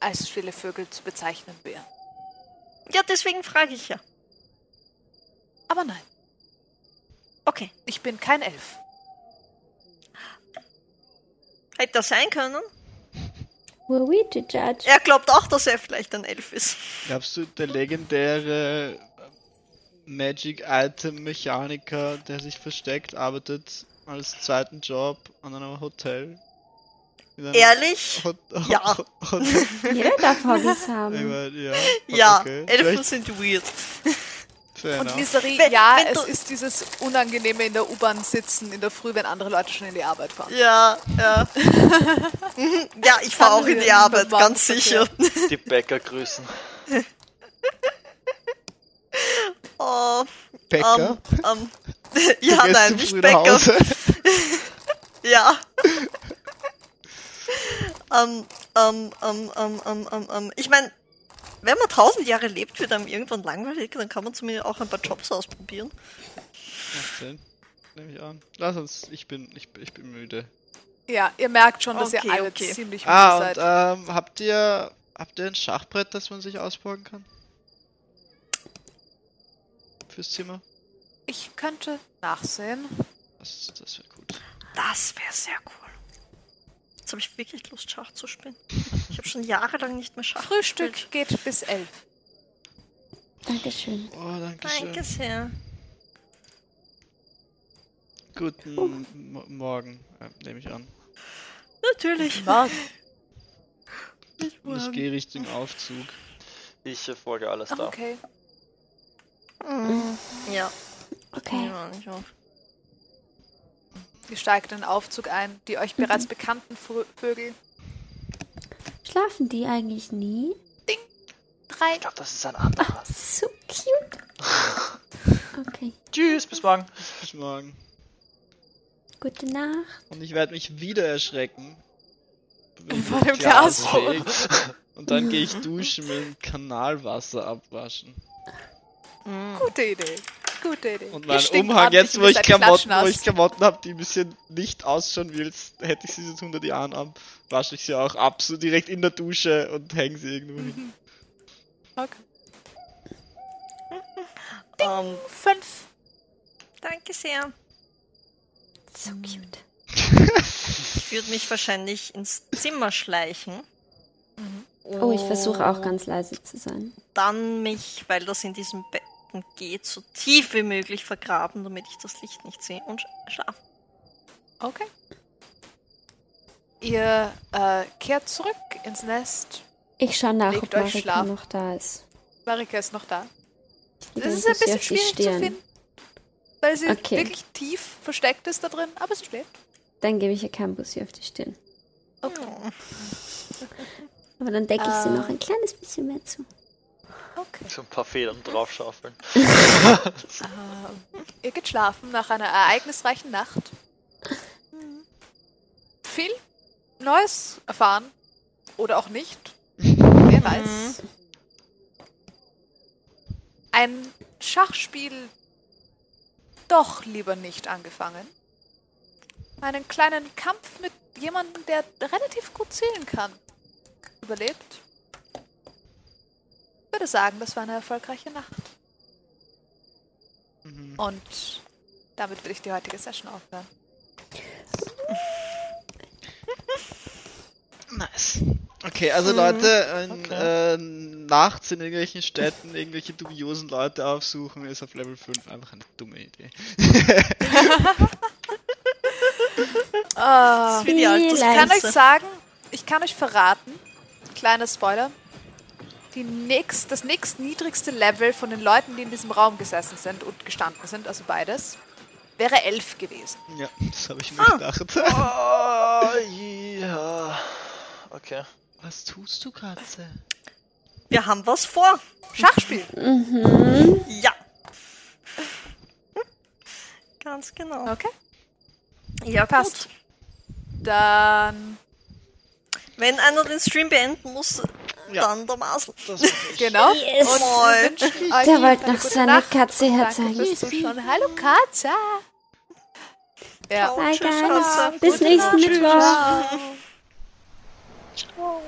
Speaker 1: als stille Vögel zu bezeichnen wären.
Speaker 2: Ja, deswegen frage ich ja.
Speaker 1: Aber nein,
Speaker 2: Okay.
Speaker 1: ich bin kein Elf.
Speaker 2: Hätte das sein können?
Speaker 5: Were we to judge?
Speaker 2: Er glaubt auch, dass er vielleicht ein Elf ist.
Speaker 3: Glaubst du, der legendäre äh, Magic Item Mechaniker, der sich versteckt, arbeitet als zweiten Job an einem Hotel? In einem
Speaker 2: Ehrlich?
Speaker 3: Hot
Speaker 2: Ja.
Speaker 3: Hotel.
Speaker 5: Jeder darf Hobbys
Speaker 3: Ich
Speaker 5: haben.
Speaker 3: mein, ja.
Speaker 2: Ja,
Speaker 3: okay.
Speaker 2: Elfen
Speaker 3: Vielleicht-
Speaker 2: sind weird.
Speaker 3: fair
Speaker 1: Und
Speaker 3: enough.
Speaker 1: Miserie,
Speaker 2: Wenn-
Speaker 1: ja,
Speaker 2: wenn
Speaker 1: es
Speaker 2: du-
Speaker 1: ist dieses Unangenehme in der U-Bahn sitzen in der Früh, wenn andere Leute schon in die Arbeit fahren.
Speaker 2: Ja, ja. Mhm, ja, ich fahre auch in die Arbeit, ganz sicher.
Speaker 4: Die Bäcker grüßen.
Speaker 2: Oh,
Speaker 3: Bäcker?
Speaker 2: ähm, ähm, ja,
Speaker 3: Gehst
Speaker 2: nein,
Speaker 3: du
Speaker 2: nicht
Speaker 3: früh nach
Speaker 2: Bäcker.
Speaker 3: Hause?
Speaker 2: Ja. ähm, ähm, ähm, ähm, ähm, ähm, ähm. Ich meine, wenn man tausend Jahre lebt, wird einem irgendwann langweilig, dann kann man zumindest auch ein paar Jobs ausprobieren.
Speaker 3: Macht Sinn. Nehme ich an. Lass uns, ich bin, ich, bin- ich bin müde.
Speaker 1: Ja, ihr merkt schon, dass
Speaker 2: Okay,
Speaker 1: ihr alle
Speaker 2: okay.
Speaker 1: ziemlich müde
Speaker 3: Ah, und
Speaker 1: seid.
Speaker 3: ähm, habt ihr, habt ihr ein Schachbrett, das man sich ausborgen kann? Fürs Zimmer?
Speaker 1: ich könnte nachsehen.
Speaker 3: Das, das wird gut.
Speaker 2: Das wäre sehr cool. Jetzt habe ich wirklich Lust, Schach zu spielen. Ich habe schon jahrelang nicht mehr Schach gespielt.
Speaker 1: Frühstück geht bis elf.
Speaker 5: Dankeschön.
Speaker 3: Oh, danke schön.
Speaker 2: Danke sehr.
Speaker 3: Guten
Speaker 1: Oh.
Speaker 3: Mo- Morgen, äh, nehme ich an.
Speaker 2: Natürlich.
Speaker 3: Und ich gehe Richtung Aufzug.
Speaker 4: Ich äh, folge alles da.
Speaker 1: Okay.
Speaker 2: Mhm. Ja.
Speaker 5: Okay.
Speaker 2: Ja, ich auch.
Speaker 1: Ihr steigt in den Aufzug ein, die euch
Speaker 2: Mhm.
Speaker 1: bereits bekannten Frö- Vögel.
Speaker 5: Schlafen die eigentlich nie?
Speaker 1: Drei.
Speaker 4: Ich glaube, das ist ein anderer.
Speaker 5: So cute. Okay.
Speaker 4: Tschüss, bis morgen.
Speaker 3: Bis morgen.
Speaker 5: Gute Nacht.
Speaker 3: Und ich werde mich wieder erschrecken. wenn
Speaker 1: Vor
Speaker 3: die
Speaker 1: dem Glasrohr.
Speaker 3: fegt. Und dann gehe ich duschen mit dem Kanalwasser abwaschen.
Speaker 4: Mm.
Speaker 1: Gute Idee. Gute Idee.
Speaker 3: Und
Speaker 1: Ihr
Speaker 3: mein
Speaker 1: stinkt
Speaker 3: Umhang,
Speaker 1: ordentlich
Speaker 3: jetzt
Speaker 1: und
Speaker 3: wo
Speaker 1: ihr
Speaker 3: ich
Speaker 1: seid
Speaker 3: Klamotten, wo ich
Speaker 1: klatschnass.
Speaker 3: Klamotten habe, die ein bisschen nicht ausschauen will, jetzt hätte ich sie seit 100 Jahren an, wasche ich sie auch ab, so direkt in der Dusche und hänge sie irgendwo hin.
Speaker 1: Okay.
Speaker 2: Ähm,
Speaker 1: Fünf.
Speaker 2: danke sehr.
Speaker 5: So cute.
Speaker 2: Ich würde mich wahrscheinlich ins Zimmer schleichen.
Speaker 5: Oh, ich versuche auch ganz leise zu sein.
Speaker 2: Dann mich, weil das in diesem Betten geht, so tief wie möglich vergraben, damit ich das Licht nicht sehe und sch- schlafen.
Speaker 1: Okay. Ihr äh, kehrt zurück ins Nest.
Speaker 5: Ich schaue nach,
Speaker 1: Legt
Speaker 5: ob
Speaker 1: euch
Speaker 5: Marika
Speaker 1: schlafen.
Speaker 5: noch da ist.
Speaker 1: Marika ist noch da.
Speaker 5: Die
Speaker 1: Das ist
Speaker 5: ganze
Speaker 1: ein bisschen
Speaker 5: Sophie
Speaker 1: schwierig zu
Speaker 5: Stirn.
Speaker 1: finden. Weil sie
Speaker 5: Okay.
Speaker 1: wirklich tief versteckt ist da drin, aber sie schläft.
Speaker 5: Dann gebe ich ihr kein Bussi auf die Stirn.
Speaker 2: Okay.
Speaker 5: Aber dann decke ich sie
Speaker 1: Ah.
Speaker 5: noch ein kleines bisschen mehr zu.
Speaker 1: Okay.
Speaker 4: So ein paar Federn draufschaufeln.
Speaker 1: Äh, Ihr geht schlafen nach einer ereignisreichen Nacht. Viel Neues erfahren. Oder auch nicht. Wer weiß. Ein Schachspiel doch lieber nicht angefangen. Einen kleinen Kampf mit jemandem, der relativ gut zählen kann. Überlebt. Ich würde sagen, das war eine erfolgreiche Nacht. Und damit will ich die heutige Session aufhören.
Speaker 4: Nice.
Speaker 3: Okay, also Leute, in, äh, nachts in irgendwelchen Städten irgendwelche dubiosen Leute aufsuchen, ist auf Level 5 einfach eine dumme Idee.
Speaker 1: Ah,
Speaker 2: Für die
Speaker 1: ich kann euch
Speaker 2: Altersgrenze.
Speaker 1: sagen, ich kann euch verraten, kleiner Spoiler, die nächst, das nächstniedrigste Level von den Leuten, die in diesem Raum gesessen sind und gestanden sind, also beides, wäre elf gewesen.
Speaker 3: ja, das habe ich mir gedacht.
Speaker 4: Ah, ja. Okay.
Speaker 3: Was tust du, Katze?
Speaker 2: Wir haben was vor.
Speaker 1: Schachspiel.
Speaker 2: Ja. Ganz genau.
Speaker 1: Okay,
Speaker 2: Ja,
Speaker 1: passt.
Speaker 2: passt. Gut.
Speaker 1: Dann
Speaker 2: Wenn einer den Stream beenden muss, dann der Masel.
Speaker 1: genau.
Speaker 5: Yes.
Speaker 1: Und wir wünschen euch
Speaker 5: Der wollte
Speaker 1: eine
Speaker 5: noch
Speaker 1: gute
Speaker 5: seine
Speaker 1: Nacht
Speaker 5: Katze
Speaker 1: und
Speaker 5: herzeigen.
Speaker 1: Danke fürs Zuschauen. Hallo Katze. Ja.
Speaker 5: Bye,
Speaker 2: Tschüss,
Speaker 5: guys.
Speaker 2: Katze.
Speaker 5: Bis nächsten Mittwoch.
Speaker 1: Ciao.